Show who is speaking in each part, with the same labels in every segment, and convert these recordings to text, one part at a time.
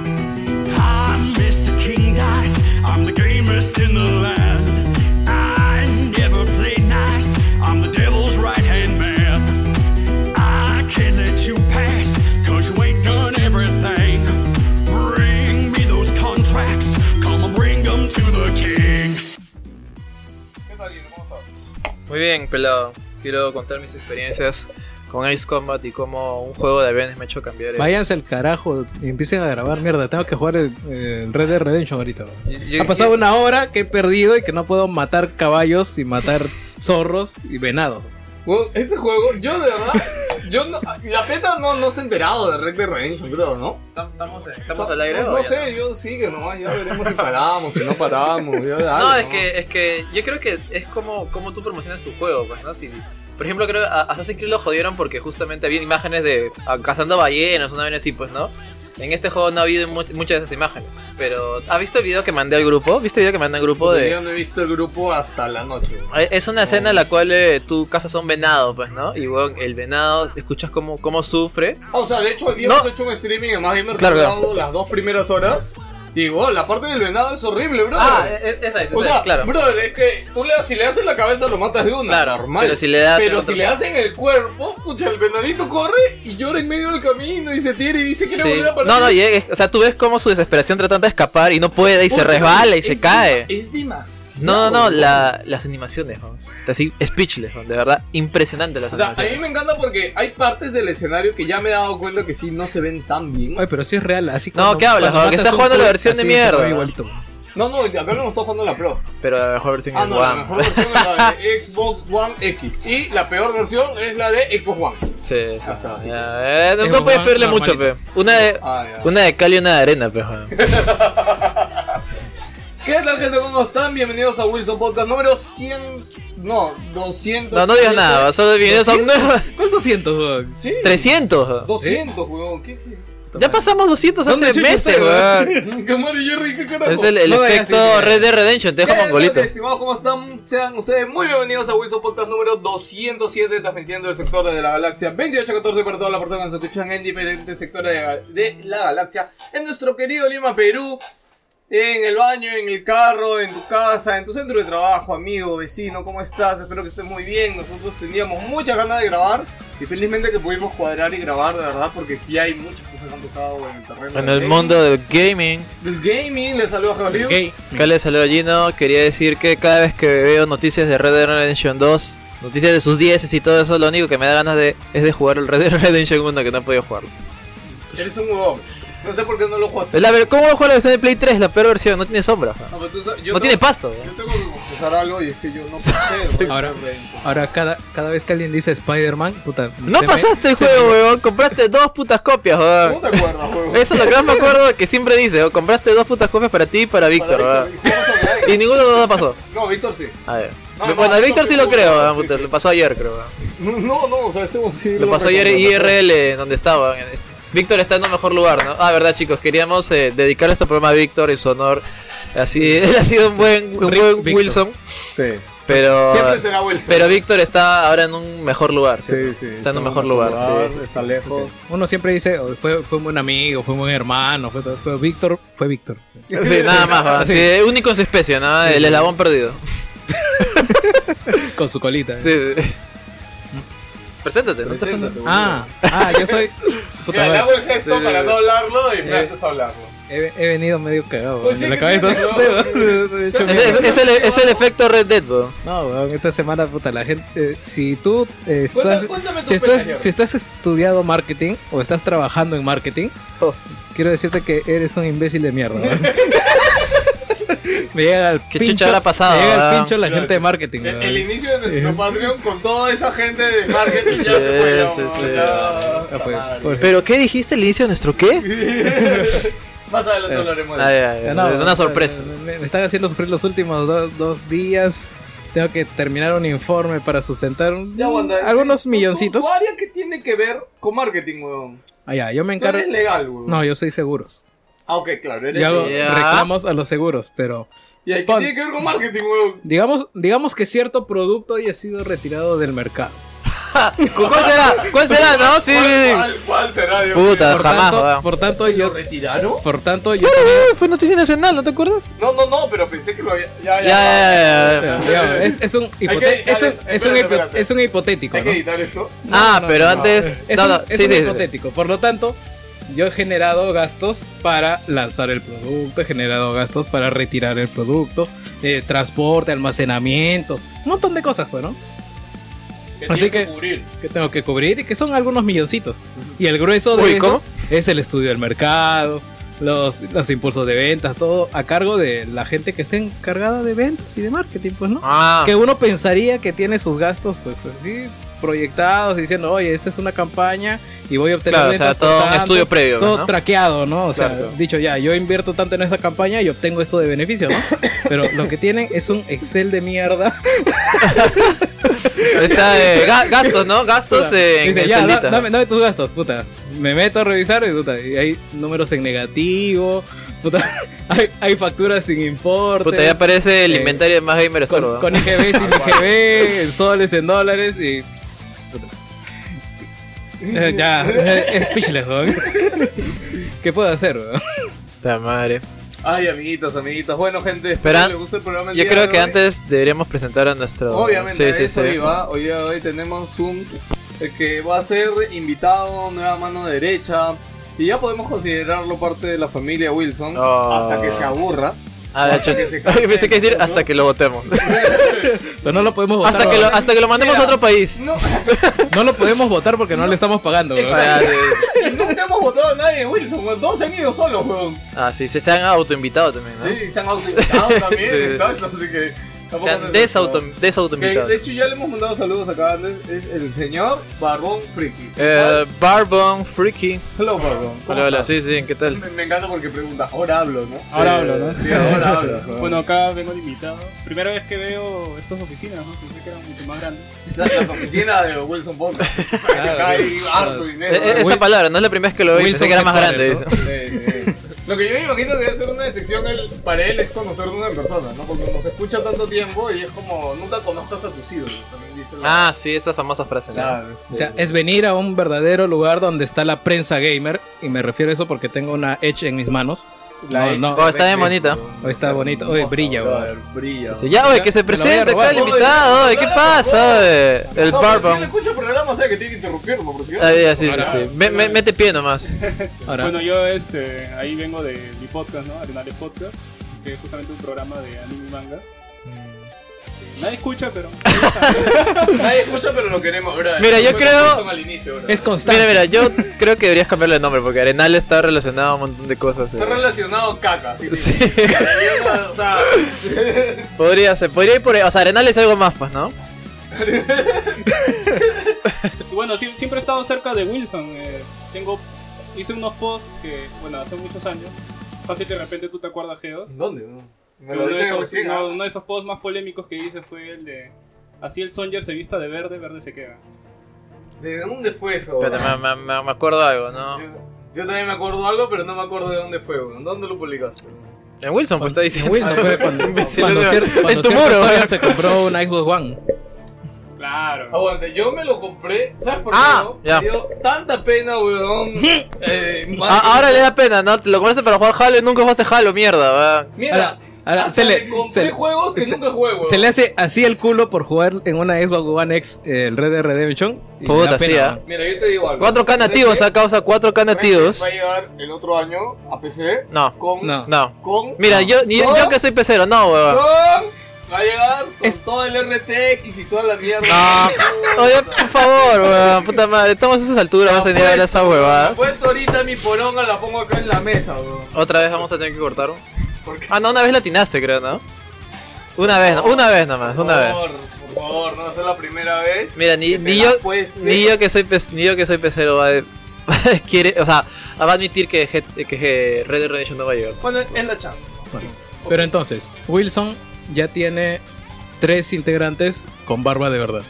Speaker 1: I'm Mr. King Dice. I'm the gamest in the land. I never play nice. I'm the devil's right hand man. I can't let you pass, cause you ain't done everything. Bring me those contracts. Come and bring them to the king.
Speaker 2: Muy bien, pelado. Quiero contar mis experiencias con Ace Combat y cómo un juego de aviones me ha hecho cambiar. el-
Speaker 3: Váyanse al carajo y empiecen a grabar mierda. Tengo que jugar el, el Red Dead Redemption ahorita. bro.
Speaker 2: Yo- yo-
Speaker 3: ha pasado una hora que he perdido y que no puedo matar caballos y matar zorros y venados.
Speaker 4: Weón, ese juego, yo de verdad, yo no, la peta no, no se ha enterado de Red Dead Redemption, creo, ¿no?
Speaker 2: ¿Estamos, estamos al aire?
Speaker 4: No,
Speaker 2: o
Speaker 4: no
Speaker 2: ya
Speaker 4: sé, yo sí que nomás, ya veremos si paramos, si no paramos. ya dale,
Speaker 2: No, es
Speaker 4: nomás.
Speaker 2: que, es que yo creo que es como, como tú promocionas tu juego, pues, ¿no? Si, por ejemplo, creo que a Assassin's Creed lo jodieron porque justamente había imágenes de a- cazando ballenas, una vez así, pues, ¿no? En este juego no ha habido mu- muchas de esas imágenes. Pero, ¿has visto el video que mandé al grupo? ¿Viste el video que mandé al grupo de...?
Speaker 4: Yo no he visto el grupo hasta la noche. weón.
Speaker 2: Eh, Es una escena en
Speaker 4: Oh.
Speaker 2: la cual eh, tú cazas a un venado, pues, ¿no? Y weón, el venado, escuchas cómo, cómo sufre.
Speaker 4: O sea, de hecho, hoy día hemos
Speaker 2: No.
Speaker 4: hecho un streaming, más bien me he
Speaker 2: Claro, claro.
Speaker 4: recordado las dos primeras horas. Y, wow, la parte del venado es horrible, bro.
Speaker 2: Ah, e- e- esa es,
Speaker 4: O
Speaker 2: esa
Speaker 4: sea,
Speaker 2: es, claro.
Speaker 4: brother, es que tú le, si le haces la cabeza lo matas de una.
Speaker 2: Claro,
Speaker 4: normal.
Speaker 2: pero si le das en
Speaker 4: Pero
Speaker 2: otro-
Speaker 4: si le das en el cuerpo, pucha, el venadito corre y llora en medio del camino y se tira y dice que
Speaker 2: Sí.
Speaker 4: volver a parar.
Speaker 2: No, no, y es- o sea, tú ves cómo su desesperación tratando de escapar y no puede y se
Speaker 4: Puta,
Speaker 2: resbala y se
Speaker 4: es
Speaker 2: cae.
Speaker 4: dema- Es demasiado.
Speaker 2: No, no, no,
Speaker 4: weón.
Speaker 2: la- las animaciones, ¿no? Está así, speechless, ¿no? de verdad, impresionante las
Speaker 4: O sea, a
Speaker 2: animaciones.
Speaker 4: mí me encanta porque hay partes del escenario que ya me he dado cuenta que sí no se ven tan bien.
Speaker 3: Ay, pero si es real, así
Speaker 2: No, ¿qué hablas, bro? Que estás jugando la versión de mierda.
Speaker 4: No, no, acá no nos está jugando la Pro.
Speaker 2: Pero la mejor versión
Speaker 4: Ah,
Speaker 2: es
Speaker 4: no, la
Speaker 2: One.
Speaker 4: mejor versión es la de Xbox One X. Y la peor versión es la de Xbox One.
Speaker 2: Sí, sí.
Speaker 4: Ah, está, sí.
Speaker 2: Ya, eh, no
Speaker 3: Es
Speaker 2: no
Speaker 3: un
Speaker 2: puedes
Speaker 3: One
Speaker 2: pedirle
Speaker 3: normalito.
Speaker 2: mucho, pe. Una de,
Speaker 4: Ah, ya.
Speaker 2: una de cal y una de arena, pe. joder.
Speaker 4: ¿Qué tal, gente? ¿Cómo están? Bienvenidos a Wilson Podcast número 100. No, 200.
Speaker 2: No, no digas nada, solo bienvenidos a un nuevo.
Speaker 3: ¿Cuál 200, weón?
Speaker 4: Sí,
Speaker 2: 300. joder.
Speaker 4: 200, weón. ¿Qué, qué?
Speaker 2: Ya pasamos 200
Speaker 3: ¿Dónde
Speaker 2: hace
Speaker 3: chucha
Speaker 2: meses,
Speaker 3: está,
Speaker 2: weón.
Speaker 4: Camarón y Jerry, ¿qué carajo?
Speaker 2: Es el, el
Speaker 3: No digas
Speaker 2: efecto
Speaker 3: así,
Speaker 2: Red Dead Redemption, te
Speaker 4: ¿Qué
Speaker 2: dejo
Speaker 4: tal,
Speaker 2: mongolito.
Speaker 4: Estimados, ¿cómo están? Sean ustedes muy bienvenidos a Wilson Podcast número 207, transmitiendo el sector de la galaxia 2814 para todas las personas que nos escuchan en diferentes sectores de, ga- de la galaxia, en nuestro querido Lima, Perú, en el baño, en el carro, en tu casa, en tu centro de trabajo, amigo, vecino, ¿cómo estás? Espero que estés muy bien. Nosotros teníamos muchas ganas de grabar y felizmente que pudimos cuadrar y grabar, de verdad, porque sí hay muchas cosas que han pasado en el terreno.
Speaker 2: En
Speaker 4: del
Speaker 2: el
Speaker 4: gaming.
Speaker 2: mundo del gaming,
Speaker 4: del gaming, les saludo a Jorge Rius.
Speaker 2: acá le saludo a Gino. Quería decir que cada vez que veo noticias de Red Dead Redemption 2, noticias de sus 10 y todo eso, lo único que me da ganas de es de jugar el Red Dead Redemption 1 que no he podido jugarlo.
Speaker 4: Eres un huevón. No sé por qué no lo jugaste.
Speaker 2: Es la ver- ¿Cómo voy a jugar la versión de Play 3? La peor versión, no tiene sombra.
Speaker 4: No, pero tú sabes-
Speaker 2: No
Speaker 4: yo tengo-
Speaker 2: tiene pasto.
Speaker 4: Yo tengo que confesar algo y es que yo no pasé. güey.
Speaker 3: Ahora, ahora cada, cada vez que alguien dice Spider-Man, puta.
Speaker 2: No
Speaker 3: se me-
Speaker 2: pasaste el juego, weón. Compraste dos putas copias,
Speaker 4: ¿Cómo
Speaker 2: weón.
Speaker 4: te acuerdas, juego?
Speaker 2: Eso es lo que más me acuerdo que siempre dice, weón. Compraste dos putas copias para ti y para Víctor, weón. Y
Speaker 4: Víctor.
Speaker 2: ninguno de los dos pasó.
Speaker 4: No, Víctor sí.
Speaker 2: A ver.
Speaker 4: No,
Speaker 2: Bueno,
Speaker 4: no,
Speaker 2: a Víctor sí lo
Speaker 4: no, no,
Speaker 2: creo, ah,
Speaker 4: sí,
Speaker 2: puta,
Speaker 4: sí.
Speaker 2: lo pasó ayer, creo. ah.
Speaker 4: No, no, o sea, ese sí.
Speaker 2: Lo pasó ayer
Speaker 4: recuerdo.
Speaker 2: IRL, donde estaba. Víctor está en un mejor lugar, ¿no? Ah, verdad, chicos, queríamos eh, dedicar este programa a Víctor en su honor. Así, él ha sido un buen, un
Speaker 3: Rick
Speaker 2: buen
Speaker 3: Víctor.
Speaker 2: Wilson,
Speaker 4: Sí.
Speaker 2: pero.
Speaker 4: Siempre será Wilson.
Speaker 2: E. Pero Víctor está ahora en un mejor lugar,
Speaker 4: Sí,
Speaker 2: ¿cierto?
Speaker 4: sí.
Speaker 2: Está en un mejor lugar, sí, sí, sí.
Speaker 4: Está lejos.
Speaker 3: Uno siempre dice, oh, fue, fue un buen amigo, fue un buen hermano, fue, todo, pero Víctor, fue Víctor.
Speaker 2: Sí, nada más, ¿no? Sí, único en su especie, ¿no? El eslabón perdido.
Speaker 3: Con su colita.
Speaker 2: Sí, sí. Preséntate, ¿no?
Speaker 4: Preséntate, güey.
Speaker 3: Ah, ah, yo soy. Puta,
Speaker 4: Mira, le
Speaker 3: madre.
Speaker 4: hago el gesto
Speaker 2: Sí.
Speaker 4: para no hablarlo y me
Speaker 3: Eh.
Speaker 4: haces hablarlo.
Speaker 3: He, he venido medio cagado
Speaker 4: Pues sí,
Speaker 3: en la
Speaker 4: que
Speaker 3: cabeza.
Speaker 4: tienes,
Speaker 3: No sé, weón, he hecho
Speaker 2: Es, es-
Speaker 3: mierda.
Speaker 2: es el, es el efecto Red Dead, bro.
Speaker 3: No, weón, esta semana, puta, la gente. eh, si tú eh,
Speaker 4: Cuéntame,
Speaker 3: estás.
Speaker 4: cuéntame tu
Speaker 3: Si estás,
Speaker 4: experiencia.
Speaker 3: si estás estudiado marketing o estás trabajando en marketing,
Speaker 2: Oh.
Speaker 3: quiero decirte que eres un imbécil de mierda. weón. me llega al
Speaker 2: ¿Qué
Speaker 3: pincho,
Speaker 2: chucha habrá pasado,
Speaker 3: me llega al
Speaker 2: weón?
Speaker 3: pincho la
Speaker 4: Claro.
Speaker 3: gente de marketing.
Speaker 4: El,
Speaker 3: weón.
Speaker 4: el inicio de nuestro Patreon con toda esa gente de marketing ya se fue.
Speaker 2: Sí, sí,
Speaker 4: ya,
Speaker 2: sí.
Speaker 4: ya,
Speaker 3: Ah, fue-
Speaker 4: madre.
Speaker 3: por-
Speaker 2: ¿Pero qué dijiste al inicio de nuestro qué?
Speaker 4: Más adelante hablaremos de
Speaker 2: Ah,
Speaker 4: eso.
Speaker 2: ya, ya,
Speaker 3: No,
Speaker 2: es una sorpresa.
Speaker 3: Me, me están haciendo sufrir los últimos do- dos días. Tengo que terminar un informe para sustentar un-
Speaker 4: Ya, Wanda,
Speaker 3: Mm, algunos
Speaker 4: ¿tu-
Speaker 3: milloncitos.
Speaker 4: ¿Tu área que tiene que ver con marketing, weón?
Speaker 3: Ah, ya, yo me
Speaker 4: Tú
Speaker 3: encargo.
Speaker 4: eres legal, weón.
Speaker 3: No, yo soy seguros.
Speaker 4: Ah, ok, claro, eres
Speaker 3: Yo hago
Speaker 4: legal.
Speaker 2: Ya.
Speaker 3: reclamos a los seguros, pero
Speaker 4: ¿Y ahí qué
Speaker 3: Pon-
Speaker 4: tiene que ver con marketing, weón?
Speaker 3: digamos, digamos que cierto producto haya sido retirado del mercado.
Speaker 2: ¿Cu- ¿Cuál será? ¿Cuál será? ¿No? Sí, sí, sí.
Speaker 4: ¿Cuál, cuál será, Dios
Speaker 2: Puta,
Speaker 3: Por
Speaker 2: Ah, jamás,
Speaker 3: tanto,
Speaker 2: weón.
Speaker 3: por tanto,
Speaker 4: mío? ¿Lo
Speaker 3: yo,
Speaker 4: retiraron?
Speaker 3: por tanto, yo,
Speaker 2: Fue noticia nacional, ¿no te acuerdas?
Speaker 4: No, no, no, pero pensé que lo había. Ya,
Speaker 2: Ya,
Speaker 4: ya.
Speaker 2: ya, ya, ya.
Speaker 3: Digamos, es, es un hipote-
Speaker 4: editar
Speaker 3: es un- es
Speaker 4: esto.
Speaker 3: un
Speaker 4: Espérate,
Speaker 3: hipo-
Speaker 4: espérate.
Speaker 3: es un hipotético,
Speaker 4: Hay que
Speaker 3: ¿no?
Speaker 4: editar esto.
Speaker 2: Ah,
Speaker 3: No, no,
Speaker 2: pero
Speaker 3: no,
Speaker 2: antes.
Speaker 3: Es
Speaker 2: no,
Speaker 3: un,
Speaker 2: no,
Speaker 3: es
Speaker 2: sí,
Speaker 3: un
Speaker 2: sí, sí.
Speaker 3: hipotético. Por lo tanto, yo he generado gastos para lanzar el producto, he generado gastos para retirar el producto, eh, transporte, almacenamiento, un montón de cosas, pues, bueno,
Speaker 4: Que
Speaker 3: Así
Speaker 4: tiene
Speaker 3: que-
Speaker 4: cubrir.
Speaker 3: que tengo que cubrir y que son algunos milloncitos. Y el grueso de
Speaker 2: Uy,
Speaker 3: eso
Speaker 2: ¿cómo?
Speaker 3: es el estudio del mercado. Los, los impulsos de ventas, todo a cargo de la gente que esté encargada de ventas y de marketing, pues, ¿no?
Speaker 2: Ah,
Speaker 3: que uno pensaría que tiene sus gastos pues así proyectados diciendo oye esta es una campaña y voy a obtener
Speaker 2: claro, o
Speaker 3: ventas
Speaker 2: sea,
Speaker 3: por
Speaker 2: todo un
Speaker 3: tanto,
Speaker 2: estudio previo, pues,
Speaker 3: todo
Speaker 2: ¿no?
Speaker 3: traqueado no o sea
Speaker 4: Claro.
Speaker 3: dicho ya yo invierto tanto en esta campaña y obtengo esto de beneficio no pero lo que tienen es un Excel de mierda
Speaker 2: Ahí Está, eh, ga- gastos, ¿no? Gastos eh, en
Speaker 3: Dice,
Speaker 2: en
Speaker 3: ya, da-
Speaker 2: celditas.
Speaker 3: dame, dame tus gastos puta me meto a revisar y, puta, y hay números en negativo puta, hay, hay facturas sin importes
Speaker 2: Puta, ya Ah, aparece el
Speaker 3: eh,
Speaker 2: inventario de más gamer Store,
Speaker 3: con,
Speaker 2: ¿no?
Speaker 3: con IGB, sin IGB, en soles, en dólares y. Eh, Ya, es speechless, weón. ¿Qué puedo hacer, weón?
Speaker 2: Puta madre.
Speaker 4: Ay, amiguitos, amiguitos. Bueno, gente,
Speaker 2: Espera,
Speaker 4: espero que les guste el programa. el
Speaker 2: Yo
Speaker 4: día
Speaker 2: creo
Speaker 4: de
Speaker 2: que
Speaker 4: hoy.
Speaker 2: antes deberíamos presentar a nuestro.
Speaker 4: Obviamente,
Speaker 2: sí,
Speaker 3: eh,
Speaker 4: a
Speaker 2: sí,
Speaker 4: eso
Speaker 2: sí.
Speaker 4: iba. Hoy día de hoy tenemos un el que va a ser invitado, nueva mano derecha. Y ya podemos considerarlo parte de la familia Wilson.
Speaker 2: Oh.
Speaker 4: Hasta que se aburra.
Speaker 2: Ah, de hecho,
Speaker 4: Hasta que se
Speaker 2: Ay, pensé que decir
Speaker 4: canse,
Speaker 2: hasta
Speaker 4: ¿no?
Speaker 2: que lo votemos.
Speaker 3: Pero no lo podemos votar.
Speaker 2: hasta, que lo,
Speaker 3: weón.
Speaker 2: hasta que lo mandemos a otro país.
Speaker 4: No,
Speaker 3: No lo podemos votar porque no, le estamos pagando, weón.
Speaker 2: O sea, de-
Speaker 4: y nunca hemos votado a nadie, Wilson. weón. Dos han ido solos, weón.
Speaker 2: ah, sí, se, se han autoinvitado también, ¿no?
Speaker 4: Sí, y se han autoinvitado también,
Speaker 2: ¿Ah? Sí.
Speaker 4: exacto. Así que. tampoco
Speaker 2: Se
Speaker 4: nos-
Speaker 2: han desauto,
Speaker 4: Que, de
Speaker 2: desautoinvitado.
Speaker 4: hecho, ya le hemos mandado saludos acá antes. Es el señor Barrón Friki.
Speaker 2: Eh, Barbon Freaky.
Speaker 4: Hello, Barrón. ¿Cómo
Speaker 2: Hola, hola,
Speaker 4: estás?
Speaker 2: sí, sí, ¿qué tal?
Speaker 4: Me, me encanta porque pregunta, ahora hablo, ¿no?
Speaker 5: Ahora hablo, ¿no?
Speaker 4: Sí, ahora hablo.
Speaker 5: Bueno, acá vengo de invitado. Primera vez que veo estas oficinas, ¿no? Pensé que eran mucho más grandes.
Speaker 4: Las, las oficinas de Wilson Podcast.
Speaker 3: Claro,
Speaker 4: Acá hay
Speaker 3: claro.
Speaker 4: harto
Speaker 2: Eh, eh,
Speaker 4: dinero.
Speaker 2: esa
Speaker 3: Wil-
Speaker 2: palabra, no es la primera vez que lo oí, pensé
Speaker 3: Wilson
Speaker 2: que era más grande.
Speaker 3: Sectores,
Speaker 2: dice.
Speaker 4: Sí, sí. Lo que yo me imagino que debe ser una decepción él- para él es conocer de una persona, ¿no? Porque nos escucha tanto tiempo y es como nunca conozcas a tus ídolos. También dice la-
Speaker 2: Ah, sí, esa famosa frase. ¿no?
Speaker 4: Claro, sí.
Speaker 3: O sea, es venir a un verdadero lugar donde está la prensa gamer. Y me refiero a eso porque tengo una Edge en mis manos.
Speaker 4: La
Speaker 3: no,
Speaker 4: ex-
Speaker 3: no.
Speaker 2: Oh, está bien bonita.
Speaker 3: Oh, está bonita. Oye, brilla,
Speaker 4: brother, Brilla.
Speaker 2: Sí, ya, oye, que se
Speaker 3: Me la voy a
Speaker 2: presente acá
Speaker 3: robar.
Speaker 2: el invitado, oye, ¿qué
Speaker 4: Oye,
Speaker 2: pasa?
Speaker 4: oye.
Speaker 2: oye? El
Speaker 4: no, pero Si él
Speaker 2: Barbon.
Speaker 4: escucha el programa, sabe que tiene que interrumpirlo, por si
Speaker 2: Ah, ya, sí, sí,
Speaker 5: Ahora-
Speaker 2: sí. Me- me- Mete pie nomás.
Speaker 3: Ahora,
Speaker 5: Bueno, yo este, ahí vengo de mi podcast, ¿no? Arenales Podcast, que es justamente un programa de anime y manga. Eh, Nadie escucha, pero...
Speaker 4: Nadie escucha, pero lo queremos, brother.
Speaker 2: Mira, yo
Speaker 4: Bueno,
Speaker 2: creo-
Speaker 4: Wilson al inicio, brother.
Speaker 3: es constante.
Speaker 2: Mira, mira, yo creo que deberías cambiarle el nombre porque Arenal está relacionado a un montón de cosas.
Speaker 4: Está
Speaker 2: eh.
Speaker 4: relacionado a caca, sí.
Speaker 2: Sí.
Speaker 4: o sea,
Speaker 2: Podría ser, podría ir por ahí. O sea, Arenal es algo más, pues, ¿no?
Speaker 5: Y bueno, sí- siempre he estado cerca de Wilson. eh, tengo... Hice unos posts que, bueno, hace muchos años. Fácil de repente tú te acuerdas, Geos.
Speaker 4: ¿dónde? no? Me
Speaker 5: Uno
Speaker 4: lo
Speaker 5: de,
Speaker 4: dicen
Speaker 5: esos,
Speaker 4: recién.
Speaker 5: uno-
Speaker 4: ¿ah?
Speaker 5: uno de esos posts más polémicos que hice fue el de... Así el Songer se vista de verde, verde se queda.
Speaker 4: ¿De dónde fue eso?
Speaker 2: Espérate, me, me- me- me acuerdo algo, ¿no?
Speaker 4: Yo, yo también me acuerdo algo, pero no me acuerdo de dónde fue. weón. ¿Dónde lo publicaste?
Speaker 2: En Wilson, pues está diciendo.
Speaker 3: Wilson fue cuando,
Speaker 2: Sí,
Speaker 3: cuando
Speaker 2: no,
Speaker 3: cier-
Speaker 2: no.
Speaker 3: cuando
Speaker 2: En tu
Speaker 3: cierto
Speaker 2: muro.
Speaker 3: señor se compró una Xbox One.
Speaker 5: Claro.
Speaker 6: Ah,
Speaker 4: Aguante, yo me lo compré. ¿Sabes por qué?
Speaker 2: Ah,
Speaker 4: no?
Speaker 2: ya.
Speaker 4: Me dio tanta pena, weón. Eh, más
Speaker 2: Ah,
Speaker 4: que-
Speaker 2: ahora le da pena, ¿no? Te lo compraste para jugar Halo y nunca jugaste Halo, mierda, ¿verdad?
Speaker 4: Mira,
Speaker 3: Ahora- ahora
Speaker 4: hasta
Speaker 3: se le-
Speaker 4: le compré
Speaker 3: se le-
Speaker 4: juegos que
Speaker 3: se-
Speaker 4: nunca juego.
Speaker 3: Se le hace así el culo por jugar en una Xbox One X eh, el Red Dead Redemption. y
Speaker 2: Puta,
Speaker 3: da pena,
Speaker 2: sí, ah.
Speaker 3: ¿no?
Speaker 4: Mira, yo te digo algo.
Speaker 2: 4K nativos, a causa 4K nativos.
Speaker 4: Va a llegar el otro año a PC
Speaker 2: No,
Speaker 4: con.
Speaker 3: No.
Speaker 2: no.
Speaker 4: con
Speaker 2: Mira, yo, ni-
Speaker 4: con-
Speaker 2: yo que soy pecero, no, weón.
Speaker 4: Ron va a llegar con
Speaker 3: Es-
Speaker 4: todo el RTX y toda la mierda.
Speaker 2: No. Oye, por favor, weón. Puta madre, estamos a esas alturas, vas a venir a ver esas
Speaker 4: Por
Speaker 2: huevadas.
Speaker 4: supuesto, ahorita mi poronga la pongo acá en la mesa, bro.
Speaker 2: Otra vez vamos a tener que cortar.
Speaker 4: ¿Por qué?
Speaker 2: Ah, no, una vez latinaste, creo, ¿no? Una vez, una vez
Speaker 3: Ah,
Speaker 2: nomás, una vez.
Speaker 4: Por favor, por favor, no va a ser la primera vez.
Speaker 2: Mira, ni,
Speaker 4: que te
Speaker 2: ni
Speaker 4: la
Speaker 2: yo
Speaker 4: apueste.
Speaker 2: ni yo que soy pes- ni yo que soy pecero va a- quiere, o sea, va a admitir que, G- que Red Dead Redemption no va a llegar.
Speaker 4: Bueno, es la chance.
Speaker 2: ah.
Speaker 3: Pero entonces, Wilson ya tiene tres integrantes con barba de verdad.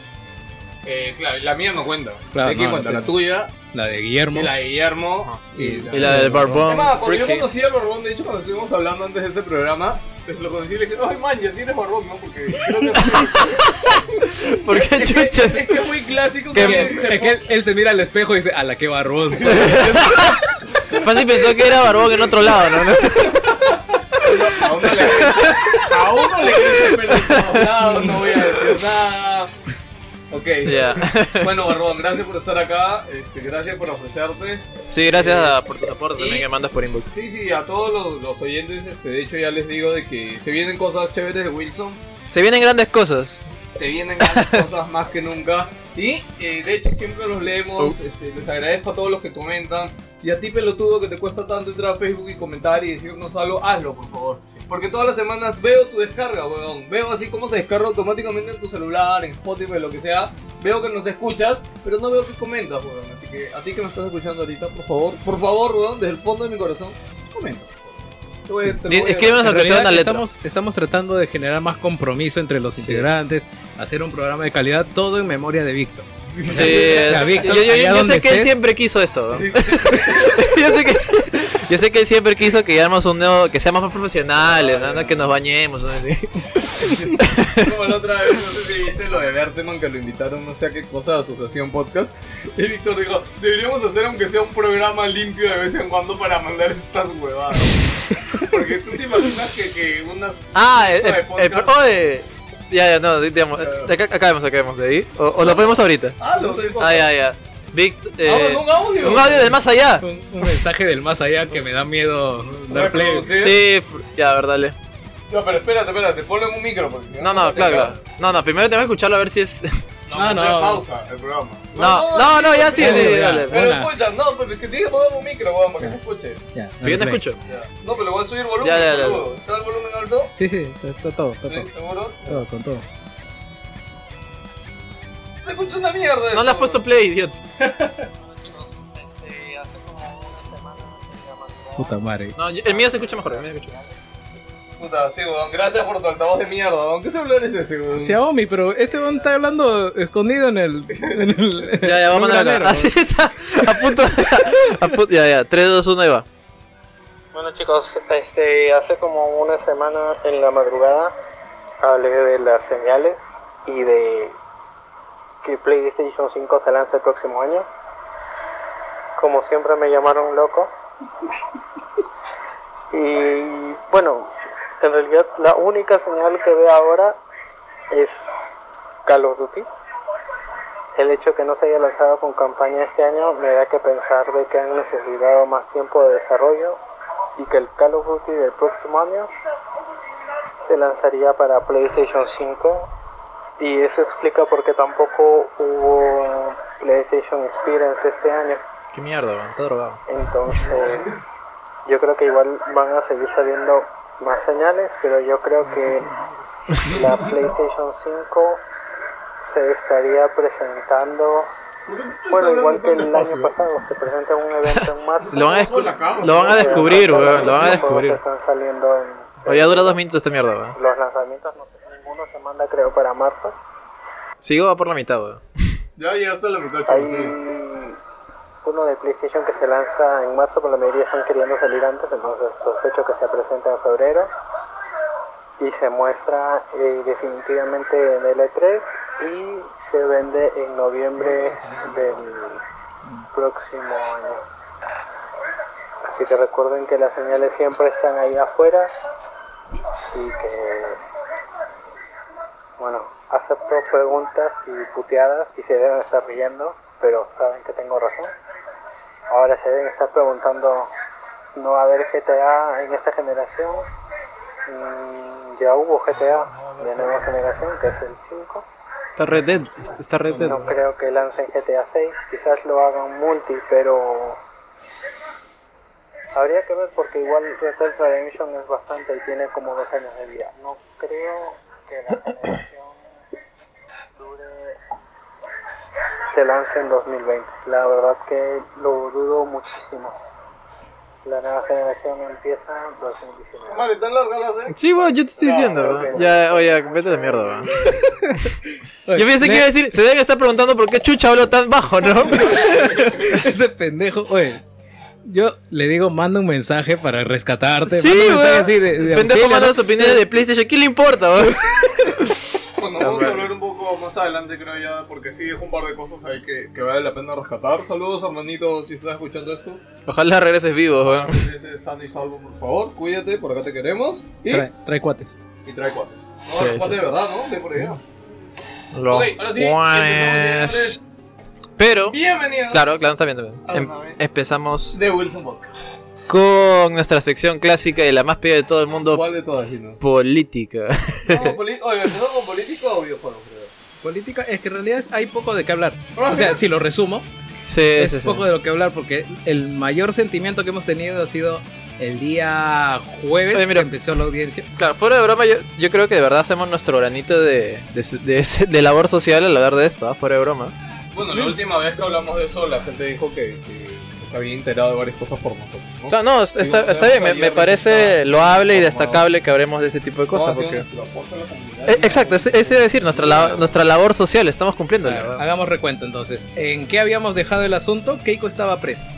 Speaker 4: Eh, claro, y la mía no cuenta.
Speaker 3: Claro,
Speaker 4: ¿De quién
Speaker 3: no,
Speaker 4: cuenta?
Speaker 3: sí.
Speaker 4: La tuya,
Speaker 3: La de Guillermo.
Speaker 4: y la de Guillermo.
Speaker 3: y la-
Speaker 2: Y la del Barbón.
Speaker 4: Es más, cuando yo
Speaker 2: freaking-
Speaker 4: conocí al Barbón, de hecho, cuando estuvimos hablando antes de este programa, pues lo conocí y le dije, ay, man, ya sí eres Barbón, ¿no? Porque creo que...
Speaker 2: ¿Por qué
Speaker 4: es, que-
Speaker 2: chuchas?
Speaker 4: es que es muy clásico
Speaker 2: Que-
Speaker 4: que,
Speaker 3: Es que-
Speaker 4: se
Speaker 3: es que él, él se mira al espejo y dice, a la que barbón. soy".
Speaker 2: Fácil pensó que era Barbón en otro lado, ¿no?
Speaker 4: A uno le crece, a uno le crece el pelo en todos lados, no voy a decir nada. Ok.
Speaker 2: Ya.
Speaker 4: Bueno, Barbón, gracias por estar acá. Este, gracias por ofrecerte.
Speaker 2: Sí, gracias a- por tu aporte
Speaker 4: Y-
Speaker 2: también que mandas por inbox.
Speaker 4: Sí, sí, a todos los, los oyentes, este, de hecho ya les digo de que se vienen cosas chéveres de Wilson.
Speaker 2: Se vienen grandes cosas.
Speaker 4: Se vienen grandes cosas más que nunca. Y eh, de hecho siempre los leemos. Este, les agradezco a todos los que comentan. Y a ti, pelotudo, que te cuesta tanto entrar a Facebook y comentar y decirnos algo, hazlo, por favor. Porque todas las semanas veo tu descarga, weón. Veo así como se descarga automáticamente en tu celular, en Spotify, lo que sea. Veo que nos escuchas, pero no veo que comentas, weón. Así que a ti que me estás escuchando ahorita, por favor, por favor, weón, desde el fondo de mi corazón, comenta. Te voy- te
Speaker 2: Di-
Speaker 4: voy a-
Speaker 2: escríbenos
Speaker 3: En
Speaker 2: aunque sea
Speaker 3: realidad,
Speaker 2: una letra.
Speaker 3: estamos, estamos tratando de generar más compromiso entre los
Speaker 2: Sí.
Speaker 3: integrantes, hacer un programa de calidad, todo en memoria de Víctor.
Speaker 2: Sí, es-
Speaker 3: Víctor,
Speaker 2: yo, yo- yo-
Speaker 3: allá
Speaker 2: yo
Speaker 3: donde
Speaker 2: sé que él
Speaker 3: estés.
Speaker 2: siempre quiso esto. ¿no? yo, sé que, yo sé que él siempre quiso que hagamos un nuevo, que seamos más profesionales, ¿no? No que nos bañemos. ¿no? Sí.
Speaker 4: Como la otra vez, no sé si viste lo de Berteman que lo invitaron, no sé a qué cosa, de Asociación Podcast. Y Víctor dijo: Deberíamos hacer, aunque sea un programa limpio de vez en cuando, para mandar estas huevadas. Porque tú te imaginas que, que unas.
Speaker 2: Ah, el,
Speaker 4: de
Speaker 2: el- el-
Speaker 4: podcast-
Speaker 2: oye. Ya, ya, no, digamos,
Speaker 4: Claro.
Speaker 2: acá- acabemos, acabemos de ahí. O, o lo podemos ahorita.
Speaker 4: Ah, lo sé.
Speaker 2: Ah, ya, ya. Vic- eh,
Speaker 4: Ah, mandó un audio.
Speaker 2: un audio del más allá.
Speaker 3: Un, un mensaje del más allá que me da miedo dar play.
Speaker 4: ¿Sí?
Speaker 2: Sí, ya, verdad, Le.
Speaker 4: No, pero espérate, espérate, ponlo en un micro. Porque, si
Speaker 2: No, no, claro, claro. No, no, primero tengo que escucharlo a ver si es.
Speaker 4: No,
Speaker 3: No,
Speaker 4: no,
Speaker 3: no.
Speaker 4: pausa el programa.
Speaker 2: No, no, no, ya sí, sí,
Speaker 3: no,
Speaker 2: sí,
Speaker 3: ya.
Speaker 2: dale.
Speaker 4: Pero
Speaker 3: Hola.
Speaker 4: escucha, no, pero es que tienes que poner un micro, weón, para que se escuche.
Speaker 3: Ya,
Speaker 2: Yo no
Speaker 3: play.
Speaker 2: escucho.
Speaker 4: Ya. No, pero le voy a subir volumen,
Speaker 2: Ya, ya, ya.
Speaker 4: boludo. ¿Está el volumen alto?
Speaker 3: Sí, sí, está, está todo, está todo,
Speaker 4: ¿Sí? ¿Seguro?
Speaker 3: todo, con todo.
Speaker 4: Se escucha una mierda.
Speaker 2: No le has
Speaker 4: esto.
Speaker 2: puesto play, idiota.
Speaker 3: Puta madre.
Speaker 2: No, yo- el mío se escucha mejor. El mío se escucha.
Speaker 4: Puta, sí, weón. Gracias por tu altavoz de mierda, weón. ¿Qué celular es ese, weón?
Speaker 3: Xiaomi, pero este weón está hablando escondido en el. en el-
Speaker 2: Ya, ya,
Speaker 3: en un
Speaker 2: vamos a mandar
Speaker 3: granero,
Speaker 2: acá. Ah, Así está. A punto. A punto ya, ya. 3, 2, 1, ahí va.
Speaker 7: Bueno chicos, este, hace como una semana en la madrugada hablé de las señales y de que PlayStation 5 se lanza el próximo año. Como siempre me llamaron loco. Y bueno, en realidad la única señal que veo ahora es Call of Duty. El hecho que no se haya lanzado con campaña este año me da que pensar de que han necesitado más tiempo de desarrollo y que el Call of Duty del próximo año se lanzaría para PlayStation 5 y eso explica por qué tampoco hubo PlayStation Experience este año.
Speaker 2: Qué mierda, man. Está drogado.
Speaker 7: Entonces, yo creo que igual van a seguir saliendo más señales, pero yo creo que la PlayStation 5 se estaría presentando, bueno, igual que el año pasado, se presenta en un evento en marzo.
Speaker 2: Lo van a,
Speaker 4: Con la
Speaker 2: descu-
Speaker 4: cama,
Speaker 2: lo van a
Speaker 7: Pero
Speaker 2: descubrir,
Speaker 7: ahorita
Speaker 2: weón. Lo van a
Speaker 7: los juegos que
Speaker 2: descubrir.
Speaker 7: Están saliendo en,
Speaker 2: O ya dura dos minutos esta mierda, weón.
Speaker 7: los lanzamientos, no sé, ninguno se manda creo para marzo.
Speaker 2: Sigo por la mitad, weón.
Speaker 4: Ya llegaste a la mitad,
Speaker 7: Hay
Speaker 4: chulo, sí.
Speaker 7: uno de PlayStation que se lanza en marzo, pero la mayoría están queriendo salir antes, entonces sospecho que se presenta en febrero. Y se muestra eh, definitivamente en el E3 y se vende en noviembre del próximo año. Así que recuerden que las señales siempre están ahí afuera y que bueno, acepto preguntas y puteadas y se deben estar riendo, pero saben que tengo razón. Ahora se deben estar preguntando, ¿no va a haber GTA en esta generación? Mm, ya hubo GTA de nueva generación, que es el 5.
Speaker 2: Está Red Dead. este, Está Red Dead.
Speaker 7: No creo que lancen GTA 6, quizás lo hagan multi, pero habría que ver porque igual Red Dead Redemption es bastante y tiene como dos años de vida. No creo que la generación dure se lance en 2020. La verdad que lo dudo muchísimo. La nueva generación empieza en 2019.
Speaker 4: Vale, tan larga la sé.
Speaker 2: Sí, weón, yo te estoy diciendo.
Speaker 7: no,
Speaker 2: weón.
Speaker 7: no.
Speaker 2: Ya, oye, vete a la mierda, weón. Yo pensé que iba a decir, se deben estar preguntando por qué chucha hablo tan bajo, ¿no?
Speaker 3: Este pendejo, oye. Yo le digo, manda un mensaje para rescatarte.
Speaker 2: sí,
Speaker 3: manda un mensaje
Speaker 2: weón.
Speaker 3: así de, de
Speaker 2: Pendejo
Speaker 3: auxilio,
Speaker 2: manda
Speaker 3: ¿no?
Speaker 2: sus opiniones de PlayStation, ¿qué le importa, weón?
Speaker 4: Bueno, vamos a hablar un poco más adelante, creo ya, porque sí, dejó un par de cosas ahí que, que vale la pena rescatar. Saludos, hermanito, si estás escuchando esto.
Speaker 2: Ojalá regreses vivo, weón.
Speaker 4: Ese es sano y salvo, por favor. Cuídate, por acá te queremos. Y,
Speaker 3: Trae, trae cuates.
Speaker 4: y trae cuates. No,
Speaker 2: Sí,
Speaker 4: cuates
Speaker 2: sí.
Speaker 4: de verdad, ¿no? De por allá.
Speaker 2: Los
Speaker 4: Ok, ahora sí,
Speaker 2: guanes.
Speaker 4: empezamos, señores.
Speaker 2: Pero,
Speaker 4: Bienvenidos.
Speaker 2: claro, claro, está bien, está bien.
Speaker 4: Ah,
Speaker 2: Em-
Speaker 4: no, bien.
Speaker 2: empezamos
Speaker 4: De Wilson Podcast.
Speaker 2: con nuestra sección clásica y la más pedida de todo el mundo,
Speaker 4: ¿Cuál de todas, Gino?
Speaker 2: política.
Speaker 4: No, poli- Oye, ¿empezó con político o videojuegos, creo?
Speaker 3: Política, es que en realidad hay poco de qué hablar. O sea, si lo resumo,
Speaker 2: Sí,
Speaker 3: es
Speaker 2: sí, sí.
Speaker 3: poco de lo que hablar porque el mayor sentimiento que hemos tenido ha sido el día jueves
Speaker 2: Oye, mira.
Speaker 3: que empezó la audiencia.
Speaker 2: Claro, fuera de broma, yo, yo creo que de verdad hacemos nuestro granito de, de, de- de labor social al hablar de esto, ¿ah? fuera de broma.
Speaker 4: Bueno, la última vez que hablamos de eso, la gente dijo que, que se había enterado de varias cosas por nosotros, ¿no?
Speaker 2: No, no, está,
Speaker 4: Digo,
Speaker 2: está bien, me, me
Speaker 4: ayer
Speaker 2: parece
Speaker 4: está-
Speaker 2: loable y
Speaker 4: está
Speaker 2: destacable que hablemos de ese tipo de
Speaker 4: ¿Cómo ha
Speaker 2: cosas.
Speaker 4: sido
Speaker 2: Porque...
Speaker 4: nuestro aporte a la comunidad?
Speaker 2: Eh, Exacto, ese ese iba a decir, nuestra, la- nuestra labor social, estamos cumpliendo.
Speaker 3: Hagamos recuento entonces. ¿En qué habíamos dejado el asunto? Keiko estaba presa.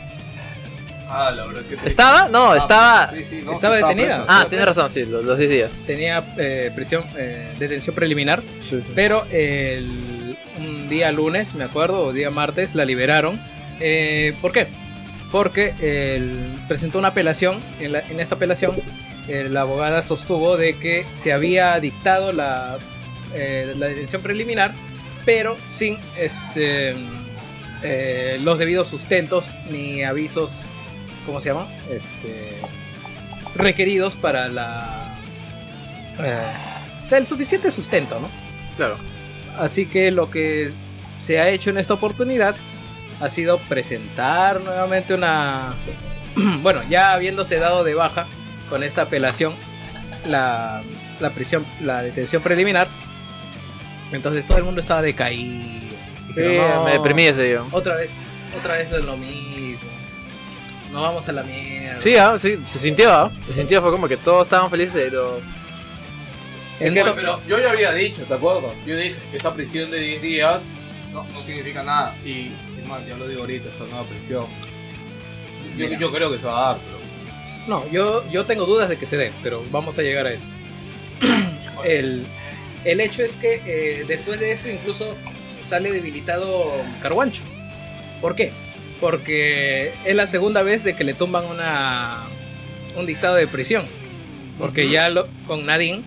Speaker 4: Ah, la verdad que...
Speaker 2: ¿Estaba? No,
Speaker 4: Ah,
Speaker 2: estaba...
Speaker 4: sí, sí, no,
Speaker 3: estaba
Speaker 4: sí,
Speaker 3: detenida.
Speaker 4: presa.
Speaker 2: Ah, tienes razón, sí, los, los 10 días.
Speaker 3: Tenía eh, prisión, eh, detención preliminar, pero eh, el- un día lunes, me acuerdo, o día martes, la liberaron. Eh, ¿Por qué? Porque él presentó una apelación. En, la- en esta apelación, eh, la abogada sostuvo de que se había dictado la, eh, la detención preliminar, pero sin este, eh, los debidos sustentos ni avisos, ¿cómo se llama? Este, requeridos para la... eh, o sea, el suficiente sustento, ¿no?
Speaker 2: Claro.
Speaker 3: Así que lo que se ha hecho en esta oportunidad ha sido presentar nuevamente una... bueno, ya habiéndose dado de baja con esta apelación, la, la prisión, la detención preliminar. Entonces todo el mundo estaba decaído. Dijeron, "No,
Speaker 2: me deprimí ese día.
Speaker 3: Otra vez, otra vez es lo mismo. No vamos a la mierda.
Speaker 2: Sí, ah, sí, se sintió, ah, se sintió, fue como que todos estaban felices y todo.
Speaker 3: En-
Speaker 4: Bueno, pero yo ya había dicho, ¿te acuerdas? Yo dije, esa prisión de 10 días no, no significa nada. Y, es más, ya lo digo ahorita, esta nueva prisión. Yo,
Speaker 3: Mira.
Speaker 4: yo creo que se va a dar, pero...
Speaker 3: No, yo, yo tengo dudas de que se dé, pero vamos a llegar a eso. el, el hecho es que eh, después de esto incluso sale debilitado Carguancho. ¿Por qué? Porque es la segunda vez de que le tumban una, un dictado de prisión. Porque ya lo- con Nadine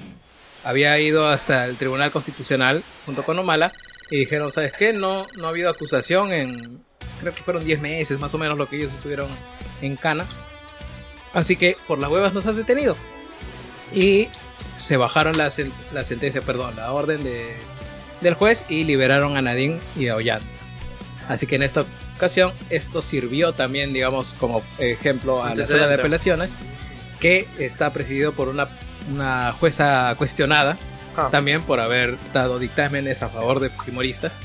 Speaker 3: había ido hasta el Tribunal Constitucional junto con Omala y dijeron, ¿sabes qué? No, no ha habido acusación en, creo que fueron 10 meses más o menos lo que ellos estuvieron en Cana. Así que por las huevas nos has detenido. Y se bajaron la, sen- la sentencia, perdón, la orden de, del juez y liberaron a Nadine y a Ollán. Así que en esta ocasión esto sirvió también, digamos, como ejemplo a la zona de
Speaker 2: Antecedente.
Speaker 3: apelaciones, que está presidido por una, una jueza cuestionada,
Speaker 2: Ah.
Speaker 3: también por haber dado dictámenes a favor de Fujimoristas,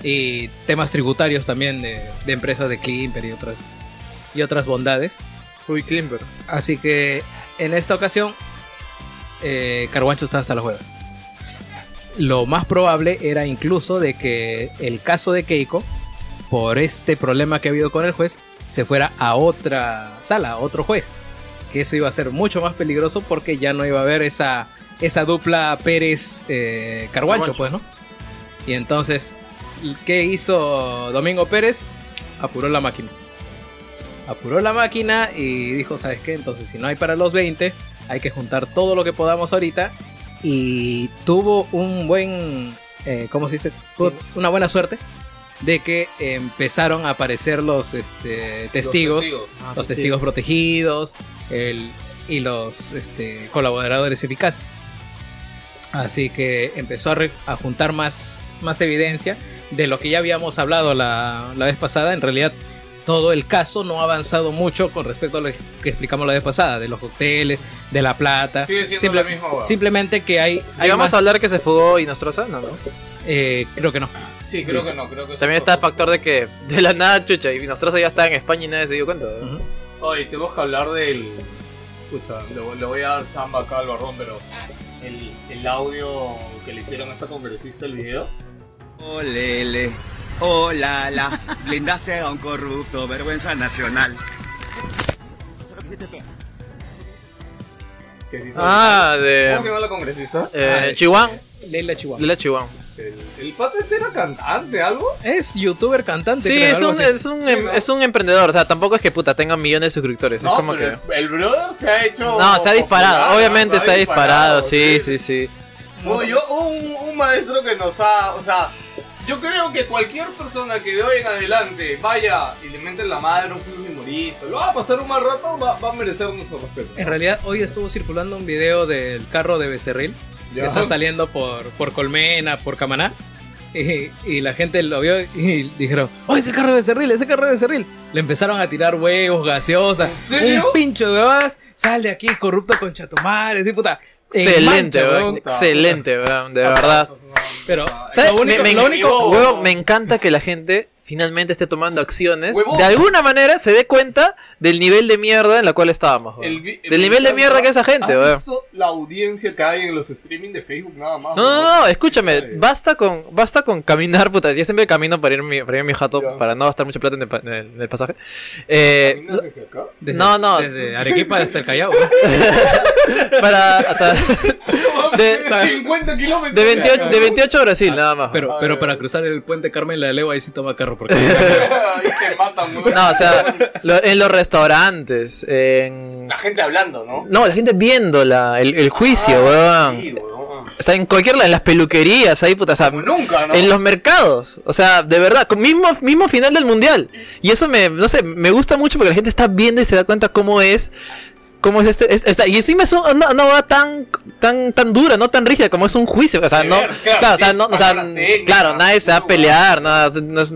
Speaker 3: y temas tributarios también de, de empresas de Klimper y otras, y otras bondades.
Speaker 2: Uy, Klimber.
Speaker 3: Así que en esta ocasión, eh, Carguancho está hasta las huevas. Lo más probable era incluso de que el caso de Keiko, por este problema que ha habido con el juez, se fuera a otra sala, a otro juez. Que eso iba a ser mucho más peligroso porque ya no iba a haber esa, esa dupla Pérez-Carguancho,
Speaker 2: Carguancho.
Speaker 3: pues, ¿no? Y entonces, ¿qué hizo Domingo Pérez? Apuró la máquina apuró la máquina y dijo, ¿sabes qué? Entonces, si no hay para los 20, hay que juntar todo lo que podamos ahorita. Y tuvo un buen, eh, ¿cómo se dice? Tuvo una buena suerte de que empezaron a aparecer los este, testigos, los testigos,
Speaker 4: Ah,
Speaker 3: protegidos el- y los este, colaboradores eficaces. Así que empezó a, re- a juntar más, más evidencia de lo que ya habíamos hablado la, la vez pasada. En realidad, todo el caso no ha avanzado mucho con respecto a lo que explicamos la vez pasada, de los cócteles, de la plata.
Speaker 4: Sigue siendo
Speaker 3: Simple-
Speaker 4: la misma, weón.
Speaker 3: Simplemente que hay... hay
Speaker 2: Ahí vamos
Speaker 3: más-
Speaker 2: a hablar que se fugó y nos troza, no, no.
Speaker 3: eh, creo que no.
Speaker 4: Sí, creo que no, creo que
Speaker 2: También está el factor de que de la nada, chucha, y nosotros allá está en España y nadie se dio cuenta. ¿no?
Speaker 4: Oye, tenemos que hablar del. Escucha, le, voy- le voy a dar chamba acá al barrón, pero. El, el audio que le hicieron a esta congresista, el video.
Speaker 1: Olele, hola la, blindaste a un corrupto, vergüenza nacional.
Speaker 4: Que se hizo
Speaker 2: Ah,
Speaker 4: ¿Cómo Ah, se
Speaker 2: de.
Speaker 4: llama la congresista?
Speaker 2: Eh, Chihuahua.
Speaker 3: Leila Chihuahua.
Speaker 2: Lila Chihuahua.
Speaker 4: El, el pata este era cantante, algo.
Speaker 3: Es youtuber cantante.
Speaker 2: Sí,
Speaker 3: creo,
Speaker 2: es
Speaker 3: algo
Speaker 2: un,
Speaker 3: así.
Speaker 2: es, un,
Speaker 4: Sí,
Speaker 2: em-
Speaker 4: ¿no?
Speaker 2: es un emprendedor. O sea, tampoco es que puta tenga millones de suscriptores.
Speaker 4: No,
Speaker 2: es como que.
Speaker 4: pero el, el brother se ha hecho.
Speaker 2: No, se ha disparado.
Speaker 4: popular,
Speaker 2: Obviamente
Speaker 4: ¿no?
Speaker 2: se ha disparado. Sí, sí, sí.
Speaker 4: Bueno, yo, un, un maestro que nos ha. O sea, yo creo que cualquier persona que de hoy en adelante vaya y le mete la madre a un humorista, lo va a pasar un mal rato, va, va a merecer nuestro respeto.
Speaker 3: En realidad, hoy estuvo circulando un video del carro de Becerril
Speaker 4: Ya.
Speaker 3: que está saliendo por, por Colmena, por Camaná. Y, y la gente lo vio y dijeron: ¡Oh, ese carro de Becerril! ¡Ese carro de Becerril! Le empezaron a tirar huevos, gaseosas.
Speaker 4: ¿En serio?
Speaker 3: Un pincho de huevas. Sale aquí corrupto con chatumares. Sí, puta. En
Speaker 2: Excelente,
Speaker 3: mancha,
Speaker 2: weón.
Speaker 3: huevón.
Speaker 2: Excelente, weón. De verdad.
Speaker 3: Pero,
Speaker 2: ¿Sabes?
Speaker 3: Lo único-
Speaker 2: me, me-
Speaker 3: lo único-
Speaker 2: huevón, me encanta que la gente finalmente esté tomando acciones.
Speaker 4: Huevón.
Speaker 2: De alguna manera se dé cuenta del nivel de mierda en la cual estábamos. weón.
Speaker 4: El vi- el Ah,
Speaker 2: del nivel de
Speaker 4: video,
Speaker 2: mierda que es esa gente,
Speaker 4: ¿has
Speaker 2: weón.
Speaker 4: visto la audiencia que hay en los streaming de Facebook nada más.
Speaker 2: No, no,
Speaker 4: weón?
Speaker 2: no, no, escúchame,
Speaker 4: Ay.
Speaker 2: basta con, basta con caminar, puta, yo siempre camino para irme, para irme a mi jato,
Speaker 4: Ya.
Speaker 2: para no gastar mucha plata en el, pa- en el- en el pasaje. Eh,
Speaker 4: Caminas desde acá.
Speaker 3: desde-
Speaker 2: No, no.
Speaker 3: Desde Arequipa hasta el Callao. huevón.
Speaker 2: para, o sea, de,
Speaker 4: De 50 kilómetros.
Speaker 2: de 28, de 28 a Brasil, nada más.
Speaker 3: Pero, pero para cruzar el puente Carmen la de Leo, ahí sí toma carro. Porque
Speaker 4: y se matan, weón.
Speaker 2: No, o sea, lo- en los restaurantes, en...
Speaker 4: La gente hablando, ¿no?
Speaker 2: No, la gente viendo la, el, el juicio,
Speaker 4: Ah,
Speaker 2: weón.
Speaker 4: sí, weón.
Speaker 2: O sea, en cualquier lado, en las peluquerías, ahí, puta, o sea,
Speaker 4: Como nunca, ¿no?
Speaker 2: En los mercados, o sea, de verdad, con mismo, mismo final del mundial. Y eso me, no sé, me gusta mucho porque la gente está viendo y se da cuenta cómo es, cómo es este, es- esta- y encima es un- una, una hueá tan, tan, tan dura, no tan rígida como es un juicio, o sea,
Speaker 4: De
Speaker 2: no,
Speaker 4: ver, claro,
Speaker 2: claro, o sea, no, o sea,
Speaker 4: palabras técnicas,
Speaker 2: claro, nadie se va a
Speaker 4: no,
Speaker 2: pelear, no, es- no es,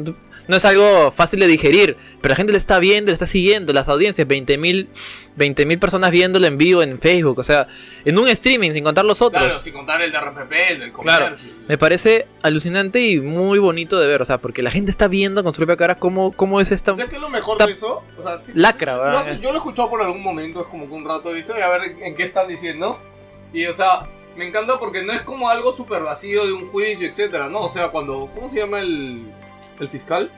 Speaker 2: no es algo fácil de digerir, pero la gente le está viendo, le está siguiendo, las audiencias, 20.000 mil, personas viéndolo en vivo en Facebook, o sea, en un streaming sin contar los otros.
Speaker 4: Claro, sin contar el de RPP, el del
Speaker 2: Claro.
Speaker 4: comercio.
Speaker 2: Me parece alucinante y muy bonito de ver, o sea, porque la gente está viendo con su propia cara cómo, cómo es esta
Speaker 4: ¿Sabes qué es lo mejor
Speaker 2: Está-
Speaker 4: de eso? O sea, sí-
Speaker 2: lacra,
Speaker 4: lo
Speaker 2: ¿verdad?
Speaker 4: hace- yo lo he escuchado por algún momento, es como que un rato, ¿viste? Y a ver en qué están diciendo. Y, o sea, me encanta porque no es como algo súper vacío de un juicio, etcétera, ¿no? O sea, cuando. ¿Cómo se llama el, el fiscal?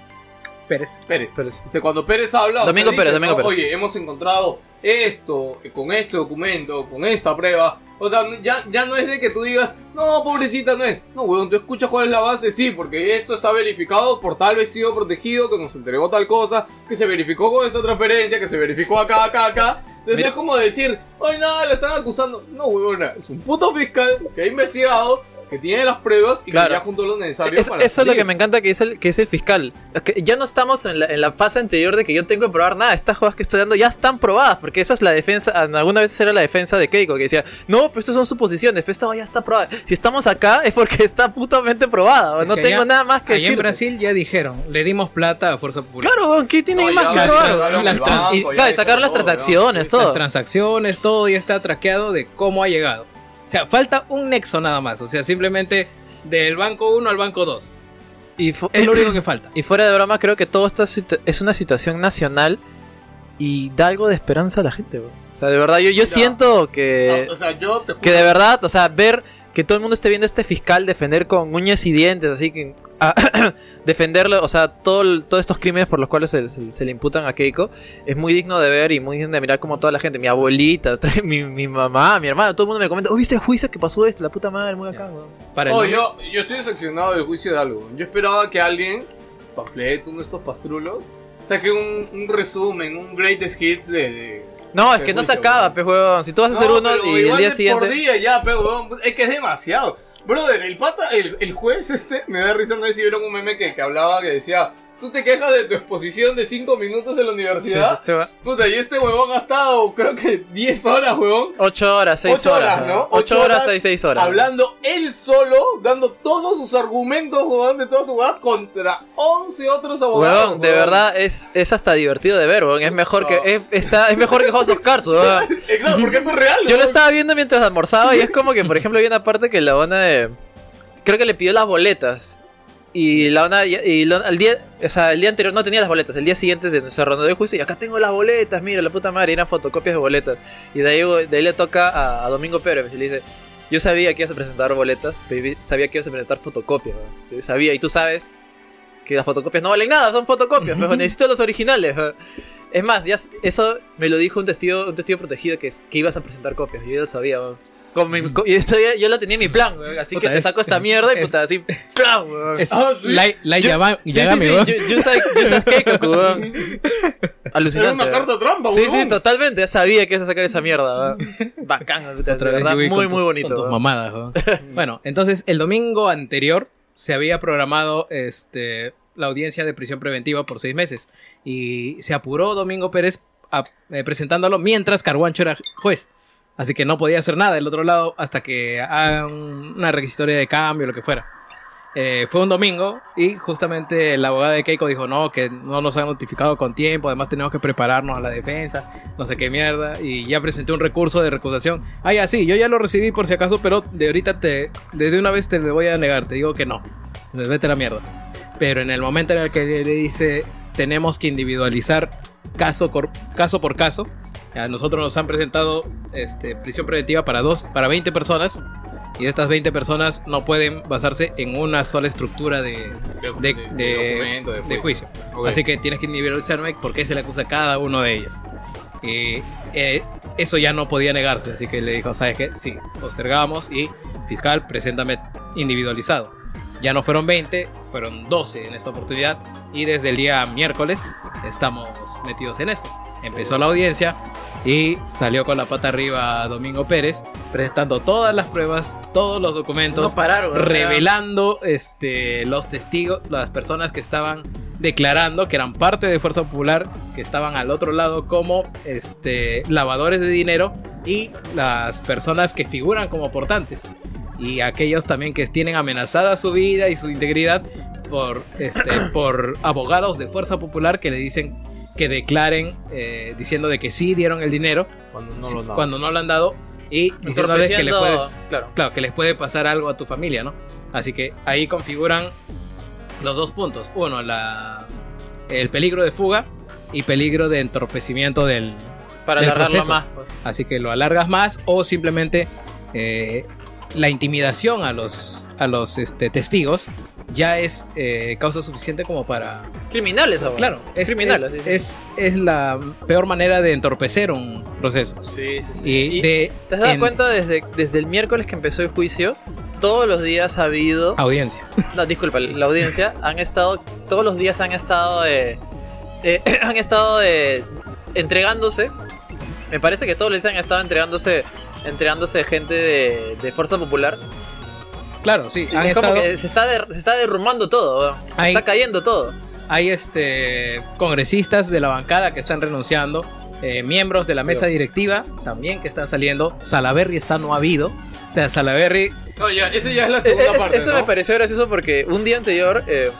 Speaker 3: Pérez.
Speaker 4: Pérez. Este, cuando Pérez habla, o sea,
Speaker 2: Domingo
Speaker 4: dice,
Speaker 2: Pérez, Domingo
Speaker 4: ¿no?
Speaker 2: Pérez.
Speaker 4: Oye, hemos encontrado esto, eh, con este documento, con esta prueba. O sea, no- ya, ya no es de que tú digas, no, pobrecita, no es. No, weón, tú escuchas cuál es la base, sí, porque esto está verificado por tal vestido protegido que nos entregó tal cosa, que se verificó con esta transferencia, que se verificó acá, acá, acá. Entonces
Speaker 2: Mira.
Speaker 4: no es como decir, ay, nada, lo están acusando. No, weón, es un puto fiscal que ha investigado, que tiene las pruebas y
Speaker 2: Claro.
Speaker 4: que ya juntó lo necesario
Speaker 2: Es-
Speaker 4: para
Speaker 2: eso es lo
Speaker 4: salir.
Speaker 2: que me encanta que es el, que es el fiscal. Es que ya no estamos en la, en la fase anterior de que yo tengo que probar nada. Estas cosas que estoy dando ya están probadas. Porque esa es la defensa. ah, Alguna vez era la defensa de Keiko que decía: No, pero estas son suposiciones. Pero esto ya está probada. Si estamos acá es porque está putamente probada. o
Speaker 3: Es
Speaker 2: No
Speaker 3: que
Speaker 2: tengo
Speaker 3: allá-
Speaker 2: nada más que
Speaker 3: Allá
Speaker 2: decir.
Speaker 3: en Brasil ya dijeron, le dimos plata a Fuerza Popular.
Speaker 2: Claro, ¿qué tiene
Speaker 4: No,
Speaker 2: más
Speaker 4: ya
Speaker 2: que
Speaker 4: hablaron
Speaker 2: probar?
Speaker 4: del
Speaker 3: Las trans-
Speaker 4: banco,
Speaker 2: Y,
Speaker 4: ya
Speaker 2: claro, y
Speaker 4: de
Speaker 2: sacaron las
Speaker 4: todo, ¿no?
Speaker 2: transacciones,
Speaker 3: Las
Speaker 2: todo.
Speaker 3: transacciones, todo ya está traqueado de cómo ha llegado. O sea, falta un nexo nada más. O sea, simplemente del banco 1 al banco 2.
Speaker 2: Y fu-
Speaker 3: Es lo único que falta.
Speaker 2: Y fuera de broma, creo que todo esto es situ- es una situación nacional y da algo de esperanza a la gente, bro. O sea, de verdad, yo, yo
Speaker 4: Mira,
Speaker 2: siento que,
Speaker 4: No, o sea, yo te juro.
Speaker 2: que de verdad, o sea, ver que todo el mundo esté viendo a este fiscal defender con uñas y dientes, así que ah, defenderlo, o sea, todo, el- todos estos crímenes por los cuales se, se- se le imputan a Keiko, es muy digno de ver y muy digno de mirar como toda la gente, mi abuelita, mi, mi mamá, mi hermana, todo el mundo me comenta, oh, ¿viste el juicio que pasó esto? La puta madre, muy acá, bro".
Speaker 3: Para el
Speaker 4: Oh,
Speaker 3: nombre-
Speaker 4: yo, yo estoy decepcionado del juicio de algo. Yo esperaba que alguien, panfleto, uno de estos pastrulos, saque un, un resumen, un greatest hits de. de-
Speaker 2: No, es
Speaker 4: de
Speaker 2: que no se
Speaker 4: juicio,
Speaker 2: acaba,
Speaker 4: weón.
Speaker 2: pues, weón. Si tú vas a hacer
Speaker 4: No,
Speaker 2: uno
Speaker 4: pero
Speaker 2: y el
Speaker 4: igual
Speaker 2: día
Speaker 4: de
Speaker 2: siguiente...
Speaker 4: Por día ya, pero weón, es que es demasiado. Brother, el pata, el, el juez este, me da risa, no sé si vieron un meme que, que hablaba que decía. Tú te quejas de tu exposición de 5 minutos en la
Speaker 2: Sí, sí,
Speaker 4: universidad.
Speaker 2: este va-
Speaker 4: Puta, y este huevón ha estado, creo que 10 horas, huevón.
Speaker 2: 8 horas, 6
Speaker 4: Ocho
Speaker 2: horas.
Speaker 4: horas, ¿no?
Speaker 2: 8
Speaker 4: Ocho
Speaker 2: horas,
Speaker 4: horas
Speaker 2: 6, 6 horas.
Speaker 4: Hablando él solo, dando todos sus argumentos, huevón, de todas sus jugadas contra 11 otros abogados.
Speaker 2: Weón, de
Speaker 4: huevón.
Speaker 2: verdad es, es hasta divertido de ver, weón. Es mejor que
Speaker 4: No.
Speaker 2: es, está, es mejor que House of Cards, weón.
Speaker 4: Exacto, Eh, porque esto es real.
Speaker 2: Yo lo
Speaker 4: huevón.
Speaker 2: estaba viendo mientras eh, almorzaba y es como que, por ejemplo, había una parte que la onda de. Creo que le pidió las boletas. Y la onda, y- y lo- al día, o sea, el día anterior no tenía las boletas, el día siguiente es de nuestra ronda de juicio y acá tengo las boletas, mira, la puta madre, y eran fotocopias de boletas. Y de ahí, de ahí le toca a, a Domingo Pérez y le dice, yo sabía que ibas a presentar boletas, baby, sabía que ibas a presentar fotocopias, ¿no? Yo sabía, y tú sabes que las fotocopias no valen nada, son fotocopias, pero necesito los originales. ¿no? Es más, ya s- eso me lo dijo un testigo, un testigo protegido que, es- que ibas a presentar copias, yo ya lo sabía. ¿no? Con mi- con- y esto ya- yo lo tenía en mi plan, ¿no? así
Speaker 3: Puta,
Speaker 2: que te
Speaker 3: es-
Speaker 2: saco esta mierda y
Speaker 3: es-
Speaker 2: puta, así, ¡plan! ¿no?
Speaker 3: Es
Speaker 4: Ah, sí.
Speaker 3: Light Light
Speaker 2: Yo-
Speaker 3: Yagami,
Speaker 2: Sí, sí, sí, yo, yo soy, yo soy Keikoku, weón.
Speaker 4: Era
Speaker 2: Alucinante.
Speaker 4: una
Speaker 2: weón.
Speaker 4: carta trampa,
Speaker 2: Sí, sí,
Speaker 4: huevón.
Speaker 2: totalmente. Ya sabía que ibas a sacar esa mierda. weón. Bacán, puta, de verdad, muy, muy bonito.
Speaker 3: Con tus
Speaker 2: weón.
Speaker 3: mamadas, ¿no? bueno, entonces el domingo anterior se había programado este, la audiencia de prisión preventiva por seis meses. Y se apuró Domingo Pérez a- eh, presentándolo mientras Carguancho era juez. Así que no podía hacer nada del otro lado hasta que hagan una requisitoria de cambio, lo que fuera. Eh, fue un domingo y justamente la abogada de Keiko dijo no, que no nos han notificado con tiempo, además tenemos que prepararnos a la defensa, no sé qué mierda, y ya presenté un recurso de recusación. Ah, ya sí, yo ya lo recibí por si acaso, pero de ahorita te, desde una vez te lo voy a negar, te digo que no, Pues vete a la mierda. Pero en el momento en el que le dice, tenemos que individualizar caso, cor- caso por caso, a nosotros nos han presentado este, prisión preventiva para dos, para 20 personas, y estas 20 personas no pueden basarse en una sola estructura de, de- de-
Speaker 4: documento,
Speaker 3: de juicio.
Speaker 4: Ok.
Speaker 3: Así que tienes que individualizarme porque se le acusa a cada uno de ellos. Y eh, eso ya no podía negarse, así que le dijo, ¿sabes qué? Sí, postergamos y fiscal, preséntame individualizado. Ya no fueron 20, fueron 12 en esta oportunidad y desde el día miércoles estamos metidos en esto. Empezó la audiencia y salió con la pata arriba Domingo Pérez presentando todas las pruebas, todos los documentos
Speaker 2: No pararon. weón.
Speaker 3: revelando este, los testigos, las personas que estaban declarando que eran parte de Fuerza Popular, que estaban al otro lado como este, lavadores de dinero y las personas que figuran como portantes. Y aquellos también que tienen amenazada su vida y su integridad por, este, por abogados de Fuerza Popular que le dicen que declaren eh, diciendo de que sí dieron el dinero
Speaker 4: Cuando
Speaker 3: sí,
Speaker 4: no lo
Speaker 3: cuando no lo han dado y diciéndoles que le
Speaker 2: Entorpeciendo-
Speaker 3: puedes
Speaker 2: Claro.
Speaker 3: claro, que les puede pasar algo a tu familia, ¿no? Así que ahí configuran los dos puntos. Uno, la, el peligro de fuga y peligro de entorpecimiento del...
Speaker 2: Para
Speaker 3: del
Speaker 2: alargarlo
Speaker 3: proceso.
Speaker 2: más. pues.
Speaker 3: Así que lo alargas más o simplemente eh, la intimidación a los, a los este, testigos ya es eh, causa suficiente como para...
Speaker 2: Criminales ahora.
Speaker 3: Claro, es,
Speaker 2: criminal,
Speaker 3: es,
Speaker 2: así, sí.
Speaker 3: es- es la peor manera de entorpecer un proceso.
Speaker 2: Sí, sí, sí.
Speaker 3: Y,
Speaker 2: Y-
Speaker 3: de
Speaker 2: ¿Te has dado
Speaker 3: en
Speaker 2: cuenta desde, desde el miércoles que empezó el juicio? Todos los días ha habido.
Speaker 3: audiencia.
Speaker 2: No, disculpa, la audiencia han estado. Todos los días han estado. eh, eh, han estado eh, entregándose. Me parece que todos los días han estado entregándose. Entregándose gente de, de Fuerza Popular.
Speaker 3: Claro, sí.
Speaker 2: Y
Speaker 3: han
Speaker 2: es como
Speaker 3: estado-
Speaker 2: que se está, der- se está derrumbando todo. weón. Se
Speaker 3: Ahí-
Speaker 2: está cayendo todo.
Speaker 3: hay este congresistas de la bancada que están renunciando, eh, miembros de la mesa directiva también que están saliendo. Salaberry está no ha habido. O sea, Salaberry
Speaker 4: No, ya, esa ya es la
Speaker 2: Eh,
Speaker 4: segunda
Speaker 2: es-
Speaker 4: parte.
Speaker 2: eso
Speaker 4: ¿no?
Speaker 2: me pareció gracioso porque un día anterior. eh,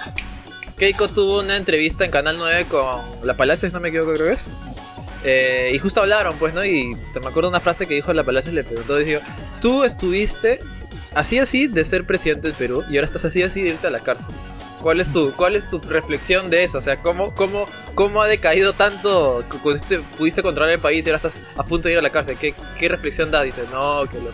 Speaker 2: Keiko tuvo una entrevista en Canal 9 con La Palacios, no me equivoco, creo que es. Eh, y justo hablaron, pues, ¿no? Y te me acuerdo una frase que dijo La Palacios, le preguntó, dijo, tú estuviste así así de ser presidente del Perú y ahora estás así así de irte a la cárcel. ¿Cuál es tu, cuál es tu reflexión de eso? O sea, ¿cómo, cómo, cómo ha decaído tanto? que Pudiste, pudiste controlar el país y ahora estás a punto de ir a la cárcel. ¿Qué, qué reflexión da? Dice, no, que lo-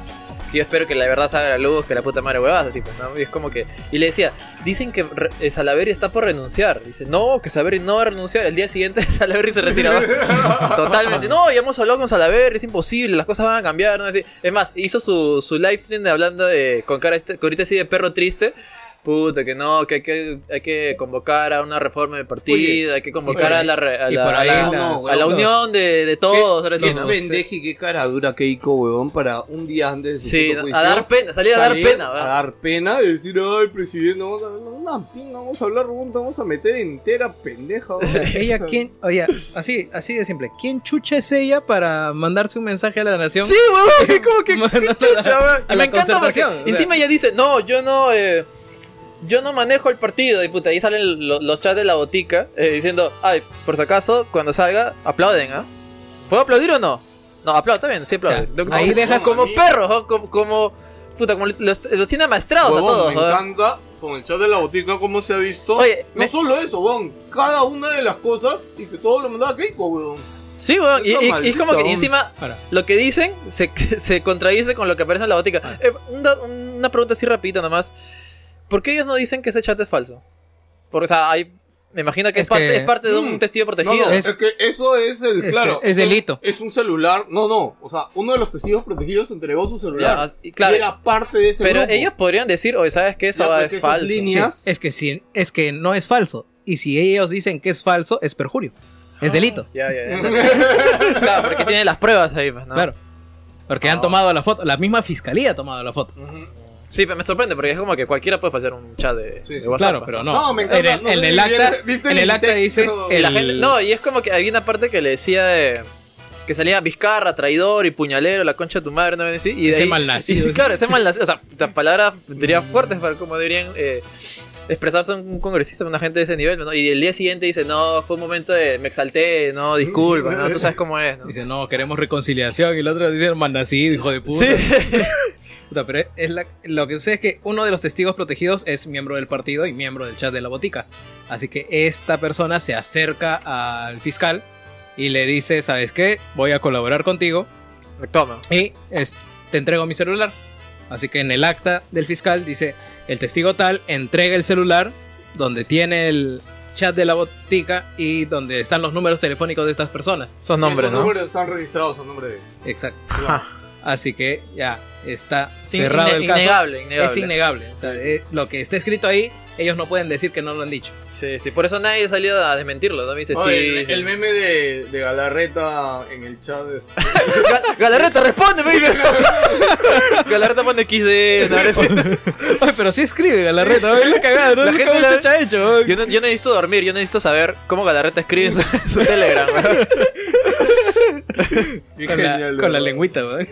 Speaker 2: que Yo espero que la verdad salga a la luz, que la puta madre huevas, así pues, ¿no? Y es como que. Y le decía, dicen que re- eh, Salaverry está por renunciar. Dice, no, que Salaverry no va a renunciar. El día siguiente Salaverry se retiraba. Totalmente. No, ya hemos hablado con Salaverry, es imposible, las cosas van a cambiar. ¿no? Así- Es más, hizo su, su live stream de hablando de, con cara este- con ahorita así de perro triste. Puta, que no, que hay que, hay que convocar a una reforma del partido,
Speaker 4: Oye,
Speaker 2: hay que convocar
Speaker 4: oye,
Speaker 2: a la, re- a
Speaker 3: y
Speaker 2: la-
Speaker 3: por
Speaker 2: a
Speaker 3: ahí
Speaker 2: la-
Speaker 4: las-
Speaker 2: a la
Speaker 4: los-
Speaker 2: unión de, de
Speaker 4: ¿Qué,
Speaker 2: todos. ahora sí,
Speaker 4: qué
Speaker 2: ¿no?
Speaker 4: pendeja y qué cara dura Keiko, huevón, para un día antes de su
Speaker 2: Sí,
Speaker 4: puto
Speaker 2: a
Speaker 4: juicio
Speaker 2: dar pena, salir a dar
Speaker 4: salir
Speaker 2: pena,
Speaker 4: pues, A
Speaker 2: ¿verdad?
Speaker 4: dar pena y decir, ay, presidente, vamos a hablar una pinga, vamos a hablar, huevón, te vamos a meter entera, pendeja.
Speaker 3: O sea,
Speaker 4: huevón".
Speaker 3: ella quién, oye, así, así de simple, ¿quién chucha es ella para mandarse un mensaje a la nación?
Speaker 2: Sí, huevón, que como que
Speaker 3: Mandando
Speaker 2: qué chucha,
Speaker 3: a la-
Speaker 2: huevón.
Speaker 3: a
Speaker 2: Y
Speaker 3: la
Speaker 2: me encanta porque
Speaker 3: concertación, o sea.
Speaker 2: encima ella dice, no, yo no, eh, yo no manejo el partido. Y puta, ahí salen lo- los chats de la botica eh, diciendo, ay, por si acaso, cuando salga, aplauden, ¿ah? ¿Puedo aplaudir o no? No, aplaudo, está bien, sí aplaudes.
Speaker 3: O sea, ahí dejas-
Speaker 2: como perros, ¿no? como, como- puta, como los, los tiene amaestrados a
Speaker 4: Huevón,
Speaker 2: todos.
Speaker 4: me
Speaker 2: ¿no?
Speaker 4: encanta con el chat de la botica, cómo se ha visto.
Speaker 2: Oye,
Speaker 4: no
Speaker 2: me-
Speaker 4: solo eso, bon, cada una de las cosas y que todo lo mandaba Keiko, weón.
Speaker 2: Sí, weón. Y,
Speaker 4: Eso
Speaker 2: y- y es
Speaker 4: maldito,
Speaker 2: como que
Speaker 4: weón.
Speaker 2: encima
Speaker 4: Para.
Speaker 2: lo que dicen se, se contradice con lo que aparece en la botica. Eh, una, una pregunta así rapidita nomás. ¿Por qué ellos no dicen que ese chat es falso? Porque, o sea, hay, me imagino que es,
Speaker 3: Es
Speaker 2: parte,
Speaker 3: que-
Speaker 2: es parte de un
Speaker 4: Mm.
Speaker 2: testigo
Speaker 4: No,
Speaker 2: protegido.
Speaker 4: no, es,
Speaker 3: Es-
Speaker 4: que eso es el,
Speaker 3: Este,
Speaker 4: claro.
Speaker 3: es delito.
Speaker 4: Es un celular, no, no, o sea, uno de los testigos protegidos entregó su celular.
Speaker 2: Ya, as- y claro.
Speaker 4: y era parte de ese
Speaker 2: Pero
Speaker 4: grupo.
Speaker 2: ellos podrían decir, oye, ¿sabes qué? Esa
Speaker 4: Ya,
Speaker 2: va
Speaker 4: porque
Speaker 2: es
Speaker 4: esas
Speaker 2: falso.
Speaker 3: Sí,
Speaker 4: líneas-
Speaker 3: es que sí, es que no es falso. Y si ellos dicen que es falso, es perjurio.
Speaker 2: Ah.
Speaker 3: Es delito.
Speaker 2: Ya, ya, ya. claro, porque tienen las pruebas ahí, pues, ¿no?
Speaker 3: Claro. Porque
Speaker 2: Ah.
Speaker 3: han tomado la foto, la misma fiscalía ha tomado la foto.
Speaker 4: Ujú.
Speaker 2: Sí, pero me sorprende porque es como que cualquiera puede hacer un chat de,
Speaker 4: Sí,
Speaker 2: de WhatsApp.
Speaker 4: sí.
Speaker 2: pues,
Speaker 3: Claro,
Speaker 2: ¿no?
Speaker 3: pero no.
Speaker 4: No, me encanta,
Speaker 3: En,
Speaker 4: no sé
Speaker 3: en
Speaker 4: si
Speaker 3: el acta,
Speaker 4: vieron- ¿viste
Speaker 3: en
Speaker 4: el
Speaker 3: el acta dice
Speaker 4: texto?
Speaker 2: Y
Speaker 3: el-
Speaker 2: la gente- no, y es como que había una parte que le decía de- que salía Vizcarra, traidor y puñalero, la concha de tu madre, no me decís. Y de
Speaker 3: Ese
Speaker 2: ahí-
Speaker 3: malnacido.
Speaker 2: y claro, ese malnacido. O sea, las palabras diría fuertes para cómo deberían eh, expresarse un, un congresista, una gente de ese nivel, ¿no? Y el día siguiente dice, no, fue un momento de me exalté, no, disculpa, ¿no? Tú sabes cómo es, ¿no?
Speaker 3: dice, "No, queremos reconciliación" y el otro dice, "Maldacid, hijo de puta."
Speaker 2: Sí,
Speaker 3: Puta, pero es la- lo que sucede es que uno de los testigos protegidos es miembro del partido y miembro del chat de la botica. Así que esta persona se acerca al fiscal y le dice, ¿sabes qué? Voy a colaborar contigo
Speaker 2: toma.
Speaker 3: y es- te entrego mi celular. Así que en el acta del fiscal dice, el testigo tal entrega el celular donde tiene el chat de la botica y donde están los números telefónicos de estas personas.
Speaker 2: Son nombres,
Speaker 4: Esos
Speaker 2: ¿no?
Speaker 4: números están registrados a nombre de.
Speaker 3: Exacto.
Speaker 4: Claro.
Speaker 3: Así que ya está
Speaker 2: Sí,
Speaker 3: cerrado
Speaker 2: ine-
Speaker 3: el caso.
Speaker 2: Innegable, innegable.
Speaker 3: Es innegable. O sea, eh, lo que está escrito ahí, ellos no pueden decir que no lo han dicho.
Speaker 2: Sí, sí, por eso nadie ha salido a desmentirlo, ¿no? Me dice,
Speaker 4: No,
Speaker 2: sí.
Speaker 4: el,
Speaker 2: sí.
Speaker 4: el meme de, de Galarreta en el chat. es-
Speaker 2: Ga- Galarreta responde, me dice. Galarreta pone XD, no, ahora sí.
Speaker 3: Ay, pero sí escribe la reta. La cagada, ¿no?
Speaker 2: La
Speaker 3: Nunca
Speaker 2: gente
Speaker 3: mucho
Speaker 2: la-
Speaker 3: se ha hecho.
Speaker 2: Yo, no, yo necesito dormir, yo necesito saber cómo Galarreta escribe en su, en su Telegram. ¿no?
Speaker 4: Qué
Speaker 3: Con, la,
Speaker 4: genial,
Speaker 3: con la
Speaker 4: ¿no?
Speaker 3: lengüita, weón.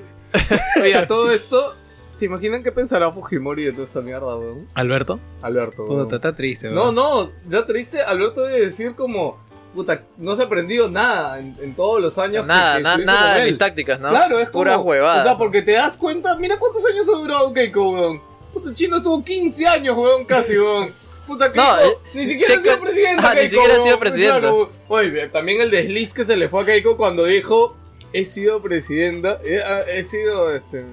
Speaker 4: Oye, a todo esto, ¿se imaginan qué pensará Fujimori de toda esta mierda, weón?
Speaker 3: Alberto.
Speaker 4: Alberto, weón.
Speaker 3: Puta, está triste,
Speaker 4: No,
Speaker 3: weón.
Speaker 4: no, ya triste, Alberto debe decir como, puta, no se ha aprendido nada en, en todos los años. que-
Speaker 2: Nada,
Speaker 4: que
Speaker 2: na-
Speaker 4: estuviste
Speaker 2: nada
Speaker 4: con
Speaker 2: de
Speaker 4: él.
Speaker 2: mis tácticas, ¿no?
Speaker 4: Claro, es
Speaker 2: Pura
Speaker 4: como,
Speaker 2: huevada.
Speaker 4: O sea, porque te das cuenta, mira cuántos años ha durado Keiko, weón. Puta, el chino estuvo 15 años, weón, casi, weón. Puta, Keiko,
Speaker 2: No, eh,
Speaker 4: ni siquiera ha sido
Speaker 2: Keiko-
Speaker 4: presidente.
Speaker 2: Ah, ni siquiera ha sido presidenta.
Speaker 4: Oye, también el desliz que se le fue a Keiko cuando dijo, he sido presidenta, eh, ah, he, sido, este,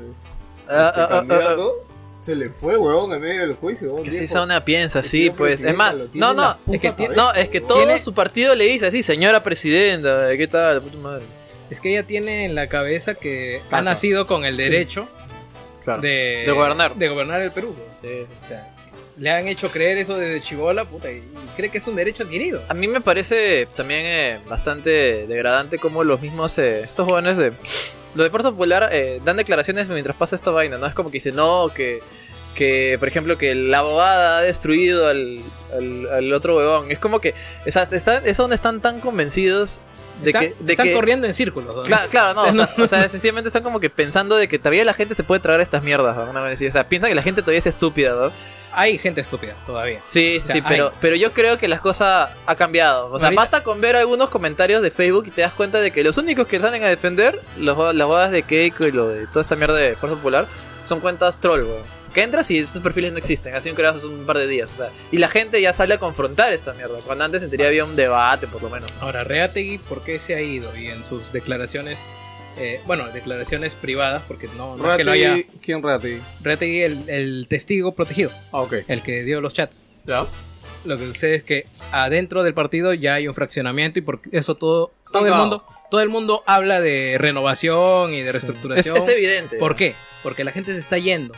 Speaker 2: Ah,
Speaker 4: este
Speaker 2: ah, ah, ah,
Speaker 4: candidato. Se le fue, weón, en medio del juicio, weón.
Speaker 2: que si
Speaker 4: viejo.
Speaker 2: esa una piensa,
Speaker 4: He
Speaker 2: sí,
Speaker 4: sido
Speaker 2: pues. Es
Speaker 4: presidenta,
Speaker 2: más,
Speaker 4: lo tiene
Speaker 2: no,
Speaker 4: en la
Speaker 2: no.
Speaker 4: puta
Speaker 2: Es que, ti-
Speaker 4: cabeza,
Speaker 2: no, es que
Speaker 4: weón.
Speaker 2: todo
Speaker 3: Tiene-
Speaker 2: su partido le dice así, señora presidenta, ¿qué tal? Puta madre.
Speaker 3: Es que ella tiene en la cabeza que ha
Speaker 2: Claro.
Speaker 3: nacido con el derecho
Speaker 2: Claro.
Speaker 3: de,
Speaker 2: De gobernar.
Speaker 3: de gobernar el Perú. weón. O sea, le han hecho creer eso desde chivola, puta, y y cree que es un derecho adquirido.
Speaker 2: A mí me parece también eh, bastante degradante como los mismos, eh, estos jóvenes de... Los de Fuerza Popular eh, dan declaraciones mientras pasa esta vaina, ¿no? Es como que dicen, no, que, que por ejemplo, que la abogada ha destruido al, al- al otro huevón. Es como que, o sea, están, es donde están tan convencidos de
Speaker 3: Están-
Speaker 2: que... De
Speaker 3: están
Speaker 2: que
Speaker 3: corriendo en círculos. weón.
Speaker 2: Cla- Claro, no, o sea, o sea, sencillamente están como que pensando de que todavía la gente se puede tragar estas mierdas, ¿no? Una vez así, O sea, piensan que la gente todavía es estúpida, ¿no?
Speaker 3: Hay gente estúpida todavía.
Speaker 2: Sí, sí,
Speaker 3: sea,
Speaker 2: sí, pero,
Speaker 3: hay.
Speaker 2: pero yo creo que las cosas ha cambiado. O sea,
Speaker 3: Ahorita-
Speaker 2: basta con ver algunos comentarios de Facebook y te das cuenta de que los únicos que salen a defender los, bo- las bodas de Keiko y lo de toda esta mierda de Fuerza Popular son cuentas troll, weón. Que entras y esos perfiles no existen, así creados hace un par de días. O sea, y la gente ya sale a confrontar esta mierda. Cuando antes en teoría había un debate, por lo menos.
Speaker 3: Ahora, Reategui, ¿por qué se ha ido? Y en sus declaraciones, eh, bueno, declaraciones privadas, porque no, no es que lo haya.
Speaker 4: Rati, ¿Quién Rati?
Speaker 3: Reategui, el, el testigo protegido,
Speaker 4: Ah, ok.
Speaker 3: el que dio los chats.
Speaker 4: Ya.
Speaker 3: Lo que sucede es que adentro del partido ya hay un fraccionamiento y por eso todo,
Speaker 4: Está
Speaker 3: todo el
Speaker 4: claro.
Speaker 3: mundo todo el mundo habla de renovación y de
Speaker 2: Es,
Speaker 3: reestructuración.
Speaker 2: es evidente.
Speaker 3: ¿Por qué? Porque la gente se está yendo.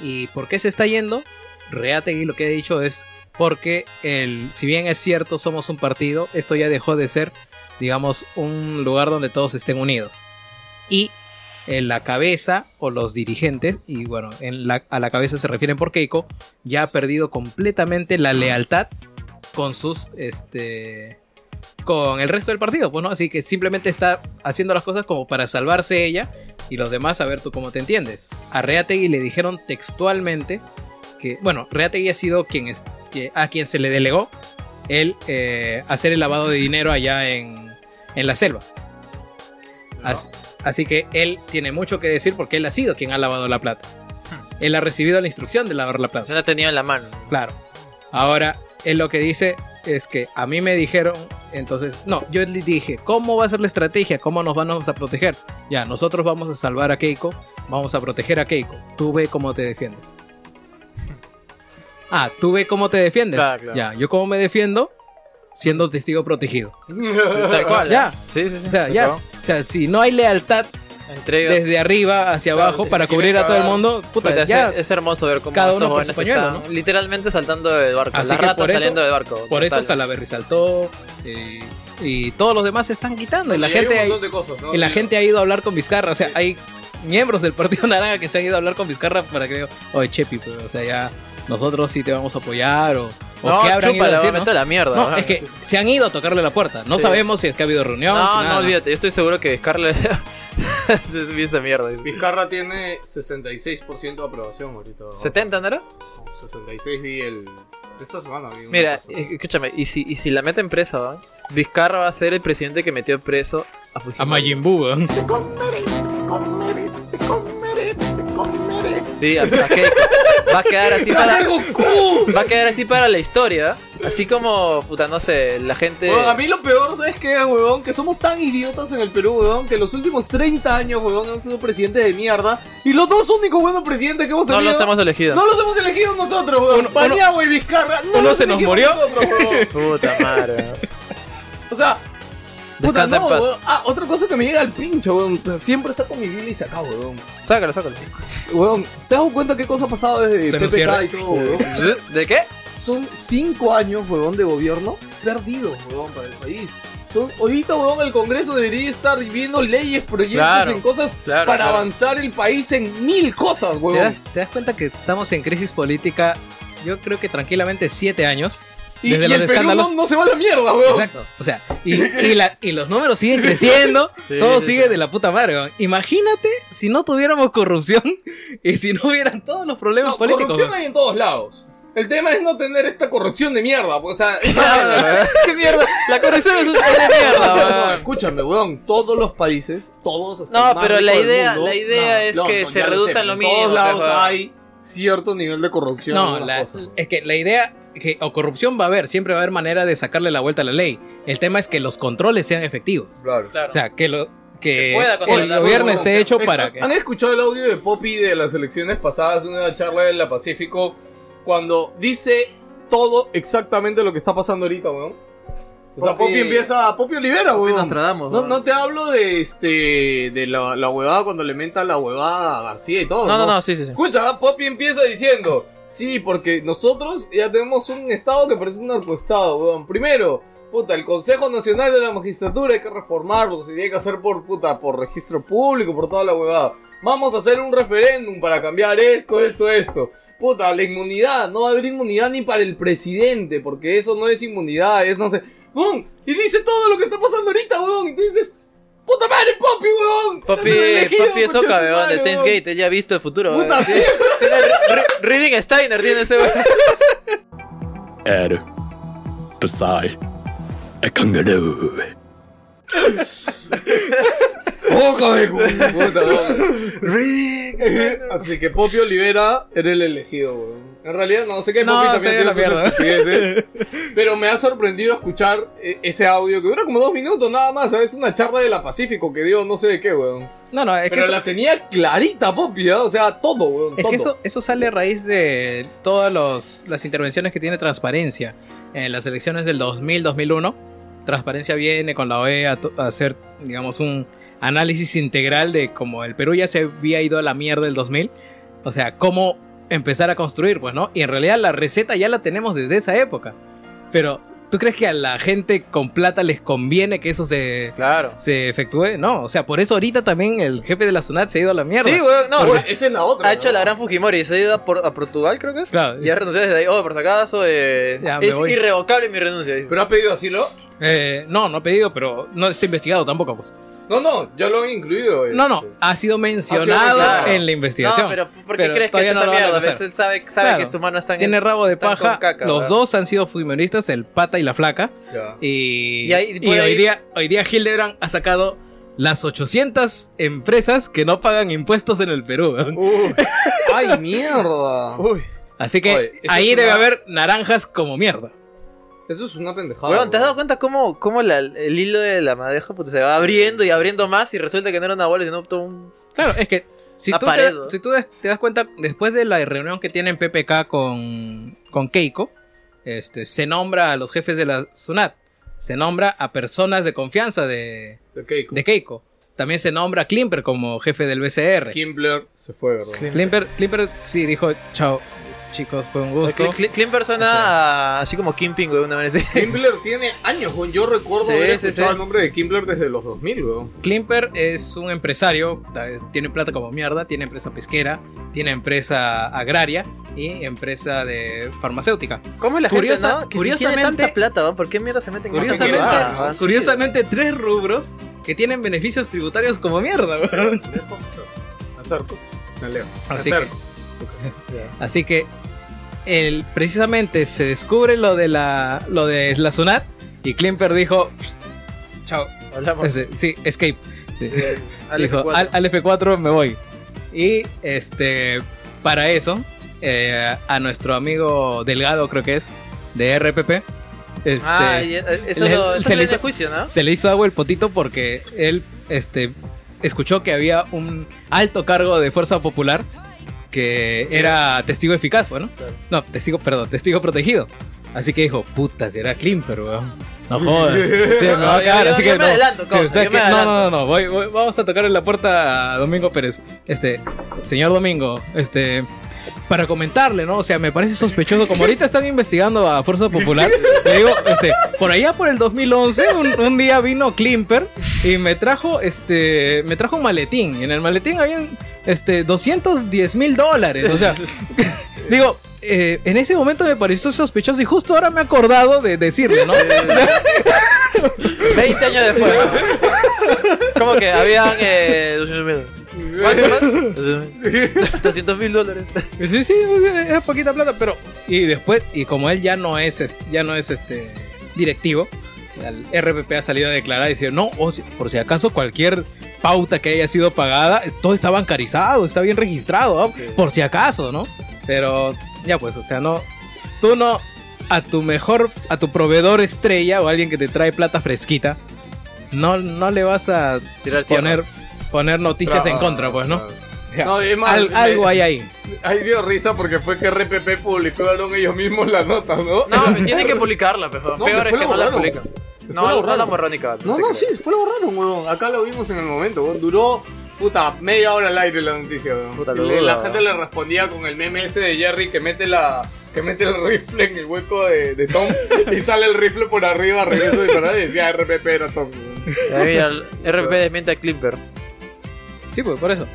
Speaker 3: ¿Y por qué se está yendo? Reategui lo que ha dicho es porque el, si bien es cierto somos un partido, esto ya dejó de ser, digamos, un lugar donde todos estén unidos. Y en la cabeza o los dirigentes, y bueno, en la- a la cabeza se refieren por Keiko, ya ha perdido completamente la lealtad con sus, este, con el resto del partido, pues, ¿no? Así que simplemente está haciendo las cosas como para salvarse ella y los demás a ver tú cómo te entiendes. A Reategui le dijeron textualmente que, bueno, Reategui ha sido quien es, que- a quien se le delegó el eh, hacer el lavado de dinero allá en, en la selva. As- así que él tiene mucho que decir porque él ha sido quien ha lavado la plata. Él ha recibido la instrucción de lavar la
Speaker 2: Se
Speaker 3: plaza.
Speaker 2: la ha tenido en la mano.
Speaker 3: Claro. Ahora, él lo que dice es que a mí me dijeron, entonces, no, yo le dije, ¿cómo va a ser la estrategia? ¿Cómo nos vamos a proteger? Ya, nosotros vamos a salvar a Keiko, vamos a proteger a Keiko. Tú ve cómo te defiendes. Ah, tú ve cómo te defiendes.
Speaker 2: Claro, claro.
Speaker 3: Ya, yo cómo me defiendo siendo testigo protegido.
Speaker 2: Tal cual. ¿eh?
Speaker 3: Ya.
Speaker 2: Sí, sí, sí.
Speaker 3: O sea,
Speaker 2: Se
Speaker 3: ya,
Speaker 2: acabó.
Speaker 3: o sea, si no hay lealtad
Speaker 2: Entrega.
Speaker 3: desde arriba hacia
Speaker 4: Claro,
Speaker 3: abajo
Speaker 4: si
Speaker 3: para
Speaker 4: quieren
Speaker 3: cubrir a todo el
Speaker 4: acabar-
Speaker 3: mundo, puta,
Speaker 2: Puta, es-
Speaker 3: ya
Speaker 2: es, hermoso ver cómo
Speaker 3: cada
Speaker 2: estos
Speaker 3: uno por su
Speaker 2: jóvenes
Speaker 3: pañuelo,
Speaker 2: están literalmente saltando del barco.
Speaker 3: Así
Speaker 2: las
Speaker 3: que
Speaker 2: ratas
Speaker 3: por eso-
Speaker 2: saliendo del barco.
Speaker 3: Por eso
Speaker 2: total.
Speaker 3: Salaberry saltó eh, y todos los demás se están quitando. Y la,
Speaker 4: Y hay
Speaker 3: gente,
Speaker 4: un
Speaker 3: ha-
Speaker 4: montón de cosas, ¿no?
Speaker 3: y la gente ha ido a hablar con Vizcarra. O sea, hay miembros del Partido Naranja que se han ido a hablar con Vizcarra para que diga, oye, Chepi, pues, o sea, ya nosotros sí te vamos a apoyar. O, o
Speaker 2: No,
Speaker 3: qué habrán ido a
Speaker 2: chúpala,
Speaker 3: decir,
Speaker 2: vete
Speaker 3: ¿no?
Speaker 2: a la mierda.
Speaker 3: No,
Speaker 2: ajá.
Speaker 3: es que se han ido a tocarle la puerta. No
Speaker 2: Sí.
Speaker 3: sabemos si es que ha habido reunión.
Speaker 2: No,
Speaker 3: nada.
Speaker 2: no, olvídate. Yo estoy seguro que Scarlett es bien esa mierda.
Speaker 4: Vizcarra tiene 66% de aprobación ahorita.
Speaker 2: ¿70, no era?
Speaker 4: No, 66 vi el. Esta semana vi una
Speaker 2: Mira,
Speaker 4: cosa.
Speaker 2: eh, escúchame. Y si, y si la meten presa, ¿va? Vizcarra va a ser el presidente que metió preso a Fujimori.
Speaker 3: A Majin Buu, ¿eh?
Speaker 2: Sí, a, a Keiko. Va a quedar así para. Va a quedar así para la historia. Así como, puta, no sé, la gente.
Speaker 4: Weón, a mí lo peor, ¿sabes qué, huevón? Que somos tan idiotas en el Perú, huevón, que los últimos 30 años, huevón, hemos sido presidentes de mierda. Y los dos únicos buenos presidentes que hemos
Speaker 2: no
Speaker 4: tenido.
Speaker 2: los hemos elegido.
Speaker 4: No los hemos elegido nosotros, huevón.
Speaker 3: Uno-
Speaker 4: Paniagua y Vizcarra. No
Speaker 3: uno
Speaker 4: los
Speaker 3: se nos
Speaker 4: elegimos
Speaker 3: murió.
Speaker 4: nosotros, huevón.
Speaker 2: Puta madre.
Speaker 4: O sea. Puta,
Speaker 2: Descansa en
Speaker 4: no,
Speaker 2: paz.
Speaker 4: huevón. Ah, otra cosa que me llega al pincho, huevón. Siempre saco mi vida y se acaba, huevón.
Speaker 2: Sácalo, sácalo.
Speaker 4: Huevón, ¿te das cuenta qué cosa ha pasado desde
Speaker 3: Se nos
Speaker 4: PPK
Speaker 3: cierra.
Speaker 4: y todo, huevón?
Speaker 2: ¿De qué?
Speaker 4: Son cinco años, huevón, de gobierno perdidos, huevón, para el país. Son- ahorita, huevón, el Congreso debería estar viviendo leyes, proyectos
Speaker 2: Claro,
Speaker 4: en cosas
Speaker 2: claro,
Speaker 4: para
Speaker 2: claro.
Speaker 4: avanzar el país en mil cosas,
Speaker 3: ¿Te
Speaker 4: huevón.
Speaker 3: das, te das cuenta que estamos en crisis política, yo creo que tranquilamente siete años.
Speaker 4: Y,
Speaker 3: desde
Speaker 4: y
Speaker 3: los
Speaker 4: el Perú
Speaker 3: escándalos-
Speaker 4: no, no se va a la mierda, huevón.
Speaker 3: Exacto. O sea, y, y la- y los números siguen creciendo.
Speaker 2: Sí,
Speaker 3: todo
Speaker 2: sí,
Speaker 3: sigue
Speaker 2: sí.
Speaker 3: de la puta madre. weón. Imagínate si no tuviéramos corrupción y si no hubieran todos los problemas
Speaker 4: No,
Speaker 3: políticos.
Speaker 4: corrupción
Speaker 3: weón.
Speaker 4: hay en todos lados. El tema es no tener esta corrupción de mierda, pues, o sea...
Speaker 3: Ah,
Speaker 2: ¿Qué mierda? La corrección es una mierda,
Speaker 4: No, no, no,
Speaker 2: weón.
Speaker 4: escúchame, weón. Todos los países, todos hasta
Speaker 2: No,
Speaker 4: el más
Speaker 2: pero
Speaker 4: rico
Speaker 2: la
Speaker 4: del
Speaker 2: idea-
Speaker 4: mundo-
Speaker 2: la idea es que se
Speaker 4: ya
Speaker 2: reduzca en lo
Speaker 4: En
Speaker 2: mínimo,
Speaker 4: todos lados
Speaker 2: pues, weón.
Speaker 4: hay cierto nivel de corrupción. en
Speaker 3: No,
Speaker 4: algunas
Speaker 3: la-
Speaker 4: cosas, weón.
Speaker 3: es que la idea que, o corrupción va a haber, siempre va a haber manera de sacarle la vuelta a la ley. El tema es que los controles sean efectivos.
Speaker 4: Claro.
Speaker 2: Claro.
Speaker 3: O sea, que lo que
Speaker 2: Que pueda
Speaker 3: el
Speaker 2: controlar la
Speaker 3: gobierno esté
Speaker 2: corrupción.
Speaker 3: hecho
Speaker 4: Eh,
Speaker 3: para
Speaker 4: ¿han-
Speaker 3: que
Speaker 4: ¿Han escuchado el audio de Poppy de las elecciones pasadas, una charla en la Pacífico, cuando dice todo exactamente lo que está pasando ahorita, weón? O sea,
Speaker 2: Poppy-
Speaker 4: Poppy empieza, Poppy Olivera,
Speaker 2: Uy,
Speaker 4: weón.
Speaker 2: Nostradamus,
Speaker 4: No,
Speaker 2: weón.
Speaker 4: no te hablo de este de la, la huevada cuando le menta la huevada a García y todo.
Speaker 2: No, no, no, sí, sí. sí.
Speaker 4: Escucha, ¿ah? Poppy empieza diciendo, sí, porque nosotros ya tenemos un estado que parece un narcoestado, weón. Primero, puta, el Consejo Nacional de la Magistratura hay que reformarlo, se tiene que hacer por puta, por registro público, por toda la huevada. Vamos a hacer un referéndum para cambiar esto, esto, esto. Puta, la inmunidad, no va a haber inmunidad ni para el presidente, porque eso no es inmunidad, es no sé. Weón, y dice todo lo que está pasando ahorita, weón, y tú dices, puta madre, Poppy, weón.
Speaker 2: Papi,
Speaker 4: Eres el elegido,
Speaker 2: papi es Oca,
Speaker 4: concha su
Speaker 2: weón, de
Speaker 4: madre,
Speaker 2: Steins
Speaker 4: weón.
Speaker 2: Gate, él ya ha visto el futuro, weón.
Speaker 4: Puta, sí,
Speaker 2: Tiene re- re- Reading Steiner tiene ese weón.
Speaker 1: Ed, Psy, a kangaroo.
Speaker 4: Boca de puta, boca. Así que Poppy Olivera era el elegido, weón. En realidad no sé qué
Speaker 3: No,
Speaker 4: Poppy
Speaker 3: se ve
Speaker 4: también tiene
Speaker 3: la
Speaker 4: sus
Speaker 3: mierda.
Speaker 4: estupideces. Pero me ha sorprendido escuchar eh, ese audio que dura como dos minutos nada más, ¿sabes? Una charla de la Pacífico que dio no sé de qué, weón.
Speaker 3: No, no, es que
Speaker 4: Pero
Speaker 3: eso-
Speaker 4: la tenía clarita Poppy, ¿ah? o sea, todo, weón.
Speaker 3: Es que
Speaker 4: todo.
Speaker 3: eso, eso sale a raíz de todas los- las intervenciones que tiene Transparencia en las elecciones del 2000-2001. Transparencia viene con la OEA a to- a hacer, digamos, un análisis integral de cómo el Perú ya se había ido a la mierda el 2000. O sea, cómo empezar a construir, pues, ¿no? Y en realidad la receta ya la tenemos desde esa época. Pero, ¿tú crees que a la gente con plata les conviene que eso se,
Speaker 2: Claro.
Speaker 3: se efectúe? No, o sea, por eso ahorita también el jefe de la SUNAT se ha ido a la mierda.
Speaker 2: Sí, weón, no,
Speaker 4: Oye,
Speaker 2: weón.
Speaker 4: esa es la otra.
Speaker 2: Ha hecho
Speaker 4: ¿no?
Speaker 2: la gran Fujimori y se ha ido a, por- a Portugal, creo que es.
Speaker 3: Claro.
Speaker 2: Y ha renunciado desde ahí. Oh, por si acaso, eh,
Speaker 3: Ya, me
Speaker 2: es
Speaker 3: voy.
Speaker 2: irrevocable mi renuncia. dice.
Speaker 4: ¿Pero ha pedido asilo?
Speaker 3: Eh, no, no ha pedido, pero no está investigado tampoco. Pues.
Speaker 4: No, no, ya lo han incluido.
Speaker 3: No, no,
Speaker 4: este.
Speaker 3: ha sido mencionado
Speaker 2: mencionado.
Speaker 3: en
Speaker 2: No,
Speaker 3: la investigación.
Speaker 2: pero ¿por qué
Speaker 3: Pero
Speaker 2: crees que ha
Speaker 3: todavía
Speaker 2: hecho
Speaker 3: no
Speaker 2: esa
Speaker 3: lo van a
Speaker 2: mierda?
Speaker 3: conocer.
Speaker 2: ¿Ves? Él sabe, sabe
Speaker 3: Claro.
Speaker 2: que estos manos están
Speaker 3: Tiene
Speaker 2: en...
Speaker 3: rabo de
Speaker 2: están con
Speaker 3: paja.
Speaker 2: caca,
Speaker 3: Los
Speaker 2: ¿verdad?
Speaker 3: dos han sido fujimoristas, el pata y la flaca.
Speaker 4: Ya.
Speaker 3: Y,
Speaker 2: Y ahí-
Speaker 3: y
Speaker 2: por
Speaker 3: hoy,
Speaker 2: ahí-
Speaker 3: día, hoy día Hildebrand ha sacado las 800 empresas que no pagan impuestos en el Perú. weón.
Speaker 4: ¡Ay, mierda!
Speaker 3: Así que
Speaker 4: Oye, eso
Speaker 3: ahí
Speaker 4: es
Speaker 3: debe
Speaker 4: una-
Speaker 3: haber naranjas como mierda.
Speaker 4: Eso es una pendejada.
Speaker 2: Weón, ¿te has dado
Speaker 4: weón.
Speaker 2: cuenta cómo, cómo la- el hilo de la madeja puta, se va abriendo y abriendo más y resulta que no era una bola, sino todo un...
Speaker 3: Claro, es que si
Speaker 2: Una
Speaker 3: tú,
Speaker 2: pared,
Speaker 3: te,
Speaker 2: ¿no?
Speaker 3: si tú des- te das cuenta, después de la reunión que tienen PPK con, con Keiko, este, se nombra a los jefes de la SUNAT, se nombra a personas de confianza de,
Speaker 4: De Keiko.
Speaker 3: de Keiko, también se nombra a Klimper como jefe del BCR.
Speaker 4: Kimbler se fue, ¿verdad?
Speaker 3: Klimper, Klimper sí dijo, chao chicos, fue un gusto.
Speaker 2: Clean, persona
Speaker 3: Este.
Speaker 2: a- así como Kimping, weón, una vez.
Speaker 4: Kimbler tiene años, weón. Yo recuerdo
Speaker 2: Sí,
Speaker 4: haber
Speaker 2: sí,
Speaker 4: escuchado
Speaker 2: sí.
Speaker 4: el nombre de Kimbler desde los 2000, weón.
Speaker 3: Klimper es un empresario, puta, es- tiene plata como mierda, tiene empresa pesquera, tiene empresa agraria y empresa de farmacéutica.
Speaker 2: ¿Cómo la
Speaker 3: Curiosa-
Speaker 2: gente, no? Que si tiene
Speaker 3: curiosamente-
Speaker 2: tanta plata, weón, ¿por qué mierda se meten
Speaker 3: Curiosamente,
Speaker 2: con tanta plata? Ah, sí.
Speaker 3: curiosamente tres rubros que tienen beneficios tributarios como mierda, weón.
Speaker 4: Acerco. Me leo.
Speaker 3: Así que-
Speaker 4: Acerco.
Speaker 3: Así que el, precisamente se descubre lo de la lo de la Sunat y Klimper dijo, chao,
Speaker 2: Hablamos.
Speaker 3: Este, sí, escape. Sí.
Speaker 2: Eh, al
Speaker 3: Dijo,
Speaker 2: F4.
Speaker 3: Al, al F4 me voy. Y este para eso, eh, a nuestro amigo Delgado, creo que es, de RPP, este,
Speaker 2: Ah, y, eh, eso,
Speaker 3: le-
Speaker 2: lo, eso
Speaker 3: se
Speaker 2: se
Speaker 3: le
Speaker 2: le
Speaker 3: hizo-
Speaker 2: juicio, ¿no?
Speaker 3: se le hizo agua el potito porque él este, escuchó que había un alto cargo de Fuerza Popular que era testigo eficaz, pues, ¿no? No, testigo, perdón, testigo protegido. Así que dijo, puta, será Klimper, weón. No jodas. Sí, me va a
Speaker 2: Yo-
Speaker 3: cagar,
Speaker 2: yo-
Speaker 3: así
Speaker 2: yo
Speaker 3: que
Speaker 2: me
Speaker 3: no.
Speaker 2: adelanto,
Speaker 3: Sí,
Speaker 2: causa,
Speaker 3: o sea
Speaker 2: yo me
Speaker 3: que- no, no, no,
Speaker 2: adelanto.
Speaker 3: no, voy- voy- vamos a tocarle la puerta a Domingo Pérez. Este, señor Domingo, este, para comentarle, ¿no? O sea, me parece sospechoso. Como ahorita están investigando a Fuerza Popular, le digo, este, por allá por el 2011, un, un día vino Klimper y me trajo, este, me trajo un maletín. Y en el maletín habían, este, 210 mil dólares. O sea, digo, eh, en ese momento me pareció sospechoso y justo ahora me he acordado de decirle, ¿no?
Speaker 2: 20 años después. ¿no? Como que habían eh, 200 mil. ¿Cuánto más? 200 mil dólares.
Speaker 3: Sí, sí, es, es poquita plata, pero. Y después, y como él ya no es es- ya no es este directivo, el RPP ha salido a declarar y decir, no, o si- por si acaso cualquier pauta que haya sido pagada, es- todo está bancarizado, está bien registrado, ¿ah? por si acaso, ¿no? Pero ya pues, o sea, no. Tú no. A tu mejor, a tu proveedor estrella o alguien que te trae plata fresquita, no, no le vas a
Speaker 2: Tirar tierra.
Speaker 3: poner, poner noticias en contra, pues, ¿no?
Speaker 4: No, es más,
Speaker 3: Al-
Speaker 4: me-
Speaker 3: algo hay ahí.
Speaker 4: Ahí dio risa porque fue que RPP publicaron ellos mismos la nota, ¿no?
Speaker 2: No, me tienen que publicarla, pejo.
Speaker 4: No,
Speaker 2: Peor es
Speaker 4: después
Speaker 2: que
Speaker 4: la
Speaker 2: no la
Speaker 4: borraron.
Speaker 2: publican.
Speaker 4: Después la
Speaker 2: No, no
Speaker 4: borraron.
Speaker 2: la borró ni cagando,
Speaker 4: No,
Speaker 2: te
Speaker 4: no,
Speaker 2: creo.
Speaker 4: sí, después lo borraron, weón. Acá lo vimos en el momento, weón. Duró, puta, media hora al aire la noticia, weón.
Speaker 2: Puta,
Speaker 4: Y
Speaker 2: lo
Speaker 4: le-
Speaker 2: dudo,
Speaker 4: la
Speaker 2: weón.
Speaker 4: gente le respondía con el meme ese de Jerry que mete la... Que mete el rifle en el hueco de, de Tom y sale el rifle por arriba, regreso de verdad y decía RPP era Tom. weón.
Speaker 2: Ahí, mira, el RP desmiente a Klimper.
Speaker 3: Sí, pues por eso.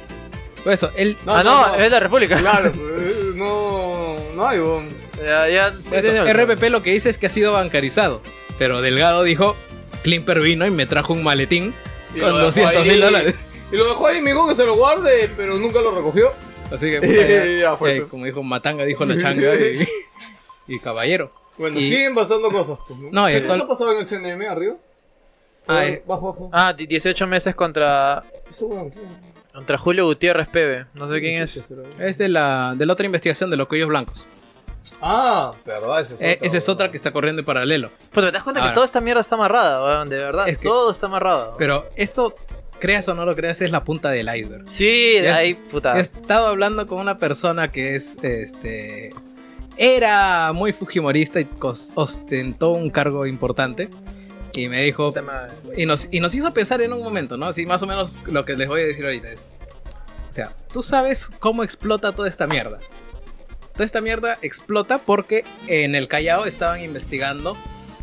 Speaker 3: Por eso, él.
Speaker 2: ah, no, es la República.
Speaker 4: Claro, pues, no, no hay, weón.
Speaker 2: Ya, ya, sí,
Speaker 3: esto,
Speaker 2: señor.
Speaker 3: RPP lo que dice es que ha sido bancarizado. Pero Delgado dijo: Klimper vino y me trajo un maletín
Speaker 4: Y lo
Speaker 3: con
Speaker 4: dejó
Speaker 3: 200
Speaker 4: ahí.
Speaker 3: mil dólares.
Speaker 4: Y lo dejó ahí, me dijo que se lo guarde, pero nunca lo recogió.
Speaker 3: Así que, puta, ya,
Speaker 4: Y ya fue.
Speaker 3: eh, como dijo Matanga, dijo la changa y, y caballero.
Speaker 4: Bueno,
Speaker 3: Y-
Speaker 4: siguen pasando cosas. pues,
Speaker 3: No, y
Speaker 4: ¿Sí?
Speaker 3: actual-
Speaker 4: ¿Eso pasaba en el CNM arriba?
Speaker 3: Ah,
Speaker 4: Ah,
Speaker 3: eh.
Speaker 4: bajo, bajo.
Speaker 2: Ah, di- 18 meses contra,
Speaker 4: Eso, weón, ¿qué?
Speaker 2: contra Julio Gutiérrez Pebe. No sé quién
Speaker 4: ¿Qué
Speaker 2: es.
Speaker 4: será, weón?
Speaker 3: Es de la, de la otra investigación de los cuellos blancos.
Speaker 4: Ah, verdad, esa es
Speaker 3: Eh,
Speaker 4: otra.
Speaker 3: esa es
Speaker 4: weón.
Speaker 3: otra que está corriendo en paralelo.
Speaker 2: Pues te das cuenta
Speaker 3: Ahora.
Speaker 2: que toda esta mierda está amarrada, weón, de verdad.
Speaker 3: Es que-
Speaker 2: Todo está amarrado.
Speaker 3: Pero esto, creas o no lo creas, es la punta del iceberg.
Speaker 2: Sí, de
Speaker 3: Es-
Speaker 2: ahí, puta.
Speaker 3: He estado hablando con una persona que es, este, era muy fujimorista y cos- ostentó un cargo importante. Y me dijo,
Speaker 2: Puta madre.
Speaker 3: y nos, y nos hizo pensar en un momento, ¿no? Así más o menos lo que les voy a decir ahorita es. O sea, tú sabes cómo explota toda esta mierda. Toda esta mierda explota porque en el Callao estaban investigando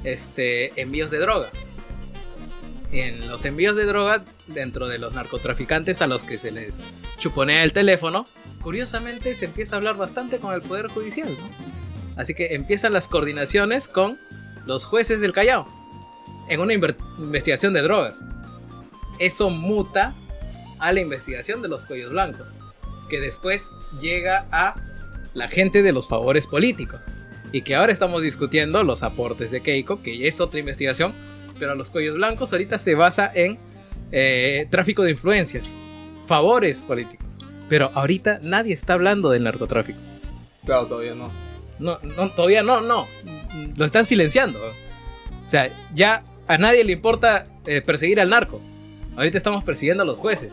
Speaker 3: este, envíos de droga. En los envíos de droga, dentro de los narcotraficantes a los que se les chuponea el teléfono, curiosamente se empieza a hablar bastante con el Poder Judicial, ¿no? Así que empiezan las coordinaciones con los jueces del Callao en una inver- investigación de drogas. Eso muta a la investigación de los cuellos blancos, que después llega a la gente de los favores políticos. Y que ahora estamos discutiendo los aportes de Keiko, que es otra investigación, pero los cuellos blancos ahorita se basa en eh, tráfico de influencias, favores políticos. Pero ahorita nadie está hablando del narcotráfico.
Speaker 6: Claro, todavía no.
Speaker 3: No, no, todavía no, no. Lo están silenciando. O sea, ya a nadie le importa eh, perseguir al narco. Ahorita estamos persiguiendo a los jueces.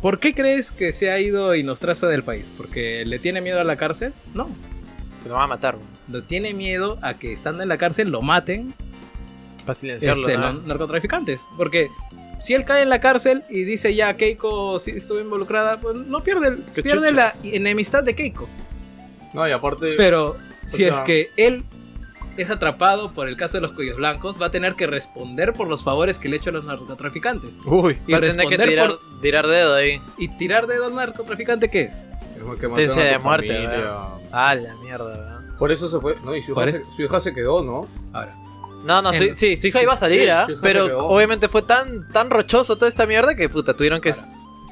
Speaker 3: ¿Por qué crees que se ha ido y nos traza del país? ¿Porque le tiene miedo a la cárcel? No.
Speaker 2: Que lo van a matar.
Speaker 3: Lo tiene miedo a que estando en la cárcel lo maten
Speaker 2: Para silenciarlo.
Speaker 3: este,
Speaker 2: ¿no?
Speaker 3: los narcotraficantes. Porque si él cae en la cárcel y dice ya Keiko sí estuvo involucrada, pues no pierde, el-
Speaker 2: Qué
Speaker 3: pierde
Speaker 2: chucha.
Speaker 3: la enemistad de Keiko.
Speaker 6: No, y aparte.
Speaker 3: Pero si
Speaker 6: sea-
Speaker 3: es que él es atrapado por el caso de los cuellos blancos, va a tener que responder por los favores que le ha hecho a los narcotraficantes.
Speaker 6: Uy.
Speaker 3: Y
Speaker 2: Va a tener que
Speaker 3: responder
Speaker 2: tirar,
Speaker 3: por-
Speaker 2: tirar dedo ahí.
Speaker 3: y tirar de un narcotraficante qué es.
Speaker 6: Tengo que
Speaker 2: Sentencia
Speaker 6: matar a
Speaker 2: de
Speaker 6: tu
Speaker 2: muerte,
Speaker 6: familia.
Speaker 2: ¿verdad? Ah, la mierda, ¿verdad?
Speaker 6: Por eso se fue. No, y su hija,
Speaker 3: Parece-
Speaker 6: se, su hija se quedó, ¿no?
Speaker 3: Ahora,
Speaker 2: No, no, sí,
Speaker 3: En-
Speaker 2: sí, su hija iba a salir,
Speaker 6: sí,
Speaker 2: ¿ah?
Speaker 6: su hija se
Speaker 2: Pero
Speaker 6: quedó.
Speaker 2: obviamente fue tan, tan rochoso toda esta mierda que puta, tuvieron que,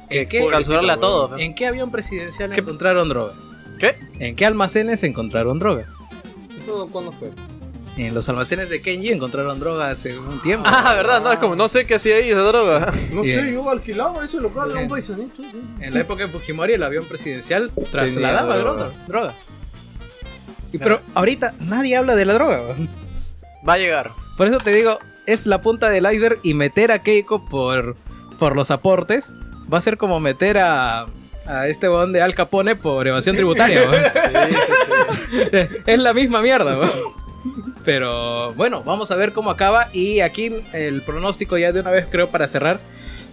Speaker 2: que
Speaker 3: ¿en qué,
Speaker 2: calzarle a
Speaker 6: Pobrecita,
Speaker 2: todos. ¿no?
Speaker 3: en qué avión presidencial
Speaker 2: ¿Qué-
Speaker 3: encontraron droga?
Speaker 2: ¿Qué?
Speaker 3: ¿En qué almacenes encontraron droga?
Speaker 6: ¿Eso cuándo fue?
Speaker 3: En los almacenes de Kenji encontraron droga hace un tiempo.
Speaker 2: Ah, verdad, no, es como no sé qué hacía ahí esa droga.
Speaker 6: No
Speaker 3: Bien.
Speaker 6: sé, yo alquilaba ese local a
Speaker 3: Bien.
Speaker 6: un paisanito. sí.
Speaker 3: En la época de Fujimori el avión presidencial trasladaba
Speaker 6: Tenía
Speaker 3: droga.
Speaker 6: droga.
Speaker 3: droga. Y, pero ahorita nadie habla de la droga. weón.
Speaker 2: Va a llegar.
Speaker 3: Por eso te digo, es la punta del iceberg y meter a Keiko por, por los aportes va a ser como meter a, a este weón de Al Capone por evasión tributaria. weón. es la misma mierda. weón. Pero bueno, vamos a ver cómo acaba y aquí el pronóstico ya de una vez creo para cerrar.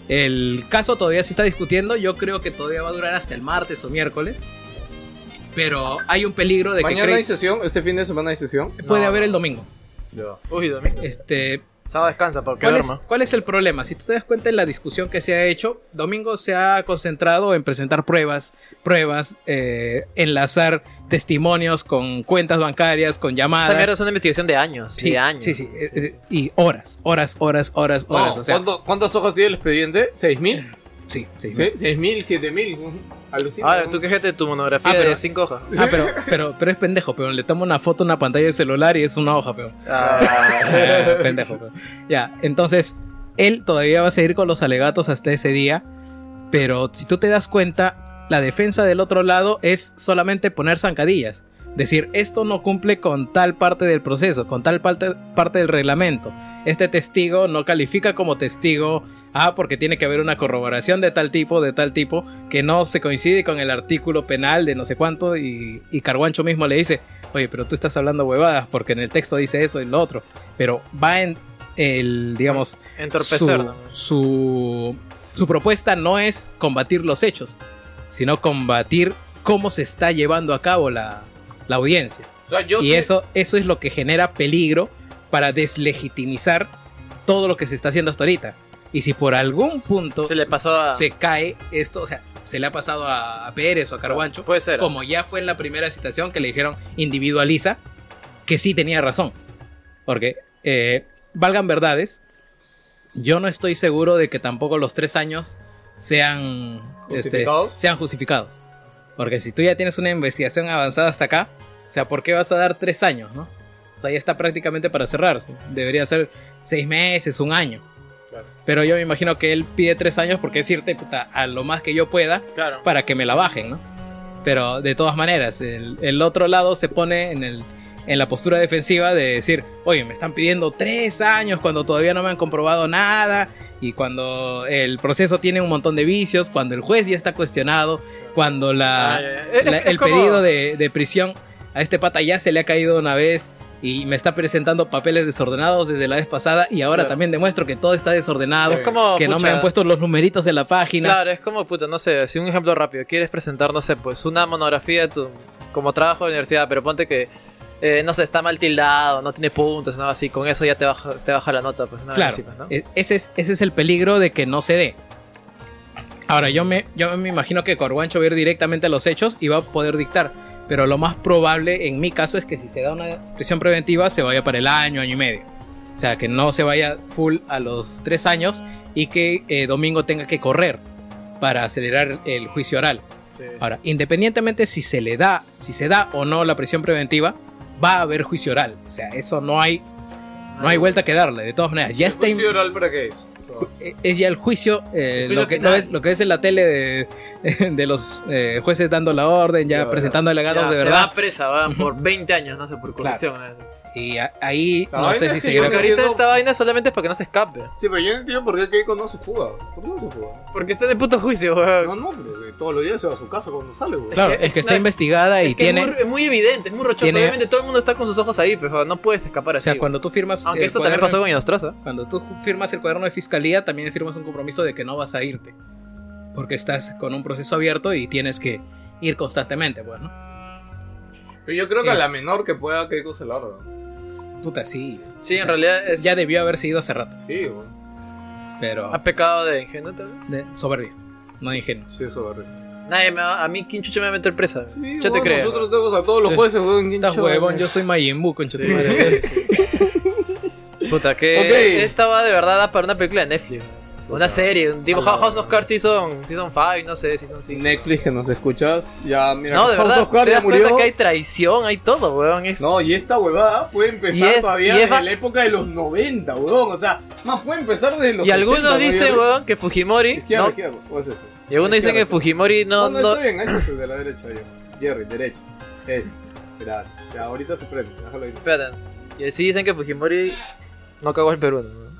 Speaker 3: El caso todavía se está discutiendo, yo creo que todavía va a durar hasta el martes o miércoles. Pero hay un peligro de que
Speaker 6: Mañana
Speaker 3: Craig-
Speaker 6: hay sesión, este fin de semana hay sesión.
Speaker 3: puede
Speaker 2: No,
Speaker 3: haber
Speaker 2: no.
Speaker 3: el domingo.
Speaker 2: Uy, domingo.
Speaker 3: Este,
Speaker 2: Sábado descansa porque
Speaker 3: ¿Cuál es,
Speaker 2: duerma.
Speaker 3: cuál es el problema? Si tú te das cuenta en la discusión que se ha hecho, Domingo se ha concentrado en presentar pruebas, pruebas, eh, enlazar testimonios con cuentas bancarias, con
Speaker 2: Esa mierda
Speaker 3: llamadas.
Speaker 2: es una investigación de años,
Speaker 3: Ah, Sí,
Speaker 2: de años.
Speaker 3: sí, sí, eh, eh, y horas, horas, horas, horas,
Speaker 6: No,
Speaker 3: horas. o sea,
Speaker 6: ¿cuánto- ¿Cuántas hojas tiene el expediente? ¿Seis mil?
Speaker 3: sí, sí, sí.
Speaker 6: ¿Sí? ¿Seis mil? ¿Siete mil? Alucina.
Speaker 2: Ah, tú quejete de tu monografía
Speaker 3: Ah, pero-
Speaker 2: de cinco hojas.
Speaker 3: Ah, pero, pero, pero es pendejo, pero le tomo una foto a una pantalla de celular y es una hoja, pero. Ah, pendejo. pero. Ya, entonces, él todavía va a seguir con los alegatos hasta ese día, pero si tú te das cuenta, la defensa del otro lado es solamente poner zancadillas. Decir, esto no cumple con tal parte del proceso, con tal parte, parte del reglamento. Este testigo no califica como testigo, ah, porque tiene que haber una corroboración de tal tipo, de tal tipo, que no se coincide con el artículo penal de no sé cuánto, y, y Carguancho mismo le dice, oye, pero tú estás hablando huevadas, porque en el texto dice esto y lo otro, pero va en el, digamos,
Speaker 2: Entorpecer.
Speaker 3: su,
Speaker 2: ¿no?
Speaker 3: su, su propuesta no es combatir los hechos, sino combatir cómo se está llevando a cabo la, la audiencia.
Speaker 6: O sea, yo
Speaker 3: Y
Speaker 6: sí-
Speaker 3: eso, eso es lo que genera peligro para deslegitimizar todo lo que se está haciendo hasta ahorita. Y si por algún punto
Speaker 2: Se le pasó a.
Speaker 3: se cae esto, o sea, se le ha pasado a, a Pérez o a Carguancho,
Speaker 2: Puede ser.
Speaker 3: como ya fue en la primera citación que le dijeron individualiza, que sí tenía razón. Porque, eh, valgan verdades, yo no estoy seguro de que tampoco los tres años sean este,
Speaker 6: ¿Justificados?
Speaker 3: sean justificados. Porque si tú ya tienes una investigación avanzada hasta acá, o sea, ¿por qué vas a dar tres años, no? O sea, ya está prácticamente para cerrarse. Debería ser seis meses, un año. Pero yo me imagino que él pide tres años porque es irte puta, a lo más que yo pueda
Speaker 2: Claro.
Speaker 3: para que me la bajen, ¿no? Pero de todas maneras, el, el otro lado se pone en, el, en la postura defensiva de decir, oye, me están pidiendo tres años cuando todavía no me han comprobado nada y cuando el proceso tiene un montón de vicios, cuando el juez ya está cuestionado, cuando la,
Speaker 2: Ah, ya, ya. Es-
Speaker 3: la-
Speaker 2: es
Speaker 3: el
Speaker 2: como-
Speaker 3: pedido de, de prisión a este pata ya se le ha caído una vez y me está presentando papeles desordenados desde la vez pasada y ahora
Speaker 6: Claro.
Speaker 3: también demuestro que todo está desordenado,
Speaker 2: Es como.
Speaker 3: que no me
Speaker 2: pucha,
Speaker 3: han puesto los numeritos en la página.
Speaker 2: Claro, es como, puta, no sé, si un ejemplo rápido, quieres presentar, no sé, pues una monografía de tu, como trabajo de universidad, pero ponte que, eh, no sé, está mal tildado, no tiene puntos, nada así, con eso ya te baja, te baja la nota, pues nada
Speaker 3: Claro,
Speaker 2: así, pues, ¿no?
Speaker 3: e- ese, es, ese es el peligro de que no se dé. Ahora, yo me, yo me imagino que Corguancho va a ir directamente a los hechos y va a poder dictar. Pero lo más probable en mi caso es que si se da una prisión preventiva se vaya para el año, año y medio. O sea, que no se vaya full a los tres años y que eh, Domingo tenga que correr para acelerar el juicio oral. Ahora, independientemente si se le da, si se da o no la prisión preventiva, va a haber juicio oral. O sea, eso no hay, no hay vuelta que darle. De todas maneras, ya
Speaker 6: ¿El
Speaker 3: está. este in-
Speaker 6: juicio oral para qué es? O sea,
Speaker 3: eh, es ya el juicio, eh,
Speaker 2: juicio
Speaker 3: lo, que,
Speaker 2: final.
Speaker 3: lo ves- lo que ves en la tele de, de los eh, jueces dando la orden, ya
Speaker 4: Ya,
Speaker 3: presentando alegatos
Speaker 2: Ya,
Speaker 3: de
Speaker 2: se
Speaker 3: verdad.
Speaker 2: va presa, va, por 20 años, no sé, por corrupción. ¿no?
Speaker 3: Y a- ahí
Speaker 4: La
Speaker 3: no
Speaker 4: vaina
Speaker 3: sé
Speaker 4: es
Speaker 3: si
Speaker 4: que
Speaker 3: seguirá.
Speaker 2: Porque
Speaker 4: yo-
Speaker 2: ahorita
Speaker 4: entiendo-
Speaker 2: esta vaina solamente es para que no se escape.
Speaker 4: Sí, pero yo no entiendo por qué Keiko no se fuga. ¿Por qué no se fuga?
Speaker 2: Porque está en el puto juicio, weón.
Speaker 4: No, no, pero que todos los días se va a su casa cuando sale, güey.
Speaker 3: Claro, es que está investigada y
Speaker 2: Es que
Speaker 3: tiene.
Speaker 2: es, muy, es muy evidente, es muy rochoso.
Speaker 3: tiene-
Speaker 2: Obviamente todo el mundo está con sus ojos ahí, pero no puedes escapar
Speaker 3: O
Speaker 2: así.
Speaker 3: sea,
Speaker 2: weón.
Speaker 3: cuando tú firmas.
Speaker 2: Aunque
Speaker 3: el
Speaker 2: esto también
Speaker 3: cuaderno-
Speaker 2: pasó con Inostrosa.
Speaker 3: Cuando tú firmas el cuaderno de fiscalía, también firmas un compromiso de que no vas a irte. Porque estás con un proceso abierto y tienes que ir constantemente, pues, ¿no?
Speaker 4: Pero yo creo que a
Speaker 3: Eh.
Speaker 4: la menor que pueda Keiko se larga.
Speaker 3: Puta, sí.
Speaker 2: Sí, en realidad es.
Speaker 3: Ya debió haberse ido hace rato,
Speaker 4: Sí, güey.
Speaker 3: pero.
Speaker 4: Ah,
Speaker 2: Ha pecado de ingenuo tal vez.
Speaker 3: de- soberbia, no ingenuo.
Speaker 4: Sí, eso es verdad.
Speaker 2: Nadie me va, a mí, ¿quién chucho me va a meter presa?
Speaker 4: Sí,
Speaker 2: yo te
Speaker 4: güey,
Speaker 2: creo.
Speaker 4: Nosotros tenemos a todos los
Speaker 3: Sí.
Speaker 4: jueces, güey.
Speaker 3: Estás huevón, yo soy Majin Buu, concha
Speaker 2: Sí,
Speaker 3: tu madre.
Speaker 2: sí, sí, sí. Puta, que
Speaker 4: Ok.
Speaker 2: esta va de verdad da para una película de Netflix. Una serie, un tipo
Speaker 4: Ala.
Speaker 2: House of Cards Season, season 5, no sé, Season 5.
Speaker 4: Netflix que nos escuchas, ya mira,
Speaker 2: No, de
Speaker 4: House
Speaker 2: verdad,
Speaker 4: of Cards
Speaker 2: te
Speaker 4: ya
Speaker 2: das
Speaker 4: murió.
Speaker 2: cuenta que hay traición, hay todo, weón. Es...
Speaker 4: No, y esta huevada puede empezar
Speaker 2: Y es-
Speaker 4: todavía
Speaker 2: y es
Speaker 4: desde
Speaker 2: ba-
Speaker 4: la época de los 90, huevón. O sea, más puede empezar desde los
Speaker 2: y algunos
Speaker 4: 80,
Speaker 2: dicen,
Speaker 4: güey.
Speaker 2: weón, que Fujimori...
Speaker 4: Izquierda,
Speaker 2: no,
Speaker 4: izquierda, o es eso.
Speaker 2: y algunos dicen que
Speaker 4: izquierda.
Speaker 2: Fujimori
Speaker 4: No,
Speaker 2: no...
Speaker 4: no,
Speaker 2: no-
Speaker 4: está bien, ese es el de la derecha, yo. Jerry, derecha. Ese. Gracias. Ya, ahorita se prende, déjalo ahí.
Speaker 2: Espérate. Y sí dicen que Fujimori no cagó al peruano. ¿no?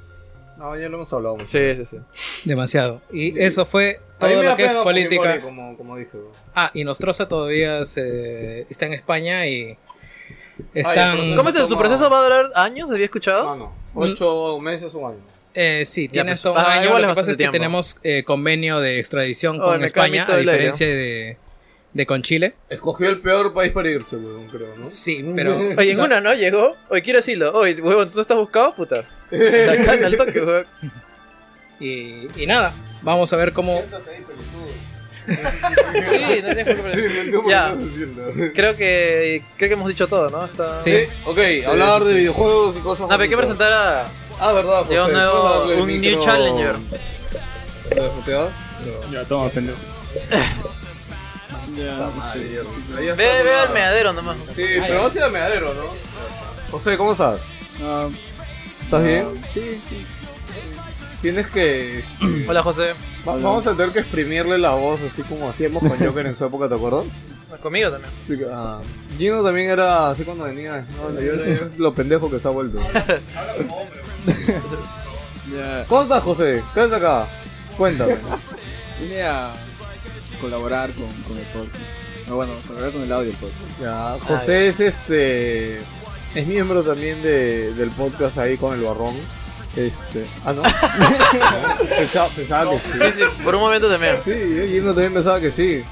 Speaker 4: No, ya lo hemos hablado mucho.
Speaker 2: Sí, sí, sí.
Speaker 3: Demasiado. Y eso fue
Speaker 4: A mí
Speaker 3: todo
Speaker 4: me da
Speaker 3: lo que es
Speaker 4: pena
Speaker 3: política.
Speaker 4: Fujimori, Como, como dije, güey.
Speaker 3: Ah, y Nostrosa todavía se- está en España y
Speaker 4: Ay,
Speaker 3: están...
Speaker 4: el proceso-
Speaker 2: ¿Cómo es eso? ¿Su
Speaker 4: toma-
Speaker 2: proceso va a durar años? ¿Había escuchado?
Speaker 4: No, no. Ocho meses, un año.
Speaker 3: Eh, sí,
Speaker 2: Ya,
Speaker 3: tiene
Speaker 2: pues,
Speaker 3: hasta un
Speaker 2: ah,
Speaker 3: año.
Speaker 2: igual
Speaker 3: Lo
Speaker 2: es
Speaker 3: que
Speaker 2: bastante
Speaker 3: pasa es que
Speaker 2: tiempo.
Speaker 3: tenemos eh, convenio de extradición
Speaker 2: Oh,
Speaker 3: con
Speaker 2: me
Speaker 3: España,
Speaker 2: cambió
Speaker 3: a
Speaker 2: el aire.
Speaker 3: diferencia de, de con Chile.
Speaker 4: Escogió el peor país para irse, weón, creo, ¿no?
Speaker 3: Sí, pero...
Speaker 2: Oye, en una no llegó. Oye, quiero decirlo. Oye, huevón, ¿tú no estás buscado, puta? Sacana al toque, huevón.
Speaker 3: Y, y nada, vamos a ver cómo...
Speaker 2: Sí, no tienes por qué
Speaker 4: Sí, no entiendo por
Speaker 2: Ya.
Speaker 4: qué no se sienta.
Speaker 2: Creo que, creo que hemos dicho todo, ¿no? Está...
Speaker 3: Sí.
Speaker 4: Sí, ok, hablar de videojuegos y cosas.
Speaker 2: No, pero hay que
Speaker 4: bonitas.
Speaker 2: presentar a...
Speaker 4: Ah, verdad, José.
Speaker 2: Llega un nuevo-
Speaker 4: puedo darle el
Speaker 2: un new
Speaker 4: micro-
Speaker 2: challenger.
Speaker 4: ¿Lo desmuteas?
Speaker 5: Ya, toma, pendejo. Ya,
Speaker 4: Ahí, ahí está.
Speaker 2: Ve, ve al meadero nomás.
Speaker 4: Sí, pero vamos a ir al medadero, ¿no? José, ¿cómo estás?
Speaker 5: ah,
Speaker 4: ¿Estás bien?
Speaker 5: ah, Sí, sí.
Speaker 4: Tienes que. este,
Speaker 2: Hola, José.
Speaker 4: va- vamos a tener que exprimirle la voz, así como hacíamos con Joker en su época, ¿te acuerdas?
Speaker 2: Conmigo también.
Speaker 4: Ah, Gino también era así cuando venía. No, yo era- es lo pendejo que se ha vuelto.
Speaker 5: Ya,
Speaker 4: ¿Cómo estás, José? ¿Qué haces acá? Cuéntame.
Speaker 8: Vine a colaborar con, con el podcast. No, bueno, colaborar con el audio pues. del podcast.
Speaker 4: Ya, José es este. Es miembro también de, del podcast ahí con el barrón. Este. Ah, no. pensaba, pensaba que sí.
Speaker 2: Sí, sí, por un momento también.
Speaker 4: Sí, yo no también pensaba que sí.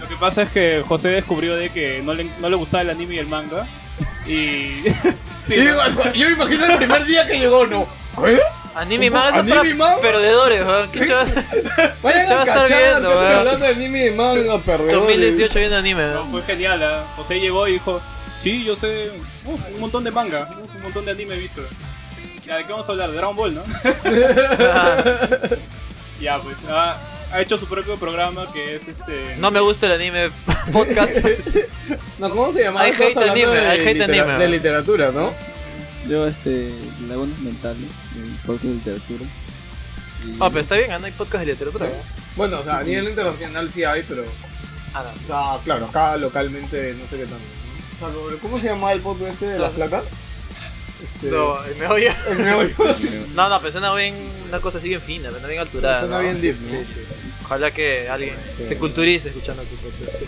Speaker 5: Lo que pasa es que José descubrió de que no le, no le gustaba el anime y el manga. Y. sí,
Speaker 4: Y
Speaker 5: ¿no?
Speaker 4: digo, cu- yo me imagino el primer día que llegó, ¿no? ¿Qué?
Speaker 2: Anime y manga son
Speaker 4: Anime y
Speaker 2: para
Speaker 4: manga.
Speaker 2: perdedores, weón. ¿Qué chavas?
Speaker 4: Vayan
Speaker 2: Ya va
Speaker 4: a
Speaker 2: a estar
Speaker 4: cachar, que
Speaker 2: viendo,
Speaker 4: están
Speaker 2: weón.
Speaker 4: hablando de anime y manga, perdedores.
Speaker 2: 2018 viendo anime, weón.
Speaker 5: No, fue genial, ¿ah? José llegó y dijo, sí, yo sé uf, un montón de manga, uf, un montón de anime he visto. Ya, ¿de qué vamos a hablar? De Dragon Ball, ¿no?
Speaker 2: Ah,
Speaker 5: ya, pues, ha, ha hecho su propio programa que es este...
Speaker 2: No me gusta el anime podcast.
Speaker 4: No, ¿cómo se llamaba?
Speaker 2: I
Speaker 4: Estabas
Speaker 2: hate anime, I hate
Speaker 4: litera-
Speaker 2: anime.
Speaker 4: de literatura, ¿no?
Speaker 8: Yo, este, lagunas mentales, del podcast de literatura. Y-
Speaker 2: Ah, pero está bien, ah, no hay podcast de literatura.
Speaker 4: Bueno, o sea, a nivel internacional sí hay, pero.
Speaker 2: Ah, no.
Speaker 4: O sea, claro, acá localmente no sé qué tanto. ¿no? O sea, lo- ¿cómo se llama el podcast este de las flacas? Este,
Speaker 2: No, el meollo.
Speaker 4: el meollo.
Speaker 2: No, no, pero suena bien, una cosa así bien fina, pero no bien alturada.
Speaker 4: Suena
Speaker 2: ¿no?
Speaker 4: bien deep, ¿no?
Speaker 2: Sí, sí. Ojalá que alguien
Speaker 4: Sí.
Speaker 2: se culturice escuchando tu podcast.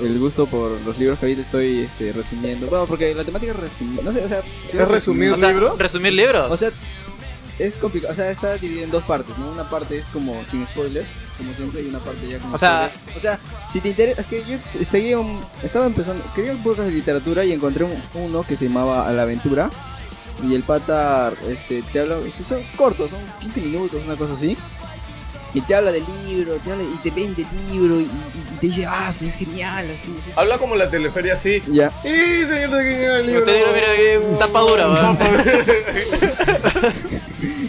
Speaker 8: El gusto por los libros que ahorita estoy este, resumiendo. Bueno, porque la temática es resumir. No sé, o sea.
Speaker 4: ¿Es resumir
Speaker 2: O sea,
Speaker 4: libros?
Speaker 2: resumir libros.
Speaker 8: O sea, es complicado. O sea, está dividida en dos partes, ¿no? Una parte es como sin spoilers, como siempre, y una parte ya como.
Speaker 2: O sea-
Speaker 8: spoilers. o sea si te interesa. Es que yo seguía un- estaba empezando. Quería un podcast de literatura y encontré un- uno que se llamaba A la aventura. Y el pata este, te habla. Son cortos, son 15 minutos, una cosa así. Y te habla del libro, te habla- y te vende el libro, y, y- y te dice, ah, sí, es genial, así, así.
Speaker 4: Habla como la teleferia así.
Speaker 8: Ya.
Speaker 4: ¡Y señor de quién era el libro!
Speaker 2: Usted digo, mira, bien, tapa dura, weón.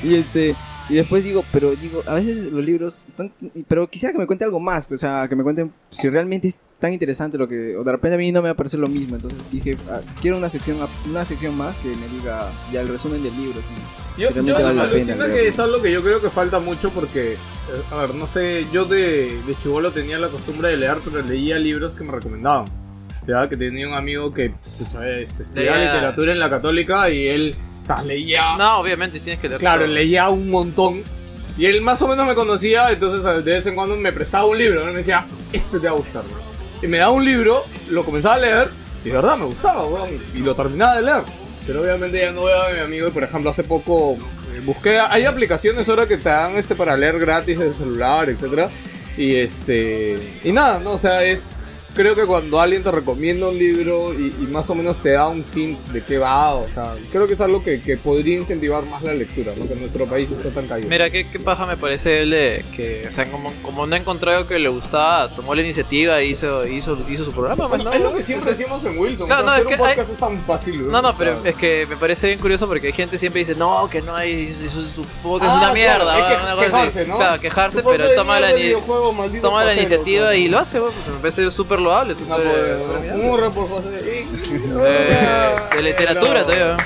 Speaker 8: Y este, Y después digo, pero digo, a veces los libros están... Pero quisiera que me cuente algo más, pues, o sea, que me cuenten si realmente es tan interesante lo que... O de repente a mí no me va a parecer lo mismo, entonces dije, ah, quiero una sección, una sección más que me diga ya el resumen del libro. así.
Speaker 4: Yo,
Speaker 8: Realmente
Speaker 4: yo
Speaker 8: vale la
Speaker 4: alucino
Speaker 8: pena,
Speaker 4: que
Speaker 8: creo.
Speaker 4: es algo que yo creo que falta mucho porque, eh, a ver, no sé, yo de, de chivolo tenía la costumbre de leer, pero leía libros que me recomendaban. Ya que tenía un amigo que pucha, este, estudiaba
Speaker 2: Leía-
Speaker 4: literatura en la católica y él, o sea, leía,
Speaker 2: No, obviamente tienes que leer.
Speaker 4: claro,
Speaker 2: todo.
Speaker 4: leía un montón. Y él más o menos me conocía, entonces a- de vez en cuando me prestaba un libro, ¿no? Y me decía, este te va a gustar. bro". Y me daba un libro, lo comenzaba a leer, y de verdad me gustaba, weón, y, y lo terminaba de leer. Pero obviamente ya no veo a mi amigo, y por ejemplo, hace poco eh, busqué, hay aplicaciones ahora que te dan este para leer gratis del celular, etc. Y este, y nada, no, o sea, es, creo que cuando alguien te recomienda un libro y, y más o menos te da un hint de qué va, o sea, creo que es algo que, que podría incentivar más la lectura, ¿no? Que en nuestro país está tan caído.
Speaker 2: Mira, ¿qué, qué paja me parece él de que, o sea, como, como no ha encontrado que le gustaba, tomó la iniciativa e hizo, hizo, hizo su programa, pues,
Speaker 4: Bueno,
Speaker 2: ¿no?
Speaker 4: es lo que siempre decimos en Wilson.
Speaker 2: No,
Speaker 4: o sea,
Speaker 2: no, es
Speaker 4: hacer un
Speaker 2: que
Speaker 4: podcast
Speaker 2: hay-
Speaker 4: es tan fácil. güey.
Speaker 2: No,
Speaker 4: O
Speaker 2: no,
Speaker 4: sea,
Speaker 2: pero es que me parece bien curioso porque hay gente siempre dice, no, que no hay, su, su podcast es
Speaker 4: Ah,
Speaker 2: una
Speaker 4: claro,
Speaker 2: mierda.
Speaker 4: es
Speaker 2: bueno,
Speaker 4: que-
Speaker 2: una cosa
Speaker 4: quejarse,
Speaker 2: así.
Speaker 4: ¿no?
Speaker 2: Claro,
Speaker 4: tu
Speaker 2: quejarse,
Speaker 4: podcast
Speaker 2: pero
Speaker 4: de
Speaker 2: toma
Speaker 4: mierda
Speaker 2: la,
Speaker 4: de
Speaker 2: ni-
Speaker 4: videojuego, maldito
Speaker 2: toma la
Speaker 4: pajero,
Speaker 2: iniciativa
Speaker 4: claro.
Speaker 2: y lo hace, pues, me parece súper loable.
Speaker 4: No,
Speaker 2: súper-
Speaker 4: pues,
Speaker 2: súper bien.
Speaker 4: Un por José.
Speaker 2: Eh, de literatura todavía.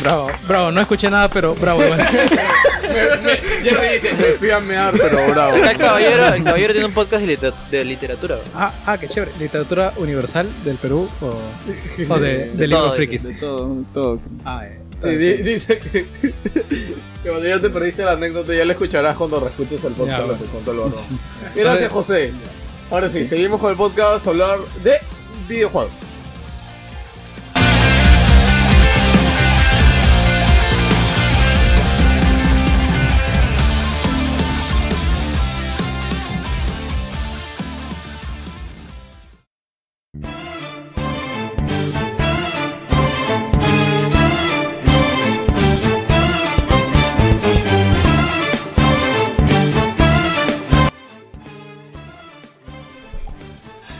Speaker 3: Bravo, bravo, no escuché nada, pero bravo. bueno.
Speaker 4: Ya te dice, me fui a mear, pero bravo.
Speaker 2: Está el caballero, el caballero tiene un podcast de, litera- de literatura. güey.
Speaker 3: Ah, ah, qué chévere. Literatura universal del Perú o, o de, de,
Speaker 8: De
Speaker 3: libros
Speaker 2: todo,
Speaker 3: frikis.
Speaker 8: De todo, todo.
Speaker 3: Ah, eh,
Speaker 4: Sí, di- dice que, que cuando ya te perdiste la anécdota, ya la escucharás cuando reescuches el podcast.
Speaker 3: Ya,
Speaker 4: lo
Speaker 3: bueno.
Speaker 4: que contó el varón. Gracias, José. Ahora sí, seguimos con el podcast a hablar de videojuegos.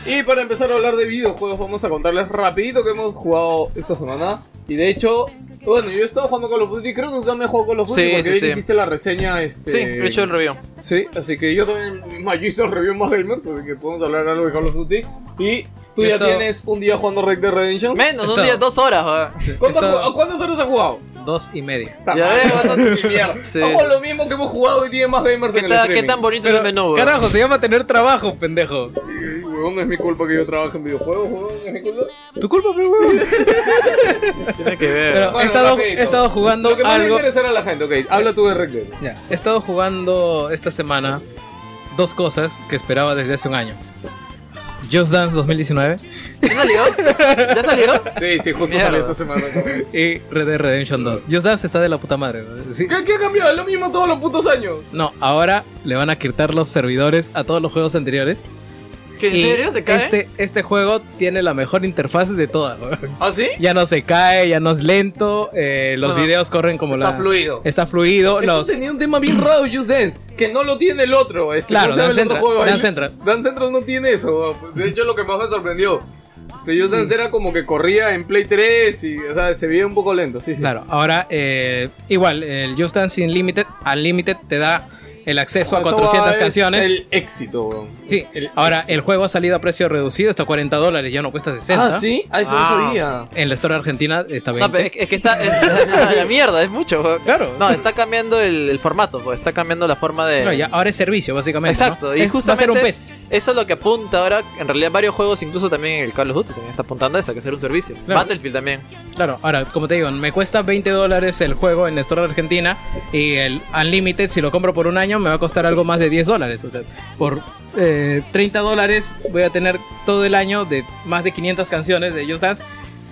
Speaker 4: Y para empezar a hablar de videojuegos, vamos a contarles rapidito que hemos jugado esta semana. Y de hecho, bueno, yo he estado jugando Call of Duty, creo que tú también jugó Call of Duty
Speaker 2: Sí,
Speaker 4: porque
Speaker 2: sí,
Speaker 4: hoy
Speaker 2: sí.
Speaker 4: hiciste la reseña. Este,
Speaker 2: Sí, he hecho el review.
Speaker 4: Sí, así que yo también, más, yo hice el review más gamers, así que podemos hablar algo de Call of Duty. Y tú
Speaker 3: Yo he
Speaker 4: ya
Speaker 3: estado-
Speaker 4: tienes un día jugando Red Dead Redemption.
Speaker 2: Menos, un
Speaker 3: Está-
Speaker 2: día, dos horas. güey.
Speaker 4: ¿Cuántas,
Speaker 3: Estaba-
Speaker 4: ju- ¿Cuántas horas has jugado?
Speaker 3: Dos y media.
Speaker 4: Ta
Speaker 2: Ya
Speaker 4: madre,
Speaker 2: ves,
Speaker 4: Ah, bastante mi mierda.
Speaker 2: Sí.
Speaker 4: Vamos lo mismo que hemos jugado y tiene más gamers
Speaker 2: ¿Qué,
Speaker 4: en el
Speaker 2: tan-
Speaker 4: streaming.
Speaker 2: qué tan bonito es el menú, güey?
Speaker 3: Carajo, se llama tener trabajo, pendejo.
Speaker 4: Eh, Huevón, no es mi culpa que yo trabaje en videojuegos, huevón, es mi culpa.
Speaker 3: Tu culpa, pe, weón.
Speaker 2: Tiene que ver.
Speaker 3: Pero
Speaker 4: Bueno,
Speaker 3: he, estado,
Speaker 4: rapidito.
Speaker 3: he estado jugando
Speaker 4: Lo que más le
Speaker 3: algo.
Speaker 4: interesará a la gente, ok, habla tú de Red Dead.
Speaker 3: Ya, He estado jugando esta semana dos cosas que esperaba desde hace un año. Just Dance 2019
Speaker 2: ¿Ya salió? ¿Ya salió?
Speaker 4: Sí, sí, justo
Speaker 2: Mierda.
Speaker 4: salió esta semana. también.
Speaker 3: y Red Dead Redemption 2. Just Dance está de la puta madre. ¿no? Sí,
Speaker 4: ¿Qué, ¿Qué ha cambiado? Es lo mismo todos los putos años.
Speaker 3: No, ahora le van a quitar los servidores a todos los juegos anteriores.
Speaker 2: ¿Que ¿En
Speaker 3: Y
Speaker 2: serio? ¿Se cae?
Speaker 3: Este, este juego tiene la mejor interfaz de todas. weón.
Speaker 4: ¿Ah, sí?
Speaker 3: Ya no se cae, ya no es lento, eh, los
Speaker 4: Bueno,
Speaker 3: videos corren como
Speaker 4: Está
Speaker 3: la...
Speaker 4: fluido.
Speaker 3: Está fluido,
Speaker 4: Eso
Speaker 3: los...
Speaker 4: tenía un tema bien raro, Just Dance, que no lo tiene el otro. Este,
Speaker 3: Claro,
Speaker 4: ¿cómo se llama
Speaker 3: Dance
Speaker 4: el otro
Speaker 3: Central,
Speaker 4: juego ahí?
Speaker 3: Dance Central.
Speaker 4: Dance Central no tiene eso. weón. De hecho, lo que más me sorprendió. Este, Just Dance era como que corría en Play 3 y, o sea, se veía un poco lento, sí, sí.
Speaker 3: Claro, ahora eh, igual, el Just Dance Unlimited, Unlimited te da el acceso a
Speaker 4: Eso
Speaker 3: 400
Speaker 4: es
Speaker 3: canciones.
Speaker 4: El éxito, weón.
Speaker 3: Sí,
Speaker 4: Es el
Speaker 3: ahora
Speaker 4: éxito.
Speaker 3: el juego ha salido a precio reducido, está a 40 dólares, ya no cuesta 60.
Speaker 4: Ah, sí, ah, eso
Speaker 2: Ah.
Speaker 4: no sabía.
Speaker 3: En la historia argentina está
Speaker 2: No,
Speaker 3: 20.
Speaker 2: pero es, que- es que está. es- a la mierda, es mucho, güey.
Speaker 3: Claro.
Speaker 2: No, está cambiando el, el formato, pues, está cambiando la forma de.
Speaker 3: No, ya, ahora es servicio, básicamente. ¿no?
Speaker 2: Exacto, y
Speaker 3: Es- va a ser
Speaker 2: justamente
Speaker 3: un pez.
Speaker 2: eso es lo que apunta ahora. En realidad, varios juegos, incluso también el Carlos Duty, también está apuntando a eso, que hacer un servicio.
Speaker 3: Claro.
Speaker 2: Battlefield también.
Speaker 3: Claro, ahora, como te digo, me cuesta 20 dólares el juego en Store Argentina y el Unlimited, si lo compro por un año, me va a costar algo más de 10 dólares. O sea, por eh, 30 dólares voy a tener todo el año de más de 500 canciones de Just Dance.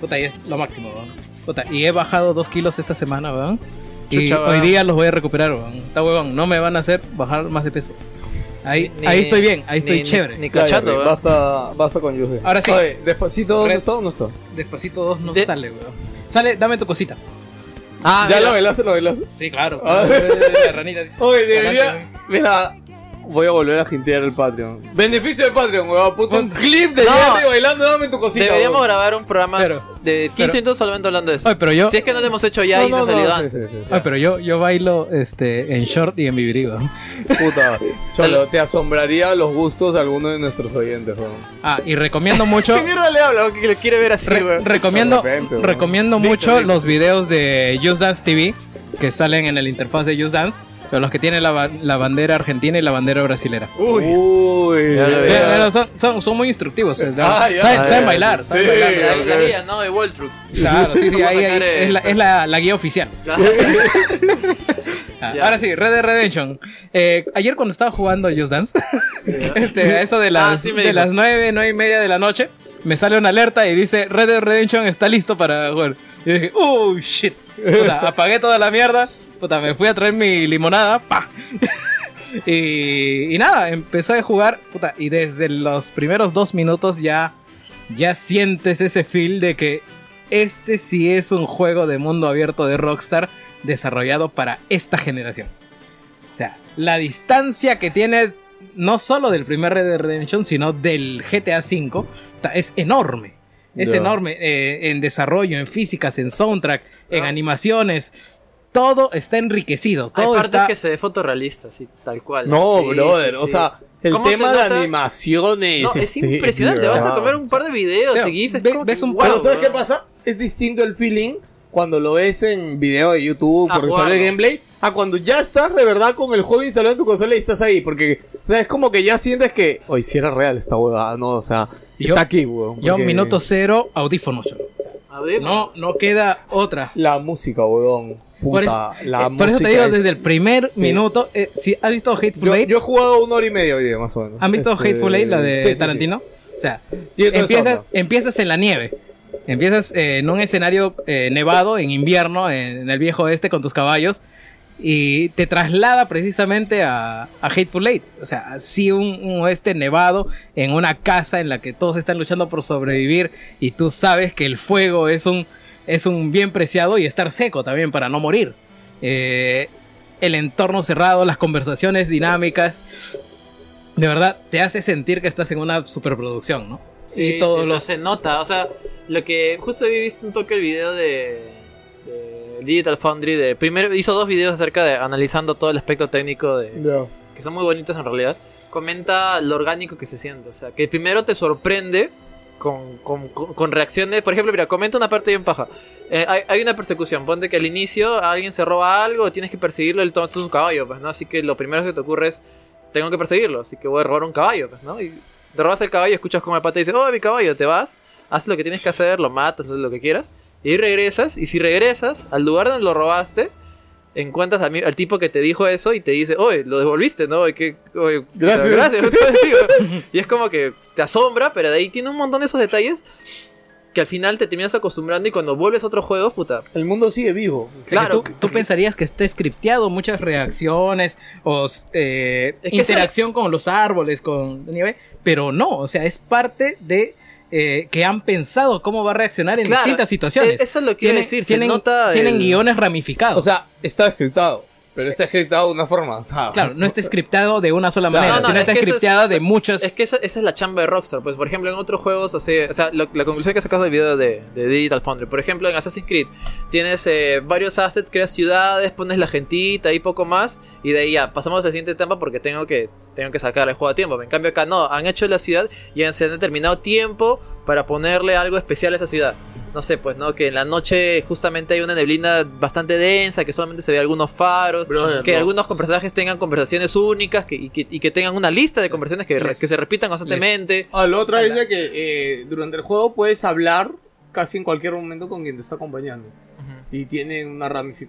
Speaker 3: Puta, y es lo máximo, weón. Puta, y he bajado 2 kilos esta semana, weón. Y
Speaker 2: Chucha, weón.
Speaker 3: hoy día los voy a recuperar, weón. Está huevón, no me van a hacer bajar más de peso. Ahí,
Speaker 2: Ni-
Speaker 3: ahí estoy bien, ahí estoy
Speaker 2: ni-
Speaker 3: chévere.
Speaker 2: Ni, ni cachando,
Speaker 4: Ya, ya,
Speaker 2: ¿verdad?
Speaker 4: basta, basta con Just Dance.
Speaker 3: Ahora sí.
Speaker 4: Oye, ¿Despacito dos
Speaker 3: Red-
Speaker 4: está o no está?
Speaker 3: Despacito 2 no
Speaker 2: De-
Speaker 3: sale, weón. Sale, dame tu cosita.
Speaker 2: Ah,
Speaker 4: ya
Speaker 2: mira.
Speaker 4: lo velaste, lo velaste.
Speaker 3: Sí, claro.
Speaker 4: Ah.
Speaker 3: La ranita así.
Speaker 4: Oye,
Speaker 3: debería-
Speaker 4: debería. Mira, voy a volver a jintear el Patreon.
Speaker 6: Beneficio del Patreon, weón. Puta un clip de
Speaker 2: No.
Speaker 6: Yate bailando, dame tu cosita.
Speaker 2: Deberíamos
Speaker 6: weón.
Speaker 2: grabar un programa de 15
Speaker 3: pero-
Speaker 2: minutos solamente hablando de eso.
Speaker 3: Ay, pero yo-
Speaker 2: Si es que no lo hemos hecho ya
Speaker 6: No,
Speaker 2: y
Speaker 6: no,
Speaker 2: se
Speaker 6: no,
Speaker 2: salió
Speaker 6: sí,
Speaker 2: antes.
Speaker 6: sí, sí.
Speaker 3: Ay, pero yo, yo bailo este, en short y en mi brigo.
Speaker 4: Puta, Cholo, te asombraría los gustos de alguno de nuestros oyentes, weón.
Speaker 3: Ah, y recomiendo mucho.
Speaker 2: ¿Qué mierda le habla? Que lo quiere ver así,
Speaker 3: re-
Speaker 2: weón.
Speaker 3: recomiendo
Speaker 4: De repente, ¿no?
Speaker 3: recomiendo mucho los videos de Just Dance TV que salen en el interfaz de Just Dance, pero los que tienen la, ba- la bandera argentina y la bandera brasilera.
Speaker 4: Uy.
Speaker 2: Ya lo vi.
Speaker 3: Pero- pero son, son, son muy instructivos. eh,
Speaker 6: Ah,
Speaker 3: ¿saben,
Speaker 6: ya.
Speaker 3: saben
Speaker 2: Ah, ya.
Speaker 3: bailar?
Speaker 4: Sí,
Speaker 3: saben bailar.
Speaker 2: La, la
Speaker 4: ok.
Speaker 2: guía, ¿no? De Waltrup.
Speaker 3: Claro, sí, sí,
Speaker 2: Vamos a
Speaker 3: ahí,
Speaker 2: sacar,
Speaker 3: ahí
Speaker 2: eh,
Speaker 3: es, la, es la- la guía oficial. Ah,
Speaker 2: Ya.
Speaker 3: Ahora sí, Red Dead Redemption. Eh, ayer cuando estaba jugando Just Dance, este, a eso de las,
Speaker 2: Ah, sí me
Speaker 3: de
Speaker 2: dijo.
Speaker 3: las 9, 9 y media de la noche, me sale una alerta y dice Red Dead Redemption está listo para jugar. Y dije, oh shit. Puta, apagué toda la mierda. Puta, me fui a traer mi limonada. Pa. y, y nada, empecé a jugar. Puta, y desde los primeros dos minutos ya, ya sientes ese feel de que este sí es un juego de mundo abierto de Rockstar desarrollado para esta generación. O sea, la distancia que tiene no solo del primer Red Dead Redemption, sino del GTA V, ta- es enorme. Es
Speaker 4: Ya.
Speaker 3: enorme eh, en desarrollo, en físicas, en soundtrack, en animaciones. Todo está enriquecido.
Speaker 2: Ah. Hay
Speaker 3: Todo
Speaker 2: partes
Speaker 3: está...
Speaker 2: que se ve fotorrealista, así, tal cual.
Speaker 4: No,
Speaker 2: Sí,
Speaker 4: brother,
Speaker 2: sí,
Speaker 4: o
Speaker 2: sí.
Speaker 4: sea, el
Speaker 2: ¿Cómo se
Speaker 4: tema de
Speaker 2: nota?
Speaker 4: animaciones.
Speaker 2: No, es
Speaker 4: este,
Speaker 2: impresionante.
Speaker 4: tío,
Speaker 2: Vas a
Speaker 4: o sea,
Speaker 2: comer un par de videos
Speaker 3: o sea,
Speaker 2: y gifs. es
Speaker 3: ve-
Speaker 2: como
Speaker 3: ves
Speaker 2: que,
Speaker 3: un
Speaker 2: wow,
Speaker 3: par-
Speaker 6: Pero ¿sabes qué
Speaker 2: weón.
Speaker 6: pasa? Es distinto el feeling cuando lo ves en video de YouTube,
Speaker 2: Ah,
Speaker 6: porque sale el
Speaker 2: jugarlo.
Speaker 6: gameplay, a cuando ya estás de verdad con el juego instalado en tu consola y estás ahí. Porque, o sea, es como que ya sientes que, oye, si era real esta huevada, no, o sea,
Speaker 3: Yo-
Speaker 6: está aquí, weón.
Speaker 3: Yo,
Speaker 6: porque
Speaker 3: minuto cero, audífonos. cholo.
Speaker 2: A ver,
Speaker 3: No, no queda otra.
Speaker 6: La música, weón. Puta,
Speaker 3: Por eso,
Speaker 6: la
Speaker 3: eh, por eso te
Speaker 6: música
Speaker 3: digo,
Speaker 6: es-
Speaker 3: desde el primer minuto, eh, si has visto Hateful
Speaker 6: Yo,
Speaker 3: Eight,
Speaker 6: yo he jugado una hora y media hoy día, más o menos.
Speaker 3: ¿han visto
Speaker 6: Este,
Speaker 3: Hateful Eight, la de
Speaker 6: sí, sí, sí.
Speaker 3: Tarantino? O sea,
Speaker 6: Tiene toda esa
Speaker 3: empiezas,
Speaker 6: onda.
Speaker 3: empiezas en la nieve. Empiezas eh, en un escenario eh, nevado, en invierno, en, en el viejo oeste con tus caballos. Y te traslada precisamente a, a Hateful Eight. O sea, sí, un, un oeste nevado en una casa en la que todos están luchando por sobrevivir. Y tú sabes que el fuego es un, es un bien preciado y estar seco también para no morir. Eh, el entorno cerrado, las conversaciones dinámicas. De verdad, te hace sentir que estás en una superproducción, ¿no?
Speaker 2: Sí,
Speaker 3: y todos
Speaker 2: sí, o sea,
Speaker 3: los
Speaker 2: se nota, o sea, lo que justo había visto un toque el video de, de Digital Foundry de primero hizo dos videos acerca de analizando todo el aspecto técnico de
Speaker 6: Ya.
Speaker 2: que son muy bonitos en realidad. Comenta lo orgánico que se siente, o sea, que primero te sorprende con, con- con- con reacciones, por ejemplo, mira, comenta una parte bien paja. Eh, hay, hay una persecución, ponte que al inicio alguien se roba algo, tienes que perseguirlo, él toma su caballo, pues, ¿no? Así que lo primero que te ocurre es tengo que perseguirlo, así que voy a robar un caballo, pues, ¿no? Y te robas el caballo, escuchas como el pata dice, oh, mi caballo, te vas, haces lo que tienes que hacer, lo matas, haces lo que quieras, y regresas, y si regresas al lugar donde lo robaste, encuentras al, mi- al tipo que te dijo eso y te dice, oye, lo devolviste, ¿no? Oye, qué- oye,
Speaker 6: Gracias.
Speaker 2: gracias. justamente, sí, güey. y es como que te asombra, pero de ahí tiene un montón de esos detalles que al final te terminas acostumbrando y cuando vuelves a otros juegos, puta,
Speaker 6: El mundo sigue vivo.
Speaker 3: O sea, que
Speaker 2: claro.
Speaker 3: Tú, tú pensarías que está scripteado, muchas reacciones o eh,
Speaker 2: Es que
Speaker 3: interacción con los árboles, con la nieve, pero no, o sea, es parte de eh, que han pensado cómo va a reaccionar en
Speaker 2: Claro,
Speaker 3: distintas situaciones.
Speaker 2: eh, eso es lo que iba a decir, se
Speaker 3: tienen,
Speaker 2: nota
Speaker 3: tienen
Speaker 2: el-
Speaker 3: guiones ramificados.
Speaker 6: O sea, está scriptado, pero está scriptado de una forma, o sea,
Speaker 3: claro, no está scriptado de una sola
Speaker 6: Claro.
Speaker 3: manera,
Speaker 6: No, no,
Speaker 3: sino
Speaker 2: es
Speaker 3: está
Speaker 2: que eso es-
Speaker 3: scripteado de muchas.
Speaker 2: Es que esa, esa es la chamba de Rockstar. Pues, por ejemplo, en otros juegos, así- o sea, lo- la conclusión que sacas del video de, de Digital Foundry. Por ejemplo, en Assassin's Creed tienes eh, varios assets, creas ciudades, pones la gentita y poco más. Y de ahí ya pasamos a la siguiente etapa porque tengo que, tengo que sacar el juego a tiempo. En cambio, acá no, han hecho la ciudad y han, se han determinado tiempo para ponerle algo especial a esa ciudad. No sé, pues, ¿no? Que en la noche justamente hay una neblina bastante densa, que solamente se ve algunos faros que algunos con- personajes tengan conversaciones únicas que, y, que, y que tengan una lista de conversaciones que, re-
Speaker 3: Les-
Speaker 2: que se repitan constantemente.
Speaker 6: Ah, lo otra es de que eh, durante el juego puedes hablar casi en cualquier momento con quien te está acompañando.
Speaker 2: Ujú.
Speaker 6: Y tiene una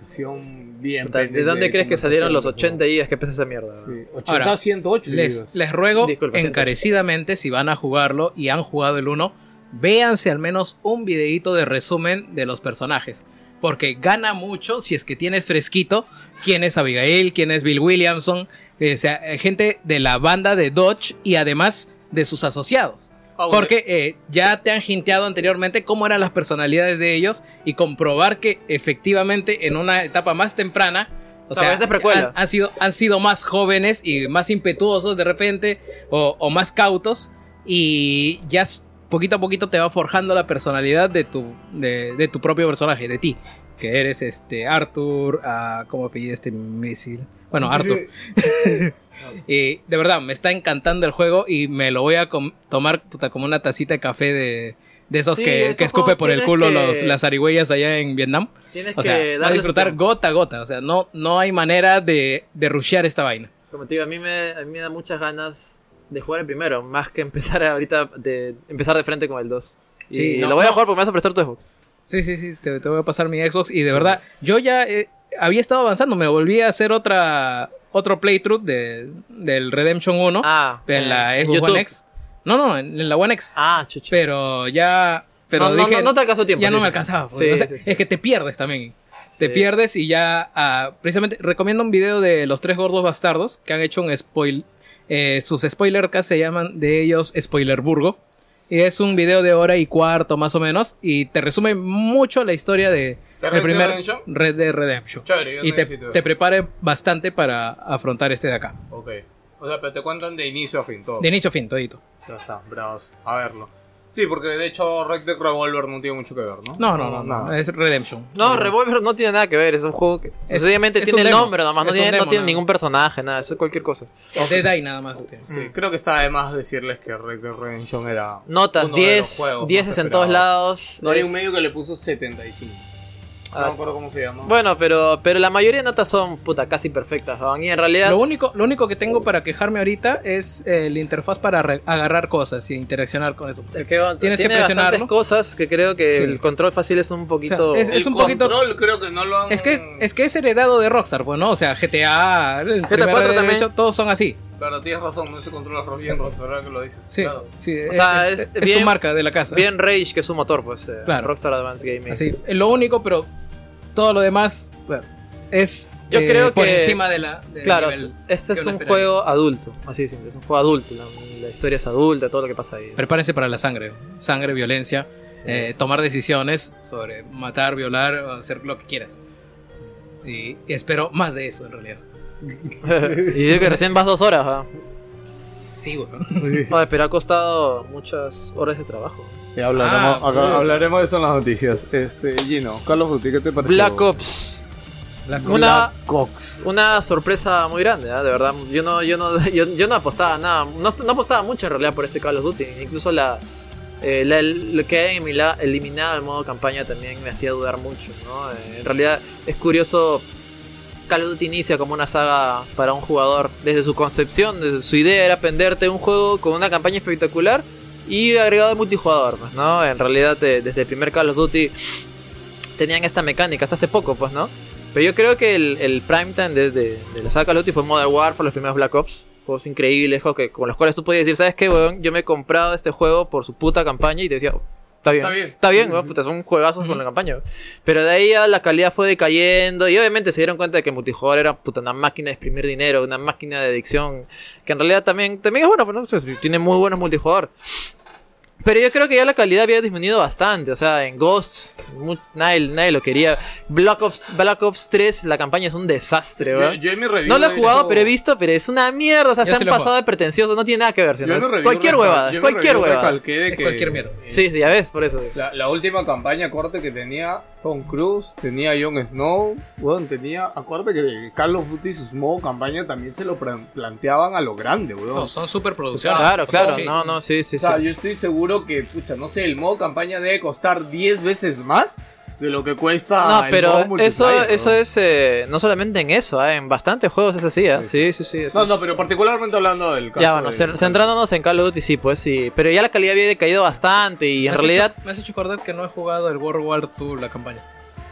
Speaker 6: ramificación bien.
Speaker 2: Puta,
Speaker 6: pendiente
Speaker 2: ¿De dónde crees que salieron los
Speaker 6: conversación
Speaker 2: 80 gigas que pesa esa mierda?
Speaker 6: del juego. Sí, 80
Speaker 3: Ahora,
Speaker 6: 108
Speaker 3: Les,
Speaker 6: gigas.
Speaker 3: les ruego
Speaker 2: Disculpa, siento.
Speaker 3: encarecidamente, si van a jugarlo y han jugado el 1, véanse al menos un videíto de resumen de los personajes. Porque gana mucho si es que tienes fresquito quién es Abigail, quién es Bill Williamson, eh, o sea, eh, gente de la banda de Dodge y además de sus asociados.
Speaker 2: Ah,
Speaker 3: Porque eh, ya te han hinteado anteriormente cómo eran las personalidades de ellos y comprobar que efectivamente en una etapa más temprana O
Speaker 2: sea,
Speaker 3: sea,
Speaker 2: esa es precuela.
Speaker 3: Han, han sido, han sido más jóvenes y más impetuosos de repente o, o más cautos y ya s- poquito a poquito te va forjando la personalidad de tu, de, de tu propio personaje, de ti, que eres este Arthur, ah, ¿cómo pedí este misil? Bueno, Arthur. Y de verdad, me está encantando el juego y me lo voy a com- tomar puta, como una tacita de café de, de esos
Speaker 2: Sí,
Speaker 3: que,
Speaker 2: estos
Speaker 3: que escupe
Speaker 2: juegos
Speaker 3: por el
Speaker 2: tienes
Speaker 3: culo
Speaker 2: que-
Speaker 3: los, las arigüeyas allá en Vietnam.
Speaker 2: Tienes
Speaker 3: O sea,
Speaker 2: que
Speaker 3: va a
Speaker 2: darle
Speaker 3: disfrutar gota a gota. O sea, no, no hay manera de, de rushear esta vaina.
Speaker 2: Como te digo, a mí me, a mí me da muchas ganas de jugar el primero, más que empezar ahorita de empezar de frente con el 2. Y
Speaker 3: Sí, no,
Speaker 2: lo voy a
Speaker 3: no.
Speaker 2: jugar porque me vas a prestar tu Xbox.
Speaker 3: Sí, sí, sí, te, te voy a pasar mi Xbox. Y de verdad, yo ya eh, había estado avanzando. Me volví a hacer otra otro playthrough de, del Redemption 1 en
Speaker 2: en Ah,
Speaker 3: la Xbox
Speaker 2: eh, YouTube.
Speaker 3: One X. No, no, en, en la One X.
Speaker 2: Ah,
Speaker 3: Pero ya. Pero
Speaker 2: No, no,
Speaker 3: dije,
Speaker 2: no, no te alcanzó tiempo,
Speaker 3: Ya
Speaker 2: sí,
Speaker 3: no me
Speaker 2: sí.
Speaker 3: alcanzaba. pues.
Speaker 2: Sí,
Speaker 3: O sea,
Speaker 2: sí, sí.
Speaker 3: Es que te pierdes también.
Speaker 2: Sí.
Speaker 3: Te pierdes y ya. ah, precisamente recomiendo un video de los tres gordos bastardos que han hecho un spoil. eh, sus spoilercas se llaman de ellos Spoilerburgo. Y es un video de hora y cuarto más o menos. Y te resume mucho la historia de, del
Speaker 4: ¿De Red Dead
Speaker 3: primer
Speaker 4: Redemption?
Speaker 3: Red Dead Redemption.
Speaker 4: Chévere, yo
Speaker 3: y te,
Speaker 4: necesito.
Speaker 3: te prepare bastante para afrontar este de acá.
Speaker 4: Ok. O sea, pero te cuentan de inicio a fin todo.
Speaker 3: De inicio a fin, todito.
Speaker 4: Ya está, bravos. A verlo. Sí, porque de hecho Red Dead Revolver no tiene mucho que ver, ¿no?
Speaker 3: No, no, no, no, es Redemption.
Speaker 2: No, Revolver no tiene nada que ver, es un juego que
Speaker 3: Es-
Speaker 2: sencillamente
Speaker 3: es
Speaker 2: tiene
Speaker 3: un
Speaker 2: el
Speaker 3: demo.
Speaker 2: nombre nomás, no
Speaker 3: Es un
Speaker 2: tiene, no
Speaker 3: demo,
Speaker 2: tiene
Speaker 3: nada.
Speaker 2: ningún personaje, nada, eso es cualquier cosa.
Speaker 3: Es Dead Eye nada más. lo tiene.
Speaker 4: Sí, creo que está de más decirles que Red Dead Redemption era.
Speaker 2: Notas,
Speaker 4: uno de los
Speaker 2: 10,
Speaker 4: juegos
Speaker 2: 10
Speaker 4: más
Speaker 2: en todos
Speaker 4: esperados.
Speaker 2: lados,
Speaker 4: No hay
Speaker 2: es-
Speaker 4: un medio que le puso 75. No
Speaker 2: Ah.
Speaker 4: me acuerdo cómo se llama.
Speaker 2: Bueno, pero, pero la mayoría de notas son puta casi perfectas, ¿no? y en realidad
Speaker 3: Lo único, lo único que tengo para quejarme ahorita es eh, la interfaz para re- agarrar cosas y interaccionar con eso.
Speaker 2: es que, bueno,
Speaker 3: Tienes que
Speaker 2: tiene bastantes
Speaker 3: presionarlo.
Speaker 2: cosas que creo que
Speaker 3: Sí.
Speaker 2: el control fácil es un poquito...
Speaker 3: es- es
Speaker 4: El
Speaker 3: un poquito-
Speaker 4: control creo que no lo han.
Speaker 3: Es que es, es que es heredado de Rockstar, pues, ¿no? O sea, GTA, el primer
Speaker 4: GTA
Speaker 3: Red
Speaker 4: 4
Speaker 3: Dead
Speaker 4: también.
Speaker 3: Redemption, todos son así.
Speaker 4: Pero tienes razón, no se controla bien, Rockstar, ahora que lo dices.
Speaker 3: Sí,
Speaker 4: Claro.
Speaker 3: sí,
Speaker 2: O sea,
Speaker 3: es,
Speaker 2: es
Speaker 3: es- es
Speaker 2: bien-
Speaker 3: su marca de la casa.
Speaker 2: Bien Rage, que es su motor, pues, eh,
Speaker 3: Claro.
Speaker 2: Rockstar Advanced Gaming.
Speaker 3: Así, es lo único, pero todo lo demás bueno, es
Speaker 2: Yo
Speaker 3: eh,
Speaker 2: creo que...
Speaker 3: por encima de la... del
Speaker 2: claro,
Speaker 3: nivel
Speaker 2: este
Speaker 3: que
Speaker 2: es
Speaker 3: uno
Speaker 2: un
Speaker 3: esperaría.
Speaker 2: juego adulto, así de simple, es un juego adulto, la, la historia es adulta, todo lo que pasa ahí.
Speaker 3: Prepárense para la sangre. Sangre, violencia, eh, tomar decisiones sobre matar, violar, o hacer lo que quieras. Y espero más de eso, en realidad.
Speaker 2: y digo que recién vas dos horas, ¿ah?
Speaker 3: Sí,
Speaker 2: Joder, pero ha costado muchas horas de trabajo.
Speaker 4: Ya hablaremos,
Speaker 2: Ah,
Speaker 4: acá
Speaker 2: sí.
Speaker 4: hablaremos de eso en las noticias. Este, Gino, Carlos Guti, ¿qué te pareció?
Speaker 2: Black Ops. Una, una sorpresa muy grande, ¿ah? de verdad. Yo no, yo no, yo, yo no apostaba nada, no, no apostaba mucho en realidad por este Call of Duty. Incluso la, eh, la- lo que hayan elimila- eliminado el modo campaña también me hacía dudar mucho. ¿no? Eh, en realidad es curioso. Call of Duty inicia como una saga para un jugador. Desde su concepción, desde su idea era aprenderte un juego con una campaña espectacular y agregado de multijugador, pues, ¿no? En realidad, eh, desde el primer Call of Duty tenían esta mecánica, hasta hace poco, pues, ¿no? Pero yo creo que el, el prime time de, de- de la saga Call of Duty fue Modern Warfare, los primeros Black Ops. Juegos increíbles, juegos que, con los cuales tú podías decir, ¿sabes qué, weón? Yo me he comprado este juego por su puta campaña y te decía, está bien.
Speaker 4: Está bien.
Speaker 2: Está bien, weón, puta, son juegazos con la campaña. weón". Pero de ahí a la calidad fue decayendo y obviamente se dieron cuenta de que el multijugador era puta, una máquina de exprimir dinero, una máquina de adicción. Que en realidad también, también es bueno, pero no sé, si tiene muy buenos multijugador. Pero yo creo que ya la calidad había disminuido bastante. O sea, en Ghost, mu- nadie, nadie lo quería. Black Ops, Black Ops 3, la campaña es un desastre,
Speaker 4: Yo,
Speaker 2: ¿verdad?
Speaker 4: yo en mi review.
Speaker 2: no la he
Speaker 4: de-
Speaker 2: jugado, pero he visto, pero es una mierda. O sea,
Speaker 4: Yo
Speaker 2: se
Speaker 4: sí
Speaker 2: han
Speaker 4: lo he
Speaker 2: pasado de pretencioso, no tiene nada que ver.
Speaker 4: Yo
Speaker 2: sino
Speaker 4: en mi
Speaker 2: es
Speaker 4: review
Speaker 2: cualquier
Speaker 4: recal-
Speaker 2: huevada,
Speaker 4: yo en mi
Speaker 2: cualquier
Speaker 4: review
Speaker 2: huevada.
Speaker 4: recalqué de que-
Speaker 2: Sí, sí, ya ves, por eso.
Speaker 4: La, la última campaña, acuérdate que tenía Tom Cruise, tenía Jon Snow, weón, tenía, acuérdate que Carlos Guti y sus modo campaña también se lo plan- planteaban a lo grande, weón.
Speaker 3: No, son superproducciones.
Speaker 2: Claro, claro,
Speaker 4: sí.
Speaker 2: no, no, sí, sí,
Speaker 4: o sea,
Speaker 2: sí.
Speaker 4: yo estoy seguro que, pucha, no sé, el modo campaña debe costar 10 veces más de lo que cuesta
Speaker 2: No,
Speaker 4: el modo
Speaker 2: pero eso,
Speaker 4: multiplayer,
Speaker 2: eso
Speaker 4: weón.
Speaker 2: es eh, no solamente en eso, ah, en bastantes juegos es así, ah, Sí, sí, sí. eso
Speaker 4: No,
Speaker 2: es.
Speaker 4: no, pero particularmente hablando del caso
Speaker 2: Ya, bueno,
Speaker 4: de-
Speaker 2: cen- centrándonos en Call of Duty, sí, pues sí. Pero ya la calidad había decaído bastante y en
Speaker 3: Me has
Speaker 2: realidad
Speaker 3: hecho- me has hecho acordar que no he jugado el World War II, la campaña.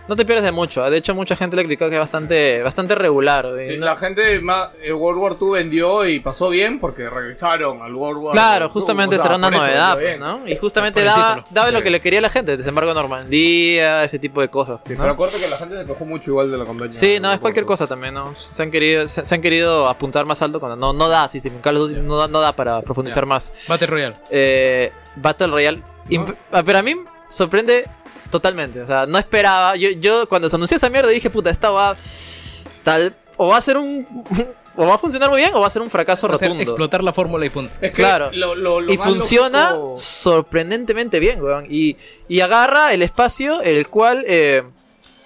Speaker 2: no te pierdes de mucho. ¿ah? De hecho, mucha gente le criticó que es bastante, bastante regular. eh,
Speaker 4: Eh,
Speaker 2: no-
Speaker 4: La gente más, eh, World War II vendió y pasó bien porque regresaron al World War
Speaker 2: Claro,
Speaker 4: II,
Speaker 2: justamente
Speaker 4: o sea,
Speaker 2: será una
Speaker 4: por eso
Speaker 2: novedad,
Speaker 4: vendió
Speaker 2: pues,
Speaker 4: bien.
Speaker 2: ¿no? Y justamente
Speaker 4: Por el
Speaker 2: daba,
Speaker 4: título.
Speaker 2: daba lo
Speaker 4: Sí.
Speaker 2: que le quería la gente, desembarco de Normandía, ese tipo de cosas.
Speaker 4: Sí,
Speaker 2: ¿no?
Speaker 4: Pero acuérdate que la gente se quejó mucho igual de la campaña.
Speaker 2: Sí, no, es cualquier cosa también, ¿no? Se han querido, se, se han querido apuntar más alto cuando no, no da, sí, sí, en Call of Duty no, da, no da para profundizar más.
Speaker 3: Battle Royale.
Speaker 2: Eh, Battle Royale. imp- ah, Pero a mí sorprende totalmente. O sea, no esperaba. Yo, yo cuando se anunció esa mierda dije, puta, esta va. Tal. o va a ser un. O va a funcionar muy bien o va a ser un fracaso
Speaker 3: Va a ser
Speaker 2: rotundo.
Speaker 3: explotar la fórmula y punto.
Speaker 2: Es que Claro. lo- y funciona sorprendentemente bien, weón. Y, y agarra el espacio el cual eh,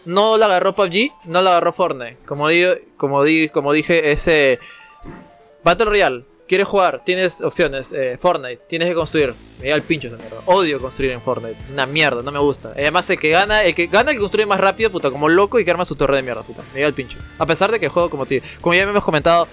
Speaker 2: no la agarró PUBG, no la agarró Fortnite. Como, digo, como, di- como dije, ese Battle Royale. Quieres jugar, tienes opciones. eh, Fortnite, tienes que construir. Me da el pincho esa mierda. Odio construir en Fortnite. Es una mierda, no me gusta. Además, el que gana, el que gana el que construye más rápido, puta, como loco y que arma su torre de mierda, puta. Me da el pincho. A pesar de que juego como tío. Como ya me hemos comentado,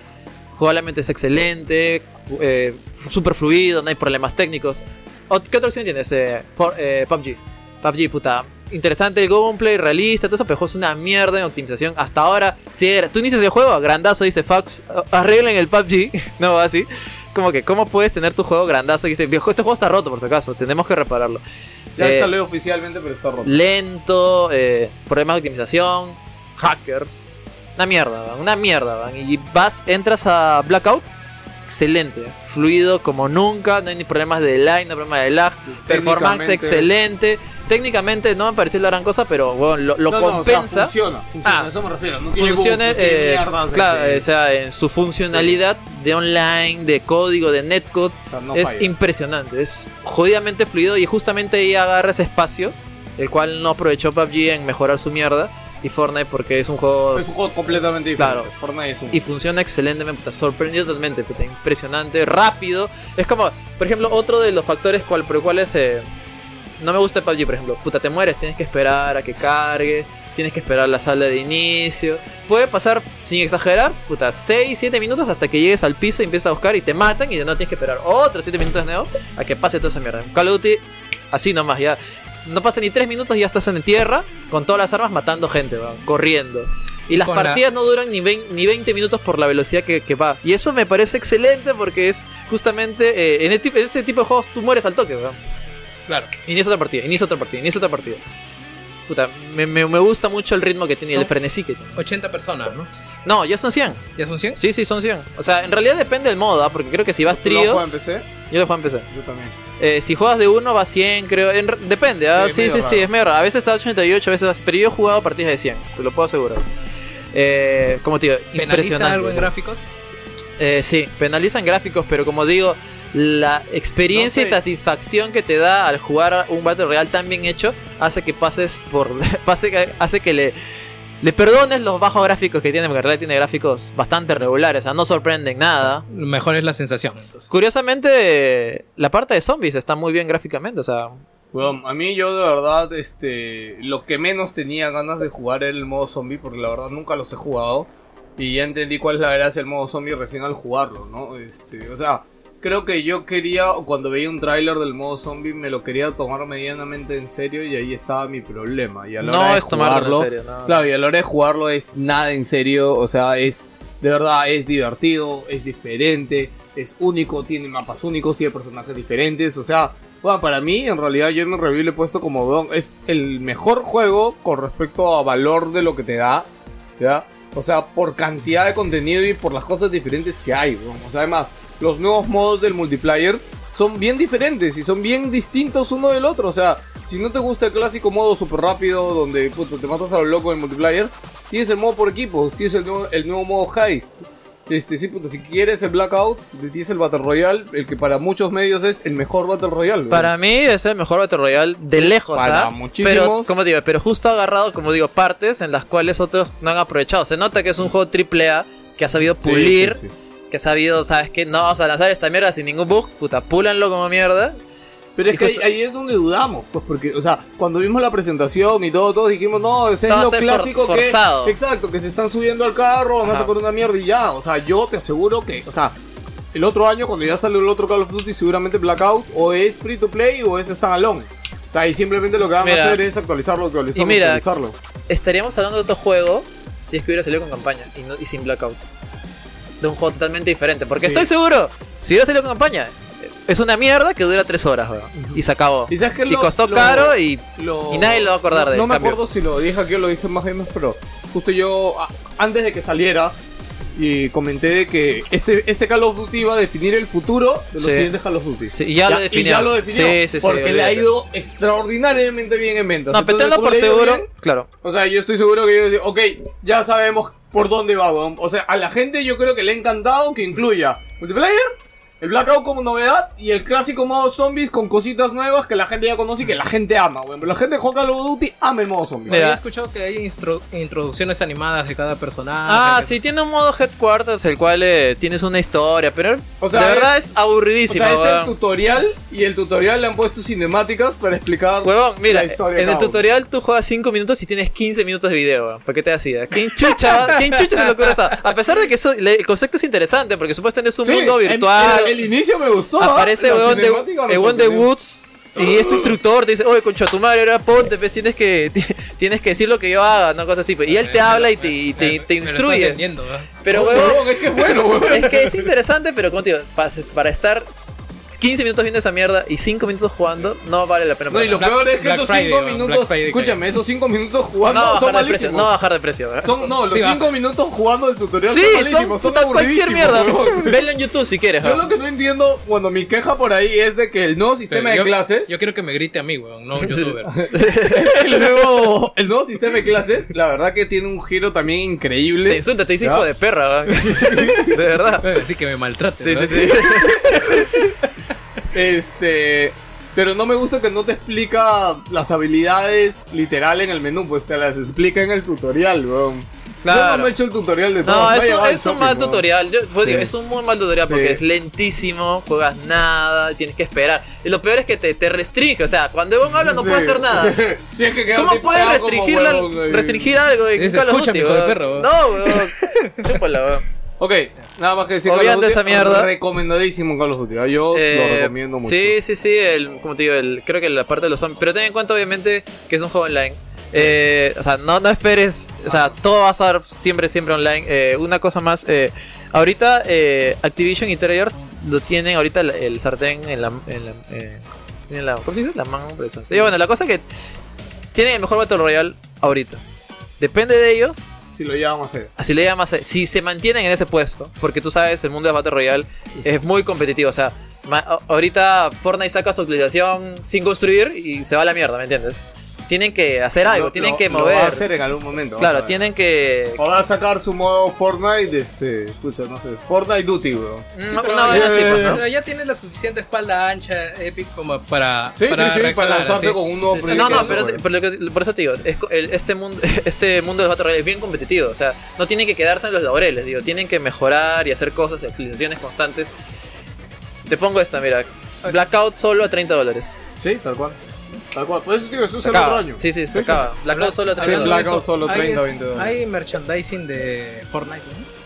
Speaker 2: jugablemente es excelente, eh, super fluido, no hay problemas técnicos. Ot- ¿Qué otra opción tienes? Eh, for- eh, PUBG. PUBG, puta. Interesante el gameplay, realista, todo eso, pero el juego es una mierda en optimización. Hasta ahora, si era. Tú inicias el juego, grandazo, dice Fox, "Oh, arreglen el PUBG. no, así. Como que, ¿cómo puedes tener tu juego grandazo? Y dice, viejo, este juego está roto, por si acaso, tenemos que repararlo.
Speaker 4: Ya
Speaker 2: Eh,
Speaker 4: salió oficialmente, pero está roto.
Speaker 2: lento, eh, problemas de optimización, hackers. Una mierda, man, una mierda. man. Y vas, entras a Blackout, excelente, fluido como nunca, no hay ni problemas de lag, no hay problemas de lag, performance
Speaker 4: técnicamente-
Speaker 2: excelente. Técnicamente no me pareció la gran cosa, pero bueno, lo, lo
Speaker 4: No, no, o sea,
Speaker 2: compensa. Ah,
Speaker 4: funciona, funciona, a eso me refiero. No tiene
Speaker 2: Funcione,
Speaker 4: bugs, no tiene
Speaker 2: eh,
Speaker 4: mierdas de
Speaker 2: claro,
Speaker 4: que-
Speaker 2: o sea, en su funcionalidad de online, de código, de netcode,
Speaker 4: no
Speaker 2: es
Speaker 4: falla.
Speaker 2: impresionante, es jodidamente fluido y justamente ahí agarra ese espacio, el cual no aprovechó PUBG en mejorar su mierda y Fortnite porque es un juego...
Speaker 4: Es un juego completamente diferente.
Speaker 2: Claro.
Speaker 4: Fortnite es un...
Speaker 2: Y funciona excelentemente, puta, sorprendido totalmente, puta, impresionante, rápido. Es como, por ejemplo, otro de los factores cual, por los cuales eh, no me gusta el PUBG, por ejemplo. Puta, te mueres, tienes que esperar a que cargue, tienes que esperar la sala de inicio. Puede pasar, sin exagerar, puta, 6, 7 minutos hasta que llegues al piso y empiezas a buscar y te matan y de nuevo tienes que esperar otros 7 minutos de nuevo a que pase toda esa mierda. En Call of Duty, así nomás, ya. No pasa ni 3 minutos y ya estás en tierra con todas las armas matando gente, weón, corriendo. Y las
Speaker 3: Con la-
Speaker 2: partidas no duran ni vein- ni 20 minutos por la velocidad que, que va. Y eso me parece excelente porque es justamente eh, en, este- en este tipo de juegos tú mueres al toque, weón.
Speaker 3: Claro.
Speaker 2: Inicia otra partida, inicia otra partida, inicia otra partida. Puta, me, me- me gusta mucho el ritmo que tiene, y el
Speaker 3: Son-
Speaker 2: frenesí que tiene.
Speaker 3: 80 personas, ¿no?
Speaker 2: No, ya son 100.
Speaker 3: ¿Ya son 100?
Speaker 2: Sí, sí, son 100. O sea, en realidad depende del modo, ¿ah? porque creo que si vas
Speaker 4: ¿Tú lo has jugado
Speaker 2: tríos.
Speaker 4: en PC?
Speaker 2: Yo lo juego en PC.
Speaker 4: Yo también.
Speaker 2: Eh, si juegas de uno, va a 100, creo. En re- depende, ¿ah?
Speaker 4: Sí,
Speaker 2: sí,
Speaker 4: medio
Speaker 2: sí, sí,
Speaker 4: raro.
Speaker 2: es medio raro. A veces está 88, a veces. vas- Pero yo he jugado partidas de 100, te lo puedo asegurar. Eh, como te digo,
Speaker 3: ¿Penaliza
Speaker 2: impresionante.
Speaker 3: algo en gráficos?
Speaker 2: Eh, sí, penalizan gráficos, pero como digo, la experiencia y satisfacción que te da al jugar un Battle Royale tan bien hecho hace que pases por. pase que- hace que le. Le perdones los bajos gráficos que tiene, porque en realidad tiene gráficos bastante regulares, o sea, no sorprenden nada.
Speaker 3: Lo mejor es la sensación. entonces.
Speaker 2: Curiosamente, la parte de zombies está muy bien gráficamente, o sea,
Speaker 4: Weón, a mí yo de verdad, este, lo que menos tenía ganas de jugar era el modo zombie, porque la verdad nunca los he jugado. Y ya entendí cuál es la gracia del modo zombie recién al jugarlo, ¿no? Este, o sea, creo que yo quería, o cuando veía un tráiler del modo zombie, me lo quería tomar medianamente en serio y ahí estaba mi problema. Y a la
Speaker 2: No
Speaker 4: hora de
Speaker 2: es tomarlo en
Speaker 4: jugarlo-
Speaker 2: serio, no.
Speaker 4: Claro, y a la hora de jugarlo es nada en serio, o sea, es, de verdad, es divertido, es diferente, es único, tiene mapas únicos, tiene personajes diferentes, o sea, bueno, para mí, en realidad, yo en mi review le he puesto como, weón, es el mejor juego con respecto a valor de lo que te da, ¿ya? O sea, por cantidad de contenido y por las cosas diferentes que hay, weón. O sea, además, los nuevos modos del multiplayer son bien diferentes y son bien distintos uno del otro. O sea, si no te gusta el clásico modo súper rápido donde puto, te matas a lo loco en el multiplayer, tienes el modo por equipos, tienes el nuevo, el nuevo modo heist. Este, sí, puto, si quieres el Blackout, tienes el Battle Royale, el que para muchos medios es el mejor Battle Royale. weón.
Speaker 2: Para mí es el mejor Battle Royale de lejos,
Speaker 4: para
Speaker 2: ¿ah?
Speaker 4: muchísimos.
Speaker 2: Pero, como digo, pero justo ha agarrado, como digo, partes en las cuales otros no han aprovechado. Se nota que es un juego triple A que ha sabido
Speaker 4: Sí,
Speaker 2: pulir,
Speaker 4: sí, sí.
Speaker 2: que ha sabido, ¿sabes qué? No vamos a lanzar esta mierda sin ningún bug, puta, púlanlo como mierda.
Speaker 4: Pero es
Speaker 2: Y
Speaker 4: que ahí,
Speaker 2: justo-
Speaker 4: ahí es donde dudamos, pues porque, o sea, cuando vimos la presentación y todo, todos dijimos, no, ese
Speaker 2: Todo
Speaker 4: es
Speaker 2: va
Speaker 4: lo
Speaker 2: a ser
Speaker 4: clásico
Speaker 2: for-
Speaker 4: que.
Speaker 2: forzado.
Speaker 4: Exacto, que se están subiendo al carro, van a
Speaker 2: Ajá.
Speaker 4: sacar una mierda y ya. O sea, yo te aseguro que, o sea, el otro año, cuando ya salió el otro Call of Duty, seguramente Blackout o es free to play o es standalone. O sea, y simplemente lo que van
Speaker 2: Mira.
Speaker 4: a hacer es actualizarlo, actualizarlo,
Speaker 2: Y mira,
Speaker 4: actualizarlo.
Speaker 2: Estaríamos hablando de otro juego si es que hubiera salido con campaña y, no- y sin blackout. De un juego totalmente diferente. Porque
Speaker 4: Sí.
Speaker 2: estoy seguro, si hubiera salido con campaña, es una mierda que dura tres horas, weón. Y se acabó.
Speaker 4: ¿Y sabes qué?
Speaker 2: Y
Speaker 4: Lo-
Speaker 2: costó
Speaker 4: lo-
Speaker 2: caro y,
Speaker 4: lo-
Speaker 2: y nadie lo va a acordar
Speaker 4: no,
Speaker 2: de
Speaker 4: No me
Speaker 2: cambio.
Speaker 4: acuerdo si lo dije aquí o lo dije en más games, pero justo yo, a- antes de que saliera, y comenté de que este, este Call of Duty iba a definir el futuro de los
Speaker 2: Sí.
Speaker 4: siguientes Call of Duty.
Speaker 2: Sí, y ya lo definió.
Speaker 4: Y ya lo definió.
Speaker 2: Sí, sí, sí,
Speaker 4: porque le ha
Speaker 2: olvídate.
Speaker 4: ido extraordinariamente bien en ventas.
Speaker 2: No,
Speaker 4: Entonces,
Speaker 2: pero tenlo
Speaker 4: como
Speaker 2: por
Speaker 4: le ha ido
Speaker 2: seguro.
Speaker 4: bien,
Speaker 2: claro.
Speaker 4: o sea, yo estoy seguro que ellos dicen, ok, ya sabemos
Speaker 6: por
Speaker 4: dónde va, weón. O sea, a la gente yo creo que le ha encantado que incluya multiplayer, el Blackout como novedad y el clásico modo zombies con cositas nuevas que la gente ya conoce y que la gente ama, weón. Pero la gente que juega Call of Duty ama el modo zombie.
Speaker 3: Había escuchado que hay instru- introducciones animadas de cada personaje.
Speaker 2: Ah, sí, tiene un modo headquarters, el cual eh, tienes una historia, pero
Speaker 4: O sea,
Speaker 2: de verdad
Speaker 4: es-
Speaker 2: es, aburridísimo.
Speaker 4: o sea, es el
Speaker 2: weón.
Speaker 4: tutorial y el tutorial le han puesto cinemáticas para explicar
Speaker 2: Huevón, mira,
Speaker 4: la historia.
Speaker 2: en el tutorial tú juegas 5 minutos y tienes 15 minutos de video, weón. ¿Para qué te hacías? ¿Quién chucha, ¿quién chucha se le ocurre esa? A pesar de que eso- le- el concepto es interesante, porque supuestamente es un
Speaker 4: Sí,
Speaker 2: mundo
Speaker 4: en-
Speaker 2: virtual.
Speaker 4: en el inicio me gustó, ¿ah?
Speaker 2: Aparece
Speaker 4: La
Speaker 2: weón de,
Speaker 4: cinemática me
Speaker 2: el weón de
Speaker 4: sorprendió.
Speaker 2: Woods y este instructor te dice, oye, concha tu madre, ahora ponte, pues, tienes que, ti- tienes que decir lo que yo haga, no cosas así. pues. Y él te habla y te, y te- te instruye. Pero,
Speaker 4: Oh,
Speaker 2: huevón,
Speaker 4: huevón, es que es bueno, huevón.
Speaker 2: es que es interesante, pero contigo, para, para estar 15 minutos viendo esa mierda y 5 minutos jugando, no vale la pena.
Speaker 4: No,
Speaker 2: para
Speaker 4: y lo
Speaker 2: nada.
Speaker 4: peor es que esos 5 minutos, escúchame, esos 5 minutos jugando
Speaker 2: No va a
Speaker 4: son
Speaker 2: bajar de precio,
Speaker 4: malísimos.
Speaker 2: no va a bajar de precio. ¿verdad?
Speaker 4: Son- no, los
Speaker 2: Sí,
Speaker 4: 5
Speaker 2: va.
Speaker 4: minutos jugando el tutorial
Speaker 2: Sí,
Speaker 4: son
Speaker 2: son
Speaker 4: malísimos, son,
Speaker 2: puta cualquier
Speaker 4: aburridísimos,
Speaker 2: mierda.
Speaker 4: huevón.
Speaker 2: Velo en YouTube si quieres.
Speaker 4: Yo lo que no entiendo, bueno, mi queja por ahí es de que el nuevo sistema de
Speaker 3: yo-
Speaker 4: clases,
Speaker 3: Yo quiero que me grite a mí, weón, no a un
Speaker 4: Sí, sí.
Speaker 3: youtuber.
Speaker 4: el nuevo, el nuevo sistema de clases, la verdad que tiene un giro también increíble.
Speaker 2: Te insulta, te dice
Speaker 4: ¿Ya?
Speaker 2: hijo de perra, ¿verdad? de verdad.
Speaker 3: Así que me maltrate.
Speaker 2: Sí,
Speaker 4: ¿no?
Speaker 2: sí, sí.
Speaker 4: Este. Pero no me gusta que no te explica las habilidades literal en el menú, pues te las explica en el tutorial, weón. Yo no
Speaker 2: Claro.
Speaker 4: me he hecho el tutorial de todo.
Speaker 2: No,
Speaker 4: me ha
Speaker 2: es un,
Speaker 4: llevado el
Speaker 2: es un
Speaker 4: shopping,
Speaker 2: mal
Speaker 4: weón.
Speaker 2: tutorial. Yo, pues,
Speaker 4: Sí.
Speaker 2: digo, es un muy mal tutorial porque
Speaker 4: Sí.
Speaker 2: es lentísimo, juegas nada, tienes que esperar. Y lo peor es que te, te restringe. O sea, cuando Egon habla no
Speaker 4: Sí.
Speaker 2: puede hacer nada.
Speaker 4: Tienes que quedarte
Speaker 2: ¿Cómo puedes
Speaker 4: parado como
Speaker 2: restringir, la-
Speaker 4: huevón ahí.
Speaker 2: restringir algo? en
Speaker 4: Dice,
Speaker 2: Call of
Speaker 4: "Escucha,
Speaker 2: Duty,
Speaker 4: mi hijo de
Speaker 2: weón"?
Speaker 4: perro, weón.
Speaker 2: No, weón. Chúpala, weón.
Speaker 4: Ok, nada más que decir Call of
Speaker 2: Obviando
Speaker 4: Duty,
Speaker 2: esa mierda.
Speaker 4: Recomendadísimo Call of Duty. ah, Yo
Speaker 2: Eh,
Speaker 4: lo recomiendo mucho.
Speaker 2: Sí, sí, sí, el, como te digo, el, creo que la parte de los zombies. Pero ten en cuenta, obviamente, que es un juego online. Eh, o sea, no, no esperes. O sea, todo va a estar siempre, siempre online. Eh, una cosa más. eh, ahorita, eh, Activision y Treyarch lo tienen ahorita el, el sartén en la. En la, eh, en la- ¿Cómo se dice? La mano del sartén. Y bueno, la cosa es que tienen el mejor Battle Royale ahorita. Depende de ellos
Speaker 4: Si lo llevamos a hacer.
Speaker 2: así le llamas, eh, si se mantienen en ese puesto, porque tú sabes, el mundo de Battle Royale es muy competitivo, o sea, ma- a- ahorita Fortnite saca su actualización sin construir y se va a la mierda, ¿me entiendes? Tienen que hacer algo,
Speaker 4: Lo-
Speaker 2: tienen
Speaker 4: lo-
Speaker 2: que
Speaker 4: Lo va a
Speaker 2: mover.
Speaker 4: hacer en algún momento.
Speaker 2: Claro,
Speaker 4: vamos a ver.
Speaker 2: tienen que...
Speaker 4: O va a sacar su modo Fortnite, de este. Escucha, no sé. Fortnite Duty, weón.
Speaker 2: Una- una vaina así, pues, ¿no?
Speaker 3: Pero ya tiene la suficiente espalda ancha, Epic, como para.
Speaker 4: Sí,
Speaker 3: para
Speaker 4: sí, sí,
Speaker 3: reaccionar,
Speaker 4: para lanzarse
Speaker 3: así.
Speaker 4: con un nuevo
Speaker 3: Sí, sí.
Speaker 2: No,
Speaker 4: proyecto.
Speaker 2: no,
Speaker 4: ¿no?
Speaker 2: pero,
Speaker 4: Bueno.
Speaker 2: pero lo que- por eso te digo, es co- el- este, mundo, este mundo de Battle Royale es bien competitivo, o sea, no tienen que quedarse en los laureles, digo, tienen que mejorar y hacer cosas, y actualizaciones constantes. Te pongo esta, mira, Blackout solo a 30 dólares.
Speaker 4: Sí, tal cual. Tal cual. Pues tío, eso es
Speaker 2: Se
Speaker 4: el otro
Speaker 2: acaba.
Speaker 4: año.
Speaker 2: Sí, sí, se acaba. Blackout solo 30
Speaker 4: Sí,
Speaker 2: dólares.
Speaker 4: Blackout solo
Speaker 3: Hay
Speaker 4: 30
Speaker 3: es-
Speaker 4: 20 dólares.
Speaker 3: Hay merchandising de Fortnite, ¿no?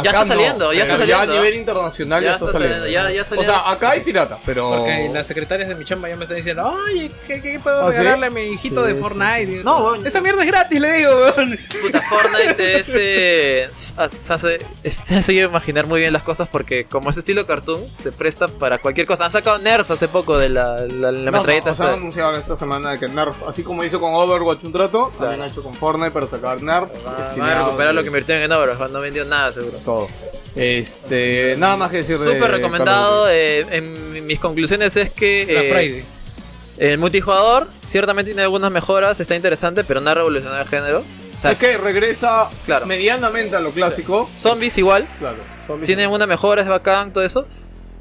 Speaker 2: Ya
Speaker 4: Acá
Speaker 2: está saliendo, ya está
Speaker 4: pero
Speaker 2: saliendo,
Speaker 4: Ya a
Speaker 2: ¿eh?
Speaker 4: nivel internacional ya,
Speaker 2: Ya
Speaker 4: está,
Speaker 2: está
Speaker 4: saliendo.
Speaker 2: saliendo, ya- ya salieron.
Speaker 4: O sea, acá hay pirata, pero.
Speaker 3: Porque las secretarias de mi chamba ya me están diciendo, oye, ¿qué, qué puedo
Speaker 4: ¿Ah, sí?
Speaker 3: regalarle a mi hijito
Speaker 4: Sí,
Speaker 3: de
Speaker 4: sí,
Speaker 3: Fortnite? No, weón, esa mierda es gratis, le digo, weón.
Speaker 4: Eh,
Speaker 2: Puta, Fortnite es. eh, se hace, se hace imaginar muy bien las cosas porque, como es estilo cartoon, se presta para cualquier cosa. Han sacado Nerf hace poco de la, la, la
Speaker 4: No,
Speaker 2: metralleta.
Speaker 4: o sea,
Speaker 2: esa.
Speaker 4: anunciaron esta semana de que Nerf, así como hizo con Overwatch un trato, también ha hecho con Fortnite para sacar Nerf.
Speaker 2: Ah, Van a
Speaker 4: esquineados,
Speaker 2: recuperar lo
Speaker 4: y-
Speaker 2: que invirtieron en obras, no vendió nada seguro.
Speaker 4: Todo. Este, nada más que decir de-
Speaker 2: Súper recomendado. eh, en mi- mis conclusiones es que.
Speaker 3: Black
Speaker 2: eh,
Speaker 3: Friday.
Speaker 2: El multijugador ciertamente tiene algunas mejoras, está interesante, pero no ha revolucionado el género. O sea,
Speaker 4: es que regresa
Speaker 2: Claro.
Speaker 4: medianamente a lo clásico.
Speaker 2: zombies igual,
Speaker 4: Claro, zombies.
Speaker 2: tienen una mejora, es bacán, todo eso.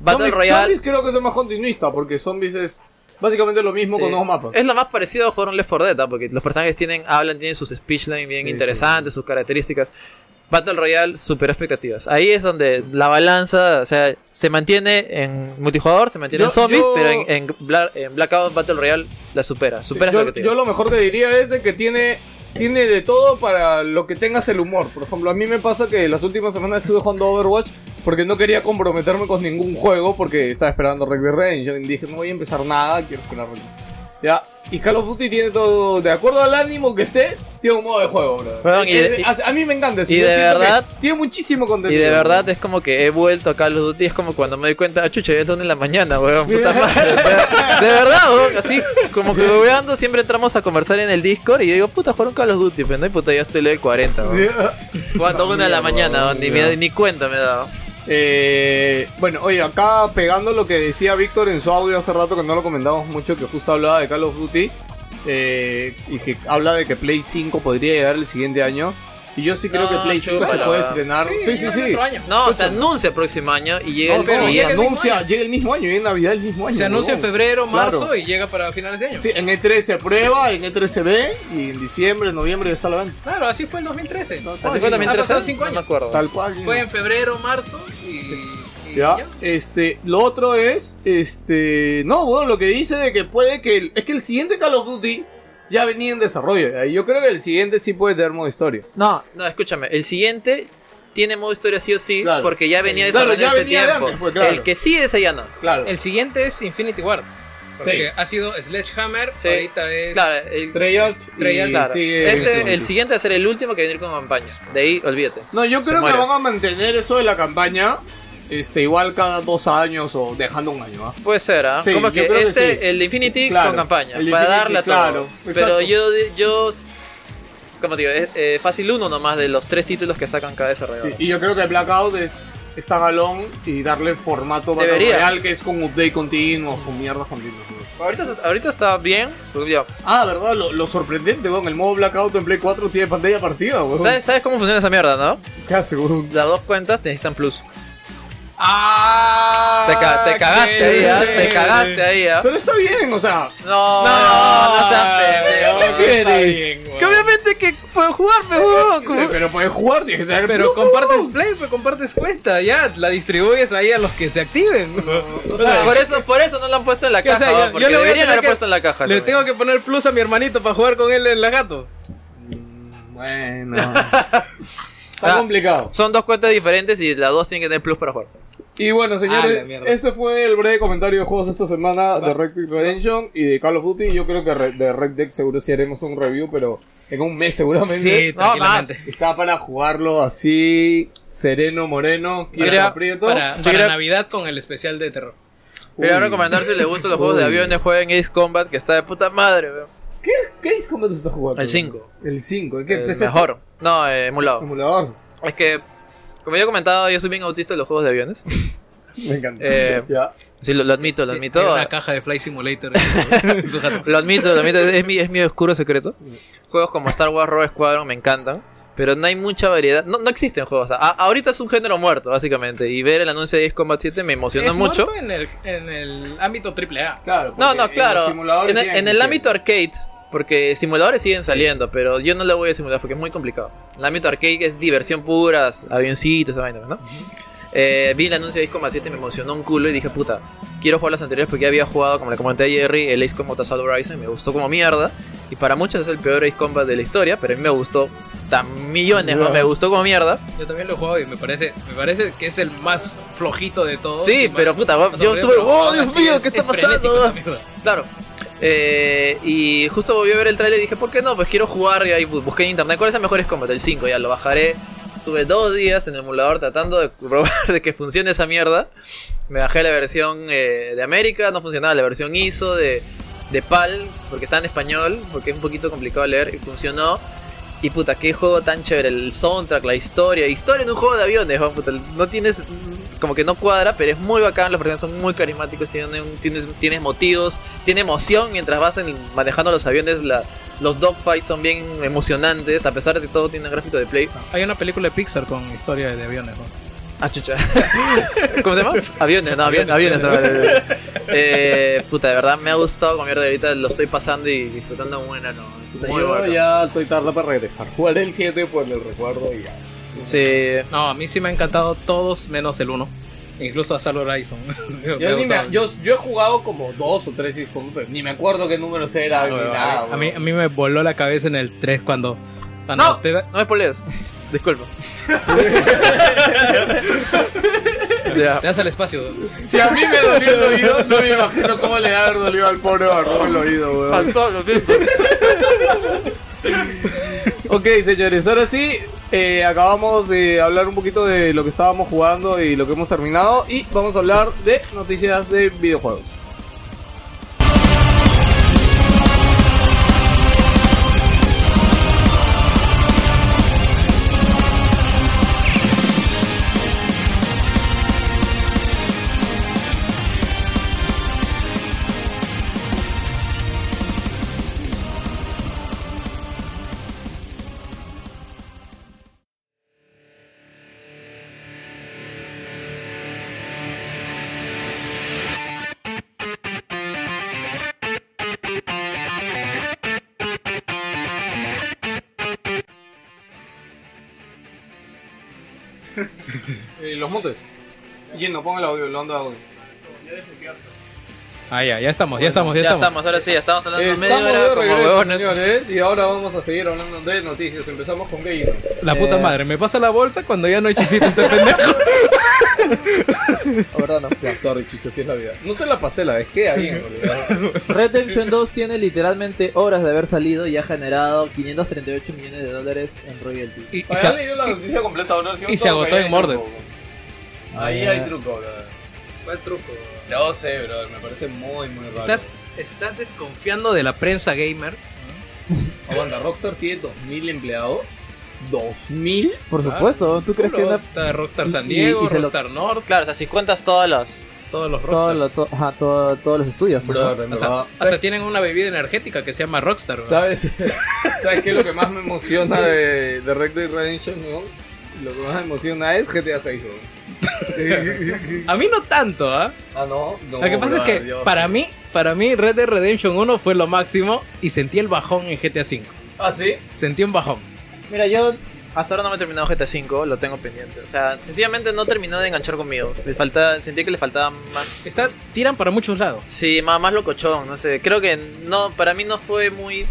Speaker 2: Battle
Speaker 4: Zombies-
Speaker 2: Royale.
Speaker 4: Zombies creo que es el más continuista porque Zombies es básicamente lo mismo
Speaker 2: Sí.
Speaker 4: con nuevos mapas.
Speaker 2: Es lo más parecido a jugar un Left 4 Dead, ¿ah? porque los personajes tienen, hablan, tienen sus speech line bien
Speaker 4: Sí,
Speaker 2: interesantes, sus características. Battle Royale superó expectativas. Ahí es donde la balanza, o sea, se mantiene en multijugador, se mantiene
Speaker 4: Yo-
Speaker 2: en zombies,
Speaker 4: yo-
Speaker 2: pero en, en Bla- en Blackout Battle Royale la supera,
Speaker 4: Sí,
Speaker 2: supera
Speaker 4: yo,
Speaker 2: expectativas.
Speaker 4: yo lo mejor te diría es de que tiene, tiene de todo para lo que tengas el humor. Por ejemplo, a mí me pasa que las últimas semanas estuve jugando Overwatch porque no quería comprometerme con ningún juego porque estaba esperando Red Dead Redemption. Y dije, no voy a empezar nada, quiero esperar Red Dead". Ya, y Call of Duty tiene todo, de acuerdo al ánimo que estés, tiene un modo de juego, bro.
Speaker 2: Perdón, y de-
Speaker 4: Es- es- a, a mí me encanta eso.
Speaker 2: y
Speaker 4: Yo
Speaker 2: de
Speaker 4: siento que
Speaker 2: verdad-
Speaker 4: Tiene muchísimo
Speaker 2: y
Speaker 4: contenido.
Speaker 2: de verdad
Speaker 4: bro.
Speaker 2: es como que he vuelto a Call of Duty, es como cuando me doy cuenta, ah, chucha, ya es la una de la mañana, weón, puta madre. O sea, de verdad, weón, así como que weando, siempre entramos a conversar en el Discord y yo digo, puta, jugar un Call of Duty, pero no, y puta, ya estoy level 40, weón. Cuando una de la mañana, ni, me- ni cuenta me he dado.
Speaker 4: Eh, bueno, oye, acá pegando lo que decía Víctor en su audio hace rato, que no lo comentamos mucho, que justo hablaba de Call of Duty, eh, y que habla de que Play 5 podría llegar el siguiente año. Y yo sí creo que Play 5 se puede estrenar. Sí, sí, sí.
Speaker 2: No, se anuncia el próximo año y llega
Speaker 4: No,
Speaker 2: el
Speaker 4: pero
Speaker 2: siguiente.
Speaker 4: anuncia, llega el mismo año, llega en Navidad el mismo año.
Speaker 2: Se anuncia en febrero, marzo
Speaker 4: y llega para finales de año. Sí, en E3 se aprueba, en E3 se ve y en diciembre, noviembre ya está la venta.
Speaker 9: Claro, así fue el 2013.
Speaker 4: cual, sí,
Speaker 9: Ha
Speaker 4: no.
Speaker 9: pasado 5
Speaker 4: No me
Speaker 9: años.
Speaker 4: acuerdo. Tal cual, sí,
Speaker 9: Fue
Speaker 4: no.
Speaker 9: en febrero, marzo y.
Speaker 4: Ya, este, lo otro es, este, no, bueno, lo que dice de que puede que, el- es que el siguiente Call of Duty ya venía en desarrollo, y yo creo que el siguiente sí puede tener modo historia.
Speaker 3: No.
Speaker 2: No, escúchame, el siguiente tiene modo historia sí o sí, porque ya venía de
Speaker 4: Claro, ya
Speaker 2: ese
Speaker 4: venía de
Speaker 2: tiempo.
Speaker 4: antes, pues, claro.
Speaker 2: El que sí es ese ya no.
Speaker 4: Claro.
Speaker 9: El siguiente es Infinity Ward. Porque ha sido Sledgehammer, ahorita es.
Speaker 2: Claro, el
Speaker 4: Treyarch.
Speaker 2: Treyarch,
Speaker 9: y
Speaker 2: claro.
Speaker 9: sigue-
Speaker 2: Este, el siguiente va a ser el último que va a venir con campaña. De ahí, olvídate.
Speaker 4: No, yo
Speaker 2: Se
Speaker 4: creo que
Speaker 2: muere.
Speaker 4: van a mantener eso de la campaña, este, igual cada dos años o dejando un año, ¿ah?
Speaker 2: Puede ser, ¿ah?
Speaker 4: Sí,
Speaker 2: Como
Speaker 4: yo
Speaker 2: que
Speaker 4: creo que
Speaker 2: este,
Speaker 4: sí.
Speaker 2: el de Infinity
Speaker 4: Claro,
Speaker 2: con campaña,
Speaker 4: el
Speaker 2: para
Speaker 4: Infinity,
Speaker 2: darle a
Speaker 4: claro,
Speaker 2: todos.
Speaker 4: exacto.
Speaker 2: Pero yo, yo, como te digo, es eh, fácil uno nomás de los tres títulos que sacan cada desarrollador.
Speaker 4: Sí, y yo creo que Blackout es standalone y darle formato Battle
Speaker 2: Debería.
Speaker 4: Royale, que es con update continuo, con mierdas continuas.
Speaker 2: Ahorita, ahorita está bien, porque ya-
Speaker 4: Ah, verdad, lo, lo sorprendente, weón, el modo Blackout en Play 4 tiene pantalla partida, weón.
Speaker 2: ¿Sabes, sabes cómo funciona esa mierda, no?
Speaker 4: Casi,
Speaker 2: Las dos cuentas te necesitan plus.
Speaker 4: ¡Ah!
Speaker 2: Te, ca- te cagaste ahí, ¿ah? Te cagaste ahí, ¿ah?
Speaker 4: Pero está bien, o sea.
Speaker 2: No, no, no seas pendejo.
Speaker 4: ¿Qué quieres?
Speaker 2: Que obviamente que puedo jugar,
Speaker 4: pero. eh, Pero puedes jugar, tienes que tener.
Speaker 9: Pero compartes play, pues compartes cuenta, ya la distribuyes ahí a los que se activen.
Speaker 2: O sea, por eso, por eso no la han puesto en la
Speaker 9: Que, o
Speaker 2: caja,
Speaker 9: sea,
Speaker 2: ¿no?
Speaker 9: yo- yo
Speaker 2: porque
Speaker 9: le voy a
Speaker 2: deberían
Speaker 9: tener
Speaker 2: haber
Speaker 9: que-
Speaker 2: puesto en la caja.
Speaker 9: Le
Speaker 2: esa
Speaker 9: tengo que poner plus a mi hermanito para jugar con él en la gato.
Speaker 4: Bueno.
Speaker 2: Está
Speaker 4: complicado.
Speaker 2: Son dos cuentas diferentes y las dos tienen que tener plus para jugar.
Speaker 4: Y bueno, señores,
Speaker 2: Ah, la mierda.
Speaker 4: ese fue el breve comentario de juegos esta semana de Red Dead Redemption y de Call of Duty. Yo creo que re- de Red Dead seguro sí haremos un review, pero en un mes seguramente.
Speaker 9: Sí, tranquilamente.
Speaker 4: Está para jugarlo así, sereno, moreno, quiero
Speaker 9: Para,
Speaker 4: aprieto.
Speaker 9: para- para Navidad con el especial de terror.
Speaker 2: Quería recomendar si les gustan los juegos de
Speaker 4: Uy.
Speaker 2: aviones, jueguen Ace Combat, que está de puta madre, weón.
Speaker 4: ¿Qué, ¿Qué es cómo te estás jugando?
Speaker 2: El 5.
Speaker 4: El 5, ¿qué
Speaker 2: El
Speaker 4: PC está?
Speaker 2: mejor. No, eh, emulado.
Speaker 4: Emulador.
Speaker 2: Es que, como ya he comentado, yo soy bien autista de los juegos de aviones.
Speaker 4: Me encanta.
Speaker 2: Eh,
Speaker 4: ya.
Speaker 2: Sí, lo, lo admito, lo admito.
Speaker 3: Tiene una caja de Fly Simulator.
Speaker 2: Lo admito, lo admito, es mi, es mi oscuro secreto. Juegos como Star Wars Rogue Squadron me encantan, pero no hay mucha variedad. No, no existen juegos. A- ahorita es un género muerto, básicamente. Y ver el anuncio de Ace Combat 7 me emocionó
Speaker 9: Es
Speaker 2: mucho.
Speaker 9: muerto en el, en el ámbito AAA.
Speaker 4: Claro.
Speaker 2: No, no, claro. En el, en el ámbito arcade, porque simuladores siguen saliendo, pero yo no lo voy a simular porque es muy complicado. En el ámbito arcade es diversión pura, avioncitos, esa vaina, ¿no? Eh, vi el anuncio de Ace Combat 7, me emocionó un culo y dije, puta, quiero jugar las anteriores porque ya había jugado, como le comenté a Jerry, el Ace Combat Assault Horizon y me gustó como mierda. Y para muchos es el peor Ace Combat de la historia, pero a mí me gustó tan millones, ¿no? me gustó como mierda.
Speaker 9: Yo también lo he jugado y me parece, me parece que es el más flojito de todos.
Speaker 2: Sí, pero puta, va-
Speaker 9: O sea,
Speaker 2: yo
Speaker 9: por
Speaker 2: tuve,
Speaker 9: ejemplo,
Speaker 2: oh
Speaker 9: ahora
Speaker 2: Dios
Speaker 9: sí
Speaker 2: mío,
Speaker 9: es-
Speaker 2: ¿qué está
Speaker 9: es frenético
Speaker 2: pasando?
Speaker 9: esa mierda.
Speaker 2: Claro. Eh, y justo volví a ver el trailer y dije, ¿por qué no? Pues quiero jugar y ahí bu- busqué en internet. ¿Cuál es el mejor Combat? El 5, ya lo bajaré. Estuve dos días en el emulador tratando de probar de que funcione esa mierda. Me bajé la versión eh, de América, no funcionaba la versión ISO de, de PAL, porque está en español, porque es un poquito complicado leer, y funcionó. Y puta, qué juego tan chévere, el soundtrack, la historia, historia en un juego de aviones, ¿no? Puta, no tienes, como que no cuadra, pero es muy bacán, los personajes son muy carismáticos, tienen, un- tienes, tienes motivos, tiene emoción mientras vas en- manejando los aviones, la- los dogfights son bien emocionantes, a pesar de que todo tiene gráfico de play.
Speaker 3: Hay una película de Pixar con historia de aviones, ¿no?
Speaker 2: Ah, chucha. ¿Cómo se llama? Aviones, no, aviones. aviones, aviones. Eh, puta, de verdad me ha gustado como mierda ahorita, lo estoy pasando y disfrutando un enano. Puta, Muy
Speaker 4: Yo
Speaker 2: bueno.
Speaker 4: ya estoy tarde para regresar. Jugaré el 7 por el recuerdo y ya.
Speaker 2: Sí.
Speaker 3: No, a mí sí me ha encantado todos menos el uno. Incluso a Sal Horizon. Me
Speaker 4: Yo, ni me-
Speaker 3: gustaron.
Speaker 4: yo, yo he jugado como dos o tres discos, pero ni me acuerdo qué número
Speaker 5: Ah,
Speaker 4: era
Speaker 3: No,
Speaker 4: ni
Speaker 3: weón,
Speaker 4: nada.
Speaker 3: a,
Speaker 4: weón.
Speaker 3: mí, a mí me voló la cabeza en el 3 cuando. cuando
Speaker 2: No,
Speaker 3: te da-
Speaker 2: no me spoilees. Disculpa.
Speaker 3: Te das al espacio.
Speaker 4: Si a mí me dolió el oído, no me imagino cómo le ha de haber dolido al pobre barro el oído, weón. Ok, señores, ahora sí, eh, acabamos de hablar un poquito de lo que estábamos jugando y lo que hemos terminado. Y vamos a hablar de noticias de videojuegos. Eh, los montes. Yendo, ponga el audio, lo ando audio.
Speaker 3: Ah, ya, ya estamos, ya estamos, ya,
Speaker 2: Ya
Speaker 3: estamos.
Speaker 2: estamos, ahora sí, ya estamos hablando de media
Speaker 4: Estamos
Speaker 2: hora
Speaker 4: de
Speaker 2: como
Speaker 4: regreso,
Speaker 2: huevones.
Speaker 4: señores, y ahora vamos a seguir hablando de noticias. Empezamos con Gay.
Speaker 3: La puta madre, me pasa la bolsa cuando ya no hay chisito este pendejo.
Speaker 4: Ahora no. Ya, sorry, chicos, si es la vida. No te la pasé, la dejé ahí, en realidad.
Speaker 8: Redemption 2 tiene literalmente horas de haber salido y ha generado 538 millones de dólares en royalties.
Speaker 3: Y- y
Speaker 4: Habían leído la noticia completa ahora. sí,
Speaker 3: y se
Speaker 4: todo,
Speaker 3: agotó Ah,
Speaker 4: ahí hay
Speaker 3: en Morden.
Speaker 4: truco. Ahí hay truco, brother. ¿Cuál truco? No sé, brother, me parece muy, muy raro.
Speaker 3: Estás, estás desconfiando de la prensa gamer.
Speaker 4: Aguanta, Rockstar tiene 2.000 empleados. ¿2000?
Speaker 8: Por supuesto, ¿tú crees que anda-
Speaker 3: Está Rockstar San
Speaker 8: y- y-
Speaker 3: Diego,
Speaker 8: y se lo-
Speaker 3: Rockstar North,
Speaker 2: Claro, o sea, si cuentas todas las.
Speaker 3: todos los
Speaker 8: Todo
Speaker 3: Rockstars.
Speaker 8: lo- to- ajá, todo- todos los estudios. pues, ¿no?
Speaker 3: hasta, hasta tienen una bebida energética que se llama Rockstar. ¿verdad?
Speaker 4: ¿Sabes? ¿Sabes qué es lo que más me emociona de, de Red Dead Redemption? No? Lo que más me emociona es GTA 6.
Speaker 3: A mí no tanto, ¿ah?
Speaker 4: Ah, no, no.
Speaker 3: lo que pasa es que para mí, para mí Red Dead Redemption 1 fue lo máximo y sentí el bajón en GTA V.
Speaker 4: ¿Ah, sí?
Speaker 3: Sentí un bajón.
Speaker 2: Mira, yo hasta ahora no me he terminado GTA V, lo tengo pendiente. O sea, sencillamente no terminó de enganchar conmigo. Le falta, sentí que le faltaba más.
Speaker 3: Está, tiran para muchos lados.
Speaker 2: Sí, más, más locochón, no sé. Creo que no, para mí no fue muy.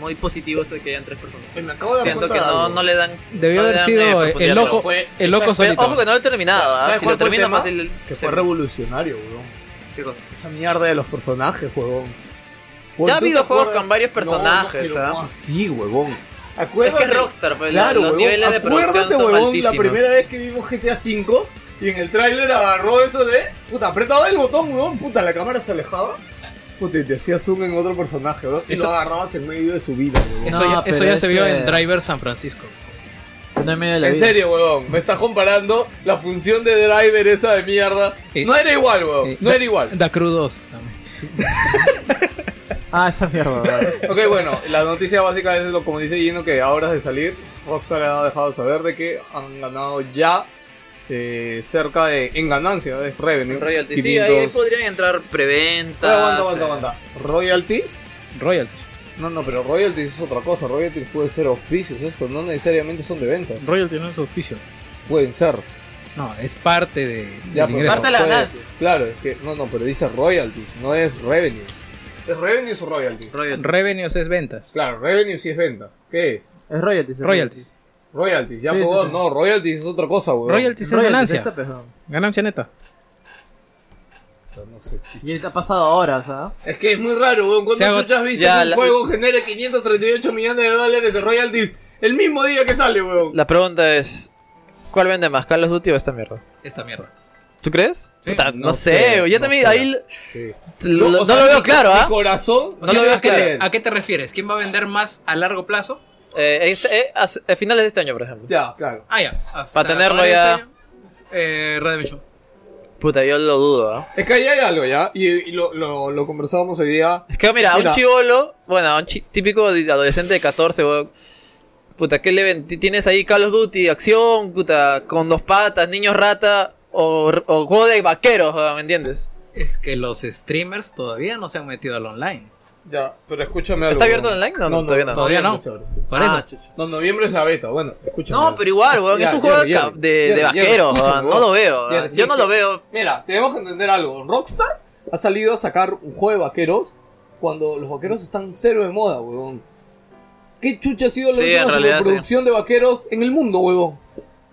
Speaker 2: Muy positivo eso de que hayan tres personas.
Speaker 4: Me acabo de dar
Speaker 2: Siento
Speaker 4: cuenta
Speaker 2: que
Speaker 4: de
Speaker 2: no,
Speaker 4: algo.
Speaker 2: no le dan.
Speaker 3: Debió
Speaker 2: no le
Speaker 3: haber
Speaker 2: dan, eh,
Speaker 3: sido
Speaker 2: profundidad,
Speaker 3: el
Speaker 2: pero
Speaker 3: loco,
Speaker 4: fue-
Speaker 3: el loco
Speaker 2: Pero
Speaker 3: solito.
Speaker 2: ojo que no lo he terminado, ¿ah?
Speaker 4: ¿Sabes
Speaker 2: si
Speaker 4: cuál
Speaker 2: lo
Speaker 4: fue el
Speaker 2: termino
Speaker 4: tema?
Speaker 2: más el...
Speaker 4: Que
Speaker 2: se-
Speaker 4: fue revolucionario, weón.
Speaker 2: ¿Qué cosa?
Speaker 4: Esa mierda de los personajes, huevón.
Speaker 2: Ya ha habido juegos con varios personajes, ¿ah?
Speaker 4: Sí, huevón.
Speaker 2: Es que
Speaker 4: Acuérdate,
Speaker 2: es Rockstar, pues,
Speaker 4: claro,
Speaker 2: los
Speaker 4: huevón,
Speaker 2: niveles de producción
Speaker 4: acuérdate,
Speaker 2: son
Speaker 4: huevón, la
Speaker 2: altísimos.
Speaker 4: primera vez que vimos GTA V y en el tráiler agarró eso de, puta, apretaba el botón, huevón, puta, la cámara se alejaba. Puta, y te hacía zoom en otro personaje, huevón, y
Speaker 3: Eso-
Speaker 4: lo agarrabas en medio de su vida, huevón.
Speaker 3: Eso
Speaker 8: No,
Speaker 3: ya, eso
Speaker 8: pero
Speaker 3: ya se vio
Speaker 8: ese-
Speaker 3: en Driver San Francisco.
Speaker 8: No hay medio de la
Speaker 4: En
Speaker 8: vida.
Speaker 4: serio, huevón, me estás comparando la función de driver esa de mierda.
Speaker 3: Eh,
Speaker 4: No era igual, huevón,
Speaker 3: eh,
Speaker 4: no era igual.
Speaker 3: Da Crew 2 también.
Speaker 8: Ah, esa mierda. ¿verdad?
Speaker 4: Ok, bueno, la noticia básica es lo como dice Gino que a horas de salir, Rockstar ha dejado saber de que han ganado ya eh, cerca de en ganancia de revenue.
Speaker 2: Royalty. Sí,
Speaker 4: 500.
Speaker 2: ahí ahí podrían entrar preventas.
Speaker 4: Ah,
Speaker 2: eh.
Speaker 4: aguanta, aguanta, aguanta. Royalties?
Speaker 3: Royalty.
Speaker 4: No, no, pero royalties es otra cosa. Royalties puede ser auspicios, esto no necesariamente son de ventas.
Speaker 3: Royalty no es auspicio.
Speaker 4: Pueden ser.
Speaker 3: No, es parte de, del
Speaker 4: Ya, pero
Speaker 3: ingreso.
Speaker 2: parte de la
Speaker 4: puede-
Speaker 2: ganancia.
Speaker 4: Claro, es que no, no, pero dice royalties, no es revenue. ¿Es revenues o royalties?
Speaker 2: Royalty.
Speaker 3: Revenues es ventas.
Speaker 4: Claro, revenue sí es venta. ¿Qué es?
Speaker 8: Es royalties. es
Speaker 3: Royalties.
Speaker 4: Royalties, ya
Speaker 8: Sí, sí,
Speaker 4: pues,
Speaker 8: sí.
Speaker 4: no, royalties es otra cosa, weón.
Speaker 3: Royalties es
Speaker 8: Royalties,
Speaker 3: ganancia.
Speaker 8: esta, pues, no.
Speaker 3: Ganancia neta.
Speaker 4: No sé,
Speaker 8: Y te ha pasado horas, ¿ah?
Speaker 4: Es que es muy raro, weón.
Speaker 3: Se
Speaker 4: ¿Cuándo
Speaker 3: hago-
Speaker 4: chuchas viste
Speaker 2: Ya,
Speaker 4: que un
Speaker 2: la-
Speaker 4: juego genera 538 millones de dólares en royalties el mismo día que sale, weón?
Speaker 2: La pregunta es: ¿Cuál vende más, Call of Duty o esta mierda?
Speaker 3: Esta mierda.
Speaker 2: ¿Tú crees? Puta, no,
Speaker 4: no
Speaker 2: sé,
Speaker 4: sé,
Speaker 2: yo
Speaker 4: no
Speaker 2: también
Speaker 4: sé.
Speaker 2: ahí
Speaker 4: Sí.
Speaker 2: lo- no lo veo claro, ¿ah?
Speaker 4: Mi corazón
Speaker 3: No lo veo
Speaker 4: que
Speaker 3: claro. ¿A qué te refieres? ¿Quién va a vender más a largo plazo?
Speaker 2: Eh, este- eh, as- a finales de este año, por ejemplo.
Speaker 4: Ya, claro.
Speaker 3: Ah, ya. A-
Speaker 2: Para
Speaker 3: a-
Speaker 2: tenerlo
Speaker 3: para
Speaker 2: ya.
Speaker 3: este año, Eh, Redemption.
Speaker 2: Puta, yo lo dudo, ¿ah?
Speaker 4: Es que ahí hay algo, ¿ya? Y, y lo, lo, lo conversábamos hoy día.
Speaker 2: Es que mira, a un
Speaker 4: Mira.
Speaker 2: chivolo, bueno, a un chi- típico de- adolescente de 14, weón. Puta, ¿qué le ven? Ti- Tienes ahí Call of Duty, acción, puta, con dos patas, niños rata o, o juego de vaqueros, weón, ¿me entiendes?
Speaker 3: Es que los streamers todavía no se han metido al online.
Speaker 4: Ya, pero escúchame algo.
Speaker 2: ¿Está abierto
Speaker 4: weón.
Speaker 2: online? No, no, todavía no.
Speaker 3: Todavía no.
Speaker 4: se abre.
Speaker 3: Por
Speaker 2: Ah,
Speaker 3: eso.
Speaker 4: No, noviembre es la beta, bueno, escúchame.
Speaker 2: No, pero igual, weón,
Speaker 4: Ya,
Speaker 2: es un
Speaker 4: ya,
Speaker 2: juego
Speaker 4: ya,
Speaker 2: de, de,
Speaker 4: ya,
Speaker 2: de
Speaker 4: ya,
Speaker 2: vaqueros,
Speaker 4: escúchame,
Speaker 2: weón, no
Speaker 4: weón.
Speaker 2: lo veo,
Speaker 4: Ya,
Speaker 2: weón.
Speaker 4: sí,
Speaker 2: yo no
Speaker 4: es que-
Speaker 2: lo veo.
Speaker 4: Mira, tenemos que entender algo. Rockstar ha salido a sacar un juego de vaqueros cuando los vaqueros están cero de moda, weón. ¿Qué chucha ha sido la
Speaker 2: Sí, en
Speaker 4: última
Speaker 2: realidad,
Speaker 4: superproducción de vaqueros en el mundo, weón?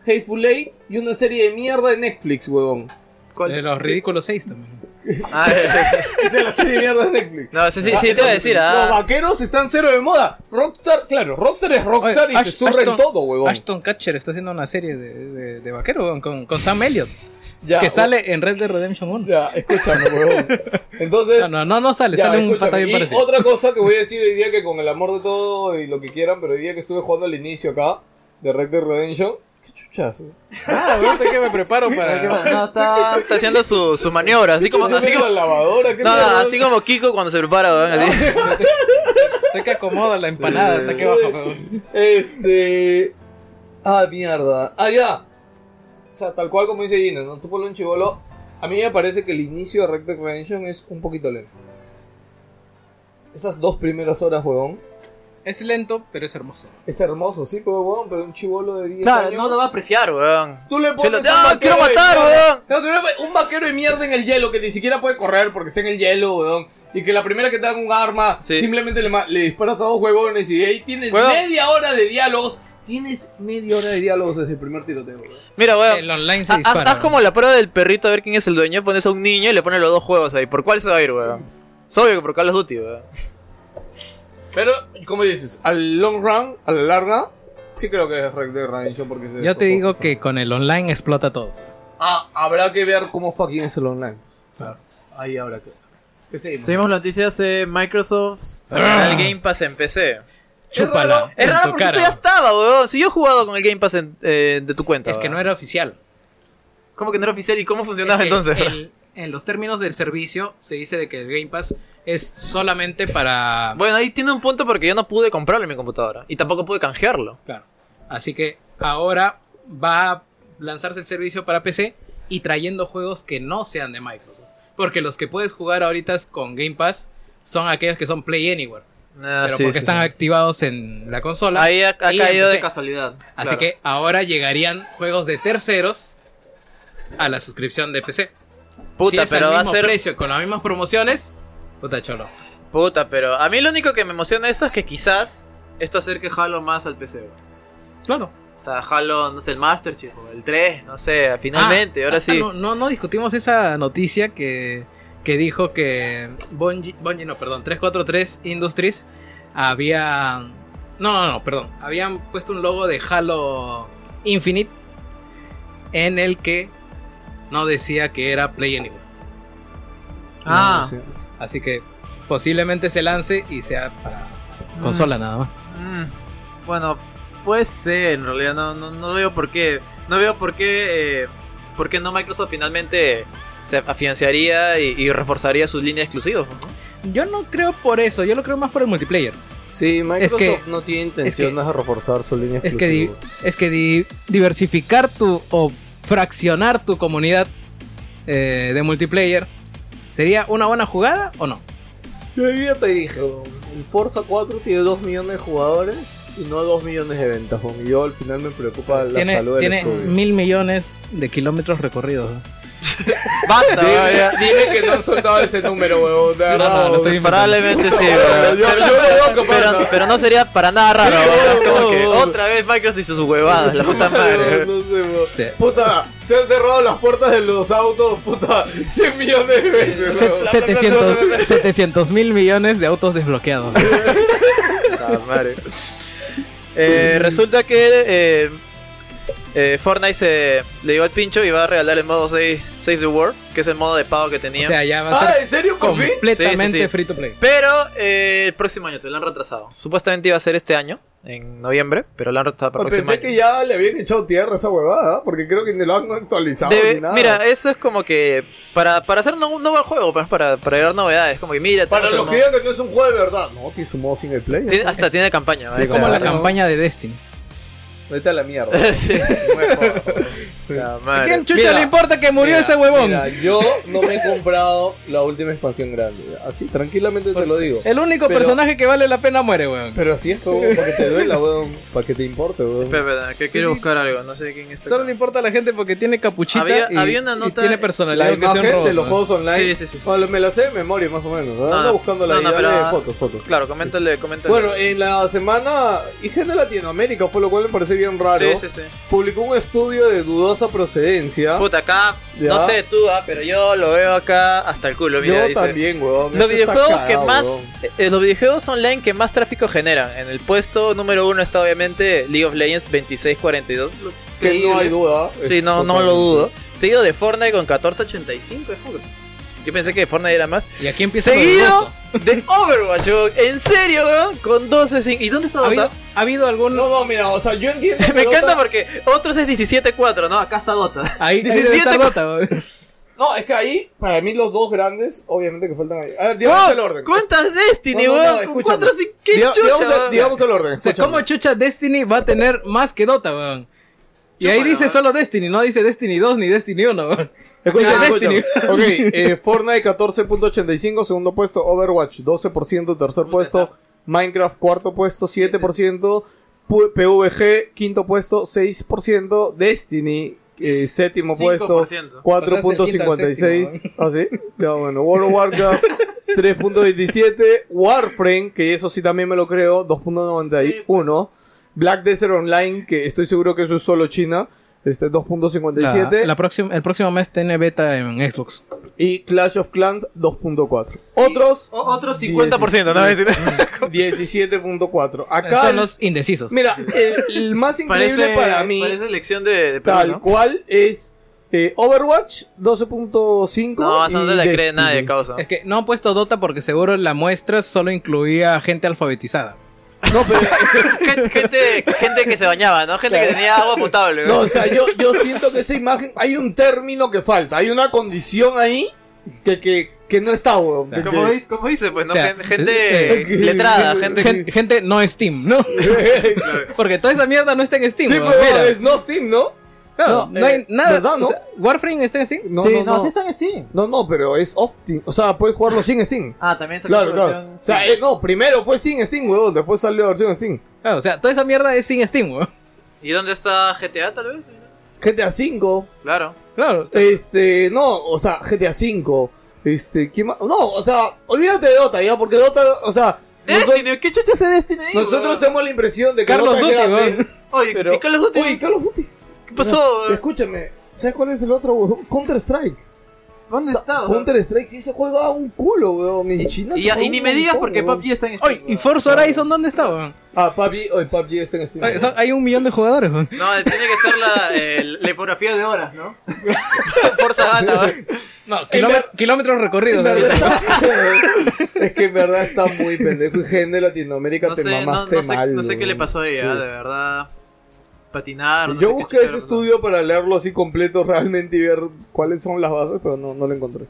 Speaker 4: Hateful Eight y una serie de mierda de Netflix, weón.
Speaker 3: De Eh, los ridículos 6 también.
Speaker 2: Ah,
Speaker 4: Esa es la serie de mierda de Netflix.
Speaker 2: no, sí, sí, sí, te voy a decir,
Speaker 4: Los
Speaker 2: ah.
Speaker 4: vaqueros están cero de moda. Rockstar, claro, Rockstar es Rockstar
Speaker 3: Oye,
Speaker 4: y se
Speaker 3: Ash-
Speaker 4: surre en
Speaker 3: Ashton-
Speaker 4: todo, weón.
Speaker 3: Ashton Catcher está haciendo una serie de, de, de vaquero weón, con, con Sam Elliott.
Speaker 4: Ya,
Speaker 3: que
Speaker 4: weón.
Speaker 3: sale en Red Dead Redemption 1.
Speaker 4: Ya, escúchame, weón. Entonces.
Speaker 3: No, no, no, no sale.
Speaker 4: Ya,
Speaker 3: sale un
Speaker 4: escúchame,
Speaker 3: pata bien
Speaker 4: y
Speaker 3: parecido.
Speaker 4: otra cosa que voy a decir hoy día que con el amor de todo y lo que quieran, pero hoy día que estuve jugando al inicio acá de Red Dead Redemption, qué chuchazo.
Speaker 3: Ah, weón, sé que me preparo para.
Speaker 8: No, está.
Speaker 2: Está haciendo su, su maniobra, así como, así como,
Speaker 4: la lavadora, qué
Speaker 2: no, no,
Speaker 4: mierda.
Speaker 2: así como Kiko cuando se prepara, weón, así.
Speaker 3: Sé que acomoda la empanada. Está que bajo, weón.
Speaker 4: Este Ah, mierda. Ah, ya. O sea, tal cual como dice Gino, ¿no? Tú ponle un chivolo. A mí me parece que el inicio de Red Dead Redemption es un poquito lento. Esas dos primeras horas, huevón.
Speaker 10: Es lento, pero es hermoso.
Speaker 4: Es hermoso, sí, pero weón, pero un chivolo de 10
Speaker 2: Claro,
Speaker 4: años.
Speaker 2: no lo va a apreciar, weón.
Speaker 4: Tú le pones
Speaker 2: Se lo- ¡Ah, quiero
Speaker 4: de
Speaker 2: matar,
Speaker 4: mierda.
Speaker 2: weón!
Speaker 4: No, tú le pones un vaquero de mierda en el hielo que ni siquiera puede correr porque está en el hielo, weón. Y que la primera que te haga un arma, simplemente le, ma- le disparas a dos huevones y ahí tienes
Speaker 2: Weón.
Speaker 4: media hora de diálogos. Tienes media hora de diálogos desde el primer tiroteo, weón.
Speaker 2: Mira, weón.
Speaker 3: El online
Speaker 2: ha- ha- Ah, Haz como la prueba del perrito a ver quién es el dueño. Pones a un niño y le pones los dos juegos ahí. ¿Por cuál se va a ir, weón? Es obvio que por Call of Duty, weón.
Speaker 4: Pero, como dices, al long run, a la larga, sí creo que es Red Dead Redemption porque se
Speaker 3: Yo te digo que con el online explota todo.
Speaker 4: Ah, habrá que ver cómo fucking es el online. Claro. Ahí habrá que ver. ¿Qué seguimos?
Speaker 11: Seguimos las noticias eh, Microsoft.
Speaker 3: Ah.
Speaker 2: Sacará el Game Pass en PC.
Speaker 11: Chúpala,
Speaker 2: Es raro, es
Speaker 11: en
Speaker 2: raro
Speaker 11: tu
Speaker 2: porque
Speaker 11: cara.
Speaker 2: eso ya estaba, weón. Si yo he jugado con el Game Pass en- eh, de tu cuenta.
Speaker 3: Es que
Speaker 2: weón.
Speaker 3: no era oficial.
Speaker 2: ¿Cómo que no era oficial y cómo funcionaba entonces?
Speaker 3: el- en los términos del servicio se dice de que el Game Pass es solamente para...
Speaker 2: Bueno, ahí tiene un punto porque yo no pude comprarlo en mi computadora. Y tampoco pude canjearlo.
Speaker 3: Claro. Así que ahora va a lanzarse el servicio para PC y trayendo juegos que no sean de Microsoft. Porque los que puedes jugar ahorita con Game Pass son aquellos que son Play Anywhere.
Speaker 2: Ah,
Speaker 3: pero
Speaker 2: sí,
Speaker 3: porque
Speaker 2: sí,
Speaker 3: están
Speaker 2: sí.
Speaker 3: activados en la consola.
Speaker 2: Ahí ha, ha
Speaker 3: y en
Speaker 2: caído de
Speaker 3: PC.
Speaker 2: casualidad.
Speaker 3: Así que ahora llegarían juegos de terceros a la suscripción de PC.
Speaker 2: Puta,
Speaker 3: Si es al
Speaker 2: pero va a
Speaker 3: mismo
Speaker 2: ser-
Speaker 3: precio con las mismas promociones. Puta cholo.
Speaker 2: Puta, pero a mí lo único que me emociona de esto es que quizás esto acerque Halo más al PC. weón.
Speaker 3: Claro.
Speaker 2: O sea, Halo, no sé, el Master Chief, o el 3, no sé, finalmente,
Speaker 3: Ah,
Speaker 2: ahora
Speaker 3: ah,
Speaker 2: sí.
Speaker 3: No, no, no discutimos esa noticia que, que dijo que Bungie, Bungie, no, perdón, 343 Industries había. No, no, no, perdón. Habían puesto un logo de Halo Infinite en el que no decía que era Play Anywhere.
Speaker 2: Ah.
Speaker 3: No, sí. Así que posiblemente se lance y sea para consola nada más.
Speaker 2: Mm, bueno, puede ser, en realidad, no, no, no veo por qué. No veo por qué, eh, por qué no Microsoft finalmente se afianzaría y, y reforzaría sus líneas exclusivas.
Speaker 3: Yo no creo por eso, yo lo creo más por el multiplayer.
Speaker 12: Sí, Microsoft no tiene
Speaker 3: intenciones
Speaker 12: intenciones de reforzar su línea
Speaker 3: Es que, di- es que di- diversificar tu o fraccionar tu comunidad eh, de multiplayer sería una buena jugada o no?
Speaker 12: Yo ya te dije, weón, el Forza 4 tiene 2 millones de jugadores y no 2 millones de ventas, weón. Y yo al final me preocupa la
Speaker 3: tiene
Speaker 12: salud del
Speaker 3: tiene
Speaker 12: estudio.
Speaker 3: mil millones de kilómetros recorridos.
Speaker 4: Basta, dime, dime que no han soltado ese número, weón. De
Speaker 3: No,
Speaker 4: verdad,
Speaker 3: no, lo estoy
Speaker 4: weón.
Speaker 2: Probablemente sí,
Speaker 4: Yo-
Speaker 2: weón.
Speaker 4: yo
Speaker 2: pero,
Speaker 4: lo veo capaz,
Speaker 2: pero-
Speaker 4: ¿no?
Speaker 2: pero no sería para nada raro.
Speaker 4: Sí,
Speaker 2: weón.
Speaker 4: no,
Speaker 2: Como
Speaker 4: no,
Speaker 2: que
Speaker 4: no.
Speaker 2: otra vez Microsoft y sus huevadas, la puta madre.
Speaker 4: No sé, weón. Puta, se han cerrado las puertas de los autos, puta, 100 millones de veces. weón.
Speaker 3: 700, 700 mil millones de autos desbloqueados.
Speaker 2: Ah, madre. Eh, resulta que eh, eh, Fortnite se le dio al pincho y va a regalar el modo Save, Save the World, que es el modo de pago que tenía.
Speaker 3: O sea, ya va a Ah, ser ¿en serio? ¿Por fin? completamente free to play.
Speaker 2: Pero eh, el próximo año te lo han retrasado. Supuestamente iba a ser este año, en noviembre, pero lo han retrasado para el
Speaker 4: Pues
Speaker 2: próximo
Speaker 4: Pensé
Speaker 2: año.
Speaker 4: que ya le habían echado tierra a esa huevada, ¿eh? porque creo que ni lo han actualizado
Speaker 2: Debe-
Speaker 4: ni nada.
Speaker 2: mira, eso es como que para, para hacer un un nuevo juego, pues, para, para agregar novedades, como que mira,
Speaker 4: Para
Speaker 2: tenemos
Speaker 4: los
Speaker 2: el
Speaker 4: que
Speaker 2: modo-
Speaker 4: digan que no es un juego de verdad, no, tiene su modo single player.
Speaker 2: Tiene- hasta tiene campaña. ¿vale?
Speaker 3: es como la campaña de Destiny.
Speaker 4: Vete a la mierda.
Speaker 2: Sí.
Speaker 4: La
Speaker 2: madre.
Speaker 3: ¿Quién chucha le importa que murió ese huevón?
Speaker 4: Mira, yo no me he comprado la última expansión grande. ya. Así, tranquilamente te lo digo.
Speaker 3: El único
Speaker 4: Pero-
Speaker 3: personaje que vale la pena muere, weón.
Speaker 4: Pero así es, huevón, para que te duela, huevón. Para que te importe, huevón.
Speaker 2: Espera, espera, que quiero buscar algo, no sé quién está.
Speaker 3: Solo le importa a la gente porque tiene capuchita
Speaker 2: Había-
Speaker 3: y,
Speaker 2: había una
Speaker 3: y
Speaker 2: nota-
Speaker 3: tiene personalidad.
Speaker 4: La
Speaker 3: aunque sea un
Speaker 4: imagen de
Speaker 3: robot,
Speaker 4: los
Speaker 3: ¿no?
Speaker 4: juegos online.
Speaker 2: Sí, sí, sí, sí.
Speaker 4: Bueno, me la sé de memoria, más o menos. ¿no? Anda buscando la
Speaker 2: no, no,
Speaker 4: idea
Speaker 2: pero- ah,
Speaker 4: de fotos, fotos.
Speaker 2: Claro, coméntale, coméntale.
Speaker 4: Bueno, en la semana IG de Latinoamérica, por lo cual me parece bien raro,
Speaker 2: Sí, sí, sí.
Speaker 4: publicó un estudio de dudosa procedencia.
Speaker 2: Puta, acá, no
Speaker 4: ¿Ah? Ya.
Speaker 2: sé tú, ah, pero yo lo veo acá hasta el culo, mira,
Speaker 4: Yo
Speaker 2: dice.
Speaker 4: también, huevón.
Speaker 2: Los
Speaker 4: Eso está
Speaker 2: videojuegos que
Speaker 4: cagado,
Speaker 2: más. eh, los videojuegos online que más tráfico generan. En el puesto número uno está obviamente League of Legends 2642. lo-
Speaker 4: Que no hay duda.
Speaker 2: Sí,
Speaker 4: es
Speaker 2: no, no lo
Speaker 4: totalmente.
Speaker 2: dudo. Seguido de Fortnite con 1485, es como que- Yo pensé que Fortnite era más.
Speaker 3: Y aquí empieza
Speaker 2: Seguido de Overwatch, weón. En serio, weón. Con 12 sin- ¿Y dónde está
Speaker 3: ¿Ha habido,
Speaker 2: Dota?
Speaker 3: ¿Ha habido algún.?
Speaker 4: No, no, mira, o sea, yo entiendo.
Speaker 2: Me encanta porque otros es 17-4, ¿no? Acá está Dota.
Speaker 3: Ahí
Speaker 2: 17
Speaker 4: No, es que ahí, para mí, los dos grandes, obviamente que faltan ahí. A ver, digamos
Speaker 3: Wow,
Speaker 4: el orden.
Speaker 2: ¿Cuántas Destiny,
Speaker 4: No, no, no,
Speaker 2: weón? Con
Speaker 4: escúchame.
Speaker 2: cuatro sin- ¿Qué
Speaker 4: Diga-
Speaker 2: chucha,
Speaker 4: digamos el-
Speaker 2: weón?
Speaker 4: digamos el orden.
Speaker 3: O sea, ¿cómo chucha Destiny va a tener más que Dota, weón? Y ahí
Speaker 2: ¿eh?
Speaker 3: dice solo Destiny, no dice Destiny 2 ni Destiny 1, weón. Dice
Speaker 4: Escucha,
Speaker 3: Destiny.
Speaker 4: escucha. Ok, eh, Fortnite 14.85, segundo puesto, Overwatch 12%, tercer puesto, Minecraft cuarto puesto 7%, Pu- PvG quinto puesto 6%, Destiny eh, séptimo
Speaker 2: 5%.
Speaker 4: puesto 4.56, así. ¿ah, Ya bueno, World of Warcraft 3.27, Warframe, que eso sí también me lo creo, 2.91, Black Desert Online, que estoy seguro que eso es solo China, este 2.57.
Speaker 3: La, la próxima, el próximo mes tiene beta en Xbox.
Speaker 4: Y Clash of Clans 2.4. Otros.
Speaker 2: otros 50%, ¿no?
Speaker 4: 17.4. Acá.
Speaker 3: Son los indecisos.
Speaker 4: Mira, el, el más increíble
Speaker 2: Parece-
Speaker 4: para mí.
Speaker 2: Parece elección de, de Perú,
Speaker 4: tal
Speaker 2: ¿no?
Speaker 4: cual es eh, Overwatch 12.5.
Speaker 2: No, esa no te
Speaker 4: y
Speaker 2: la cree
Speaker 4: Destiny.
Speaker 2: nadie, causa.
Speaker 3: Es que no han puesto Dota porque seguro la muestra solo incluía gente alfabetizada.
Speaker 2: Gente, gente, gente que se bañaba, ¿no? Gente que tenía agua potable.
Speaker 4: No, o sea, yo, yo siento que esa imagen. Hay un término que falta. Hay una condición ahí que, que, que no está, weón. que-
Speaker 2: ¿Cómo
Speaker 4: que-
Speaker 2: dice, cómo dice? Pues no,
Speaker 4: O sea,
Speaker 2: gente, gente
Speaker 4: eh, que-
Speaker 2: letrada, gente.
Speaker 3: Gen- gente no Steam, ¿no? porque toda esa mierda no está en Steam.
Speaker 4: Sí,
Speaker 3: weón,
Speaker 2: pues,
Speaker 4: pero
Speaker 3: mira.
Speaker 4: es no Steam, ¿no?
Speaker 3: Claro, no
Speaker 2: eh,
Speaker 3: hay nada.
Speaker 4: ¿verdad, no?
Speaker 3: O sea, ¿Warframe está en Steam?
Speaker 4: No, no, no.
Speaker 13: en Steam.
Speaker 4: No, no, pero es off Steam. O sea, puedes jugarlo sin Steam.
Speaker 13: Ah, también
Speaker 4: Claro, claro. O sea, eh, no, primero fue sin Steam, weón. Después salió la versión Steam.
Speaker 3: Claro, o sea, toda esa mierda es sin Steam, weón.
Speaker 2: ¿Y dónde está GTA, tal vez?
Speaker 4: GTA V.
Speaker 2: Claro.
Speaker 3: Claro.
Speaker 4: Este, no, o sea, GTA V. Este, ¿qué más? No, o sea, olvídate de Dota, ya, porque Dota, o sea. Destiny,
Speaker 13: ¿qué chucha hace Destiny?
Speaker 4: Nosotros tenemos la impresión de que
Speaker 13: Carlos
Speaker 4: Dota es
Speaker 13: Duty,
Speaker 4: grande.
Speaker 13: weón.
Speaker 2: Oye,
Speaker 4: pero-
Speaker 13: ¿y Eh, Carlos Duty?
Speaker 4: Oye, Carlos Duty. ¿Qué
Speaker 13: pasó, weón?
Speaker 4: Escúchame, ¿sabes cuál es el otro, weón? Counter Strike.
Speaker 13: ¿Dónde está, weón?
Speaker 4: Counter Strike sí se juega un culo, weón. En China se juega un montón, weón.
Speaker 13: está
Speaker 2: este
Speaker 13: en
Speaker 3: Oye, ¿y Forza Horizon dónde está, weón?
Speaker 4: Ah, PUBG, oye, PUBG está en Steam.
Speaker 3: Oye, son- Hay un millón de jugadores, weón.
Speaker 2: No, tiene que ser la, eh, la infografía de horas, ¿no? Forza Gata, ¿va?
Speaker 3: No, kilómet- kilómetros recorridos. weón.
Speaker 4: es que en verdad está muy pendejo. Y gente de Latinoamérica
Speaker 2: No
Speaker 4: te
Speaker 2: sé, no,
Speaker 4: mamaste
Speaker 2: no sé,
Speaker 4: mal.
Speaker 2: no sé qué le
Speaker 4: weón.
Speaker 2: pasó a ella,
Speaker 4: Sí.
Speaker 2: de verdad. Patinar. no sé
Speaker 4: Yo
Speaker 2: qué
Speaker 4: busqué ese
Speaker 2: chucha,
Speaker 4: estudio para leerlo así completo realmente y ver cuáles son las bases, pero no, no lo encontré.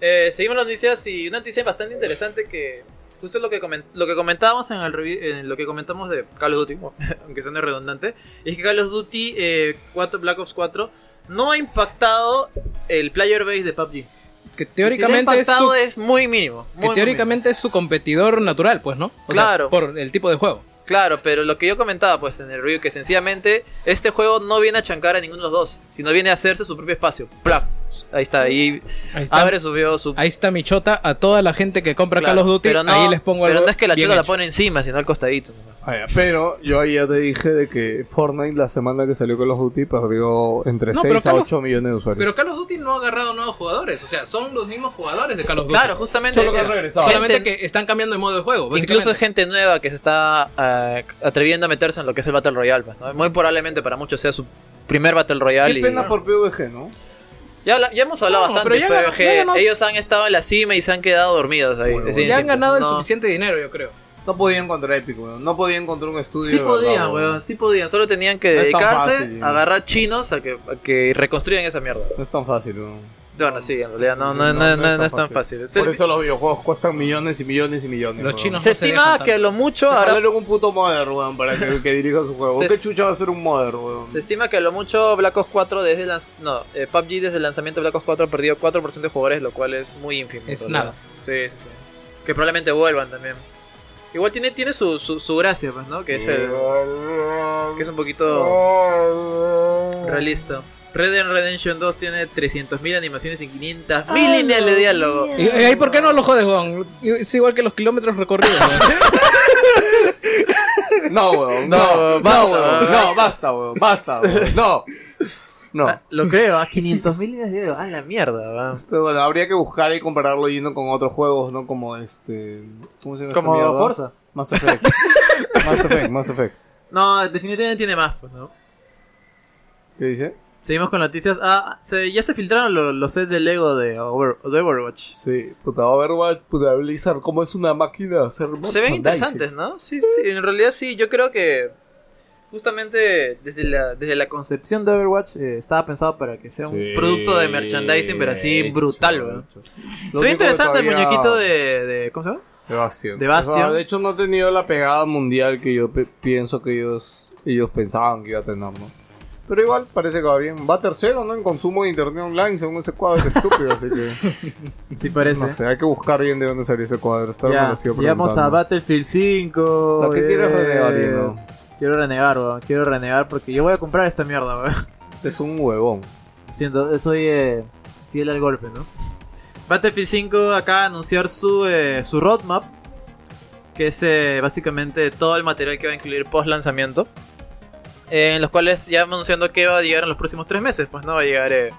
Speaker 2: Eh, seguimos las noticias y una noticia bastante interesante que justo lo que, comen- lo que comentábamos en, el revi- en lo que comentamos de Call of Duty, aunque suene redundante, es que Call of Duty eh, 4, Black Ops 4 no ha impactado el player base de PUBG. Si le
Speaker 3: Que
Speaker 2: ha
Speaker 3: teóricamente es
Speaker 2: impactado
Speaker 3: su-
Speaker 2: es muy mínimo.
Speaker 3: Que
Speaker 2: muy, muy
Speaker 3: teóricamente es su competidor natural, pues, ¿no? O sea,
Speaker 2: Claro.
Speaker 3: por el tipo de juego.
Speaker 2: Claro, pero lo que yo comentaba pues en el review, que sencillamente este juego no viene a chancar a ninguno de los dos, sino viene a hacerse su propio espacio. ¡Plap! Ahí está, ahí,
Speaker 3: Ahí está.
Speaker 2: abre su, bio- su
Speaker 3: Ahí está mi chota a toda la gente que compra
Speaker 2: claro,
Speaker 3: Call of Duty.
Speaker 2: pero no-
Speaker 3: ahí les pongo
Speaker 2: Pero
Speaker 3: algo
Speaker 2: no es que la
Speaker 3: bien
Speaker 2: chica la
Speaker 3: hecho.
Speaker 2: pone encima, sino al costadito.
Speaker 4: Ah, Pero yo ahí ya te dije de que Fortnite la semana que salió Call of Duty perdió entre
Speaker 3: No,
Speaker 4: 6
Speaker 3: pero
Speaker 4: a
Speaker 3: Call of-
Speaker 4: 8 millones de usuarios.
Speaker 3: Pero Call of Duty no ha agarrado nuevos jugadores. O sea, son los mismos jugadores de Call of Duty.
Speaker 2: Claro, justamente.
Speaker 3: Solo que
Speaker 2: es
Speaker 3: han regresado. Solamente
Speaker 2: gente-
Speaker 3: que están cambiando el modo de juego.
Speaker 2: Incluso es
Speaker 3: básicamente.
Speaker 2: gente nueva que se está eh, atreviendo a meterse en lo que es el Battle Royale. pues, ¿no? Muy probablemente para muchos sea su primer Battle Royale.
Speaker 4: Qué
Speaker 2: y-
Speaker 4: pena por PvG, ¿no?
Speaker 2: ya, habla- ya hemos hablado
Speaker 3: No,
Speaker 2: bastante de
Speaker 3: pero ya ganó-
Speaker 2: PvG.
Speaker 3: ya ganó-
Speaker 2: Ellos han estado en la cima y se han quedado dormidos ahí. Es decir,
Speaker 3: Ya han
Speaker 2: siempre,
Speaker 3: ganado el
Speaker 2: no-
Speaker 3: suficiente dinero, yo creo.
Speaker 4: No podía encontrar Epic, weón. No podía encontrar un estudio.
Speaker 2: Sí
Speaker 4: de verdad,
Speaker 2: podían,
Speaker 4: weón.
Speaker 2: weón, sí podían. Solo tenían que
Speaker 4: No es tan
Speaker 2: dedicarse
Speaker 4: fácil,
Speaker 2: a agarrar chinos a que, a que reconstruyan esa mierda.
Speaker 4: No es tan fácil, weón.
Speaker 2: Bueno, sí, en realidad no, no, no, no- no es tan fácil. Es
Speaker 4: Por
Speaker 2: el-
Speaker 4: eso los videojuegos cuestan millones y millones y millones. weón.
Speaker 2: se estima que a lo mucho
Speaker 4: Se
Speaker 2: ahora
Speaker 4: jalaron un puto modder, weón, para que, que dirija su juego.
Speaker 2: Se-
Speaker 4: ¿Qué chucha va a ser un modder, weón?
Speaker 2: Se estima que a lo mucho Black Ops 4 desde el lanz- no, eh, PUBG desde el lanzamiento de Black Ops 4 ha perdido 4% de jugadores, lo cual es muy ínfimo.
Speaker 3: Es
Speaker 2: en
Speaker 3: nada.
Speaker 2: realidad. Sí, sí, sí. Que probablemente vuelvan también. Igual tiene, tiene su, su, su gracia, pues, ¿no? Que es el-
Speaker 4: Eh,
Speaker 2: que es un poquito realista. Red Dead Redemption 2 tiene 300.000 animaciones y 500.000 líneas de diálogo.
Speaker 3: ¿Y, y ahí por qué no lo jodes, Juan? Es igual que los kilómetros recorridos. weón.
Speaker 4: No, weón.
Speaker 3: No,
Speaker 4: No,
Speaker 3: weón,
Speaker 4: no,
Speaker 3: basta,
Speaker 4: weón.
Speaker 3: weón.
Speaker 4: No, basta, weón. Basta, weón. No. No.
Speaker 2: Ah, Lo creo, a 500.000 líneas de diálogo. A la mierda, weón.
Speaker 4: Este, bueno, habría que buscar y compararlo yendo con otros juegos, ¿no? Como este. ¿Cómo se llama? esta
Speaker 2: Como
Speaker 4: mierda?
Speaker 2: Forza.
Speaker 4: Mass Effect. Mass Effect, Mass Effect.
Speaker 2: No, definitivamente tiene más, pues, ¿no?
Speaker 4: ¿Qué dice?
Speaker 2: Seguimos con noticias. Ah, se- ya se filtraron lo- los, sets de Lego de, Over- de Overwatch.
Speaker 4: Sí, puta Overwatch, puta Blizzard, ¿cómo es una máquina de
Speaker 2: Se
Speaker 4: hacer
Speaker 2: ven
Speaker 4: merchandising?
Speaker 2: interesantes, ¿no? Sí, sí, en realidad sí, yo creo que justamente desde la, desde la concepción de Overwatch eh, estaba pensado para que sea un
Speaker 4: Sí,
Speaker 2: producto de merchandising, pero así brutal, weón.
Speaker 4: Lo
Speaker 2: Se ve
Speaker 4: único que
Speaker 2: interesante el
Speaker 4: todavía-
Speaker 2: muñequito de, de- ¿Cómo se llama?
Speaker 4: De Bastion.
Speaker 2: De Bastion.
Speaker 4: O sea, de hecho, no ha tenido la pegada mundial que yo pe- pienso que ellos, ellos pensaban que iba a tener, ¿no? Pero igual parece que va bien. Va tercero, ¿no? En consumo de internet online, según ese cuadro estúpido, así que.
Speaker 2: Sí, parece.
Speaker 4: No sé, hay que buscar bien de dónde salió ese cuadro. Está
Speaker 2: Ya, llegamos a Battlefield 5.
Speaker 4: ¿A qué
Speaker 2: eh.
Speaker 4: quieres renegar, Lino?
Speaker 2: Quiero renegar, weón. Quiero renegar porque yo voy a comprar esta mierda, weón.
Speaker 4: Es un huevón.
Speaker 2: Siento, soy eh, fiel al golpe, ¿no? Battlefield 5 acaba de anunciar su, eh, su roadmap, que es eh, básicamente todo el material que va a incluir post lanzamiento, en los cuales ya vamos anunciando que va a llegar en los próximos tres meses, pues no va a llegar. eh,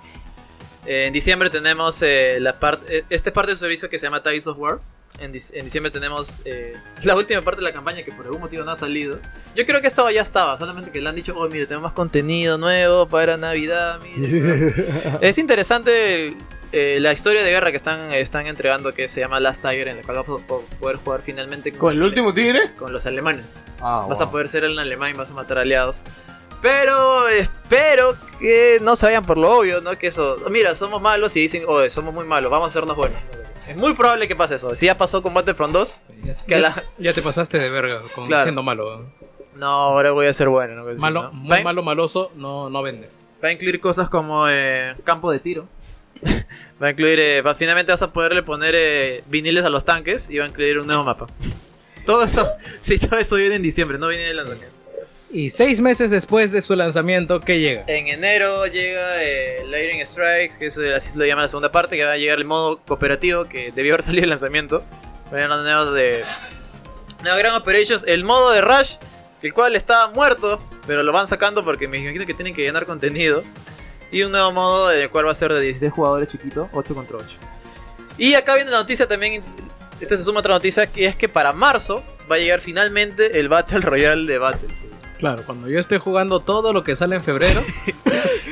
Speaker 2: eh, en diciembre tenemos eh, la parte, esta parte del servicio que se llama Tides of War. En, dic- en diciembre tenemos eh, la última parte de la campaña que por algún motivo no ha salido. Yo creo que esta ya estaba, solamente que le han dicho, oh, mire, tenemos más contenido nuevo para Navidad, es interesante el- eh, la historia de guerra que están, están entregando que se llama Last Tiger, en la cual vas a po- poder jugar finalmente con,
Speaker 4: ¿Con el último tigre?
Speaker 2: con los alemanes.
Speaker 4: Ah,
Speaker 2: vas a poder ser el alemán y vas a matar aliados. Pero espero que no se vayan por lo obvio, ¿no? Que eso, mira, somos malos y dicen, oye, somos muy malos, vamos a hacernos buenos. Es muy probable que pase eso. Si ya pasó con Battlefront 2, que la,
Speaker 3: Ya te pasaste de verga con
Speaker 2: Claro.
Speaker 3: siendo malo. ¿eh?
Speaker 2: no, ahora voy a ser bueno. ¿no?
Speaker 3: Malo,
Speaker 2: ¿no?
Speaker 3: muy malo, maloso, no, no vende.
Speaker 2: Va a incluir cosas como eh, campo de tiro. va a incluir. eh, va- finalmente vas a poderle poner eh, viniles a los tanques y va a incluir un nuevo mapa. todo eso. Sí, todo eso viene en diciembre, no viene en el lanzamiento.
Speaker 3: Y seis meses después de su lanzamiento, ¿qué llega?
Speaker 2: En enero llega eh, Lightning Strikes, que es, eh, así se lo llama la segunda parte, que va a llegar el modo cooperativo que debió haber salido el lanzamiento. Van a nuevos de. Nuevos Grand Operations, el modo de Rush, el cual está muerto, pero lo van sacando porque me imagino que tienen que llenar contenido. Y un nuevo modo, eh, el cual va a ser de 16 jugadores chiquito, 8 contra 8. Y acá viene la noticia también. Esta se suma a otra noticia, que es que para marzo va a llegar finalmente el Battle Royale de Battle.
Speaker 3: Claro, cuando yo esté jugando todo lo que sale en febrero,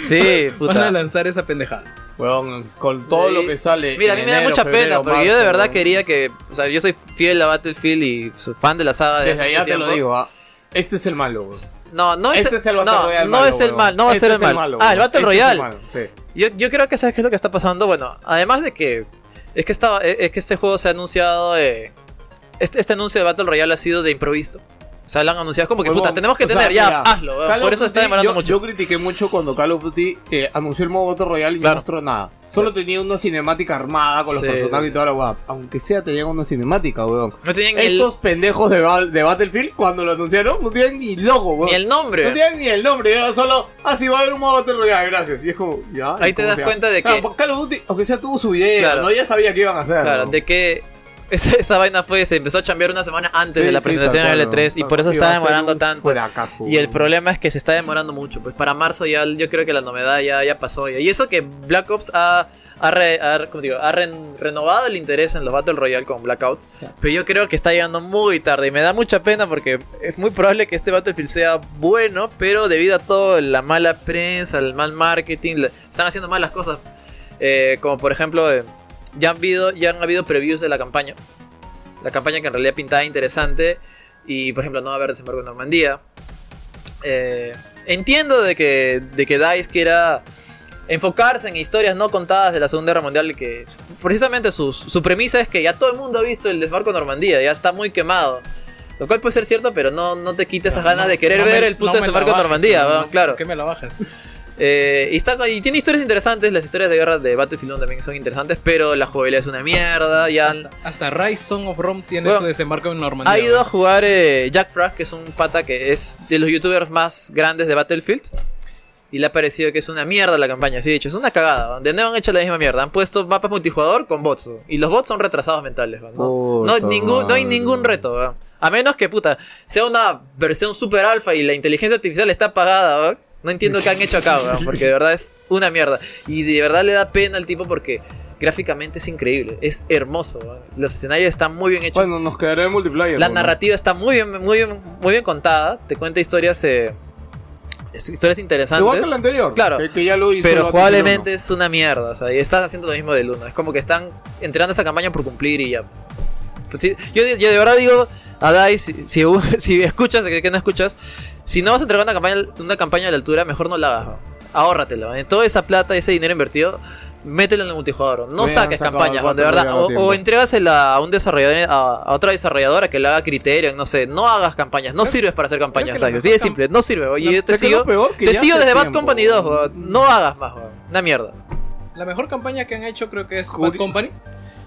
Speaker 2: Sí, puta.
Speaker 3: van a lanzar esa pendejada.
Speaker 4: Weón, con todo
Speaker 2: Sí.
Speaker 4: lo que sale.
Speaker 2: Mira, a
Speaker 4: Eh,
Speaker 2: mí
Speaker 4: en
Speaker 2: me da
Speaker 4: enero,
Speaker 2: mucha
Speaker 4: febrero,
Speaker 2: pena, porque
Speaker 4: marzo,
Speaker 2: yo de verdad
Speaker 4: weón.
Speaker 2: quería que. O sea, yo soy fiel a Battlefield y soy fan de la saga de
Speaker 4: Desde
Speaker 2: hace
Speaker 4: allá
Speaker 2: mucho
Speaker 4: te lo
Speaker 2: tiempo.
Speaker 4: digo, ah. Este es el malo, weón.
Speaker 2: No, no es,
Speaker 4: Este es el Battle
Speaker 2: no,
Speaker 4: Royale
Speaker 2: No
Speaker 4: malo,
Speaker 2: es el
Speaker 4: weón.
Speaker 2: mal, no va a
Speaker 4: Este
Speaker 2: ser el
Speaker 4: es el
Speaker 2: mal.
Speaker 4: malo,
Speaker 2: ah, el
Speaker 4: weón.
Speaker 2: Battle
Speaker 4: Este es el
Speaker 2: Royale.
Speaker 4: malo,
Speaker 2: yo, yo creo que sabes qué es lo que está pasando. Bueno, además de que. Es que, estaba, es es que este juego se ha anunciado. eh, este, este anuncio de Battle Royale ha sido de improviso. O sea, lo han anunciado como que
Speaker 4: Huevón,
Speaker 2: puta, tenemos que
Speaker 4: o sea,
Speaker 2: tener, ya,
Speaker 4: mira,
Speaker 2: hazlo. weón.
Speaker 4: Call
Speaker 2: Por
Speaker 4: of
Speaker 2: eso está
Speaker 4: Duty,
Speaker 2: demorando
Speaker 4: yo,
Speaker 2: mucho.
Speaker 4: Yo critiqué mucho cuando Call of Duty eh, anunció el modo Battle Royale y no mostró nada. Solo tenía una cinemática armada con los
Speaker 2: Sí.
Speaker 4: personajes y toda la weá. Aunque sea, te llega una cinemática, weón.
Speaker 2: No tenían el-
Speaker 4: Estos pendejos de, Val- de Battlefield, cuando lo anunciaron, no tenían ni logo, weón.
Speaker 2: Ni el nombre.
Speaker 4: No tenían ni el nombre. Era solo, ah, sí, va a haber un modo Battle Royale, gracias. Y es como, ya.
Speaker 2: Ahí
Speaker 4: ¿y
Speaker 2: te
Speaker 4: cómo
Speaker 2: das
Speaker 4: sea?
Speaker 2: cuenta de
Speaker 4: Claro,
Speaker 2: que-
Speaker 4: Call of Duty, aunque sea, tuvo su video,
Speaker 2: Claro.
Speaker 4: ¿no? Ya sabía que iban a hacer.
Speaker 2: Claro, de que esa, esa vaina fue, se empezó a chambear una semana antes
Speaker 4: Sí,
Speaker 2: de la
Speaker 4: sí,
Speaker 2: presentación
Speaker 4: tal cual,
Speaker 2: del E3 y
Speaker 4: weón.
Speaker 2: por eso
Speaker 4: Iba a
Speaker 2: está
Speaker 4: ser
Speaker 2: demorando
Speaker 4: un
Speaker 2: tanto.
Speaker 4: fracaso,
Speaker 2: Y el
Speaker 4: weón.
Speaker 2: problema es que se está demorando mucho. Pues para marzo ya yo creo que la novedad ya, ya pasó. ya. Y eso que Black Ops ha, ha, re- ha- ¿cómo digo? ha ren- renovado el interés en los Battle Royale con Blackout. Pero yo creo que está llegando muy tarde. Y me da mucha pena porque es muy probable que este Battlefield sea bueno. Pero debido a todo la mala prensa, el mal marketing, la- están haciendo malas cosas. Eh, como por ejemplo, eh, ya, han habido, ya han habido previews de la campaña. La campaña que en realidad pintaba interesante. Y por ejemplo, no va a haber desembarco en Normandía. Eh, entiendo de que, de que DICE quiera enfocarse en historias no contadas de la Segunda Guerra Mundial, que precisamente su, su premisa es que ya todo el mundo ha visto el desbarco en Normandía, ya está muy quemado. Lo cual puede ser cierto, pero no, no te quita esas ganas de querer
Speaker 3: No me-
Speaker 2: ver el puto
Speaker 3: no me la
Speaker 2: desembarco en
Speaker 3: bajes,
Speaker 2: Normandía,
Speaker 3: no,
Speaker 2: weón,
Speaker 3: no,
Speaker 2: claro.
Speaker 3: ¿por ¿Qué me la bajas?
Speaker 2: Eh, y, está- y tiene historias interesantes, las historias de guerra de Battlefield 1 también son interesantes, pero la jugabilidad es una mierda. Ya han-
Speaker 3: Hasta Rise of Rome tiene
Speaker 2: Bueno,
Speaker 3: su desembarco en Normandía.
Speaker 2: ha ido a
Speaker 3: weón.
Speaker 2: jugar eh, Jack Frost, que es un pata que es de los youtubers más grandes de Battlefield. Y le ha parecido que es una mierda la campaña, así dicho, es una cagada. weón. De nuevo han hecho la misma mierda. Han puesto mapas multijugador con bots. weón. Y los bots son retrasados mentales, weón, ¿no? No,
Speaker 4: Puta
Speaker 2: ningún, no hay
Speaker 4: madre.
Speaker 2: ningún reto, weón. A menos que, puta, sea una versión super alfa y la inteligencia artificial está apagada, weón. No entiendo qué han hecho acá, weón, porque de verdad es una mierda. Y de verdad le da pena al tipo porque gráficamente es increíble, es hermoso, weón. Los escenarios están muy bien hechos.
Speaker 4: Bueno, nos quedará el multiplayer.
Speaker 2: La
Speaker 4: weón.
Speaker 2: narrativa está muy bien, muy bien, muy bien contada. Te cuenta historias, eh, es- historias interesantes.
Speaker 4: Igual que el anterior.
Speaker 2: Claro.
Speaker 4: que- que ya lo hizo
Speaker 2: Pero
Speaker 4: el
Speaker 2: jugablemente es una mierda. O sea, y estás haciendo lo mismo del uno Es como que están entregando esa campaña por cumplir y ya. Pues sí, yo, de- yo de verdad digo a Dice, si, si, si escuchas, que que no escuchas, si no vas a entregar una campaña, una campaña a la altura, mejor no la hagas. ¿no? Ahórratela. ¿no? Toda esa plata, ese dinero invertido, mételo en el multijugador. No
Speaker 14: Vean,
Speaker 2: saques
Speaker 14: sacado
Speaker 2: campañas,
Speaker 14: cuatro
Speaker 2: de verdad.
Speaker 14: Royal
Speaker 2: O,
Speaker 14: a tiempo.
Speaker 2: o entrégasela a un desarrollador, a, a otra desarrolladora que le haga criterio, no sé. No hagas campañas, no sirves para hacer campañas.
Speaker 14: la
Speaker 2: Tyler, Así de simple, no sirve. Oye, yo te
Speaker 3: creo que
Speaker 2: sigo,
Speaker 3: lo peor que
Speaker 2: te
Speaker 3: ya
Speaker 2: sigo
Speaker 3: hace
Speaker 2: desde Bad
Speaker 3: tiempo.
Speaker 2: Company 2, weón. no hagas más, weón. una mierda.
Speaker 3: La mejor campaña que han hecho creo que es Bad Company.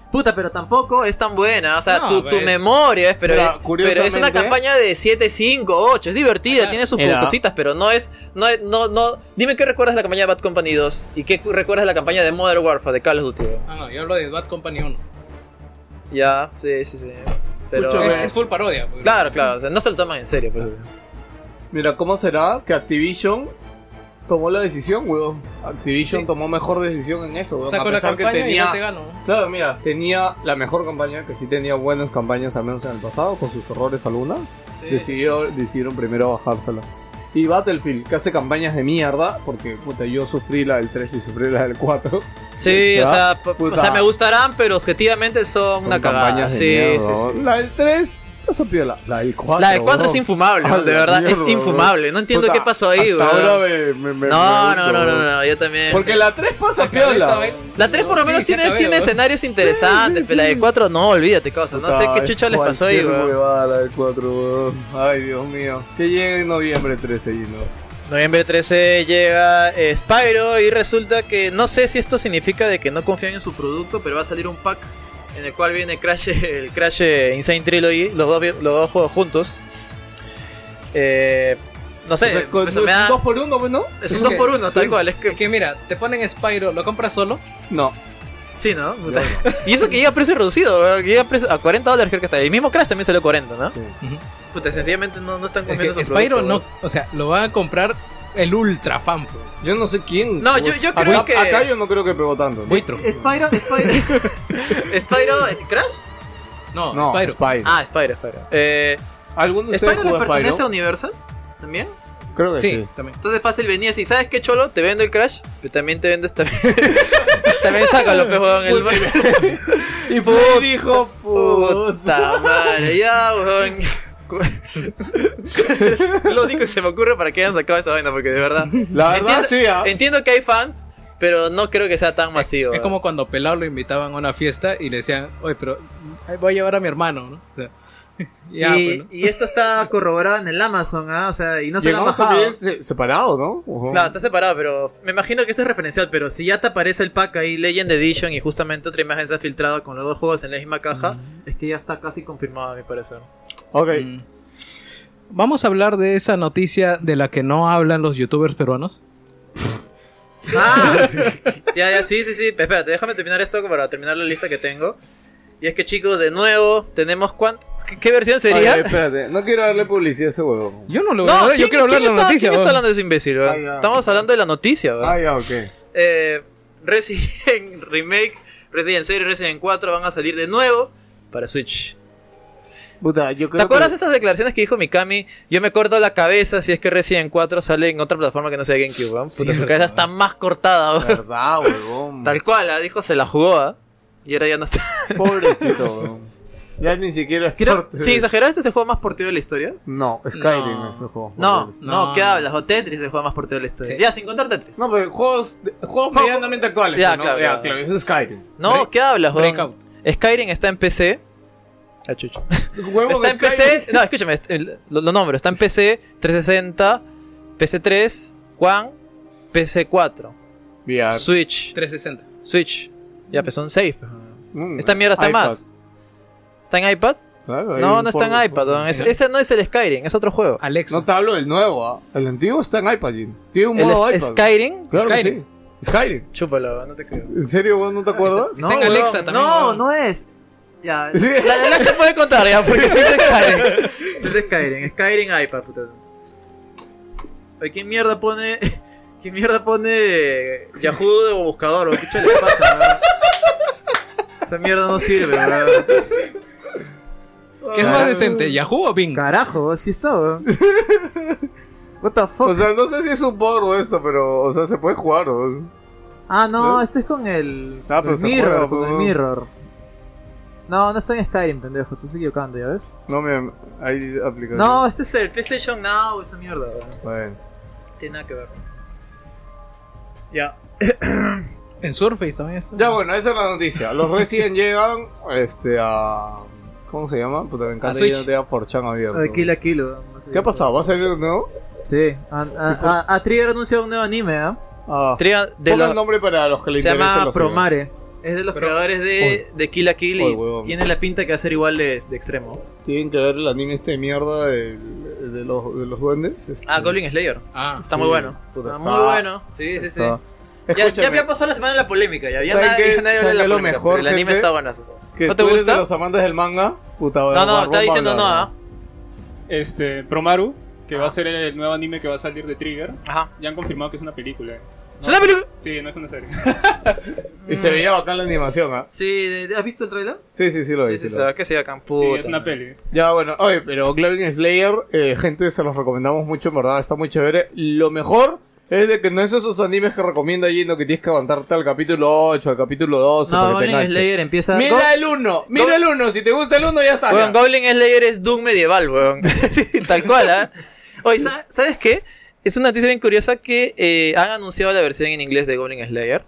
Speaker 2: Puta, pero tampoco es tan buena. O sea,
Speaker 3: No,
Speaker 2: tu,
Speaker 3: pues.
Speaker 2: tu memoria es, pero,
Speaker 3: Mira,
Speaker 2: pero es una
Speaker 3: curiosamente-
Speaker 2: campaña de 7, 5, 8. Es divertida, tiene sus
Speaker 4: Era-
Speaker 2: cositas, pero no es. No, es- no, no. Dime qué recuerdas de la campaña de Bad Company 2 y qué cu- recuerdas de la campaña de Modern Warfare de Call of Duty. weón.
Speaker 3: Ah, no, yo hablo de Bad Company 1.
Speaker 2: Ya, sí, sí, sí. Pero.
Speaker 3: Pucha, es, es full parodia. pues.
Speaker 2: Claro, claro, o sea, no se lo toman en serio. pues, Pero...
Speaker 4: Mira, ¿cómo será que Activision tomó la decisión, weón? Activision tomó mejor decisión en eso, weón.
Speaker 3: Saco
Speaker 4: a
Speaker 3: la
Speaker 4: pesar que
Speaker 3: campaña y
Speaker 4: tenía.
Speaker 3: yo te gano.
Speaker 4: Claro, mira, tenía la mejor campaña, que sí tenía buenas campañas, al menos en el pasado, con sus errores algunas.
Speaker 3: Sí.
Speaker 4: Decidió, decidieron primero bajársela. Y Battlefield, que hace campañas de mierda, porque puta, yo sufrí la del 3 y sufrí la del 4.
Speaker 2: Sí, o
Speaker 4: ¿Ya?
Speaker 2: sea, p-
Speaker 4: Puta.
Speaker 2: o sea, me gustarán, pero objetivamente son, una cagada.
Speaker 4: campañas de
Speaker 2: Sí, sí,
Speaker 4: mierda,
Speaker 2: sí.
Speaker 4: ¿no? La del 3 esa piola. La del 4.
Speaker 2: La del 4 es infumable, de verdad, es infumable. No entiendo qué pasó ahí,
Speaker 4: hasta
Speaker 2: weón.
Speaker 4: ahora me- me- me-
Speaker 2: No,
Speaker 4: me
Speaker 2: no, no,
Speaker 4: gustó,
Speaker 2: no,
Speaker 4: weón.
Speaker 2: no, yo también.
Speaker 4: Porque la 3 pasa
Speaker 2: cabeza,
Speaker 4: piola.
Speaker 2: ¿ven? La 3 por lo menos tiene, tiene escenarios interesantes, pero la de 4 no, olvídate cosas. No sé
Speaker 4: Puta,
Speaker 2: qué chucha les pasó ahí,
Speaker 4: cualquier
Speaker 2: weón.
Speaker 4: huevada la del 4, weón. Ay, Dios mío. Que llegue en noviembre 13 y no.
Speaker 2: Noviembre 13 llega eh, Spyro y resulta que no sé si esto significa de que no confían en su producto, pero va a salir un pack en el cual viene Crash, el Crash eh, Insane Trilogy, los dos, vi- los dos juegos juntos. Eh, no sé,
Speaker 4: O sea, con-
Speaker 2: eso me
Speaker 4: es
Speaker 2: da-
Speaker 4: dos por uno, pues, ¿no?
Speaker 2: Es un 2
Speaker 4: que-
Speaker 2: por 1
Speaker 4: sí.
Speaker 2: tal cual. Es que,
Speaker 3: mira, te ponen Spyro, ¿lo compras solo?
Speaker 4: No.
Speaker 2: Sí, ¿no? Puta. Y eso que llega a precio reducido, weón, que llega a, precio- a 40 dólares creo que está. El mismo Crash también salió 40, ¿no? Puta, sencillamente no, no están
Speaker 3: Es
Speaker 2: comiendo
Speaker 3: que Spyro no, o sea, lo van a comprar el ultra fan. pues.
Speaker 4: Yo no sé quién.
Speaker 2: No, yo- yo
Speaker 4: Acá-
Speaker 2: creo que-
Speaker 4: Acá yo no creo que pegó tanto. ¿no?
Speaker 2: Spyro, Spyro. Spyro, eh, ¿Crash?
Speaker 3: No,
Speaker 4: No, Spyro. Spyro.
Speaker 2: Ah, Spyro, Spyro. Eh,
Speaker 4: ¿Alguno de ustedes
Speaker 2: ¿Spyro le
Speaker 4: jugó a
Speaker 2: pertenece
Speaker 4: Spyro?
Speaker 2: a Universal? ¿También?
Speaker 4: Creo que sí.
Speaker 2: Entonces fácil venía así, ¿sabes qué cholo? Te vendo el Crash, pero también te vendes también. también sácalo, pues, weón. El...
Speaker 4: y
Speaker 2: Puta-
Speaker 4: dijo,
Speaker 2: puta madre, ya, weón. Lo único que se me ocurre para que hayan sacado esa vaina, porque de verdad.
Speaker 4: La verdad, sí, ah.
Speaker 2: entiendo que hay fans, pero no creo que sea tan masivo.
Speaker 3: Es como cuando Pelao lo invitaban a una fiesta y le decían, oye, pero ahí voy a llevar a mi hermano, ¿no? O sea, ya,
Speaker 2: y,
Speaker 3: pues, ¿no?
Speaker 2: y esto está corroborado en el Amazon, ¿ah? o sea, y no se lo han
Speaker 4: Llegamos
Speaker 2: bajado.
Speaker 4: también se- separado, ¿no? Ujú.
Speaker 2: Claro, está separado, pero me imagino que ese es referencial. Pero si ya te aparece el pack ahí, Legend Edition, y justamente otra imagen se ha filtrado con los dos juegos en la misma caja, es que ya está casi confirmado, a mi parecer.
Speaker 4: Ok.
Speaker 2: Mm.
Speaker 3: Mm.
Speaker 15: Vamos a hablar de esa noticia de la que no hablan los youtubers peruanos.
Speaker 2: Ah, ya, ya, sí, sí, sí. Espérate, déjame terminar esto para terminar la lista que tengo. Y es que, chicos, de nuevo, tenemos. cuán- ¿Qué, qué versión sería?
Speaker 4: Oye, espérate, no quiero darle publicidad a ese huevo.
Speaker 15: Yo no
Speaker 2: No,
Speaker 15: lo voy a hablar, yo
Speaker 2: ¿quién-
Speaker 15: quiero hablar
Speaker 2: quién
Speaker 15: de la
Speaker 2: está,
Speaker 15: noticia.
Speaker 2: ¿Quién está
Speaker 15: weón.
Speaker 2: hablando de ese imbécil? weón?
Speaker 4: Ah, ya.
Speaker 2: Estamos hablando de la noticia, weón.
Speaker 4: Ah, ya, ok.
Speaker 2: Eh, Resident Remake, Resident 0 y Resident 4 van a salir de nuevo para Switch.
Speaker 4: Puta, yo creo
Speaker 2: ¿Te acuerdas
Speaker 4: que-
Speaker 2: de esas declaraciones que dijo Mikami? Yo me corto la cabeza si es que Resident 4 sale en otra plataforma que no sea GameCube, weón. Puta, su
Speaker 4: Cierto,
Speaker 2: cabeza está más cortada, weón.
Speaker 4: Verdad, huevón.
Speaker 2: Tal cual, ah, dijo, se la jugó, ah. Y ahora ya no está.
Speaker 4: Pobrecito, weón. Ya ni siquiera es
Speaker 2: Creo,
Speaker 4: parte
Speaker 2: sí,
Speaker 4: de-
Speaker 2: exagerado, este es el juego más portero de la historia.
Speaker 4: No, Skyrim es el juego.
Speaker 2: No, no,
Speaker 4: No.
Speaker 2: ¿qué hablas? O Tetris es el juego más portero de la historia. Ya, sin contar Tetris.
Speaker 4: No, pero juegos, juegos medianamente actuales.
Speaker 2: Ya,
Speaker 4: ¿no?
Speaker 2: claro,
Speaker 4: ya,
Speaker 2: claro.
Speaker 4: claro. Eso es Skyrim.
Speaker 2: No, ¿qué hablas, weón? Skyrim está en PC. Ah, chucha.
Speaker 4: Huevo,
Speaker 2: Está en
Speaker 4: Skyrim.
Speaker 2: PC. No, escúchame, est- el- lo, lo nombro. Está en PC 360, PC 3, One, PC 4,
Speaker 4: VR.
Speaker 2: Switch,
Speaker 3: 360.
Speaker 2: Switch. Ya, pues son 6.
Speaker 4: Mm,
Speaker 2: Esta mierda está en
Speaker 4: iPad.
Speaker 2: más. ¿Está en iPad?
Speaker 4: Claro, hay
Speaker 2: No,
Speaker 4: un
Speaker 2: no está
Speaker 4: por-
Speaker 2: en iPad. weón. Es-
Speaker 4: Mira.
Speaker 2: ese no es el Skyrim, es otro juego.
Speaker 3: Alex.
Speaker 4: No te hablo del nuevo, ¿ah? el antiguo está en iPad. Jin. Tiene un
Speaker 2: ¿El
Speaker 4: modo
Speaker 2: es-
Speaker 4: iPad.
Speaker 2: Skyrim?
Speaker 4: Claro que
Speaker 2: Skyrim.
Speaker 4: sí. Skyrim.
Speaker 2: Chúpalo, no te creo.
Speaker 4: ¿En serio, vos no te acuerdas?
Speaker 2: No, weón, No, no es. Ya, la de Alexa puede contar ya, porque sí es Skyrim. Sí es Skyrim, Skyrim iPad, puta. Oye, ¿qué mierda pone. ¿Qué mierda pone Yahoo o buscador? weón? ¿Qué chucha le pasa? weón? Esa mierda no sirve, weón.
Speaker 3: ¿Qué es más decente, Yahoo o Bing?
Speaker 2: Carajo, sí está, weón. What the fuck?
Speaker 4: O sea, no sé si es un borro esto, pero, o sea, se puede jugar. ¿o?
Speaker 2: Ah,
Speaker 4: no,
Speaker 2: este es con el.
Speaker 4: Ah, pero se juega, pues.
Speaker 2: No, no está en Skyrim, pendejo, te estoy equivocando, ¿ya ves?
Speaker 4: No, me hay aplicación.
Speaker 2: este es el PlayStation Now, esa mierda, weón.
Speaker 4: Bueno.
Speaker 2: Tiene nada que ver. Ya.
Speaker 3: En Surface también está.
Speaker 4: Ya bueno, esa es la noticia. Los recién llegan este, a... ¿Cómo se llama? Puta, me
Speaker 16: A
Speaker 4: encanta
Speaker 16: Switch.
Speaker 4: ir a Forchan abierto.
Speaker 16: Ay, Kill la Kilo.
Speaker 4: ¿Qué ha pasado? ¿Va a salir de nuevo?
Speaker 16: Sí. A, a, a- a Trigger anuncia un nuevo anime, ¿ah?
Speaker 2: Trigger de
Speaker 16: Pongan
Speaker 2: los-
Speaker 4: nombre para los que le
Speaker 2: se
Speaker 4: interese
Speaker 2: llama
Speaker 4: lo sigan.
Speaker 2: Promare. Es de los creadores de, de Kill la Kill
Speaker 4: Uy,
Speaker 2: y
Speaker 4: huevón.
Speaker 2: tiene la pinta que va a ser igual de, de extremo.
Speaker 4: Tienen que ver el anime este de mierda de, de los, de los duendes. este.
Speaker 2: Ah, Goblin Slayer.
Speaker 4: Ah,
Speaker 2: está
Speaker 4: sí.
Speaker 2: muy bueno.
Speaker 4: Puta,
Speaker 2: está,
Speaker 4: está-
Speaker 2: muy bueno. Sí, sí,
Speaker 4: está.
Speaker 2: sí. Ya,
Speaker 4: Escúchame.
Speaker 2: ya había pasado la semana de la polémica. Ya había
Speaker 4: ¿Saben
Speaker 2: nada,
Speaker 4: qué-
Speaker 2: ya nadie
Speaker 4: saben
Speaker 2: habló de la
Speaker 4: qué es lo
Speaker 2: polémica,
Speaker 4: mejor,
Speaker 2: pero el anime
Speaker 4: gente?
Speaker 2: está buenazo.
Speaker 4: Que
Speaker 2: ¿No te
Speaker 4: tú eres
Speaker 2: gusta?
Speaker 4: de los amantes del manga. Puta,
Speaker 2: No, no, está diciendo nada.
Speaker 5: Este, Promaru, que va a ser el nuevo anime que va a salir de Trigger.
Speaker 2: ¿ah? Ajá.
Speaker 5: Ya han confirmado que es una película. eh.
Speaker 2: ¿Es una película?
Speaker 5: Sí, no es una serie.
Speaker 4: Y
Speaker 2: Mm.
Speaker 4: se veía bacán la animación, ¿ah?
Speaker 2: Sí, de- de- ¿has visto el trailer?
Speaker 4: Sí, sí, sí lo vi.
Speaker 2: Sí, sí,
Speaker 4: sí
Speaker 2: se
Speaker 4: lo vi.
Speaker 2: ve que se acá.
Speaker 4: Sí, es una peli. Ya, bueno, oye, pero Glowing Slayer, eh, gente, se los recomendamos mucho, en verdad, está muy chévere. Lo mejor es de que no es esos animes que recomienda Yendo que tienes que aguantarte al capítulo 8, al capítulo 12.
Speaker 16: No,
Speaker 4: para que te
Speaker 16: Goblin
Speaker 4: enganche.
Speaker 16: Slayer empieza.
Speaker 4: Mira
Speaker 16: Go-
Speaker 4: el 1, mira el 1, si te gusta el 1 ya está.
Speaker 2: Weón,
Speaker 4: ya.
Speaker 2: Goblin Slayer es Doom medieval, weón. Sí, Tal cual, ¿ah? Oye, ¿sa- ¿sabes qué? Es una noticia bien curiosa que eh, han anunciado la versión en inglés de Goblin Slayer.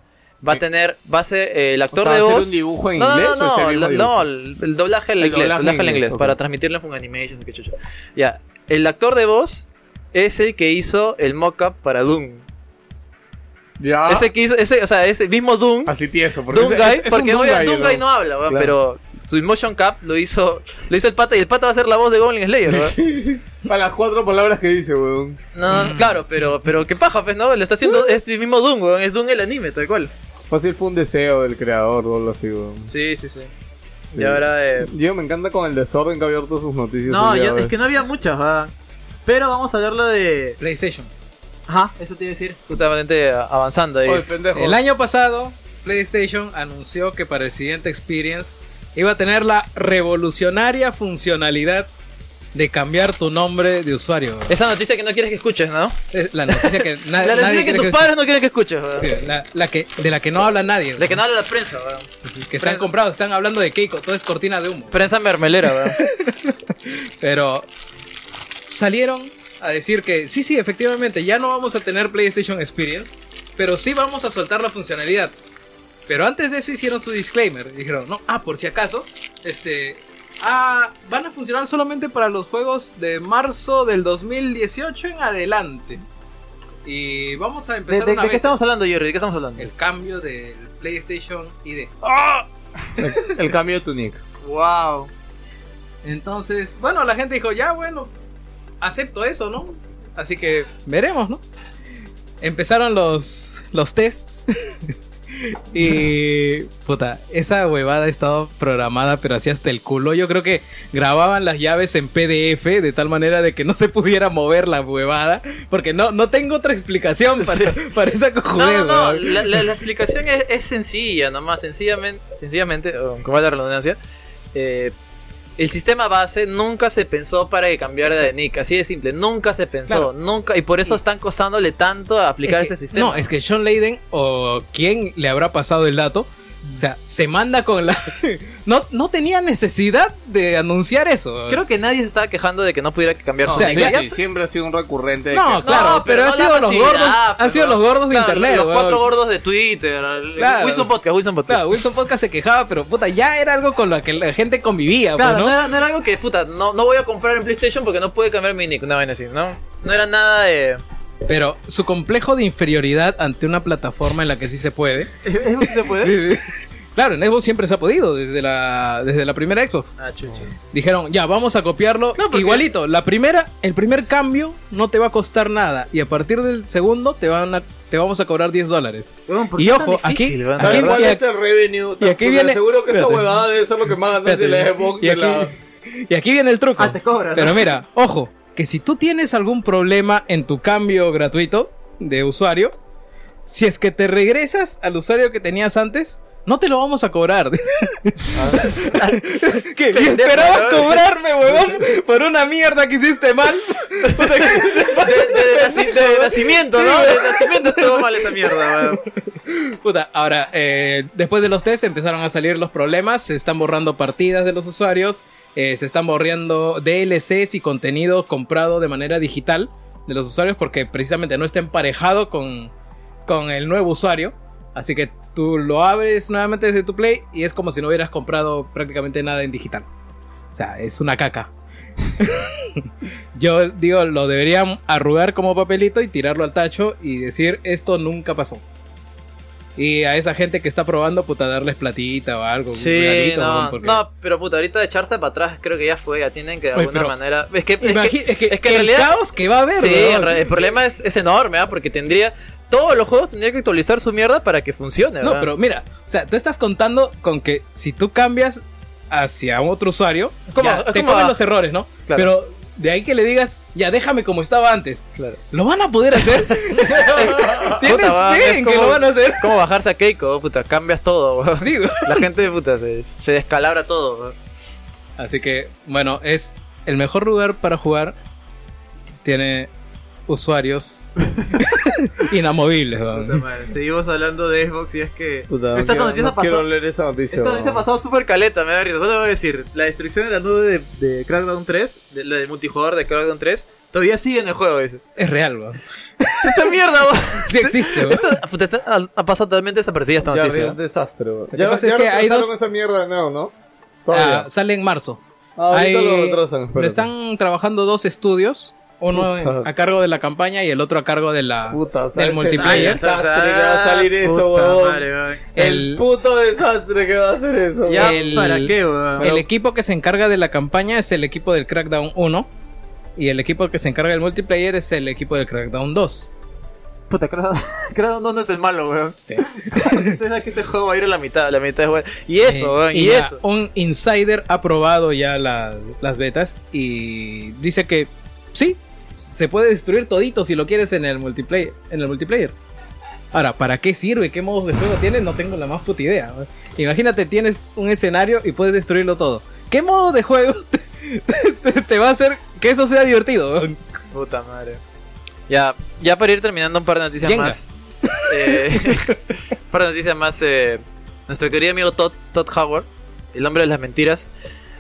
Speaker 2: Va a tener, va a ser eh, el actor
Speaker 4: sea,
Speaker 2: de
Speaker 4: ¿va a ser
Speaker 2: voz.
Speaker 4: un dibujo en
Speaker 2: no,
Speaker 4: inglés o
Speaker 2: no,
Speaker 4: es el
Speaker 2: no,
Speaker 4: mismo
Speaker 2: la-
Speaker 4: dibujo?
Speaker 2: no, el, el doblaje al
Speaker 4: El
Speaker 2: inglés, el
Speaker 4: doblaje
Speaker 2: doblaje
Speaker 4: en
Speaker 2: al inglés,
Speaker 4: inglés,
Speaker 2: para
Speaker 4: ok.
Speaker 2: transmitirlo en Funimation, qué chucha. Ya, el actor de voz es el que hizo el mock-up para Doom.
Speaker 4: Ya.
Speaker 2: Ese que hizo, ese, o sea, ese mismo Doom.
Speaker 4: Así tieso,
Speaker 2: porque
Speaker 4: porque
Speaker 2: Doom
Speaker 4: ese-
Speaker 2: Guy,
Speaker 4: es- es
Speaker 2: porque
Speaker 4: un Doom
Speaker 2: obvio,
Speaker 4: Guy,
Speaker 2: Doom
Speaker 4: ¿no?
Speaker 2: Guy no habla, weón,
Speaker 4: Claro.
Speaker 2: pero su motion cap lo hizo, lo hizo el pata y el pata va a ser la voz de Goblin Slayer, weón.
Speaker 4: Para las cuatro palabras que dice, weón.
Speaker 2: No, no, claro, pero, pero qué paja, pues, ¿no? Lo está haciendo, es el mismo Doom, weón, es Doom el anime, tal cual.
Speaker 4: Fácil fue un deseo del creador o algo así, weón.
Speaker 2: Sí, sí, sí.
Speaker 4: Sí.
Speaker 2: Y ahora, eh,
Speaker 4: Yo me encanta con el desorden que ha abierto sus noticias.
Speaker 16: No,
Speaker 4: el día
Speaker 16: yo-
Speaker 4: de
Speaker 16: es
Speaker 4: hoy.
Speaker 16: que no había muchas, ¿ah? Pero vamos a hablarlo de.
Speaker 3: PlayStation.
Speaker 16: Ajá, eso te iba a decir.
Speaker 2: justamente a- avanzando ahí.
Speaker 3: El año pasado, PlayStation anunció que para el siguiente Experience iba a tener la revolucionaria funcionalidad de cambiar tu nombre de usuario. weón.
Speaker 2: Esa noticia que no quieres que escuches, ¿no?
Speaker 3: Es la noticia que na-
Speaker 2: La
Speaker 3: nadie
Speaker 2: noticia que
Speaker 3: quiere
Speaker 2: tus
Speaker 3: que-
Speaker 2: padres no quieren que escuches, weón.
Speaker 3: Sí, la, la que, de la que no habla nadie.
Speaker 2: De que no habla la prensa, weón.
Speaker 3: Que están comprados, están hablando de Keiko, todo es cortina de humo.
Speaker 2: Prensa mermelera, weón.
Speaker 3: Pero salieron a decir que sí, sí, efectivamente, ya no vamos a tener PlayStation Experience, pero sí vamos a soltar la funcionalidad. Pero antes de eso hicieron su disclaimer. Dijeron, no, ah, por si acaso, este. Ah, van a funcionar solamente para los juegos de marzo del 2018 en adelante. Y vamos a
Speaker 2: ¿De,
Speaker 3: empezar
Speaker 2: de-
Speaker 3: una
Speaker 2: de
Speaker 3: vez
Speaker 2: qué estamos hablando, Jerry? ¿De qué estamos hablando?
Speaker 3: el cambio del PlayStation ID.
Speaker 4: El cambio de tu nick.
Speaker 3: ¡Wow! Entonces, bueno, la gente dijo, ya, bueno, acepto eso, ¿no? Así que veremos, ¿no? Empezaron los, los tests. y. Puta, esa huevada ha estado programada, pero así hasta el culo. Yo creo que grababan las llaves en PDF de tal manera de que no se pudiera mover la huevada. Porque no, no tengo otra explicación para, para esa
Speaker 2: No, no,
Speaker 3: cojudez.
Speaker 2: no.
Speaker 3: weón.
Speaker 2: La, la- la explicación es, es sencilla, nomás. Sencillamente, sencillamente oh, como es la redundancia, eh, el sistema base nunca se pensó para que cambiara de nick. Así de simple. Nunca se pensó.
Speaker 3: Claro.
Speaker 2: Nunca. Y por eso están costándole tanto a aplicar
Speaker 3: Es que-
Speaker 2: este sistema.
Speaker 3: No, es que John Layden o quien le habrá pasado el dato, o sea, se manda con la. no, no tenía necesidad de anunciar eso.
Speaker 2: Creo que nadie se estaba quejando de que no pudiera cambiar
Speaker 3: No,
Speaker 2: su
Speaker 3: sí,
Speaker 2: nick.
Speaker 3: sí,
Speaker 2: Ya-
Speaker 3: sí.
Speaker 4: Siempre ha sido un recurrente. de
Speaker 3: No,
Speaker 4: que-
Speaker 3: claro,
Speaker 2: no
Speaker 3: pero, han
Speaker 2: la
Speaker 3: sido los
Speaker 2: masividad,
Speaker 3: gordos. Han
Speaker 2: pero-
Speaker 3: sido los gordos de
Speaker 2: Claro,
Speaker 3: internet.
Speaker 2: Los
Speaker 3: weón.
Speaker 2: cuatro gordos de Twitter. el-
Speaker 3: Claro.
Speaker 2: Wilson Podcast, Wilson Podcast.
Speaker 3: Claro, Wilson Podcast se quejaba, pero puta, ya era algo con lo que la gente convivía.
Speaker 2: Claro,
Speaker 3: pues,
Speaker 2: ¿no?
Speaker 3: ¿no?
Speaker 2: era, no era algo que, puta, no, no voy a comprar en PlayStation porque no puede cambiar mi nick, una vaina así, ¿no? No era nada de...
Speaker 3: Pero su complejo de inferioridad ante una plataforma en la que sí se puede.
Speaker 2: se puede?
Speaker 3: claro, en Xbox siempre se ha podido, desde la, desde la primera Xbox.
Speaker 2: Ah, chucho.
Speaker 3: Dijeron, ya, vamos a copiarlo igualito. La primera, el primer cambio no te va a costar nada. Y a partir del segundo te van a, te vamos a cobrar 10 dólares.
Speaker 2: ¿por
Speaker 3: Y
Speaker 2: qué es tan
Speaker 3: ojo, aquí,
Speaker 2: difícil, weón?
Speaker 3: aquí-
Speaker 4: ¿Sabes cuál
Speaker 3: y
Speaker 4: es el revenue?
Speaker 3: y aquí viene-
Speaker 4: Seguro que esa
Speaker 3: espérate.
Speaker 4: huevada debe ser lo que más ganancia
Speaker 3: espérate,
Speaker 4: le Xbox
Speaker 3: y
Speaker 4: de
Speaker 3: aquí-
Speaker 4: la.
Speaker 3: y aquí viene el truco.
Speaker 16: Cobra.
Speaker 3: Pero mira, ojo, que si tú tienes algún problema en tu cambio gratuito de usuario, si es que te regresas al usuario que tenías antes, no te lo vamos a cobrar. ¿Qué? Y esperabas
Speaker 2: ¿no?
Speaker 3: cobrarme, huevón, por una mierda que hiciste mal. O sea, que se pasa
Speaker 2: De, de- de naci-
Speaker 3: pendejo,
Speaker 2: de
Speaker 3: weón.
Speaker 2: nacimiento,
Speaker 3: Sí,
Speaker 2: ¿no?
Speaker 3: weón.
Speaker 2: De nacimiento estuvo mal esa mierda, weón.
Speaker 3: Puta, ahora, eh, después de los tests empezaron a salir los problemas, se están borrando partidas de los usuarios, eh, se están borrando DLCs y contenido comprado de manera digital de los usuarios porque precisamente no está emparejado con, con el nuevo usuario. Así que Tú lo abres nuevamente desde tu Play y es como si no hubieras comprado prácticamente nada en digital. O sea, es una caca. Yo digo, lo deberían arrugar como papelito y tirarlo al tacho y decir, esto nunca pasó. Y a esa gente que está probando, puta, darles platita o algo. un
Speaker 2: Sí,
Speaker 3: regalito,
Speaker 2: no,
Speaker 3: weón, porque-
Speaker 2: no, pero puta, ahorita echarse para atrás creo que ya fue, ya tienen que de
Speaker 3: Oye,
Speaker 2: alguna
Speaker 3: pero-
Speaker 2: manera... Es que, es que-
Speaker 3: Imagi- es que-
Speaker 2: es que
Speaker 3: el
Speaker 2: en realidad...
Speaker 3: caos que va a haber,
Speaker 2: Sí,
Speaker 3: weón.
Speaker 2: en re- el problema es, es enorme, ¿ah? porque tendría... Todos los juegos tendrían que actualizar su mierda para que funcione,
Speaker 3: No,
Speaker 2: ¿verdad?
Speaker 3: pero mira, o sea, tú estás contando con que si tú cambias hacia otro usuario,
Speaker 2: como-
Speaker 3: ya,
Speaker 2: es
Speaker 3: te
Speaker 2: como
Speaker 3: comen
Speaker 2: a-
Speaker 3: los errores, ¿no?
Speaker 2: Claro.
Speaker 3: Pero de ahí que le digas, ya déjame como estaba antes. ¿Lo van a poder hacer? Ah, ¿Tienes
Speaker 2: Puta, va,
Speaker 3: fe
Speaker 2: es
Speaker 3: en
Speaker 2: como-
Speaker 3: que lo van a hacer?
Speaker 2: Como bajarse a Keiko, puta, cambias todo, weón. La gente, puta, se, se descalabra todo, weón.
Speaker 3: Así que, bueno, es el mejor lugar para jugar. Tiene usuarios inamovibles, weón.
Speaker 2: Puta madre, Seguimos hablando de Xbox y es que.
Speaker 3: Puta, no
Speaker 2: esta
Speaker 3: quiero-
Speaker 2: noticia
Speaker 3: no
Speaker 2: ha pasado-
Speaker 3: quiero leer esa noticia,
Speaker 2: Esta
Speaker 3: weón.
Speaker 2: noticia ha pasado súper caleta, me da risa. Solo voy a decir: la destrucción de la nube de, de Crackdown 3, de, la del multijugador de Crackdown 3, todavía sigue en el juego, dice.
Speaker 3: Es real, weón.
Speaker 2: Esta mierda, weón.
Speaker 3: Sí existe, weón.
Speaker 2: Esta- puta, esta- ha- ha pasado totalmente desaparecida esta
Speaker 4: Ya,
Speaker 2: noticia.
Speaker 4: es
Speaker 2: ¿no?
Speaker 4: un desastre, weón.
Speaker 3: Lo que
Speaker 4: Ya,
Speaker 3: pasa
Speaker 4: ya
Speaker 3: es que hay
Speaker 4: retrasaron
Speaker 3: dos-
Speaker 4: esa mierda de nuevo, ¿no?
Speaker 3: Ah,
Speaker 4: Todavía.
Speaker 3: sale en marzo.
Speaker 4: Ah, ahorita
Speaker 3: Hay-
Speaker 4: lo retrasan, espérate.
Speaker 3: lo están trabajando dos estudios. Uno
Speaker 4: Puta.
Speaker 3: a cargo de la campaña y el otro a cargo de la, del
Speaker 4: ¿sabes?
Speaker 3: multiplayer.
Speaker 4: El desastre que va a salir eso,
Speaker 3: Puta
Speaker 4: weón.
Speaker 3: madre,
Speaker 4: El
Speaker 3: El-
Speaker 4: puto desastre que va a ser eso.
Speaker 3: El-
Speaker 4: weón.
Speaker 3: El equipo que se encarga de la campaña es el equipo del Crackdown 1. Y el equipo que se encarga del multiplayer es el equipo del Crackdown 2.
Speaker 2: Puta, Crackdown Crackdown 2 no es el malo, weón.
Speaker 3: Sí.
Speaker 2: Entonces, que ese juego va a ir a la mitad, la mitad es bueno. Y eso,
Speaker 3: Eh,
Speaker 2: weón, y,
Speaker 3: ya,
Speaker 2: eso.
Speaker 3: Un insider ha probado ya la- las betas y dice que sí, se puede destruir todito si lo quieres en el multiplayer. En el multiplayer. Ahora, ¿para qué sirve? ¿Qué modos de juego tiene? No tengo la más puta idea. weón. Imagínate, tienes un escenario y puedes destruirlo todo. ¿Qué modo de juego te, te- te va a hacer que eso sea divertido? weón?
Speaker 2: Puta madre. Ya, ya para ir terminando un par de noticias
Speaker 3: Jenga.
Speaker 2: más. Eh, un par de noticias más. eh, nuestro querido amigo Todd, Todd Howard, el hombre de las mentiras,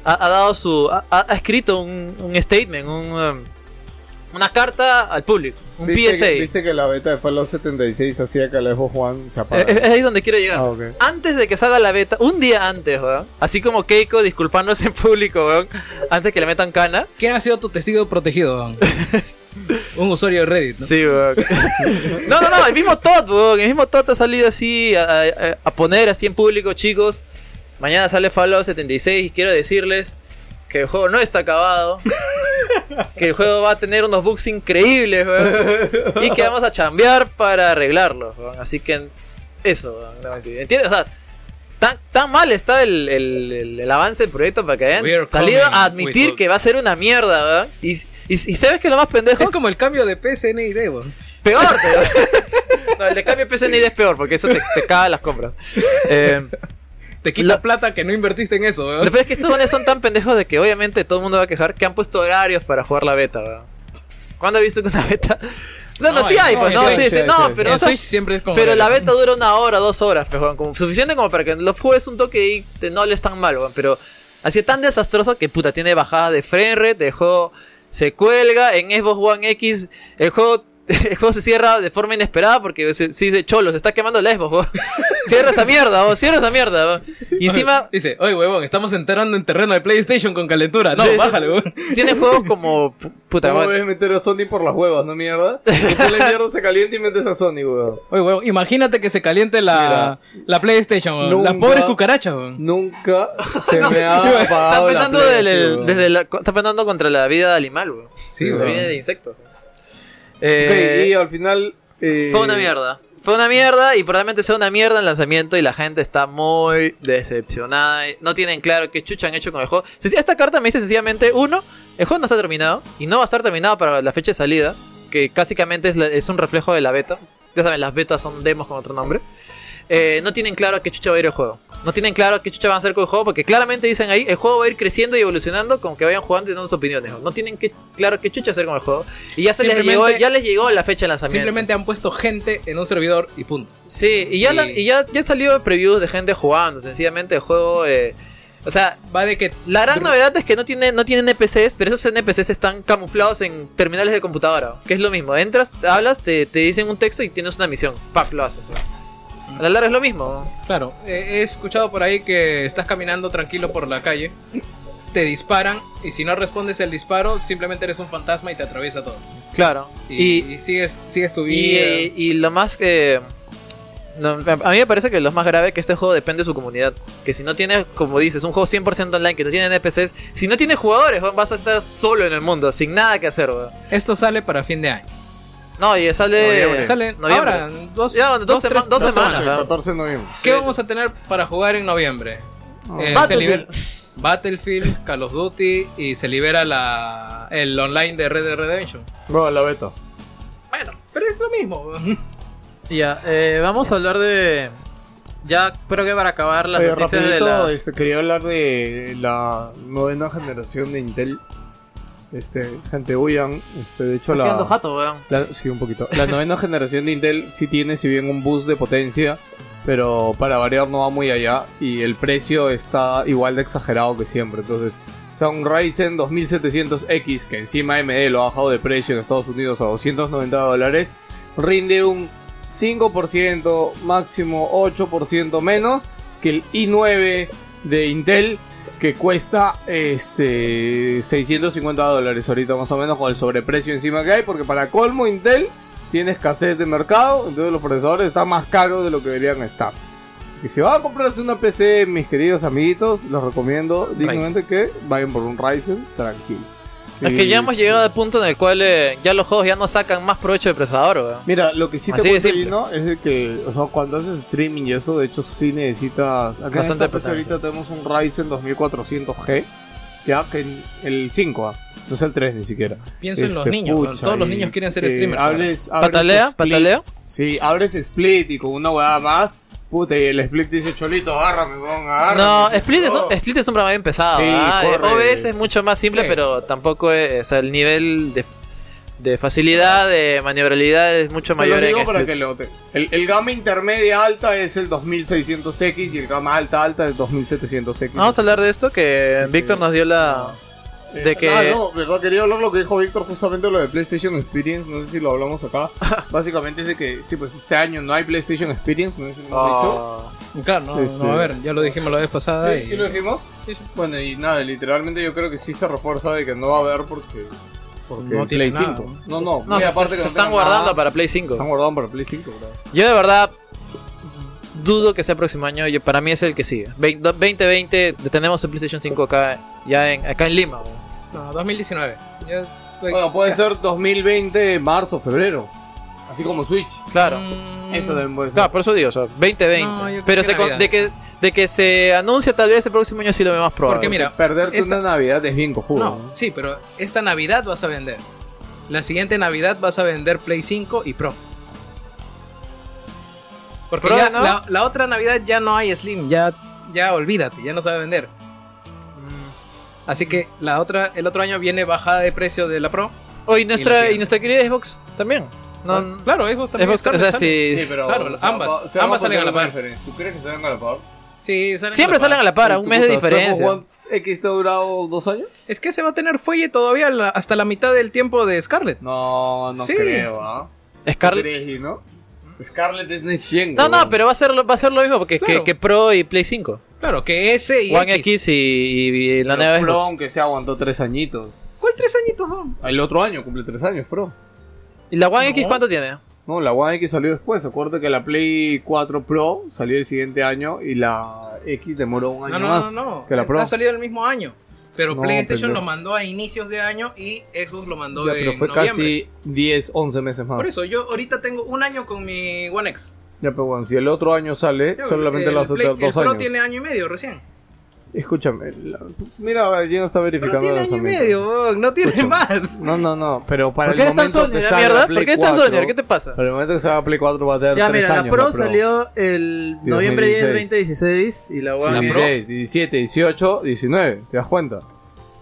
Speaker 2: ha, ha dado su. ha, ha- ha escrito un, un statement, un, um, una carta al público, un
Speaker 4: ¿Viste
Speaker 2: PSA.
Speaker 4: Que, Viste que la beta de Fallout 76 hacía que el Xbox Juan se
Speaker 2: Eh,
Speaker 4: apagara.
Speaker 2: eh, Es ahí donde quiero llegar.
Speaker 4: Ah, ok.
Speaker 2: Antes de que salga la beta, un día antes, weón. Así como Keiko disculpándose en público, weón. Antes que le metan cana.
Speaker 3: ¿Quién ha sido tu testigo protegido? weón? un usuario de Reddit. ¿no?
Speaker 2: Sí, weón. No, no, no, el mismo Todd, weón. El mismo Todd ha salido así a, a- a poner así en público, chicos. Mañana sale Fallout 76 y quiero decirles que el juego no está acabado. Que el juego va a tener unos bugs increíbles, weón. Y que vamos a chambear para arreglarlos, weón. Así que eso, weón. no, sí, ¿Entiendes? O sea, tan, tan mal está el, el- el- el avance del proyecto para que
Speaker 3: We are
Speaker 2: hayan salido
Speaker 3: coming
Speaker 2: a
Speaker 3: with
Speaker 2: admitir
Speaker 3: bugs.
Speaker 2: que va a ser una mierda, weón. Y, y, y ¿sabes qué es lo más pendejo?
Speaker 3: Es como el cambio de PSN y Devo.
Speaker 2: Peor, te- No, el de cambio PSN ID es peor porque eso te, te caga las compras. Eh,
Speaker 3: Te quita plata que no invertiste en eso,
Speaker 2: lo
Speaker 3: weón.
Speaker 2: peor es que estos manes son tan pendejos de que obviamente todo el mundo va a quejar que han puesto horarios para jugar la beta, weón. ¿Cuándo he visto que una beta.? No, no, sí hay, pues, no, sí, sí, no, pero no
Speaker 3: en
Speaker 2: son-
Speaker 3: Switch siempre es como.
Speaker 2: Pero la beta dura una hora, dos horas, pues, weón, como, suficiente como para que lo juegues un toque y te, no les tan mal, weón, pero así es tan desastroso que puta, tiene bajada de frame rate, el juego se cuelga, en Xbox One X el juego, el juego se cierra de forma inesperada porque se, se dice, cholo, se está quemando la Xbox, weón". cierra esa mierda, weón, cierra esa mierda, weón. y encima
Speaker 3: Dice, oye, huevón, estamos enterando en terreno de PlayStation con calentura. No,
Speaker 2: Sí, sí.
Speaker 3: bájale, huevón.
Speaker 2: tiene juegos como, pu- puta,
Speaker 4: ¿Cómo
Speaker 2: weón.
Speaker 4: debes meter a Sony por las huevas, no mierda? Porque la mierda se calienta y metes a Sony, weón.
Speaker 3: Oye, huevón, imagínate que se caliente la, la PlayStation, huevón.
Speaker 4: Nunca-
Speaker 3: Las pobres cucarachas, huevón.
Speaker 4: Nunca se me ha
Speaker 2: Están
Speaker 4: apagado la
Speaker 2: penando,
Speaker 4: Play,
Speaker 2: del- el-
Speaker 4: weón.
Speaker 2: desde la- están penando contra la vida de animal, weón.
Speaker 3: Sí,
Speaker 2: la
Speaker 4: weón.
Speaker 2: vida de insectos. weón.
Speaker 4: Ok,
Speaker 2: Eh,
Speaker 4: y al final... eh,
Speaker 2: Fue una mierda. Fue una mierda y probablemente sea una mierda en lanzamiento y la gente está muy decepcionada. y No tienen claro qué chucha han hecho con el juego. Sen- Esta carta me dice sencillamente, uno, el juego no está terminado y no va a estar terminado para la fecha de salida, que básicamente es, la- es un reflejo de la beta. Ya saben, las betas son demos con otro nombre. Eh, no tienen claro a qué chucha va a ir el juego. No tienen claro qué chucha van a hacer con el juego porque claramente dicen ahí, el juego va a ir creciendo y evolucionando con que vayan jugando y dando sus opiniones. No tienen que, claro qué chucha hacer con el juego. Y ya, se les, llegó,
Speaker 3: Simplemente-
Speaker 2: ya les llegó la fecha de lanzamiento.
Speaker 3: Simplemente han puesto gente en un servidor y punto.
Speaker 2: Sí, y ya,
Speaker 3: Y-
Speaker 2: la- y ya, ya salió previews de gente jugando, sencillamente el juego... eh, o sea,
Speaker 3: va de que
Speaker 2: la gran novedad es que no tiene, no tiene NPCs, pero esos NPCs están camuflados en terminales de computadora, que es lo mismo. Entras, hablas, te, te dicen un texto y tienes una misión. Pap, lo haces. ¿no? A la larga es lo mismo.
Speaker 3: Claro, eh, he escuchado por ahí que estás caminando tranquilo por la calle, te disparan y si no respondes el disparo, simplemente eres un fantasma y te atraviesa todo.
Speaker 2: Claro.
Speaker 3: Y, y sigues, sigues tu
Speaker 2: Y,
Speaker 3: vida.
Speaker 2: eh, y lo más que. no, a mí me parece que lo más grave es que este juego depende de su comunidad. Que si no tienes, como dices, un juego 100% online, que no tiene NPCs, si no tienes jugadores, weón, vas a estar solo en el mundo, sin nada que hacer, weón.
Speaker 3: Esto sale para fin de año.
Speaker 2: No, y sale.
Speaker 3: Noviembre. Sale
Speaker 2: noviembre.
Speaker 3: ahora, dos,
Speaker 2: Ya, bueno, dos,
Speaker 3: dos, tres-
Speaker 2: sema- dos
Speaker 3: dos
Speaker 2: semanas.
Speaker 3: semanas.
Speaker 2: ¿no?
Speaker 4: 14 de noviembre.
Speaker 3: ¿Qué vamos a tener para jugar en noviembre?
Speaker 4: Oh.
Speaker 3: Eh, se
Speaker 4: Battlefield.
Speaker 3: libera Battlefield, Call of Duty y se libera la, el online de Red Dead Redemption.
Speaker 4: No, la beta.
Speaker 3: Pero es lo mismo.
Speaker 2: Ya, eh, vamos a hablar de. Ya, creo que para acabar las
Speaker 4: Oye,
Speaker 2: noticias de
Speaker 4: rapidito,
Speaker 2: las.
Speaker 4: este, quería hablar de la novena generación de Intel. Este, gente, huyan. Este, de hecho,
Speaker 2: Está
Speaker 4: la,
Speaker 2: quedando jato, weón.
Speaker 4: la- Sí, un poquito. La novena generación de Intel sí tiene, si bien, un boost de potencia. Pero para variar no va muy allá. Y el precio está igual de exagerado que siempre. Entonces, o sea, un Ryzen 2700X, que encima AMD lo ha bajado de precio en Estados Unidos a 290 dólares, rinde un 5%, máximo 8% menos que el i9 de Intel que cuesta este 650 dólares ahorita más o menos con el sobreprecio encima que hay porque para colmo Intel tiene escasez de mercado entonces los procesadores están más caros de lo que deberían estar y si van a comprarse una PC mis queridos amiguitos los recomiendo dignamente que vayan por un Ryzen tranquilo
Speaker 2: Es que
Speaker 4: Y-
Speaker 2: ya hemos llegado al punto en el cual eh, ya los juegos ya no sacan más provecho de procesador, weón.
Speaker 4: Mira, lo que sí te
Speaker 2: Así de
Speaker 4: cuento,
Speaker 2: simple.
Speaker 4: Gino, es de que, o sea, cuando haces streaming y eso, de hecho, sí necesitas. Acá
Speaker 2: Bastante
Speaker 4: Bastante en esta PC
Speaker 2: potencia.
Speaker 4: ahorita tenemos un Ryzen 2400G, ya que en- el 5A, no es el 3 ni siquiera.
Speaker 3: Pienso en los niños,
Speaker 4: Este pucha,
Speaker 3: todos los
Speaker 4: y,
Speaker 3: niños quieren ser
Speaker 4: eh,
Speaker 3: streamers ahora.
Speaker 4: abres, abres
Speaker 3: ¿Patalea?
Speaker 4: Split-
Speaker 3: ¿Patalea?
Speaker 4: Sí, abres Split y con una huevada más, puta, y el Split dice cholito, agárrame, weón, agárrame.
Speaker 2: No, Split es, un- Split es un programa bien pesado.
Speaker 4: Oh. Sí,
Speaker 2: ¿ah? Eh,
Speaker 4: corre.
Speaker 2: OBS es mucho más simple,
Speaker 4: Sí.
Speaker 2: pero tampoco es. O sea, el nivel de, de facilidad, de maniobrabilidad es mucho
Speaker 4: Se
Speaker 2: mayor
Speaker 4: lo digo
Speaker 2: en
Speaker 4: para
Speaker 2: Split.
Speaker 4: que lo te- el, el gama intermedia alta es el 2600X y el gama alta alta es 2700X.
Speaker 2: Vamos a hablar de esto que Víctor nos dio la. De que.
Speaker 4: Ah, no, verdad, quería hablar lo que dijo Víctor justamente lo de PlayStation Experience, no sé si lo hablamos acá. Básicamente es de que, sí, pues este año no hay PlayStation Experience, no sé si lo hemos
Speaker 2: Ah.
Speaker 4: dicho.
Speaker 3: Oh. Claro, no,
Speaker 4: Este-
Speaker 3: no, a ver, ya lo dijimos la vez pasada.
Speaker 4: Sí,
Speaker 3: y-
Speaker 4: sí lo dijimos. Bueno, y nada, literalmente yo creo que sí se refuerza de que no va a haber porque... porque
Speaker 2: No tiene
Speaker 4: Play
Speaker 2: nada.
Speaker 4: 5. No, no,
Speaker 2: No,
Speaker 4: muy
Speaker 2: se-
Speaker 4: aparte
Speaker 2: se-
Speaker 4: que
Speaker 2: se
Speaker 4: no
Speaker 2: están
Speaker 4: tengan
Speaker 2: guardando
Speaker 4: nada,
Speaker 2: para Play 5.
Speaker 4: Se están guardando para Play 5, bro.
Speaker 2: Yo de verdad dudo que sea próximo año. Yo, para mí es el que sigue. Vein- 2020 tenemos el PlayStation 5 acá, ya en, acá en Lima. weón.
Speaker 3: No, 2019. Ya estoy-
Speaker 4: Bueno, puede ser 2020, marzo, febrero. Así como Switch.
Speaker 2: Claro.
Speaker 4: Eso también puede ser.
Speaker 2: Mm. Claro, por eso digo, o sea, 2020.
Speaker 4: No, yo creo
Speaker 2: Pero
Speaker 4: que
Speaker 2: se con-
Speaker 4: Navidad.
Speaker 2: de, que, de que se anuncia tal vez el próximo año sí lo veo más probable.
Speaker 3: Porque mira,
Speaker 4: Perderte
Speaker 3: esta-
Speaker 4: una Navidad es bien cojudo.
Speaker 3: No, sí, pero esta Navidad vas a vender. La siguiente Navidad vas a vender Play 5 y Pro. Porque
Speaker 2: Pro,
Speaker 3: ya
Speaker 2: ¿no?
Speaker 3: la, la otra Navidad ya no hay Slim, ya, ya olvídate, ya no sabe vender.
Speaker 2: Mm.
Speaker 3: Así que la otra, el otro año viene bajada de precio de la Pro. Ah,
Speaker 2: Oh, y nuestra, y nuestra querida Xbox también. No,
Speaker 3: claro, Xbox también.
Speaker 2: Xbox,
Speaker 3: sale,
Speaker 2: o sea,
Speaker 3: sale.
Speaker 2: sí, Sí, pero,
Speaker 3: claro,
Speaker 4: o sea,
Speaker 3: ambas,
Speaker 4: va- se van
Speaker 3: ambas
Speaker 4: a
Speaker 3: salen a la
Speaker 4: poner
Speaker 3: par.
Speaker 4: una diferencia. ¿Tú crees que salgan a la par?
Speaker 3: Sí, salen
Speaker 2: Siempre salen a la par, a un mes de
Speaker 4: Puta,
Speaker 2: diferencia.
Speaker 4: ¿tu Xbox One X te ha durado dos años?
Speaker 3: Es que se va a tener fuelle todavía la- hasta la mitad del tiempo de Scarlett.
Speaker 4: No, no
Speaker 3: Sí.
Speaker 4: creo, ¿ah?
Speaker 2: Scarlett-
Speaker 4: ¿Tú crees, no? Scarlett es Next Gen.
Speaker 2: No,
Speaker 4: huevón.
Speaker 2: no, pero va a ser, lo- va a ser lo mismo porque,
Speaker 4: Claro.
Speaker 2: que, que Pro y Play 5.
Speaker 3: Claro, que ese y
Speaker 2: One
Speaker 3: X.
Speaker 2: X, y, y la nueva
Speaker 4: Pero Pro,
Speaker 2: Xbox.
Speaker 4: aunque se aguantó tres añitos.
Speaker 3: ¿Cuál tres añitos, no?
Speaker 4: El otro año cumple tres años, Pro.
Speaker 2: ¿Y la One X
Speaker 4: No.
Speaker 2: cuánto tiene?
Speaker 4: No, la One X salió después. Acuérdate que la Play 4 Pro salió el siguiente año y la X demoró un
Speaker 3: No, no,
Speaker 4: año
Speaker 3: no,
Speaker 4: más
Speaker 3: no.
Speaker 4: que la Pro.
Speaker 3: Ha salido el mismo año. Pero
Speaker 4: No,
Speaker 3: PlayStation
Speaker 4: pendejo.
Speaker 3: lo mandó a inicios de año y Xbox lo mandó
Speaker 4: Ya,
Speaker 3: en
Speaker 4: pero fue
Speaker 3: noviembre.
Speaker 4: casi 10, 11 meses más.
Speaker 3: Por eso, yo ahorita tengo un año con mi One X.
Speaker 4: Ya, pero bueno, si el otro año sale,
Speaker 3: Yo,
Speaker 4: solamente
Speaker 3: el
Speaker 4: lo vas a
Speaker 3: Play-
Speaker 4: tener
Speaker 3: el
Speaker 4: dos
Speaker 3: Pro
Speaker 4: años.
Speaker 3: tiene año y medio recién.
Speaker 4: Escúchame, la- mira, a ver, ya no está verificando
Speaker 3: Tiene
Speaker 4: el
Speaker 3: año y
Speaker 4: lanzamiento.
Speaker 3: medio, weón, no tiene más.
Speaker 4: No, no, no, pero para
Speaker 3: ¿Por
Speaker 4: el
Speaker 3: qué eres tan
Speaker 4: momento
Speaker 3: Sony,
Speaker 4: que
Speaker 3: la
Speaker 4: salga
Speaker 3: mierda?
Speaker 4: Play
Speaker 3: ¿Por qué eres tan
Speaker 4: 4,
Speaker 3: Sony? ¿Qué te pasa?
Speaker 4: Para el momento que salga Play 4 va a tener
Speaker 17: Ya,
Speaker 4: 3
Speaker 17: mira, la
Speaker 4: años.
Speaker 17: Pro salió el
Speaker 4: Sí,
Speaker 17: noviembre 10 del
Speaker 2: 2016 y la
Speaker 17: One X-
Speaker 4: 16, 17, 18, 19, ¿te das cuenta?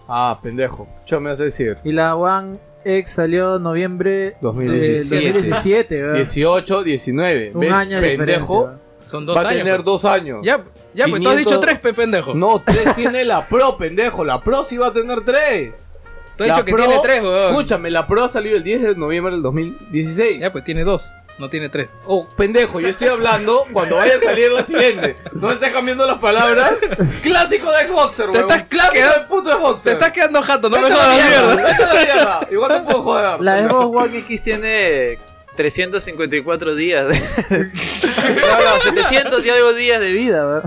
Speaker 4: Ah, pendejo, yo me hace decir.
Speaker 17: Y la One X salió noviembre del
Speaker 4: 2017.
Speaker 17: 2017,
Speaker 3: Eh.
Speaker 17: ¿verdad?
Speaker 4: 18, 19.
Speaker 17: Un
Speaker 4: ¿Ves,
Speaker 17: año de
Speaker 4: pendejo?
Speaker 3: Son
Speaker 4: Va a tener dos años.
Speaker 3: Ya, ya, pues tú has dicho tres, pe, pendejo.
Speaker 4: No, tres tiene la Pro, pendejo. La Pro sí va a tener tres.
Speaker 3: Tú has dicho que tiene tres, weón.
Speaker 4: Escúchame, la Pro salió el 10 de noviembre del 2016.
Speaker 3: Ya, pues tiene dos. No tiene tres.
Speaker 4: Oh, pendejo, yo estoy hablando cuando vaya a salir la siguiente. No estés cambiando las palabras. Clásico de Xboxer, weón. Clásico de puto Xboxer. Te estás
Speaker 3: quedando jato,
Speaker 4: no me jodas mierda. Vete a la mierda. Igual te puedo joder.
Speaker 2: La Xbox One X tiene 354 días. de- no, no, 700 y algo días de vida, weón.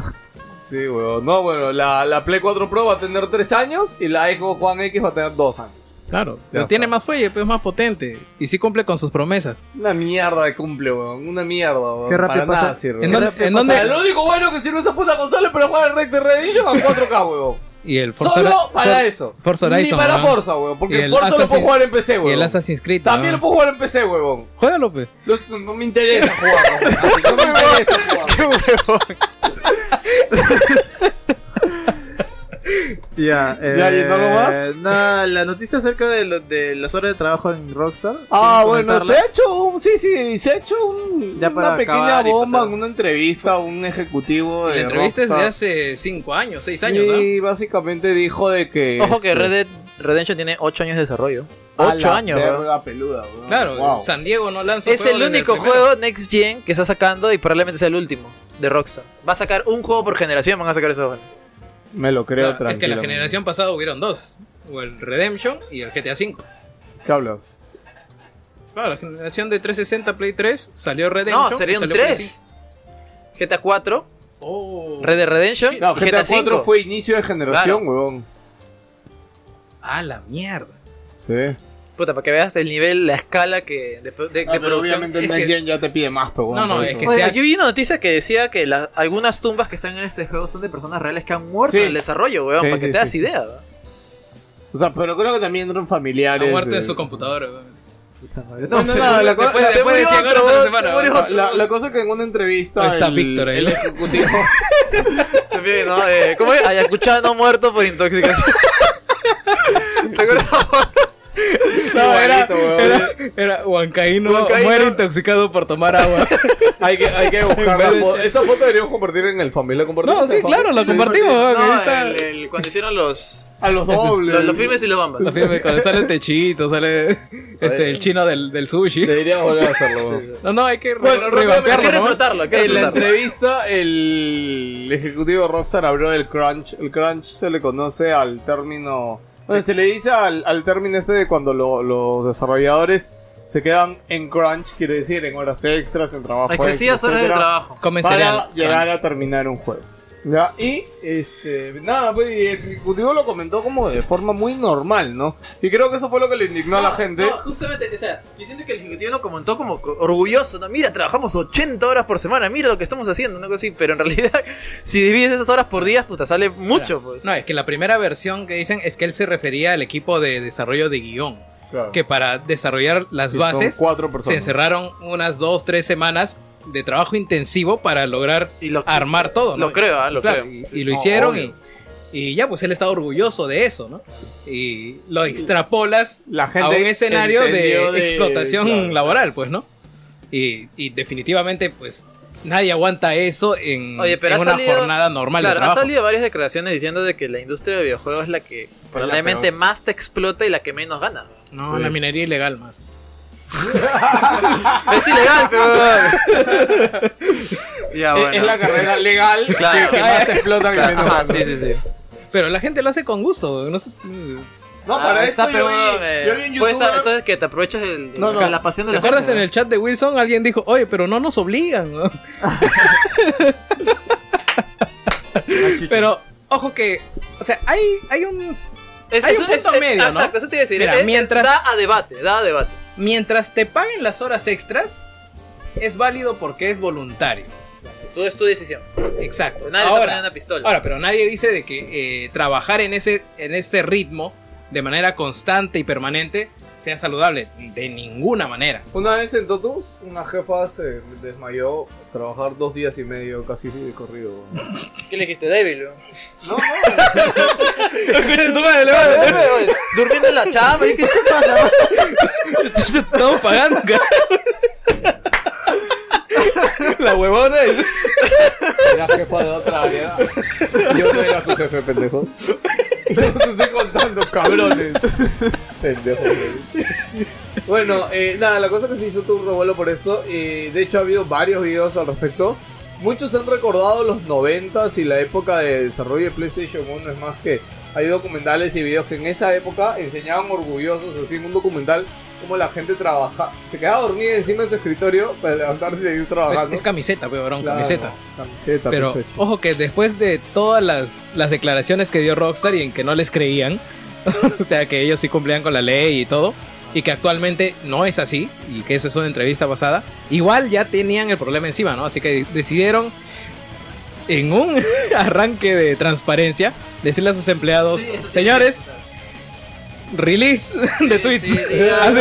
Speaker 4: Sí, weón. No, bueno, la, la Play 4 Pro va a tener 3 años y la Xbox One X va a tener 2 años.
Speaker 3: Claro, pero tiene más fuelle, pero es más potente. Y sí cumple con sus promesas.
Speaker 4: Una mierda de cumple, weón. Una mierda, weón.
Speaker 3: Qué rápido
Speaker 4: Para nada
Speaker 3: pasa.
Speaker 4: sirve.
Speaker 3: ¿En dónde-
Speaker 4: Qué rápido
Speaker 3: en
Speaker 4: pasa.
Speaker 3: dónde-
Speaker 4: Lo único bueno que sirve esa puta consola es para jugar el Red Dead Redemption a 4K, weón.
Speaker 3: Y el Forza
Speaker 4: Solo
Speaker 3: Hori-
Speaker 4: para
Speaker 3: For-
Speaker 4: eso.
Speaker 3: Forza Horizon,
Speaker 4: Ni para
Speaker 3: weón.
Speaker 4: Forza, weón.
Speaker 3: Y
Speaker 4: Porque
Speaker 3: el
Speaker 4: Forza lo puedo
Speaker 3: Assassin-
Speaker 4: jugar en PC, weón.
Speaker 3: Y el Assassin's Creed.
Speaker 4: También
Speaker 3: weón.
Speaker 4: lo puedo jugar en PC, huevón.
Speaker 3: Juégalo, pe.
Speaker 4: Lo- No, me interesa jugarlo. así, No me interesa jugarlo.
Speaker 18: Ya, eh,
Speaker 4: Ya, Ah, ¿y no lo más?
Speaker 18: No, la noticia acerca de, lo- de las horas de trabajo en Rockstar.
Speaker 4: Ah,
Speaker 18: ¿Quieren
Speaker 4: bueno, se
Speaker 18: comentarla?
Speaker 4: ha hecho un, sí, sí, se ha hecho un-
Speaker 18: Ya para
Speaker 4: una pequeña
Speaker 18: acabar y
Speaker 4: bomba
Speaker 18: pasar.
Speaker 4: en una entrevista a un ejecutivo de
Speaker 3: La entrevista es de
Speaker 4: Rockstar.
Speaker 3: hace 5 años, 6
Speaker 4: Sí,
Speaker 3: años, ¿no?
Speaker 4: básicamente dijo de que...
Speaker 2: Ojo que
Speaker 4: este,
Speaker 2: Red Dead Redemption tiene 8 años de desarrollo.
Speaker 4: a
Speaker 2: 8
Speaker 4: la
Speaker 2: años, weón.
Speaker 4: verga peluda, weón.
Speaker 3: Claro,
Speaker 4: Wow.
Speaker 3: San Diego no lanza
Speaker 2: Es
Speaker 3: juego
Speaker 2: el
Speaker 3: desde
Speaker 2: único
Speaker 3: primero.
Speaker 2: juego Next Gen que está sacando y probablemente sea el último de Rockstar. Va a sacar un juego por generación, van a sacar esos jóvenes.
Speaker 4: Me lo creo
Speaker 3: Es que la
Speaker 4: tranquilamente.
Speaker 3: generación pasada hubieron dos. O el Redemption y el GTA V.
Speaker 4: ¿Qué hablas?
Speaker 3: Claro, la generación de 360 Play 3 salió Redemption.
Speaker 2: No, serían
Speaker 3: y salió Play
Speaker 2: 3. GTA 4,
Speaker 3: Oh.
Speaker 2: Red Dead Redemption,
Speaker 4: No,
Speaker 2: y
Speaker 4: GTA, 4
Speaker 2: 5.
Speaker 4: fue inicio de generación, huevón.
Speaker 3: Ah, la mierda.
Speaker 4: Sí.
Speaker 2: Puta, para que veas el nivel, la escala que de, de- de
Speaker 4: Ah, pero
Speaker 2: producción.
Speaker 4: obviamente el
Speaker 2: Es
Speaker 4: Next
Speaker 2: que-
Speaker 4: Gen ya te pide más, pero bueno.
Speaker 2: No, no,
Speaker 4: por
Speaker 2: es
Speaker 4: eso.
Speaker 2: que sea- Yo vi una noticia que decía que las- algunas tumbas que están en este juego son de personas reales que han muerto
Speaker 4: Sí.
Speaker 2: en el desarrollo, weón,
Speaker 4: Sí,
Speaker 2: para
Speaker 4: sí,
Speaker 2: que te
Speaker 4: sí,
Speaker 2: das
Speaker 4: sí.
Speaker 2: idea. weón.
Speaker 4: O sea, pero creo que también entran familiares.
Speaker 3: Ha muerto
Speaker 4: de- Ah,
Speaker 3: en su computadora. weón.
Speaker 2: No,
Speaker 4: eh. No,
Speaker 2: se-
Speaker 4: no, no, la cosa-
Speaker 2: después de- después
Speaker 4: se
Speaker 2: de
Speaker 4: murió
Speaker 2: cien
Speaker 4: otro,
Speaker 2: horas a la
Speaker 4: weón,
Speaker 2: semana,
Speaker 4: se murió
Speaker 2: weón.
Speaker 4: otro. La, la cosa es que en una entrevista
Speaker 3: Ahí está
Speaker 4: el,
Speaker 3: Víctor ahí.
Speaker 4: el ejecutivo
Speaker 2: También, ¿no? Eh, ¿Cómo es? Ayacuchano muerto por intoxicación.
Speaker 4: no, era,
Speaker 3: Era, era Huancaíno,
Speaker 4: Huancaíno.
Speaker 3: muere intoxicado por tomar agua.
Speaker 4: hay que hay que buscar la foto. Esa foto deberíamos compartir en el familia compartimos
Speaker 3: No, sí,
Speaker 4: en familia?
Speaker 3: claro, la
Speaker 4: Sí,
Speaker 3: compartimos,
Speaker 4: porque-
Speaker 3: weón,
Speaker 4: No,
Speaker 3: ahí
Speaker 4: el-
Speaker 3: está.
Speaker 2: El- el- cuando hicieron los.
Speaker 4: A los dobles.
Speaker 2: Los, los firmes y los bambas.
Speaker 3: La firme, cuando sale el techito, sale este, el chino del, del sushi.
Speaker 4: Debería volver a hacerlo. weón.
Speaker 3: No, no, hay que re-
Speaker 4: Bueno, rápidamente,
Speaker 3: revampearlo, ¿no?
Speaker 4: En la entrevista, el ejecutivo Rockstar habló del crunch. El crunch se le conoce al término. Bueno, se le dice al, al término este de cuando lo- los desarrolladores se quedan en crunch, quiere decir en horas extras, en trabajo.
Speaker 2: Excesivas
Speaker 4: extra,
Speaker 2: horas de
Speaker 4: etcétera,
Speaker 2: trabajo.
Speaker 3: Comen cereal. Ah.
Speaker 4: Para llegar a terminar un juego. Ya, y este, nada, pues y el ejecutivo lo comentó como de forma muy normal, ¿no? Y creo que eso fue lo que le indignó
Speaker 3: Ah,
Speaker 4: a la gente.
Speaker 2: No, justamente, o sea, yo siento que el ejecutivo lo comentó como co- orgulloso, ¿no? Mira, trabajamos 80 horas por semana, mira lo que estamos haciendo, una cosa así, pero en realidad, si divides esas horas por días, puta, sale mucho, pues.
Speaker 3: No, es que la primera versión que dicen es que él se refería al equipo de desarrollo de guión.
Speaker 4: Claro.
Speaker 3: Que para desarrollar las
Speaker 4: Y son
Speaker 3: bases
Speaker 4: cuatro
Speaker 3: se
Speaker 4: personas.
Speaker 3: encerraron unas dos, tres semanas de trabajo intensivo para lograr armar todo. ¿no?
Speaker 2: lo creo, ah, lo
Speaker 3: Claro,
Speaker 2: creo.
Speaker 3: Y, y lo
Speaker 2: No,
Speaker 3: hicieron y,
Speaker 2: obvio.
Speaker 3: y ya, pues él está orgulloso de eso, ¿no? Y lo extrapolas a un escenario de,
Speaker 4: entendió de-
Speaker 3: explotación
Speaker 4: claro.
Speaker 3: laboral, pues, ¿no? Y, y definitivamente, pues, nadie aguanta eso en,
Speaker 2: Oye, pero
Speaker 3: en
Speaker 2: ha
Speaker 3: una
Speaker 2: salido-
Speaker 3: jornada normal de
Speaker 2: Claro, ha
Speaker 3: trabajo.
Speaker 2: salido varias declaraciones diciendo de que la industria de videojuegos es la que probablemente
Speaker 3: peor.
Speaker 2: más te explota y la que menos gana.
Speaker 3: No,
Speaker 2: Sí.
Speaker 3: la minería ilegal más.
Speaker 2: Es ilegal, pero. ya,
Speaker 4: Es- Es la carrera legal que-
Speaker 2: Claro.
Speaker 4: que, más explota que
Speaker 2: Claro,
Speaker 4: menos.
Speaker 2: ajá,
Speaker 4: gana.
Speaker 2: sí, sí, sí.
Speaker 3: Pero la gente lo hace con gusto, no sé.
Speaker 4: No,
Speaker 2: Ah,
Speaker 4: para
Speaker 2: está
Speaker 4: esto yo vi,
Speaker 2: peor, eh.
Speaker 4: yo vi en
Speaker 2: Pues,
Speaker 4: YouTube.
Speaker 2: ah, entonces que te aprovechas el,
Speaker 4: No, no.
Speaker 2: la pasión de
Speaker 3: ¿Te
Speaker 2: la
Speaker 3: acuerdas
Speaker 2: gente,
Speaker 3: en el chat de Wilson? Alguien dijo, oye, pero no nos obligan. ¿no?" pero, ojo que, o sea, hay, hay un...
Speaker 2: Es-
Speaker 3: hay
Speaker 2: es-
Speaker 3: un punto
Speaker 2: es- es- ah,
Speaker 3: medio, ¿no?
Speaker 2: Exacto, eso te iba a decir.
Speaker 3: Mira,
Speaker 2: es- es-
Speaker 3: mientras,
Speaker 2: Da a debate, da a debate.
Speaker 3: mientras te paguen las horas extras, es válido porque es voluntario.
Speaker 2: Tú es tu decisión. Pues
Speaker 3: Exacto.
Speaker 2: Nadie se pone
Speaker 3: ahora,
Speaker 2: una pistola.
Speaker 3: ahora, pero nadie dice de que eh, trabajar en ese, en ese ritmo de manera constante y permanente sea saludable. De ninguna manera.
Speaker 4: Una vez en Totus, una jefa se desmayó trabajar dos días y medio casi de corrido.
Speaker 2: ¿Qué le dijiste? Débil, No,
Speaker 4: no.
Speaker 2: Durmiendo en la chamba.
Speaker 4: ¿eh?
Speaker 2: ¿y ¿Qué te pasa?
Speaker 3: Estamos pagando, La huevona es...
Speaker 4: Era jefa de otra área. Yo no era su jefe, pendejo. Se los estoy contando, cabrones.
Speaker 6: Pendejo.
Speaker 4: Bueno, eh, nada, la cosa que se hizo un revuelo por esto. eh, de hecho, ha habido varios videos al respecto. Muchos han recordado los 90 y la época de desarrollo de PlayStation 1. Es más que hay documentales y videos que en esa época enseñaban orgullosos, así en un documental, cómo la gente trabaja. Se quedaba dormida encima de su escritorio para levantarse y seguir
Speaker 3: Es,
Speaker 4: trabajando.
Speaker 3: es camiseta, pues, cabrón,
Speaker 4: Claro,
Speaker 3: camiseta.
Speaker 4: Camiseta,
Speaker 3: Pero
Speaker 4: pechocho.
Speaker 3: ojo que después de todas las, las declaraciones que dio Rockstar y en que no les creían, o sea que ellos sí cumplían con la ley y todo, y que actualmente no es así, y que eso es una entrevista pasada, igual ya tenían el problema encima, ¿no? Así que decidieron en un arranque de transparencia decirle a sus empleados, señores, release de tweets. Así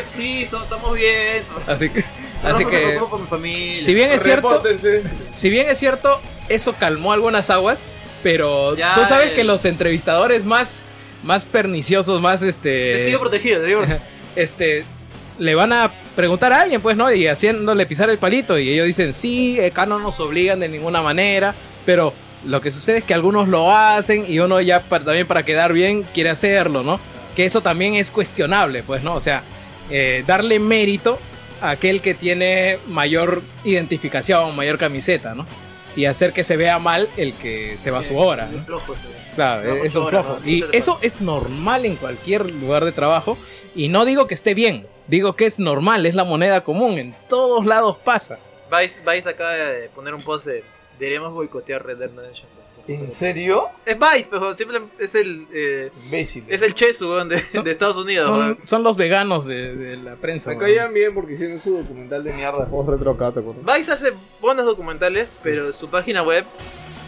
Speaker 3: que-
Speaker 2: Sí, so- estamos bien.
Speaker 3: Así que,
Speaker 2: No,
Speaker 3: así
Speaker 2: no, no,
Speaker 3: que,
Speaker 2: no, por mi familia.
Speaker 3: si bien es cierto,
Speaker 4: Repórtense.
Speaker 3: si bien es cierto, eso calmó algunas aguas, pero
Speaker 2: Ya,
Speaker 3: tú sabes
Speaker 2: eh.
Speaker 3: que los entrevistadores más, más perniciosos, más este,
Speaker 2: Te digo protegido, te digo.
Speaker 3: este, le van a preguntar a alguien, pues, ¿no? Y haciéndole pisar el palito y ellos dicen sí, acá no nos obligan de ninguna manera, pero lo que sucede es que algunos lo hacen y uno ya para- también para quedar bien quiere hacerlo, ¿no? Que eso también es cuestionable, pues, ¿no? O sea, eh, darle mérito a aquel que tiene mayor identificación, mayor camiseta, ¿no? Y hacer que se vea mal el que se va a su hora. ¿no?
Speaker 2: Flojo, este. sí.
Speaker 3: Claro, eh,
Speaker 2: Trabajo
Speaker 3: es un
Speaker 2: ocho horas,
Speaker 3: flojo.
Speaker 2: ¿no?
Speaker 3: Y eso es normal en cualquier lugar de trabajo. Y no digo que esté bien, digo que es normal, es la moneda común, en todos lados pasa.
Speaker 2: Vais, vais acá de poner un post de. Deberíamos boicotear Red Dead Redemption.
Speaker 4: ¿En serio?
Speaker 2: Es Vice, pero siempre es el. eh, es el Chesu, weón, de, de Estados Unidos,
Speaker 3: Son,
Speaker 2: weón.
Speaker 3: son los veganos de, de la prensa.
Speaker 4: Me
Speaker 3: weón.
Speaker 4: caían bien porque hicieron su documental de mierda de juegos retro acá, ¿te acuerdas?
Speaker 2: Vice hace buenos documentales, pero su página web de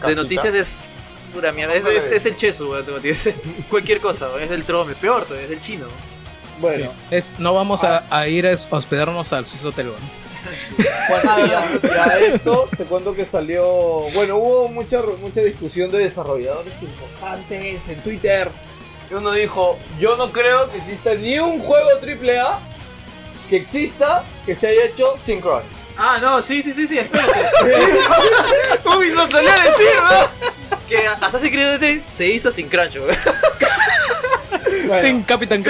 Speaker 4: Capita.
Speaker 2: noticias es pura mierda. Es, es- es el Chesu, weón, te motivas. Cualquier cosa, weón. Es el Trome, peor, todavía, es el chino.
Speaker 4: Bueno.
Speaker 3: Es, no vamos a, a ir a es- a hospedarnos al Suizo Hotel. weón.
Speaker 4: Bueno, y a, y a esto te cuento que salió. Bueno, hubo mucha, mucha discusión de desarrolladores importantes en Twitter. Y uno dijo: Yo no creo que exista ni un juego AAA que exista que se haya hecho sin crunch.
Speaker 2: Ah, no, sí, sí, sí, sí, espérate. Ubisoft salió a decir, ¿no? Que Assassin's Creed Odyssey se hizo sin crunch, weón.
Speaker 3: Sin Capitán
Speaker 2: Sí,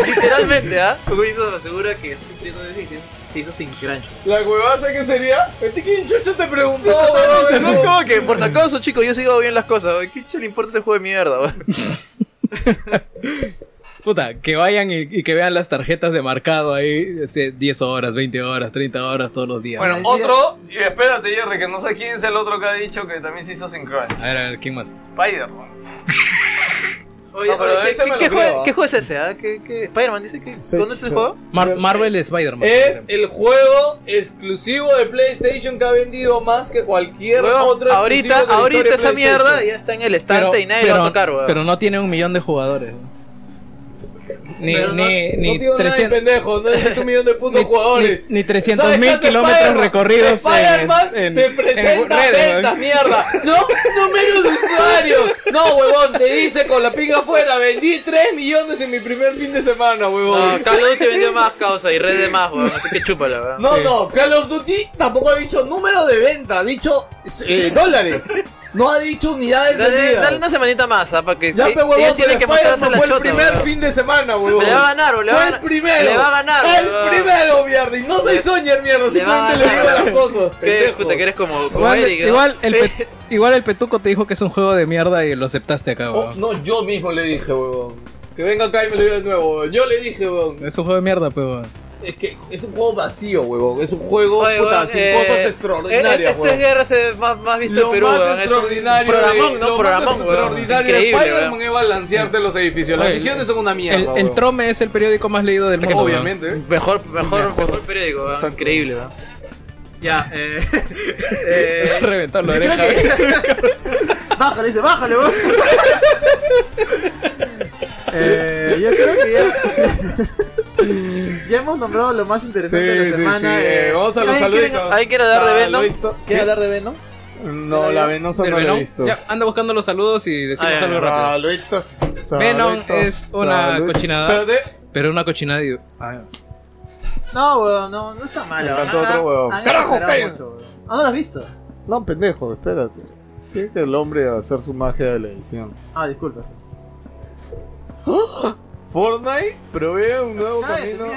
Speaker 2: literalmente, ¿ah? Ubisoft asegura que Assassin's Creed Odyssey se- se hizo sin crunch.
Speaker 4: La huevaza que sería. ¿A ti quién chocho te preguntó,
Speaker 2: No,
Speaker 4: huevón?
Speaker 2: no, como que por sacoso, chicos, yo sigo bien las cosas, weón. ¿Qué chulo le importa ese juego de mierda, weón?
Speaker 3: Puta, que vayan y, y que vean las tarjetas de marcado ahí, este, 10 horas, 20 horas, 30 horas todos los días.
Speaker 6: Bueno, otro, y espérate, Jerry, que no sé quién es el otro que ha dicho que también se hizo sin crunch.
Speaker 3: A ver, a ver, ¿quién más?
Speaker 6: Spider-Man.
Speaker 2: Oye,
Speaker 6: No, pero
Speaker 2: oye, ¿qué,
Speaker 6: ese me
Speaker 2: qué-
Speaker 6: lo
Speaker 2: qué
Speaker 6: creo,
Speaker 2: jue-
Speaker 6: ¿ah?
Speaker 2: qué juego es ese? ah? ¿Qué, qué? Spider-Man dice que. ¿Dónde es
Speaker 4: sí.
Speaker 2: el juego?
Speaker 3: Mar- Marvel Spider-Man.
Speaker 4: Es el juego exclusivo de PlayStation que ha vendido más que cualquier
Speaker 2: Huevón,
Speaker 4: otro exclusivo
Speaker 2: ahorita,
Speaker 4: de la historia
Speaker 2: ahorita
Speaker 4: de
Speaker 2: esa
Speaker 4: PlayStation.
Speaker 2: mierda ya está en el estante y nadie lo va a tocar, weón.
Speaker 3: pero no tiene un millón de jugadores. weón. Ni,
Speaker 4: Pero no-
Speaker 3: ni,
Speaker 4: no
Speaker 3: ni
Speaker 4: tiene nada de
Speaker 3: 300
Speaker 4: pendejo, no es un millón de putos jugadores.
Speaker 3: ni
Speaker 4: ¿Sabes
Speaker 3: 300
Speaker 4: qué
Speaker 3: mil
Speaker 4: hace
Speaker 3: kilómetros
Speaker 4: Spider-Man?
Speaker 3: recorridos. en-
Speaker 4: Spider-Man
Speaker 3: en-
Speaker 4: te
Speaker 3: en
Speaker 4: presenta
Speaker 3: redes, weón.
Speaker 4: ventas, mierda. No, no menos de usuarios. No, huevón, te dice con la pinga afuera, vendí 3 millones en mi primer fin de semana, huevón.
Speaker 2: No, Call of Duty vendió más causa y red de más, weón. Así que chúpala, weón.
Speaker 4: No, no, Call of Duty tampoco ha dicho número de venta, ha dicho eh, dólares. No ha dicho unidades
Speaker 2: Dale,
Speaker 4: vendidas.
Speaker 2: dale una semanita más, ¿ah? Para que.
Speaker 4: Ya, pe
Speaker 2: ella
Speaker 4: huevón,
Speaker 2: tiene
Speaker 4: pero
Speaker 2: que mostrarse
Speaker 4: Spider-Man
Speaker 2: la
Speaker 4: fue
Speaker 2: chota,
Speaker 4: el primer
Speaker 2: weón.
Speaker 4: fin de semana, huevón.
Speaker 2: Le va a ganar, weón, le va
Speaker 4: Fue
Speaker 2: a
Speaker 4: el
Speaker 2: ganar.
Speaker 4: primero.
Speaker 2: Le va a ganar,
Speaker 4: El
Speaker 2: weón.
Speaker 4: primero, mierda. Y no soy
Speaker 2: Le-
Speaker 4: Soñer, mierda.
Speaker 2: le va a
Speaker 4: Simplemente le digo
Speaker 2: ganar.
Speaker 4: las cosas.
Speaker 2: ¿Qué, puta, que eres como, como
Speaker 3: Igual,
Speaker 2: Eric, ¿no?
Speaker 3: igual el pe- igual el petuco te dijo que es un juego de mierda y lo aceptaste acá,
Speaker 4: Oh,
Speaker 3: weón.
Speaker 4: no, yo mismo le dije, huevón. Que venga acá y me lo diga de nuevo, huevón. Yo le dije, huevón.
Speaker 3: Es un juego de mierda, pues. weón.
Speaker 4: Es que es un juego vacío, huevón. Es un juego,
Speaker 2: Oye,
Speaker 4: puta,
Speaker 2: weón,
Speaker 4: sin
Speaker 2: eh,
Speaker 4: cosas
Speaker 2: eh, eh,
Speaker 4: extraordinarias,
Speaker 2: Esto es
Speaker 4: huevón.
Speaker 2: guerra más, más visto
Speaker 3: Este
Speaker 4: Lo
Speaker 2: en Perú,
Speaker 4: más
Speaker 2: weón. Es un
Speaker 4: extraordinario de-
Speaker 2: programón,
Speaker 4: lo
Speaker 2: no
Speaker 4: más
Speaker 2: programón, weón.
Speaker 4: extraordinario de
Speaker 2: Increíble,
Speaker 4: Spider-Man
Speaker 2: weón.
Speaker 4: es balancearte los edificios. Los
Speaker 3: Oye,
Speaker 4: edificios son una mierda,
Speaker 3: El, el
Speaker 4: huevón.
Speaker 3: Trome es el periódico más leído del mundo. weón.
Speaker 4: Obviamente, ¿eh?
Speaker 2: Mejor, mejor, mejor periódico, weón. Increíble, weón. Ya, eh. eh
Speaker 3: Reventar la oreja.
Speaker 2: bájale, dice, bájale, weón.
Speaker 13: Eh, yo creo que ya. ya hemos nombrado lo más interesante
Speaker 4: Sí,
Speaker 13: de la
Speaker 4: sí,
Speaker 13: semana.
Speaker 4: sí, eh, vamos a los
Speaker 13: ¿alguien
Speaker 4: saluditos.
Speaker 13: quiere-
Speaker 2: Ahí quiere dar de Venom.
Speaker 4: Saludito.
Speaker 13: ¿Quiere hablar de Venom?
Speaker 4: No, la Venosa
Speaker 3: Del
Speaker 4: no la he
Speaker 3: Venom.
Speaker 4: visto.
Speaker 3: Ya, anda buscando los saludos y decimos
Speaker 4: Ay,
Speaker 3: algo rápido.
Speaker 4: Saluditos.
Speaker 3: Venom
Speaker 4: saluditos,
Speaker 3: es una
Speaker 4: saluditos.
Speaker 3: cochinada.
Speaker 4: Espérate.
Speaker 3: Pero una cochinada. y- ah,
Speaker 13: No, weón, no, no está
Speaker 4: Me
Speaker 13: malo.
Speaker 4: encantó
Speaker 13: Han-
Speaker 2: Ah,
Speaker 4: otro huevo.
Speaker 13: han
Speaker 4: ¡Carajo,
Speaker 13: exagerado
Speaker 4: cállate!
Speaker 13: mucho, weón. Ah, no lo has visto.
Speaker 4: No, pendejo, espérate. Tiene que el hombre hacer su magia de la edición.
Speaker 13: Ah, disculpa.
Speaker 4: ¡Ah! Fortnite provee un nuevo
Speaker 19: Cállate,
Speaker 4: camino.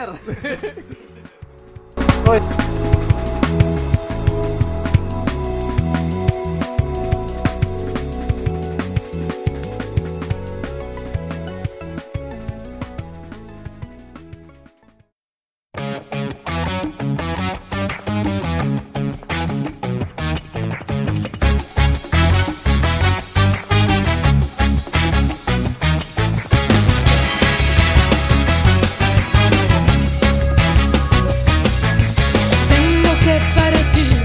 Speaker 8: Tengo que partir,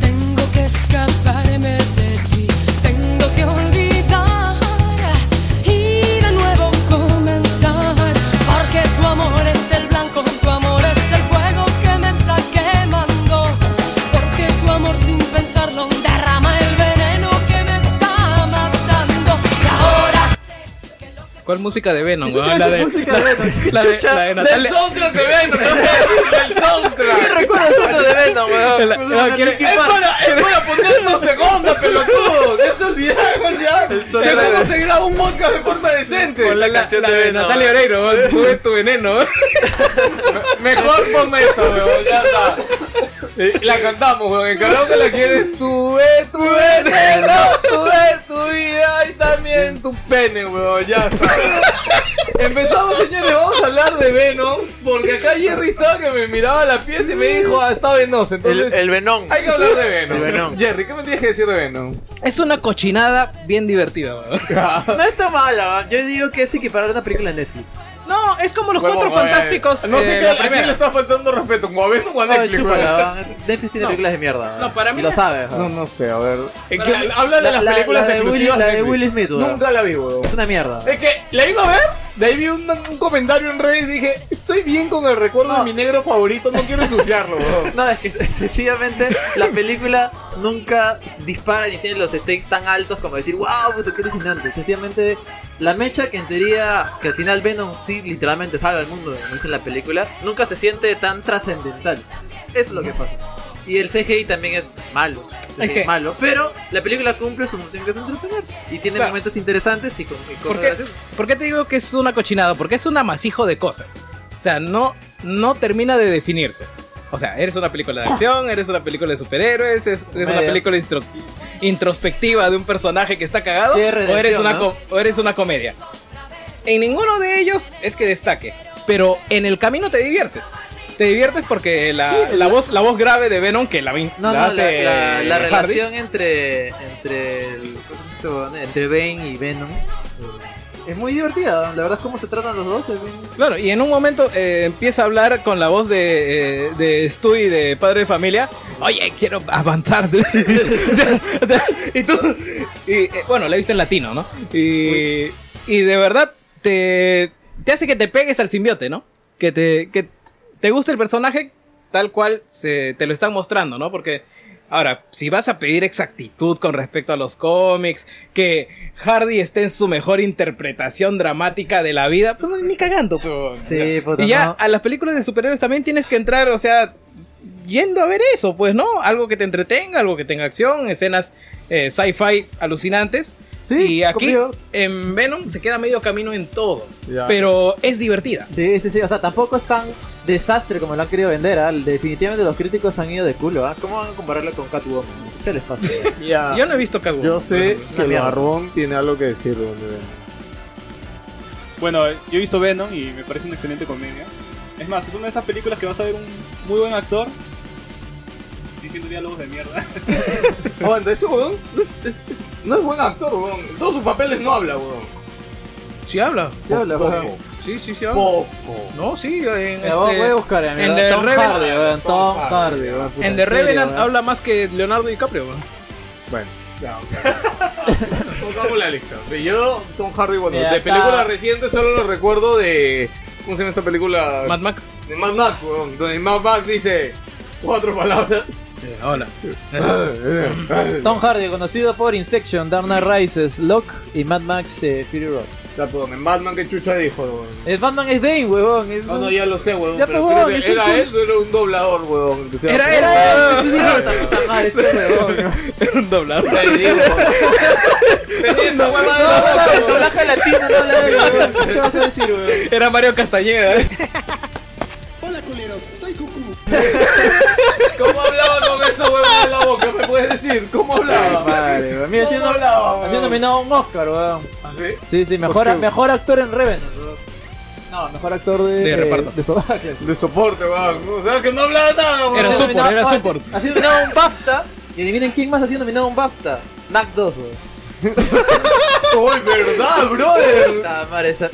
Speaker 8: tengo que escaparme de ti, tengo que olvidar y de nuevo comenzar, porque tu amor es el blanco, tu amor es el fuego que me está quemando, porque tu amor sin pensarlo derrama el veneno que me está matando y ahora
Speaker 3: ¿Cuál música de Venom?
Speaker 8: Esa
Speaker 3: weón?
Speaker 8: es
Speaker 3: La
Speaker 8: la
Speaker 3: de,
Speaker 8: música
Speaker 3: la
Speaker 8: de
Speaker 3: de-
Speaker 8: Venom.
Speaker 3: la de-
Speaker 8: Chucha,
Speaker 3: la de
Speaker 8: del
Speaker 3: Natalia.
Speaker 8: soundtrack de Venom.
Speaker 4: Del soundtrack.
Speaker 8: ¿Qué recuerda el soundtrack de Venom, weón?
Speaker 2: Pues
Speaker 4: La-
Speaker 8: Puso
Speaker 4: no, quiere-
Speaker 8: Linkin
Speaker 4: es,
Speaker 8: Park.
Speaker 4: para, es para ponernos segunda, pelotudo. Ya se olvidaron ya.
Speaker 8: El
Speaker 4: Ya
Speaker 8: soundtrack
Speaker 4: cómo
Speaker 8: de-
Speaker 4: se graba un podcast de forma decente.
Speaker 3: Con la canción de Venom. Natalia Oreiro, weón, tuve tu veneno.
Speaker 4: Mejor ponme eso, weón. Ya está. Eh, La cantamos, weón. En que la quieres tú, eh, tu veneno, tu eh, tu vida y también tu pene, weón. Ya está. Empezamos, señores. Vamos a hablar de Venom. Porque acá Jerry estaba que me miraba la pieza y me dijo, ah, está venoso. Entonces,
Speaker 20: El- el Venom.
Speaker 4: Hay que hablar de Venom.
Speaker 20: El Venom.
Speaker 4: Jerry, ¿qué me tienes que decir de Venom?
Speaker 3: Es una cochinada bien divertida, weón.
Speaker 2: No está mala, yo digo que es equiparar una película de Netflix.
Speaker 3: No, es como los
Speaker 4: Huevo,
Speaker 3: cuatro
Speaker 4: weón.
Speaker 3: fantásticos.
Speaker 4: No sé
Speaker 3: eh,
Speaker 4: qué,
Speaker 3: la
Speaker 4: a quién
Speaker 3: primera.
Speaker 4: le está faltando respeto, como a Venom o a Netflix.
Speaker 2: chúpala,
Speaker 4: weón.
Speaker 2: Netflix tiene películas de mierda.
Speaker 4: No, para mí
Speaker 2: Y lo
Speaker 4: la-
Speaker 2: sabes.
Speaker 4: No, no sé, a ver.
Speaker 2: En
Speaker 4: Para
Speaker 2: que-
Speaker 4: mí- habla de
Speaker 2: la-
Speaker 4: las
Speaker 2: la-
Speaker 4: películas
Speaker 2: la de Will-
Speaker 4: exclusivas
Speaker 2: la de
Speaker 4: Netflix.
Speaker 2: Will Smith, weón.
Speaker 4: Nunca la vi, weón.
Speaker 2: Es una mierda.
Speaker 4: Es que la iba a ver, de ahí vi un, un comentario en redes y dije, estoy bien con el recuerdo de mi negro favorito, no quiero ensuciarlo, weón.
Speaker 2: No, es que sencillamente la película nunca dispara ni tiene los stakes tan altos como decir, wow, puta, qué alucinante. Sencillamente la mecha que en teoría, que al final Venom sí literalmente salva al mundo, como dice en la película, nunca se siente tan trascendental. Eso es lo que pasa. Y el CGI también es malo. el CGI
Speaker 3: Es que-
Speaker 2: es malo, pero la película cumple su función que es entretener. Y tiene
Speaker 3: Claro.
Speaker 2: momentos interesantes y, con- y cosas
Speaker 3: ¿Por qué,
Speaker 2: graciosas.
Speaker 3: por qué te digo que es una cochinada? Porque es un amasijo de cosas. O sea, no, no termina de definirse. O sea, eres una película de acción, eres una película de superhéroes, es, eres una
Speaker 2: Media.
Speaker 3: película instro- introspectiva de un personaje que está cagado,
Speaker 2: Sí, es
Speaker 3: o, eres
Speaker 2: redención,
Speaker 3: una
Speaker 2: ¿no?
Speaker 3: co- o eres una comedia. En ninguno de ellos es que destaque, pero en el camino te diviertes. Te diviertes porque la, la voz, la voz grave de Venom, que la, vi-
Speaker 2: No,
Speaker 3: la
Speaker 2: no, la,
Speaker 3: hace
Speaker 2: la- la
Speaker 3: Hardy,
Speaker 2: relación entre entre el- ¿cómo se llama este huevón? entre Bane y Venom eh, es muy divertida. La verdad es cómo se tratan los dos. es bien-
Speaker 3: Claro, y en un momento eh, empieza a hablar con la voz de, eh, de Stu y de padre de familia. Oye, quiero avanzar. O sea, o sea, y tú. y, eh, bueno, la he visto en latino, ¿no? Y, y de verdad te, te hace que te pegues al simbiote, ¿no? Que te, que te guste el personaje tal cual se, te lo están mostrando, ¿no? Porque. Ahora, si vas a pedir exactitud con respecto a los cómics, que Hardy esté en su mejor interpretación dramática de la vida, pues no, ni cagando, pero.
Speaker 2: Sí, puta,
Speaker 3: Y ya
Speaker 2: no.
Speaker 3: a las películas de superhéroes también tienes que entrar, o sea, yendo a ver eso, pues, ¿no? Algo que te entretenga, algo que tenga acción, escenas eh, sci-fi alucinantes. Sí, y aquí
Speaker 19: conmigo.
Speaker 3: en Venom se queda medio camino en todo, pero es divertida.
Speaker 19: Sí, sí, sí. O sea, tampoco es tan desastre como lo han querido vender. ¿ah? Definitivamente los críticos han ido de culo. ¿ah? ¿Cómo van a compararlo con Catwoman? Mucho les pasa.
Speaker 4: Ya.
Speaker 3: Yo no he visto Catwoman.
Speaker 4: Yo sé que el
Speaker 19: mierda.
Speaker 4: marrón tiene algo que decir, weón, de Venom.
Speaker 5: Bueno, yo he visto Venom y me parece una excelente comedia. Es más, es una de esas películas que vas a ver un muy buen actor diciendo diálogos de mierda.
Speaker 4: Aguanta, Oh, ese weón no es, es- es- no es buen actor, weón. En todos sus papeles no habla, weón.
Speaker 3: Sí habla.
Speaker 4: Sí Oh. habla,
Speaker 3: Poco.
Speaker 4: weón.
Speaker 3: Sí, sí, sí habla.
Speaker 4: Poco.
Speaker 3: No, sí, en
Speaker 19: Mira, voy- voy a buscar, mira,
Speaker 3: Este, en The
Speaker 19: Tom
Speaker 3: Revenant-
Speaker 19: Hardy, weón, Tom Hardy, weón, puta,
Speaker 3: En The
Speaker 19: en serio,
Speaker 3: Revenant
Speaker 19: weón.
Speaker 3: habla más que Leonardo DiCaprio, weón.
Speaker 4: Bueno. Ya, ok. Pongamos la lista. De Yo, Tom Hardy, bueno,
Speaker 3: Ya
Speaker 4: de
Speaker 3: está.
Speaker 4: películas recientes solo lo recuerdo de. ¿Cómo se llama esta película?
Speaker 3: Mad Max.
Speaker 4: De Mad Max, weón. Donde Mad Max dice cuatro palabras.
Speaker 3: hola.
Speaker 19: Tom Hardy, conocido por Insection, Dark Knight Rises, Locke y Mad Max eh, Fury Road.
Speaker 4: Ya, pues, en Batman, ¿qué chucha dijo, weón?
Speaker 2: Eh,
Speaker 19: El Batman es Bane, huevón. es
Speaker 4: No,
Speaker 19: un-
Speaker 4: no, ya lo sé, weón.
Speaker 19: Ya,
Speaker 4: pero
Speaker 19: pues, weón,
Speaker 4: creo que
Speaker 19: es el
Speaker 4: era
Speaker 19: cul-
Speaker 4: él, o era un doblador, weón. que sea-
Speaker 2: pues,
Speaker 19: Era, era, era, es idiota, puta madre, este huevón.
Speaker 3: Era un doblador.
Speaker 4: Te digo,
Speaker 21: Esa hueva de
Speaker 2: El doblaje latino, no habla de weón. ¿Qué vas a decir, weón?
Speaker 3: Era Mario Castañeda. ¿eh?
Speaker 22: Hola culeros, soy Cucú.
Speaker 21: ¿Cómo hablaba con esa hueva de la boca? ¿Me puedes decir? ¿Cómo hablaba?
Speaker 2: Madre, weón. Mira,
Speaker 21: ¿Cómo
Speaker 2: siendo,
Speaker 21: hablaba,
Speaker 2: ha sido
Speaker 21: weón?
Speaker 2: nominado a un Oscar, weón.
Speaker 21: ¿Ah, sí?
Speaker 2: Sí, sí, mejor,
Speaker 21: ¿Por qué?
Speaker 2: mejor actor en Revenant, weón. No, mejor actor de.
Speaker 21: De reparto.
Speaker 2: De Sodacles.
Speaker 21: De soporte, weón. O sea, que no hablaba nada, weón.
Speaker 2: Ha sido nominado-
Speaker 21: Ah,
Speaker 2: ah,
Speaker 21: sí.
Speaker 2: Ha sido nominado a un BAFTA. Y adivinen quién más ha sido nominado a un BAFTA. NAC 2, weón.
Speaker 21: ¡Uy, verdad, brother!
Speaker 2: Puta madre, esa.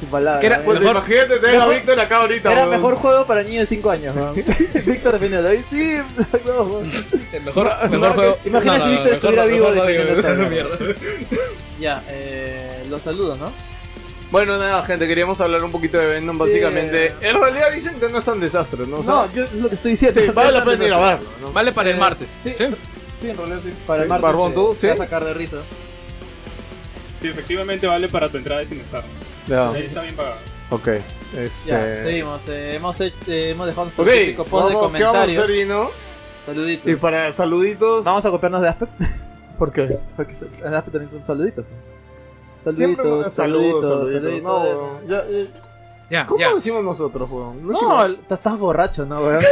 Speaker 2: Sin palabras.
Speaker 21: Que era-
Speaker 2: weón.
Speaker 21: Pues imagínate tener a
Speaker 2: mejor-
Speaker 21: Víctor acá ahorita,
Speaker 2: Era
Speaker 21: weón.
Speaker 2: mejor juego para niños de 5 años, weón. Víctor Pineda. Ay, Sí, NAC 2, weón.
Speaker 3: El mejor,
Speaker 2: mejor juego. Imagina si Víctor estuviera vivo defendiendo esta
Speaker 4: esta
Speaker 2: mierda.
Speaker 4: Ya, eh,
Speaker 2: los saludos, ¿no?
Speaker 4: Bueno, nada, gente, queríamos hablar un poquito de Venom,
Speaker 2: Sí.
Speaker 4: básicamente. En realidad dicen que no es tan desastre, ¿no? O sea,
Speaker 2: No, yo lo que estoy diciendo.
Speaker 4: Sí, vale la pena ir a verlo, ¿no?
Speaker 3: Vale para el martes.
Speaker 2: Sí,
Speaker 3: Sí.
Speaker 2: sí, en realidad sí. Para el
Speaker 4: Sí,
Speaker 2: martes.
Speaker 4: Barbón,
Speaker 2: eh,
Speaker 4: ¿tú?
Speaker 2: te
Speaker 4: Sí.
Speaker 2: va a sacar de risa.
Speaker 5: Sí, efectivamente vale para tu entrada sin estar.
Speaker 4: Ya.
Speaker 5: Ahí Está bien pagado.
Speaker 4: Ok, este.
Speaker 2: Ya, seguimos. eh, hemos, hecho- eh, hemos dejado nuestro
Speaker 4: Ok,
Speaker 2: típico post de
Speaker 4: vamos, ¿qué vamos a hacer,
Speaker 2: comentarios.
Speaker 4: Gino?
Speaker 2: Saluditos.
Speaker 4: Y para saluditos.
Speaker 2: Vamos a copiarnos de Aspe.
Speaker 4: ¿Por qué?
Speaker 2: Porque so- en Aspe también son saluditos.
Speaker 4: Siempre
Speaker 2: Saluditos, saluditos,
Speaker 4: mandan saludos,
Speaker 2: saluditos.
Speaker 4: saluditos. No, weón, ya, eh, ¿Cómo decimos nosotros, weón?
Speaker 2: No,
Speaker 4: decimos-
Speaker 2: el- te estás borracho, ¿no, weón?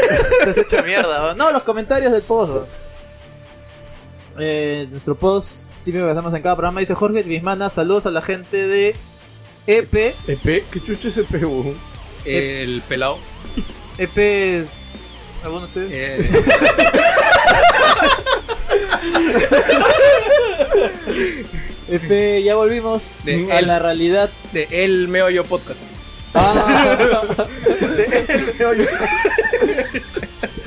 Speaker 2: te has hecho mierda, weón. No, los comentarios del post, weón. Eh, nuestro post típico que hacemos en cada programa dice Jorge Bismana, saludos a la gente de E EP.
Speaker 4: EP, ¿qué chucho es EP, weón?
Speaker 3: El pelado.
Speaker 2: EP E es... ¿Alguno de
Speaker 3: ustedes?
Speaker 2: EP, E ya volvimos
Speaker 3: De
Speaker 2: a
Speaker 3: él.
Speaker 2: la realidad.
Speaker 3: De El Meo Yo Podcast.
Speaker 2: Ah.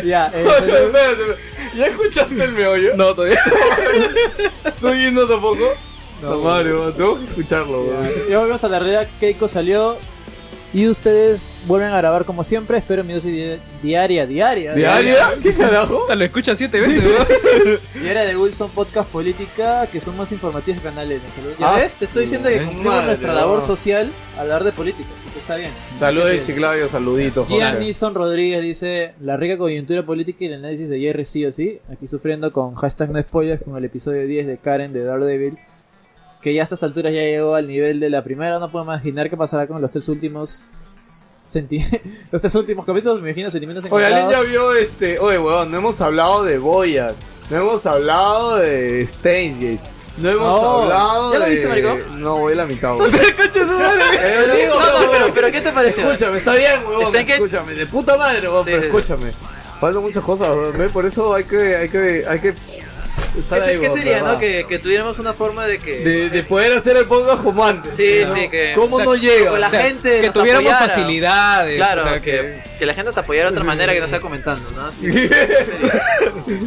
Speaker 2: Ya, eh,
Speaker 4: Espérate,
Speaker 2: pero-
Speaker 4: espérate, espérate. ¿Ya escuchaste el meollo?
Speaker 3: No, todavía.
Speaker 4: ¿Tú yendo tampoco?
Speaker 2: No,
Speaker 4: No, madre, weón, tengo que escucharlo, weón.
Speaker 2: ya volvemos a la realidad. Keiko salió y ustedes vuelven a grabar como siempre. Espero mi dosis di- diaria, diaria.
Speaker 4: ¿Diaria? ¿Qué carajo?
Speaker 3: Lo escuchan siete veces, weón.
Speaker 2: Diaria de Wilson Podcast Política, que son más informativos que Canal N. Salud. Ya
Speaker 4: Ah,
Speaker 2: ves, te estoy diciendo que
Speaker 4: madre,
Speaker 2: cumplimos nuestra
Speaker 4: no.
Speaker 2: labor social al hablar de política, así que está bien.
Speaker 4: Saludos,
Speaker 2: Sí.
Speaker 4: Chiclavio, saluditos, Jorge.
Speaker 2: Giannison Rodríguez dice La rica coyuntura política y el análisis de Jerry sí o sí Aquí sufriendo con hashtag no spoilers Con el episodio 10 de Karen de Daredevil Que ya a estas alturas ya llegó al nivel de la primera No puedo imaginar qué pasará con los tres últimos senti- Los tres últimos capítulos Me imagino sentimientos
Speaker 4: Oye, alguien ya
Speaker 2: encontrados
Speaker 4: vio este. Oye, weón, no hemos hablado de Boyard. No hemos hablado de Steingate. No hemos
Speaker 23: Oh,
Speaker 2: No.
Speaker 4: hablado
Speaker 2: ¿Ya lo
Speaker 4: de-
Speaker 2: viste, maricón?
Speaker 4: No, voy a la mitad, Eh, weón.
Speaker 2: No, sí, pero- pero ¿qué te pareció?
Speaker 4: Escúchame, está bien, weón.
Speaker 2: Steingate-
Speaker 4: Escúchame, de puta madre, weón,
Speaker 2: Sí,
Speaker 4: pero
Speaker 2: sí.
Speaker 4: escúchame. Faltan muchas cosas, weón. ¿ves? Por eso hay que. Hay que, hay que estar
Speaker 23: ¿Qué,
Speaker 4: ahí,
Speaker 23: se- qué
Speaker 4: weón,
Speaker 23: sería,
Speaker 4: ¿verdad?
Speaker 23: no? Que, que tuviéramos una forma de que.
Speaker 4: De, de poder hacer el podcast como antes.
Speaker 23: Sí,
Speaker 4: ¿no?
Speaker 23: sí, que.
Speaker 4: ¿Cómo
Speaker 23: o sea,
Speaker 4: no llega?
Speaker 23: como la
Speaker 4: O sea,
Speaker 23: gente
Speaker 4: que
Speaker 23: nos
Speaker 4: tuviéramos
Speaker 23: apoyara.
Speaker 4: facilidades,
Speaker 23: Claro,
Speaker 4: o sea,
Speaker 23: que, que la gente nos apoyara de otra manera que no sea comentando, ¿no? Sí.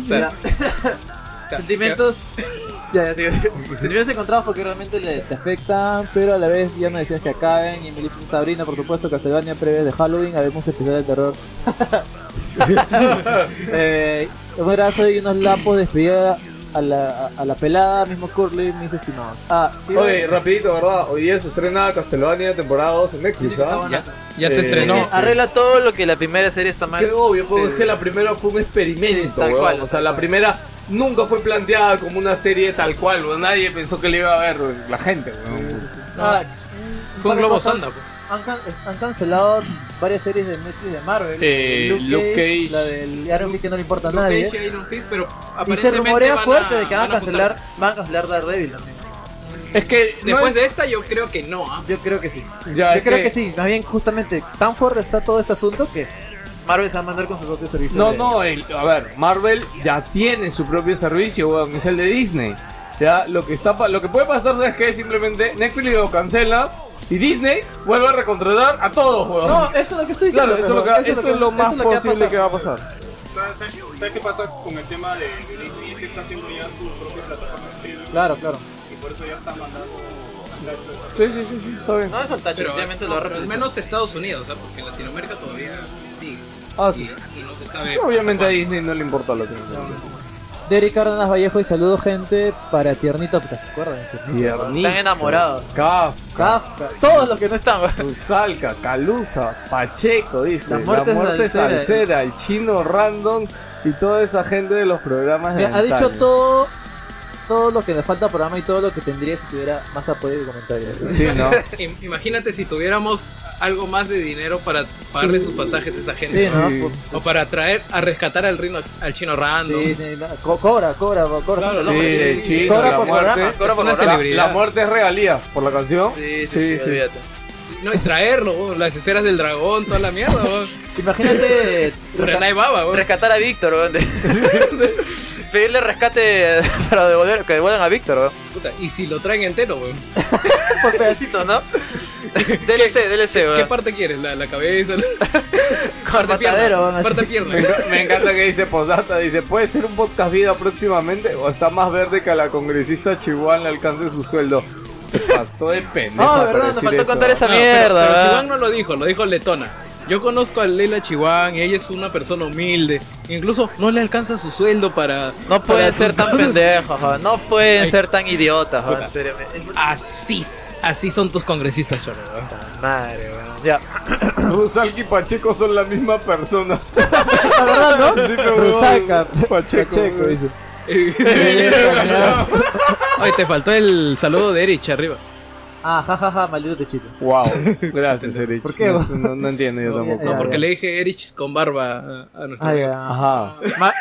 Speaker 2: Ya. Sentimientos Ya, ya, sigue, sigue. Sentimientos encontrados porque realmente le- te afectan Pero a la vez ya no decías que acaben Y me dices Sabrina, por supuesto, Castlevania Previas de Halloween, habemos especial de terror Eh, un abrazo y unos lapos despedida a la, a la pelada, mismo Curly, mis estimados. Ah, quiero-
Speaker 4: Oye, rapidito, ¿verdad? Hoy día se estrena Castlevania temporada 2 en Netflix, ¿ah?
Speaker 23: Ya-
Speaker 3: ya se estrenó.
Speaker 23: Arregla todo lo que la primera serie está mal.
Speaker 4: Qué obvio, porque
Speaker 23: Sí.
Speaker 4: es que oh, la primera fue un experimento,
Speaker 23: Sí, tal
Speaker 4: weón.
Speaker 23: cual,
Speaker 4: o sea, la primera nunca fue planteada como una serie tal cual, weón. Nadie pensó que le iba a ver la gente, weón.
Speaker 2: Ah,
Speaker 4: Fue un
Speaker 2: par de
Speaker 4: globo
Speaker 2: cosas.
Speaker 4: sonda, pues.
Speaker 2: Han, can- es- han cancelado varias series de Netflix de Marvel.
Speaker 4: Eh, Luke Cage.
Speaker 2: La del Iron Fist que no le importa a
Speaker 3: Luke
Speaker 2: nadie.
Speaker 3: Cage, Iron Fist, pero
Speaker 2: Y se
Speaker 3: aparentemente
Speaker 2: rumorea
Speaker 3: van a-
Speaker 2: fuerte de que van a
Speaker 3: van a
Speaker 2: cancelar, van a cancelar Daredevil también.
Speaker 4: Es que
Speaker 3: Después de esta, yo creo que no, ¿ah?
Speaker 2: Yo creo que sí.
Speaker 4: Ya,
Speaker 2: Yo
Speaker 4: es
Speaker 2: creo que...
Speaker 4: que
Speaker 2: sí, más bien justamente tan fuerte está todo este asunto que Marvel se va a mandar con su propio servicio.
Speaker 4: No,
Speaker 2: de-
Speaker 4: no, el- a ver, Marvel ya tiene su propio servicio, weón, es el de Disney. Ya, lo que está pa- lo que puede pasar ¿sabes qué? es que simplemente Netflix lo cancela y Disney vuelve a recontratar a todos, weón.
Speaker 2: No, eso es lo que estoy
Speaker 4: claro,
Speaker 2: diciendo.
Speaker 4: eso es lo, que-
Speaker 2: pero
Speaker 4: eso es lo
Speaker 2: eso
Speaker 4: más
Speaker 2: va a
Speaker 4: posible
Speaker 2: pasar.
Speaker 4: que va a pasar.
Speaker 5: ¿Sabes sabes qué pasa con el tema de de Disney? Es que está haciendo ya su propia plataforma de streaming.
Speaker 2: Claro, claro.
Speaker 5: Y por eso ya está mandando.
Speaker 4: Sí, sí, sí, sí, está bien.
Speaker 23: No es al tacho,
Speaker 3: Pero
Speaker 23: sencillamente lo
Speaker 3: no,
Speaker 23: va a
Speaker 3: al
Speaker 23: reproducir.
Speaker 3: menos Estados Unidos, ¿ah? Porque Latinoamérica todavía sigue.
Speaker 4: Ah, sí.
Speaker 3: Y eh, no se sabe.
Speaker 4: Obviamente a Disney no le importa lo que
Speaker 2: Derek Cárdenas Vallejo y saludo gente para Tiernito. ¿Te acuerdas? de Tiernito?
Speaker 4: Tiernito.
Speaker 2: Están enamorados.
Speaker 4: Kafka.
Speaker 2: Kafka. Todos los que no están.
Speaker 4: Salca, Calusa, Pacheco, dice.
Speaker 2: La muerte salsera.
Speaker 4: salsera, el chino random y toda esa gente de los programas de
Speaker 2: Mira, ha
Speaker 4: antaño.
Speaker 2: dicho todo todo lo que nos falta programa y todo lo que tendría si tuviera más apoyo de comentarios.
Speaker 3: Im- Imagínate si tuviéramos algo más de dinero para pagarle sus pasajes a esa gente.
Speaker 2: Sí, ¿no?
Speaker 3: Sí. O para traer a rescatar al, rino, al chino random.
Speaker 2: Sí, sí, no, co- cobra, cobra, cobra.
Speaker 3: Claro, no,
Speaker 4: Sí,
Speaker 3: pero
Speaker 4: el
Speaker 3: sí, sí, sí,
Speaker 4: chino,
Speaker 3: cobra
Speaker 4: la
Speaker 3: por
Speaker 4: muerte.
Speaker 3: programa, cobra por
Speaker 4: La-
Speaker 3: programa.
Speaker 4: La muerte es regalía por la canción.
Speaker 3: Sí, sí, sí, olvídate. No, y traerlo, weón, las esferas del dragón, toda la mierda. weón.
Speaker 2: Imagínate.
Speaker 3: Renai Baba, weón.
Speaker 24: Rescatar a Víctor, weón. Pedirle rescate para devolver, que devuelvan a Víctor, weón.
Speaker 3: Puta, y si lo traen entero, weón.
Speaker 24: Por pedacitos, ¿no? DLC, DLC,
Speaker 3: ¿Qué
Speaker 24: weón.
Speaker 3: parte quieres? ¿La, la cabeza? La... parte
Speaker 4: matadero,
Speaker 3: pierna.
Speaker 4: weón,
Speaker 3: Parte
Speaker 4: así.
Speaker 3: pierna.
Speaker 4: Me, enca- me encanta que dice Posata, dice, ¿puede ser un podcast vida próximamente? O está más verde que a la congresista Chihuahua le alcance su sueldo. Se pasó de pendejo.
Speaker 24: Ah,
Speaker 4: para
Speaker 24: verdad, nos
Speaker 4: decir
Speaker 24: faltó
Speaker 4: eso.
Speaker 24: contar esa
Speaker 3: No, pero- Pero, Chihuán no lo dijo, lo dijo Letona. Yo conozco a Leila Chihuán, ella es una persona humilde. Incluso no le alcanza su sueldo para.
Speaker 24: No pueden ser tan pendejos, weón. No pueden
Speaker 3: Ay.
Speaker 24: ser tan idiotas, weón.
Speaker 3: Puta.
Speaker 24: En serio, me-
Speaker 3: Así, así son tus congresistas, chorro.
Speaker 24: Madre, weón. Ya.
Speaker 4: Rusalki y Pacheco son la misma persona.
Speaker 2: La verdad, ¿no?
Speaker 4: Sí, pero, weón,
Speaker 2: Rusalka,
Speaker 4: Pacheco.
Speaker 2: Pacheco, dice.
Speaker 3: Ay, te faltó el saludo de Erich arriba.
Speaker 2: Ah, jajaja, maldito techito.
Speaker 4: Wow, gracias, Erich.
Speaker 2: ¿Por qué?
Speaker 4: No, no- no entiendo yo tampoco.
Speaker 3: No, porque le dije Erich con barba a a nuestra.
Speaker 2: Ah,
Speaker 3: amiga.
Speaker 2: ya.
Speaker 4: Ajá.
Speaker 24: Ma-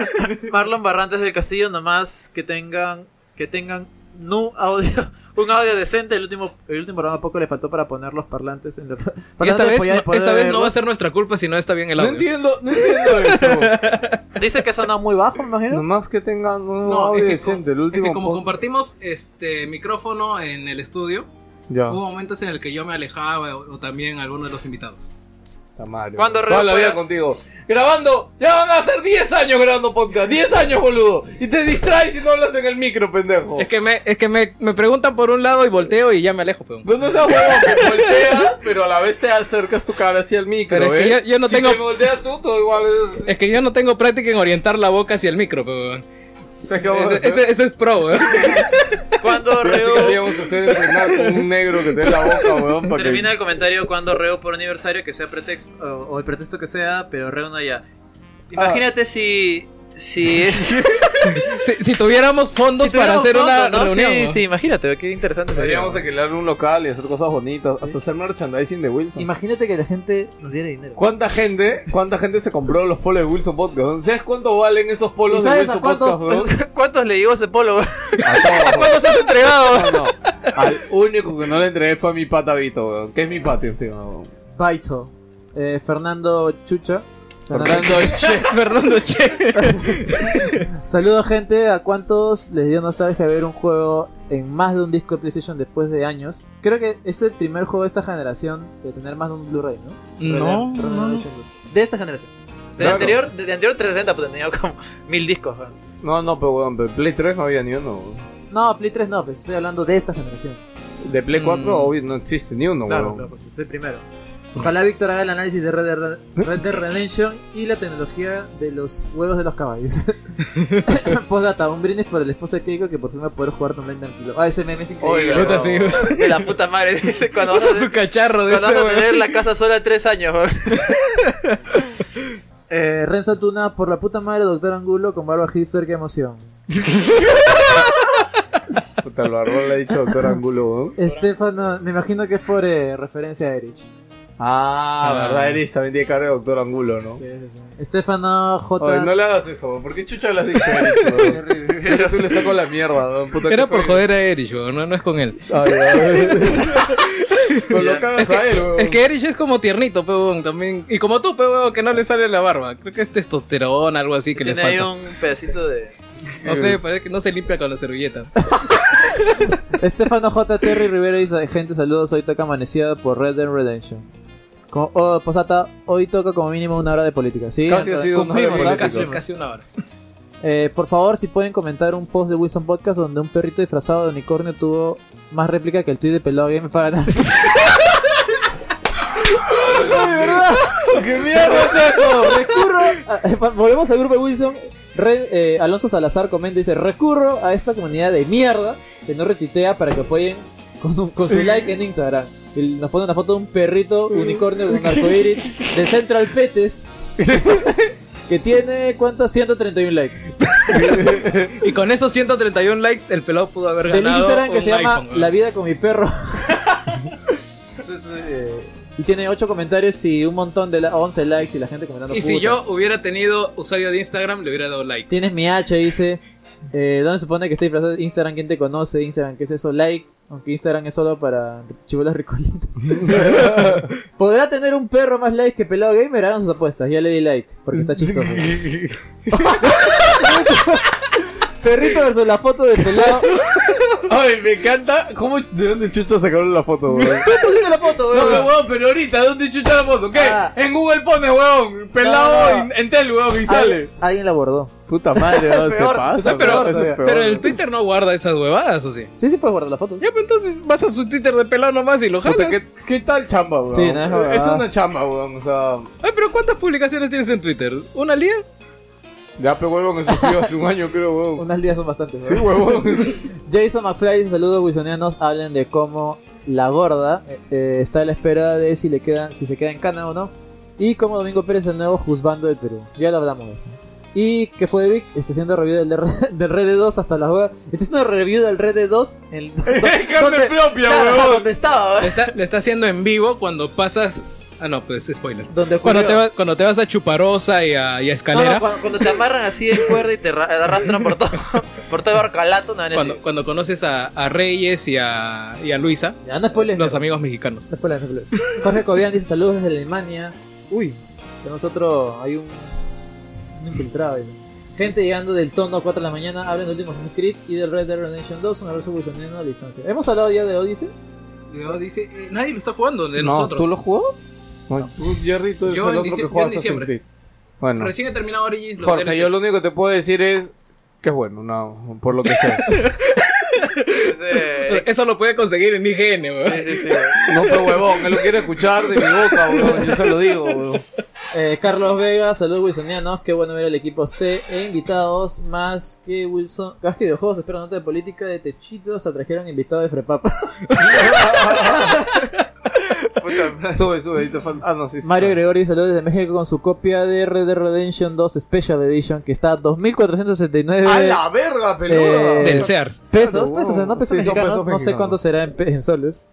Speaker 24: Marlon Barrantes del Castillo, nomás que tengan que tengan un audio, un audio decente. El último, el último programa poco le faltó para poner los parlantes en la.
Speaker 3: Y esta
Speaker 24: parlantes
Speaker 3: vez,
Speaker 24: para
Speaker 3: no,
Speaker 24: poder
Speaker 3: esta vez no
Speaker 24: verlo.
Speaker 3: va a ser nuestra culpa si no está bien el
Speaker 4: No
Speaker 3: audio.
Speaker 4: entiendo, no entiendo eso.
Speaker 24: Dice que sonó muy bajo, me imagino.
Speaker 4: Nomás que tengan un
Speaker 3: No,
Speaker 4: audio
Speaker 3: es que
Speaker 4: decente, el
Speaker 3: Es que
Speaker 4: último.
Speaker 3: como
Speaker 4: po-
Speaker 3: compartimos este micrófono en el estudio,
Speaker 4: Ya.
Speaker 3: hubo momentos en el que yo me alejaba o, o también alguno de los invitados.
Speaker 4: Está mal.
Speaker 3: ¿Cuándo
Speaker 4: Toda la
Speaker 3: Reo
Speaker 4: vida
Speaker 3: puede-
Speaker 4: contigo. Grabando, ya van a ser 10 años grabando podcast. 10 años, boludo. Y te distraes y no hablas en el micro, pendejo.
Speaker 3: Es que me, es que me, me preguntan por un lado y volteo y ya me alejo, peón.
Speaker 4: Pues no seas huevón, que volteas, pero a la vez te acercas tu cara hacia el micro.
Speaker 3: Pero es que
Speaker 4: ¿eh?
Speaker 3: yo- yo no
Speaker 4: si
Speaker 3: tengo-
Speaker 4: te volteas tú, todo igual es.
Speaker 3: Es que yo no tengo práctica en orientar la boca hacia el micro, peón.
Speaker 4: ¿Sabes qué vamos a
Speaker 3: Ese-
Speaker 4: hacer?
Speaker 3: ese- ese es pro, weón.
Speaker 24: Cuando
Speaker 4: Así que
Speaker 24: Reo
Speaker 4: deberíamos hacer entrenar con un negro que te dé la boca, huevón, para
Speaker 24: termina
Speaker 4: que.
Speaker 24: el comentario cuando Reo por aniversario, que sea pretexto o, o el pretexto que sea, pero Reo no ya. Imagínate si si
Speaker 3: Si, si tuviéramos fondos
Speaker 24: Si tuviéramos
Speaker 3: para hacer una
Speaker 24: fondos, ¿no?
Speaker 3: reunión.
Speaker 24: Sí,
Speaker 3: ¿no?
Speaker 24: sí, imagínate, qué interesante sería.
Speaker 4: Deberíamos alquilar un local y hacer cosas bonitas. Hasta hacer merchandising de Wilson.
Speaker 2: Imagínate que la gente nos diera dinero.
Speaker 4: ¿Cuánta gente, ¿Cuánta gente se compró los polos de Wilson Podcast? ¿Sabes cuánto valen esos
Speaker 2: ¿Y
Speaker 4: polos de
Speaker 2: sabes
Speaker 4: Wilson
Speaker 2: a cuánto?
Speaker 4: Podcast, huevón?
Speaker 24: ¿Cuántos le llegó ese polo? weón?
Speaker 4: A todos.
Speaker 24: ¿Cuántos has entregado?
Speaker 3: Ah,
Speaker 4: No, no. Al único que no le entregué fue a mi pata Vito, weón. Que es mi pata encima, weón.
Speaker 2: Baito. Eh, Fernando Chucha.
Speaker 4: Fernando Che.
Speaker 3: Fernando Che.
Speaker 2: Saludos, gente. ¿A cuántos les dio nostalgia ver un juego en más de un disco de PlayStation después de años? Creo que es el primer juego de esta generación de tener más de un Blu-ray, ¿no?
Speaker 24: No,
Speaker 2: Re-
Speaker 24: no.
Speaker 2: Revelation 2.
Speaker 24: De esta generación. Del
Speaker 4: Claro.
Speaker 24: anterior, del anterior 360 pues, tenía como mil discos. weón.
Speaker 4: No, no, pero weón, de Play 3 no había ni uno, weón.
Speaker 2: No, Play 3 no, pues estoy hablando de esta generación.
Speaker 4: De Play
Speaker 24: Mm.
Speaker 4: 4 obvio, no existe ni uno,
Speaker 24: Claro,
Speaker 4: weón.
Speaker 24: pero pues es el primero.
Speaker 2: Ojalá Víctor haga el análisis de Red Dead, Red Dead Redemption y la tecnología de los huevos de los caballos. Postdata, un brindis por el esposo de Keiko que por fin va a poder jugar online tranquilo. Ah, ese meme es increíble.
Speaker 24: Oiga,
Speaker 3: Puta, sí.
Speaker 24: weón. De la puta madre. Dice, cuando vas a,
Speaker 3: Su cacharro de
Speaker 24: cuando
Speaker 3: ese,
Speaker 24: vas a
Speaker 3: weón.
Speaker 24: tener la casa sola tres años. weón.
Speaker 2: Eh, Renzo Altuna, por la puta madre, Doctor Angulo con barba hipster, qué emoción.
Speaker 4: Puta, el barbón le ha dicho doctor Angulo, weón.
Speaker 2: Estefano, me imagino que es por eh, referencia a Erich.
Speaker 4: Ah,
Speaker 3: Ah.
Speaker 4: verdad, Erich también tiene cara de doctor Angulo, ¿no?
Speaker 2: Estefano J.
Speaker 4: Oye, no le hagas eso, weón. ¿Por qué chucha le has dicho a Erich, weón? Yo tú le saco la mierda, weón. Puta,
Speaker 3: Era
Speaker 4: qué
Speaker 3: por
Speaker 4: feo.
Speaker 3: joder a Erich, weón, no, no es con él.
Speaker 4: Ay, ay. Pues lo cagas
Speaker 3: Es que,
Speaker 4: a él, weón.
Speaker 3: es que Erich es como tiernito, pe, weón, también. Y como tú, pe, weón, que no le sale la barba. Creo que es testosterona, algo así que le
Speaker 24: Tiene ahí
Speaker 3: falta.
Speaker 24: un pedacito de.
Speaker 3: No sé, parece que no se limpia con la servilleta.
Speaker 2: Estefano J. Terry Rivera dice: Gente, saludos. Hoy toca amanecida por Red Dead Redemption. Como, oh, posata, hoy toca como mínimo una hora de política. Sí,
Speaker 4: Casi ha sido una hora de
Speaker 2: Cumplimos, ¿ah?
Speaker 4: política.
Speaker 3: Casi,
Speaker 2: Cumplimos.
Speaker 3: casi una hora.
Speaker 2: Eh, por favor, si pueden comentar un post de Wilson Podcast donde un perrito disfrazado de unicornio tuvo más réplica que el tweet de Pelado Game para nada.
Speaker 4: ¡Qué mierda es eso!
Speaker 2: Recurro. a- eh, volvemos al grupo de Wilson. Red- eh, Alonso Salazar comenta y dice: Recurro a esta comunidad de mierda que no retuitea para que apoyen con, su- con su like en Instagram. Y nos pone una foto de un perrito unicornio con un arcoíris de Central Petes. Que tiene, ¿cuántos? 131 likes.
Speaker 3: Y con esos 131 likes, el pelado pudo haber
Speaker 2: Del
Speaker 3: ganado.
Speaker 2: Instagram que
Speaker 3: un
Speaker 2: se llama
Speaker 3: iPhone, weón.
Speaker 2: La vida con mi perro.
Speaker 25: Eso es, eh,
Speaker 2: Y tiene 8 comentarios y un montón de la- 11 likes y la gente comentando.
Speaker 3: Y si
Speaker 2: "Puta".
Speaker 3: yo hubiera tenido usuario de Instagram, le hubiera dado like.
Speaker 2: Tienes mi H, dice. Eh, ¿Dónde supone que estoy disfrazado? Instagram, ¿quién te conoce? Instagram, ¿qué es eso? Like. Aunque Instagram es solo para chivolas ricolitas. ¿Podrá tener un perro más likes que Pelado Gamer? Hagan sus apuestas. Ya le di like, porque está chistoso. Perrito versus la foto de Pelado.
Speaker 4: Ay, me encanta. ¿Cómo, ¿De dónde chucha sacaron la foto, weón?
Speaker 2: Tú pusiste la foto,
Speaker 4: No,
Speaker 2: weón.
Speaker 4: pero, weón, pero ahorita, ¿dónde chucha la foto? ¿Qué? En Google pone, weón, pelado
Speaker 2: Ah. No, no.
Speaker 4: en- en tel, weón, y sale.
Speaker 2: Alguien- Alguien la abordó.
Speaker 4: Puta madre, weón, se
Speaker 3: Peor.
Speaker 4: pasa.
Speaker 3: O sea, pero,
Speaker 4: weón, eso es peor.
Speaker 3: pero el
Speaker 2: pues.
Speaker 3: Twitter no guarda esas huevadas, ¿o sí?
Speaker 2: Sí, sí puedes guardar las fotos.
Speaker 3: Ya, pues entonces vas a su Twitter de pelado nomás y lo jalas.
Speaker 4: ¿qué, ¿Qué tal chamba, weón?
Speaker 3: Sí, no, es verdad.
Speaker 4: es una chamba, weón, o sea...
Speaker 3: Ay, pero ¿cuántas publicaciones tienes en Twitter? ¿Una al día?
Speaker 4: Ya, pero huevón, eso sí, hace un año, creo, weón.
Speaker 2: Unas días son bastantes,
Speaker 4: Sí, huevón.
Speaker 2: Jason McFly dice, saludos wilsonianos, hablen de cómo la gorda eh, eh, está a la espera de si le quedan, si se queda en Cana o no. Y cómo Domingo Pérez el nuevo juzgando del Perú. Ya lo hablamos de eso. Y que fue de Vic, está haciendo review del, R- del Red 2 hasta la hueva. Está haciendo review del Red 2 en
Speaker 4: carne propia,
Speaker 2: Claro,
Speaker 3: huevón.
Speaker 2: donde estaba. ¿eh?
Speaker 3: Le está, le está haciendo en vivo cuando pasas. Ah, no, pues spoiler.
Speaker 2: Donde
Speaker 3: cuando,
Speaker 2: ocurrió.
Speaker 3: te vas, cuando te vas a Chuparosa y a, y
Speaker 26: No,
Speaker 3: a Escalera.
Speaker 26: no, cuando, cuando te amarran así de cuerda y te ra- arrastran por todo, por todo Barcalato, no, no,
Speaker 3: cuando,
Speaker 26: sí.
Speaker 3: cuando conoces a, a Reyes y a, y a Luisa. los amigos mexicanos.
Speaker 2: Spoilers, spoilers. Jorge Cobian dice saludos desde Alemania. Uy, tenemos otro. Hay un, un infiltrado. ahí. Gente llegando del tono 4 de la mañana. Hablan del último Assassin's Creed y del Red Dead Redemption 2. Un abrazo wilsoniano a la distancia. ¿Hemos hablado ya de Odyssey?
Speaker 3: Dice, eh, nadie lo está jugando de
Speaker 4: no,
Speaker 3: nosotros.
Speaker 4: ¿tú lo jugó? No, tú, Jerry, tú eres
Speaker 3: Yo
Speaker 4: el
Speaker 3: en
Speaker 4: otro que
Speaker 3: dicie-
Speaker 4: juega
Speaker 3: yo en diciembre.
Speaker 4: Assassin's Creed. Bueno.
Speaker 3: Recién he terminado Origins. los
Speaker 4: Jorge,
Speaker 3: DLCs.
Speaker 4: yo lo único que te puedo decir es que es bueno, no, por lo que sea.
Speaker 3: Eh, Eso lo puede conseguir en IGN, weón.
Speaker 26: sí,
Speaker 3: Sí,
Speaker 26: sí.
Speaker 4: No fue huevón, él lo quiere escuchar de mi boca, weón. Yo se lo digo, weón.
Speaker 2: Eh, Carlos Vega, saludos wilsonianos. Qué bueno ver al equipo C e invitados más que Wilson. Más que videojuegos, espero nota de política de Techitos. Atrajeron invitados de Frepapa.
Speaker 4: Sube, sube, ahí te falta. Ah, no, sí, sí.
Speaker 2: Mario Gregorio, saludos desde México con su copia de Red Dead Redemption 2 Special Edition que está a 2469
Speaker 4: ¡A la verga, peluda!
Speaker 2: eh,
Speaker 3: Del Sears.
Speaker 2: Pesos,
Speaker 3: Claro,
Speaker 2: pesos, o sea, no pesos
Speaker 3: sí, son
Speaker 2: mexicanos,
Speaker 3: pesos
Speaker 2: no sé
Speaker 3: mexicanos.
Speaker 2: cuánto será en, pe- en soles.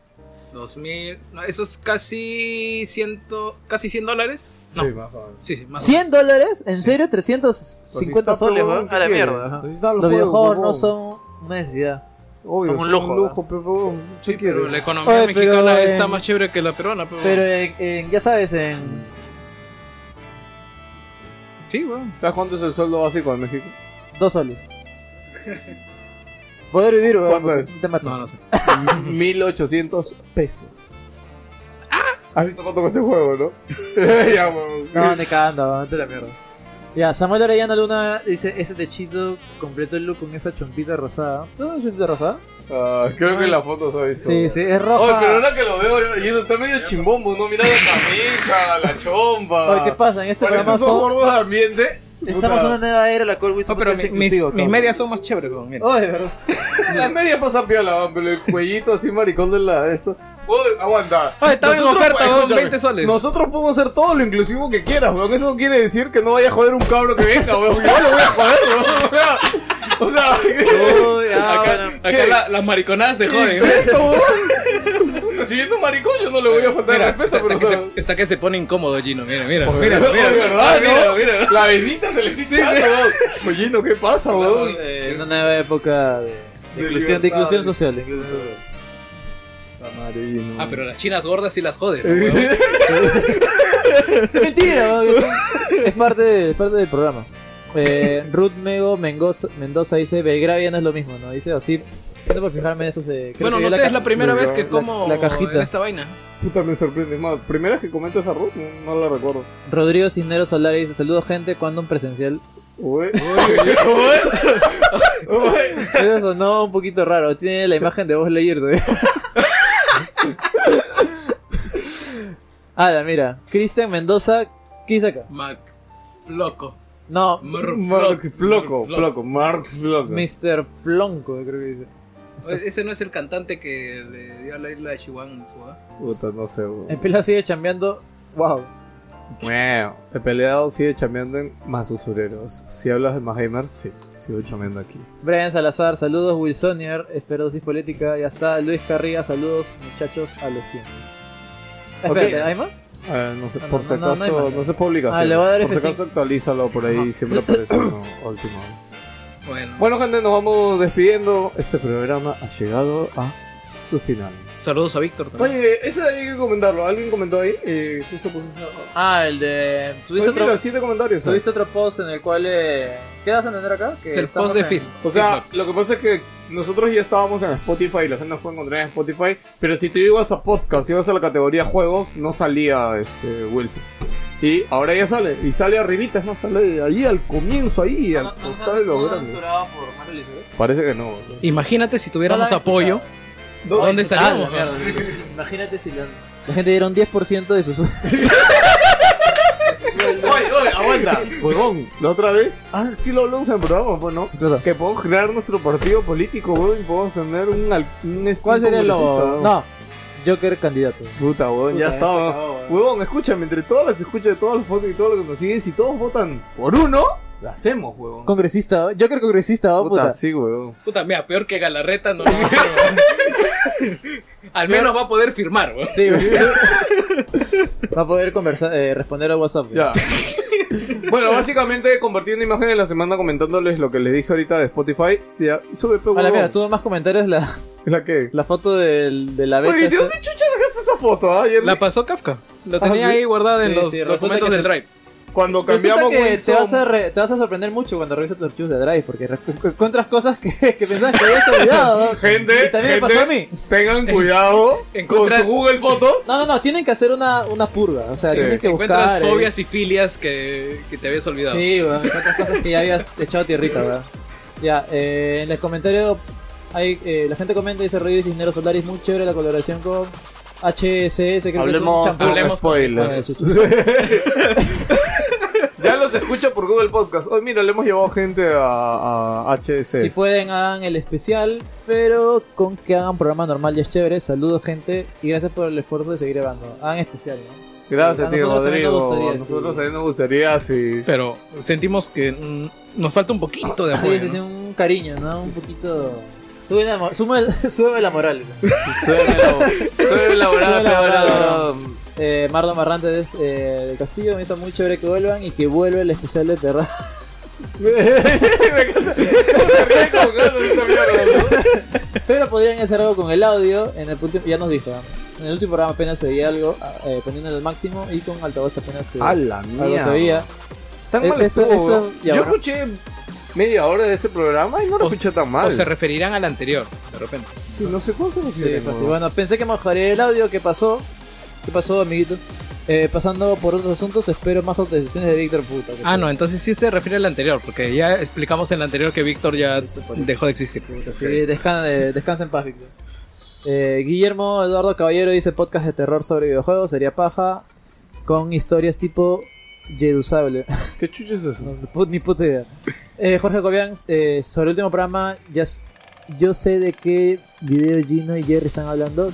Speaker 3: 2000. No, eso es casi 100, casi 100 dólares. No.
Speaker 4: Sí, más o
Speaker 3: Sí, sí, más o menos.
Speaker 2: ¿100 dólares? ¿En serio? 350
Speaker 4: Pues está,
Speaker 2: soles,
Speaker 4: pero,
Speaker 2: weón.
Speaker 4: ¿qué quieres? Así están
Speaker 2: Los
Speaker 4: los juegos,
Speaker 2: videojuegos no
Speaker 4: huevón.
Speaker 2: son una necesidad.
Speaker 4: Obvio,
Speaker 2: son un
Speaker 4: son
Speaker 2: lujo,
Speaker 4: Un lujo, pero, huevón, ¿qué quieres?
Speaker 3: Pero la economía
Speaker 2: Oye, pero
Speaker 3: mexicana
Speaker 2: en-
Speaker 3: está más chévere que la peruana, pero.
Speaker 2: Pero en, en- ya sabes, en.
Speaker 3: Sí, weón.
Speaker 4: ¿Sabes cuánto es el sueldo básico en México?
Speaker 2: Dos soles. Poder vivir, weón.
Speaker 4: ¿Cuánto
Speaker 2: porque Te matan.
Speaker 3: No, no sé.
Speaker 4: 1800 pesos. ¿Has visto cuánto cuesta el juego, no? ya, weón.
Speaker 2: Ah. No, ni cagando, weón, vete a la mierda. Ya, Samuel Orellana Luna dice: Ese techito completó el look con esa chompita rosada. ¿No es chompita rosada?
Speaker 4: Ah, creo
Speaker 2: No,
Speaker 4: que
Speaker 2: es-
Speaker 4: la foto se ha visto.
Speaker 2: Sí, sí, es roja.
Speaker 4: Oye, pero ahora que lo veo, yo, yo está medio chimbombo, ¿no? Mira la camisa, la chomba.
Speaker 2: Oye, ¿qué pasa? En este
Speaker 4: Parece
Speaker 2: programa
Speaker 4: esos
Speaker 2: son-
Speaker 4: gordos de ambiente.
Speaker 2: Estamos en una nueva era, la cual Wilson
Speaker 3: pero
Speaker 2: Podcast
Speaker 3: mi-
Speaker 2: es
Speaker 3: mis,
Speaker 2: exclusivo,
Speaker 3: mis
Speaker 2: cabrón.
Speaker 3: medias son más chéveres, weón. mira.
Speaker 2: Oye, pero-
Speaker 4: Las medias pasan piola, weón, pero el cuellito así maricón de la de esto. Oye, aguanta.
Speaker 3: Oye, estaba en
Speaker 4: Nosotros-
Speaker 3: oferta, weón,
Speaker 4: escúchame,
Speaker 3: 20 soles.
Speaker 4: Nosotros podemos hacer todo lo inclusivo que quieras, weón. Eso no quiere decir que no vaya a joder un cabro que venga, weón. Yo lo voy a joder, weón. O sea, o sea,
Speaker 3: acá acá la- las mariconadas se joden.
Speaker 4: Exacto, weón. Puta, Si viendo un maricón, yo no le voy a faltar el
Speaker 3: Mira,
Speaker 4: respeto, pero o sea,
Speaker 3: Está que se pone incómodo, Gino. Mira, mira, mira,
Speaker 4: mira,
Speaker 3: mira,
Speaker 4: ¿verdad,
Speaker 3: Ah, mira,
Speaker 4: no?
Speaker 3: mira.
Speaker 4: La venita se le está hinchando, weón. Oye, ¿no qué pasa, weón?
Speaker 2: En una nueva época de, de inclusión, de inclusión social. de inclusión social.
Speaker 3: Ah, pero las chinas gordas sí las joden. weón.
Speaker 2: Mentira, ¿no? es, es parte, de- es parte del programa. Eh, Ruth Mego Mendoza, Mendoza dice Belgravia no es lo mismo, ¿no? Dice así. Siento por fijarme en eso. Se, creo
Speaker 3: Bueno,
Speaker 2: que
Speaker 3: no
Speaker 2: yo
Speaker 3: sé,
Speaker 2: ca-
Speaker 3: es la primera
Speaker 4: la-
Speaker 3: vez que
Speaker 4: la-
Speaker 3: como
Speaker 2: la cajita.
Speaker 3: en esta vaina.
Speaker 4: Puta, me sorprende. Más, primera que comenta esa Ruth, no, no la recuerdo.
Speaker 2: Rodrigo Cisneros Solari dice saludos gente cuando un presencial.
Speaker 4: Uy, uy, uy.
Speaker 2: Eso sonó un poquito raro. Tiene la imagen de vos Lightyear todavía. Ahora, mira. Cristian Mendoza, ¿qué dice acá?
Speaker 3: Mac, loco.
Speaker 2: No,
Speaker 3: Mark
Speaker 4: Mark
Speaker 3: Floco.
Speaker 4: Floco, Floco, Mark Floco.
Speaker 2: Mr. Plonco, creo que dice.
Speaker 3: Ese no es el cantante que le dio a la isla de Chihuahua.
Speaker 4: Puta, no sé, weón.
Speaker 2: El pelado sigue chambeando. Wow.
Speaker 4: Bueno, he peleado, sigue chambeando en más usureros. Si hablas de más gamers, sí, sigo chambeando aquí.
Speaker 2: Brian Salazar, saludos Wilsonier, espero dosis política, ya está. Luis Carriga, saludos muchachos a los tiempos. Espérate,
Speaker 4: Ok.
Speaker 2: ¿hay más?
Speaker 4: Eh, no sé,
Speaker 2: Ah,
Speaker 4: por
Speaker 2: no,
Speaker 4: si
Speaker 2: no, no, no hay
Speaker 4: acaso, no,
Speaker 2: más.
Speaker 4: sé publicación.
Speaker 2: Ah, le voy a dar
Speaker 4: por si
Speaker 2: F5.
Speaker 4: acaso actualízalo por ahí,
Speaker 2: Ajá.
Speaker 4: siempre aparece uno último.
Speaker 3: Bueno.
Speaker 4: Bueno, gente, nos vamos despidiendo. Este programa ha llegado a su final.
Speaker 3: Saludos a Víctor también.
Speaker 4: Oye, eso hay que comentarlo. ¿Alguien comentó ahí? Eh, justo puso esa.
Speaker 2: Ah, el de.
Speaker 4: Oye, mira, siete comentarios. ¿eh?
Speaker 2: Tuviste otro post en el cual. Eh... ¿Qué das a entender acá? Que estamos en-
Speaker 4: O sea, lo que pasa es que nosotros ya estábamos en Spotify, la gente nos puede encontrar en Spotify, pero si tú ibas a podcast, ibas a la categoría juegos, no salía este Wilson. Y ahora ya sale, y sale arribita, es más, sale de ahí al comienzo, ahí, al costado de los grandes. Parece que no. boludo.
Speaker 3: Imagínate si tuviéramos
Speaker 2: No la he
Speaker 3: apoyo.
Speaker 2: No,
Speaker 3: ¿Dónde
Speaker 2: ah,
Speaker 3: estaríamos?
Speaker 2: la mierda. Imagínate si la,
Speaker 3: La gente dieron 10% de sus.
Speaker 4: Oye, oye, aguanta. Huevón, la otra vez. Ah, sí lo hablamos en el programa, pues no. Que podemos crear nuestro partido político, huevón, y podemos tener un. al- un
Speaker 2: ¿Cuál sería lo- No,
Speaker 4: Joker candidato. Puta, huevón, ya
Speaker 2: Puta,
Speaker 4: está,
Speaker 2: ya se
Speaker 4: huevón.
Speaker 2: acabó, huevón.
Speaker 4: Huevón, escúchame, entre todas las escuchas de todos los votos y todo lo que nos siguen, si todos votan por uno, lo hacemos, huevón.
Speaker 2: Congresista, ¿o? Joker congresista, ¿o?
Speaker 4: Puta,
Speaker 2: puta.
Speaker 4: sí, huevón.
Speaker 3: Puta, mira, peor que Galarreta no. Al menos va a poder firmar, weón.
Speaker 2: Sí, güey. Va a poder conversar, eh, responder a WhatsApp.
Speaker 4: Ya. Bueno, básicamente compartí una imagen de la semana comentándoles lo que les dije ahorita de Spotify. Ya, sube, pe,
Speaker 2: A la
Speaker 4: huevón.
Speaker 2: mira, tuvo más comentarios la.
Speaker 4: ¿La qué?
Speaker 2: La foto del, de la beta.
Speaker 4: Oye, ¿de
Speaker 2: esta-
Speaker 4: dónde chucha sacaste esa foto? ah, Jerry?
Speaker 3: La pasó Kafka. Lo
Speaker 4: Ah,
Speaker 3: tenía
Speaker 4: ¿sí?
Speaker 3: ahí guardada en
Speaker 4: Sí,
Speaker 3: los
Speaker 4: sí, resulta
Speaker 3: documentos
Speaker 4: que
Speaker 3: del
Speaker 4: se-
Speaker 3: Drive.
Speaker 4: Cuando
Speaker 2: Resulta
Speaker 4: cambiamos
Speaker 2: que te
Speaker 4: Wilson-
Speaker 2: vas, a re- te vas a sorprender mucho cuando revisas tus archivos de Drive, porque re- encuentras cosas que, que pensabas que habías olvidado. ¿no?
Speaker 4: Gente,
Speaker 2: Y también me pasó a mí.
Speaker 4: gente, Tengan cuidado con su Google Fotos.
Speaker 2: No, no, no, tienen que hacer una, una purga. O sea,
Speaker 3: Sí.
Speaker 2: tienen que
Speaker 3: Encuentras
Speaker 2: buscar. eh.
Speaker 3: fobias y filias que, que te habías olvidado.
Speaker 2: Sí, weón, encuentras cosas que ya habías echado tierrita, weón. Ya, eh, en el comentario hay, eh, la gente comenta y dice Rodríguez Cisneros Solaris, muy chévere la colaboración con HSS, creo que es un
Speaker 4: Hablemos,
Speaker 2: champú.
Speaker 4: hablemos spoilers. ya los escucho por Google Podcast. Hoy mira, le hemos llevado gente a, a HS.
Speaker 2: Si pueden, hagan el especial, pero con que hagan programa normal ya es chévere. Saludos, gente, y gracias por el esfuerzo de seguir grabando. Hagan especial, ¿no?
Speaker 4: Gracias,
Speaker 2: A
Speaker 4: tío
Speaker 2: nosotros también nos
Speaker 4: Rodrigo.
Speaker 2: gustaría,
Speaker 4: A nosotros
Speaker 2: sí.
Speaker 4: también nos gustaría, sí.
Speaker 3: Pero sentimos que mm, nos falta un poquito de
Speaker 2: Sí,
Speaker 3: apoyo.
Speaker 2: sí, sí,
Speaker 3: ¿no?
Speaker 2: un cariño, ¿no? un poquito. Sube la, mo- suma el- sube la moral.
Speaker 4: Sube la moral,
Speaker 2: Sube la
Speaker 4: moral,
Speaker 2: moral. Eh, Mardo Marrantes eh, del Castillo me hizo muy chévere que vuelvan y que vuelva el especial de terror. Pero podrían hacer algo con el audio. En el último- ya nos dijo. ¿no? En el último programa apenas se veía algo, eh, poniéndolo al máximo y con altavoz apenas se,
Speaker 4: A la
Speaker 2: algo
Speaker 4: mierda.
Speaker 2: se veía.
Speaker 4: Tan
Speaker 2: Eh,
Speaker 4: mal
Speaker 2: esto-
Speaker 4: estuvo,
Speaker 2: esto-
Speaker 4: ¿no?
Speaker 2: ya,
Speaker 4: Yo
Speaker 2: bueno.
Speaker 4: escuché media hora de ese programa y no lo escuché tan mal.
Speaker 3: O se referirán al anterior, de repente.
Speaker 4: Sí, no sé cómo se
Speaker 2: Sí,
Speaker 4: refiere,
Speaker 2: pues,
Speaker 4: ¿no?
Speaker 2: y bueno, pensé que mejoraría el audio, ¿qué pasó? ¿Qué pasó, amiguito? Eh, pasando por otros asuntos, espero más autorizaciones de Víctor Puta. que
Speaker 3: Ah,
Speaker 2: fue-
Speaker 3: no, entonces sí se refiere al anterior, porque ya explicamos en el anterior que Víctor ya dejó de existir.
Speaker 2: Sí, descan- eh, descansa en paz, Víctor. Eh, Guillermo Eduardo Caballero dice podcast de terror sobre videojuegos, sería paja, con historias tipo Jedusable.
Speaker 4: ¿Qué chucho es eso?
Speaker 2: ni puta idea. Eh, Jorge Cobian, eh, sobre el último programa, ya s- yo sé de qué video Gino y Jerry están hablando.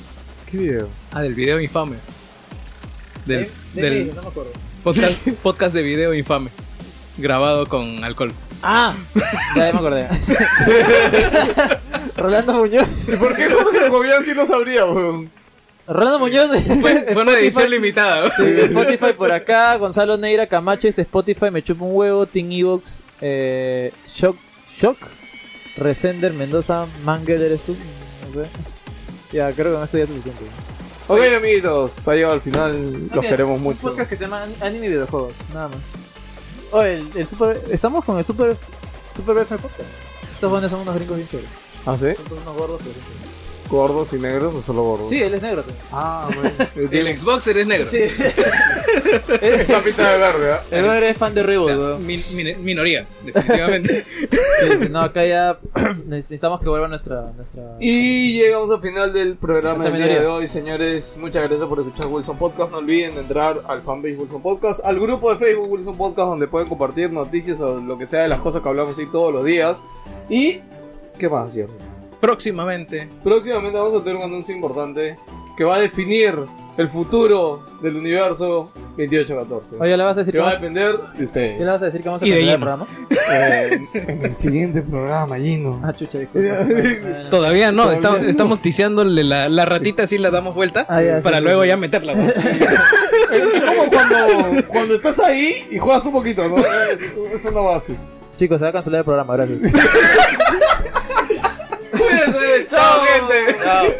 Speaker 4: ¿Qué video?
Speaker 3: Ah, del video infame. Del,
Speaker 2: ¿De
Speaker 3: del
Speaker 2: qué? No me acuerdo.
Speaker 3: podcast, podcast de video infame. Grabado con alcohol.
Speaker 2: Ah, ya ya me acordé. Rolando Muñoz.
Speaker 4: ¿Por qué Jorge Cobian sí lo sabría, weón?
Speaker 2: Rolando Muñoz.
Speaker 3: Fue, fue una edición
Speaker 2: Spotify.
Speaker 3: limitada.
Speaker 2: Sí, Spotify por acá, Gonzalo Neira, Camacho dice Spotify, me chupa un huevo, Team Evox, eh, Shock, Shock, Resender, Mendoza, Mangel, eres tú, no sé. Ya, creo que con esto ya es suficiente.
Speaker 4: Ok, amiguitos, ha llegado al final. Los queremos
Speaker 2: Un
Speaker 4: mucho.
Speaker 2: podcast que se llama Anime y Videojuegos, nada más. Oh, el, el super, estamos con el Super, Super Breath Podcast. Estos buenos son unos gringos bien chéveres.
Speaker 4: ¿Ah, sí?
Speaker 2: Son todos unos gordos, pero son chéveres.
Speaker 4: ¿Gordos y negros o solo gordos?
Speaker 2: Sí, él es negro. también.
Speaker 4: Ah,
Speaker 3: El Xboxer es negro.
Speaker 2: Sí.
Speaker 4: Está pinta de verde, ¿ah?
Speaker 2: El negro es fan de Rebel, weón.
Speaker 3: Min- min- minoría, definitivamente.
Speaker 2: Sí, no, acá ya necesitamos que vuelva nuestra. nuestra...
Speaker 4: Y llegamos al final del programa
Speaker 2: Hasta
Speaker 4: del día
Speaker 2: mediodía.
Speaker 4: de hoy, señores. Muchas gracias por escuchar Wilson Podcast. No olviden de entrar al fanpage Wilson Podcast, al grupo de Facebook Wilson Podcast, donde pueden compartir noticias o lo que sea de las cosas que hablamos ahí todos los días. Y, ¿qué más, Jerry?
Speaker 3: Próximamente.
Speaker 4: Próximamente vamos a tener un anuncio importante que va a definir el futuro del universo 2814.
Speaker 2: Oye, le vas a decir
Speaker 4: que va a
Speaker 2: cómo-
Speaker 4: depender de ustedes.
Speaker 2: ¿Qué le vas a decir que vamos a terminar el programa?
Speaker 4: Eh, en el siguiente programa, Gino.
Speaker 2: Ah, chucha,
Speaker 3: Todavía no,
Speaker 2: Todavía
Speaker 3: estamos,
Speaker 2: no. Ah,
Speaker 3: estamos ticiándole la, la ratita así la damos vuelta
Speaker 2: ya, sí,
Speaker 3: para
Speaker 2: sí,
Speaker 3: luego
Speaker 2: sí.
Speaker 3: ya meterla. pues.
Speaker 4: Es como cuando, cuando estás ahí y juegas un poquito, ¿no? Es- Eso no va así.
Speaker 2: Chicos, se va a cancelar el programa, gracias.
Speaker 4: Cuídense, chao, gente.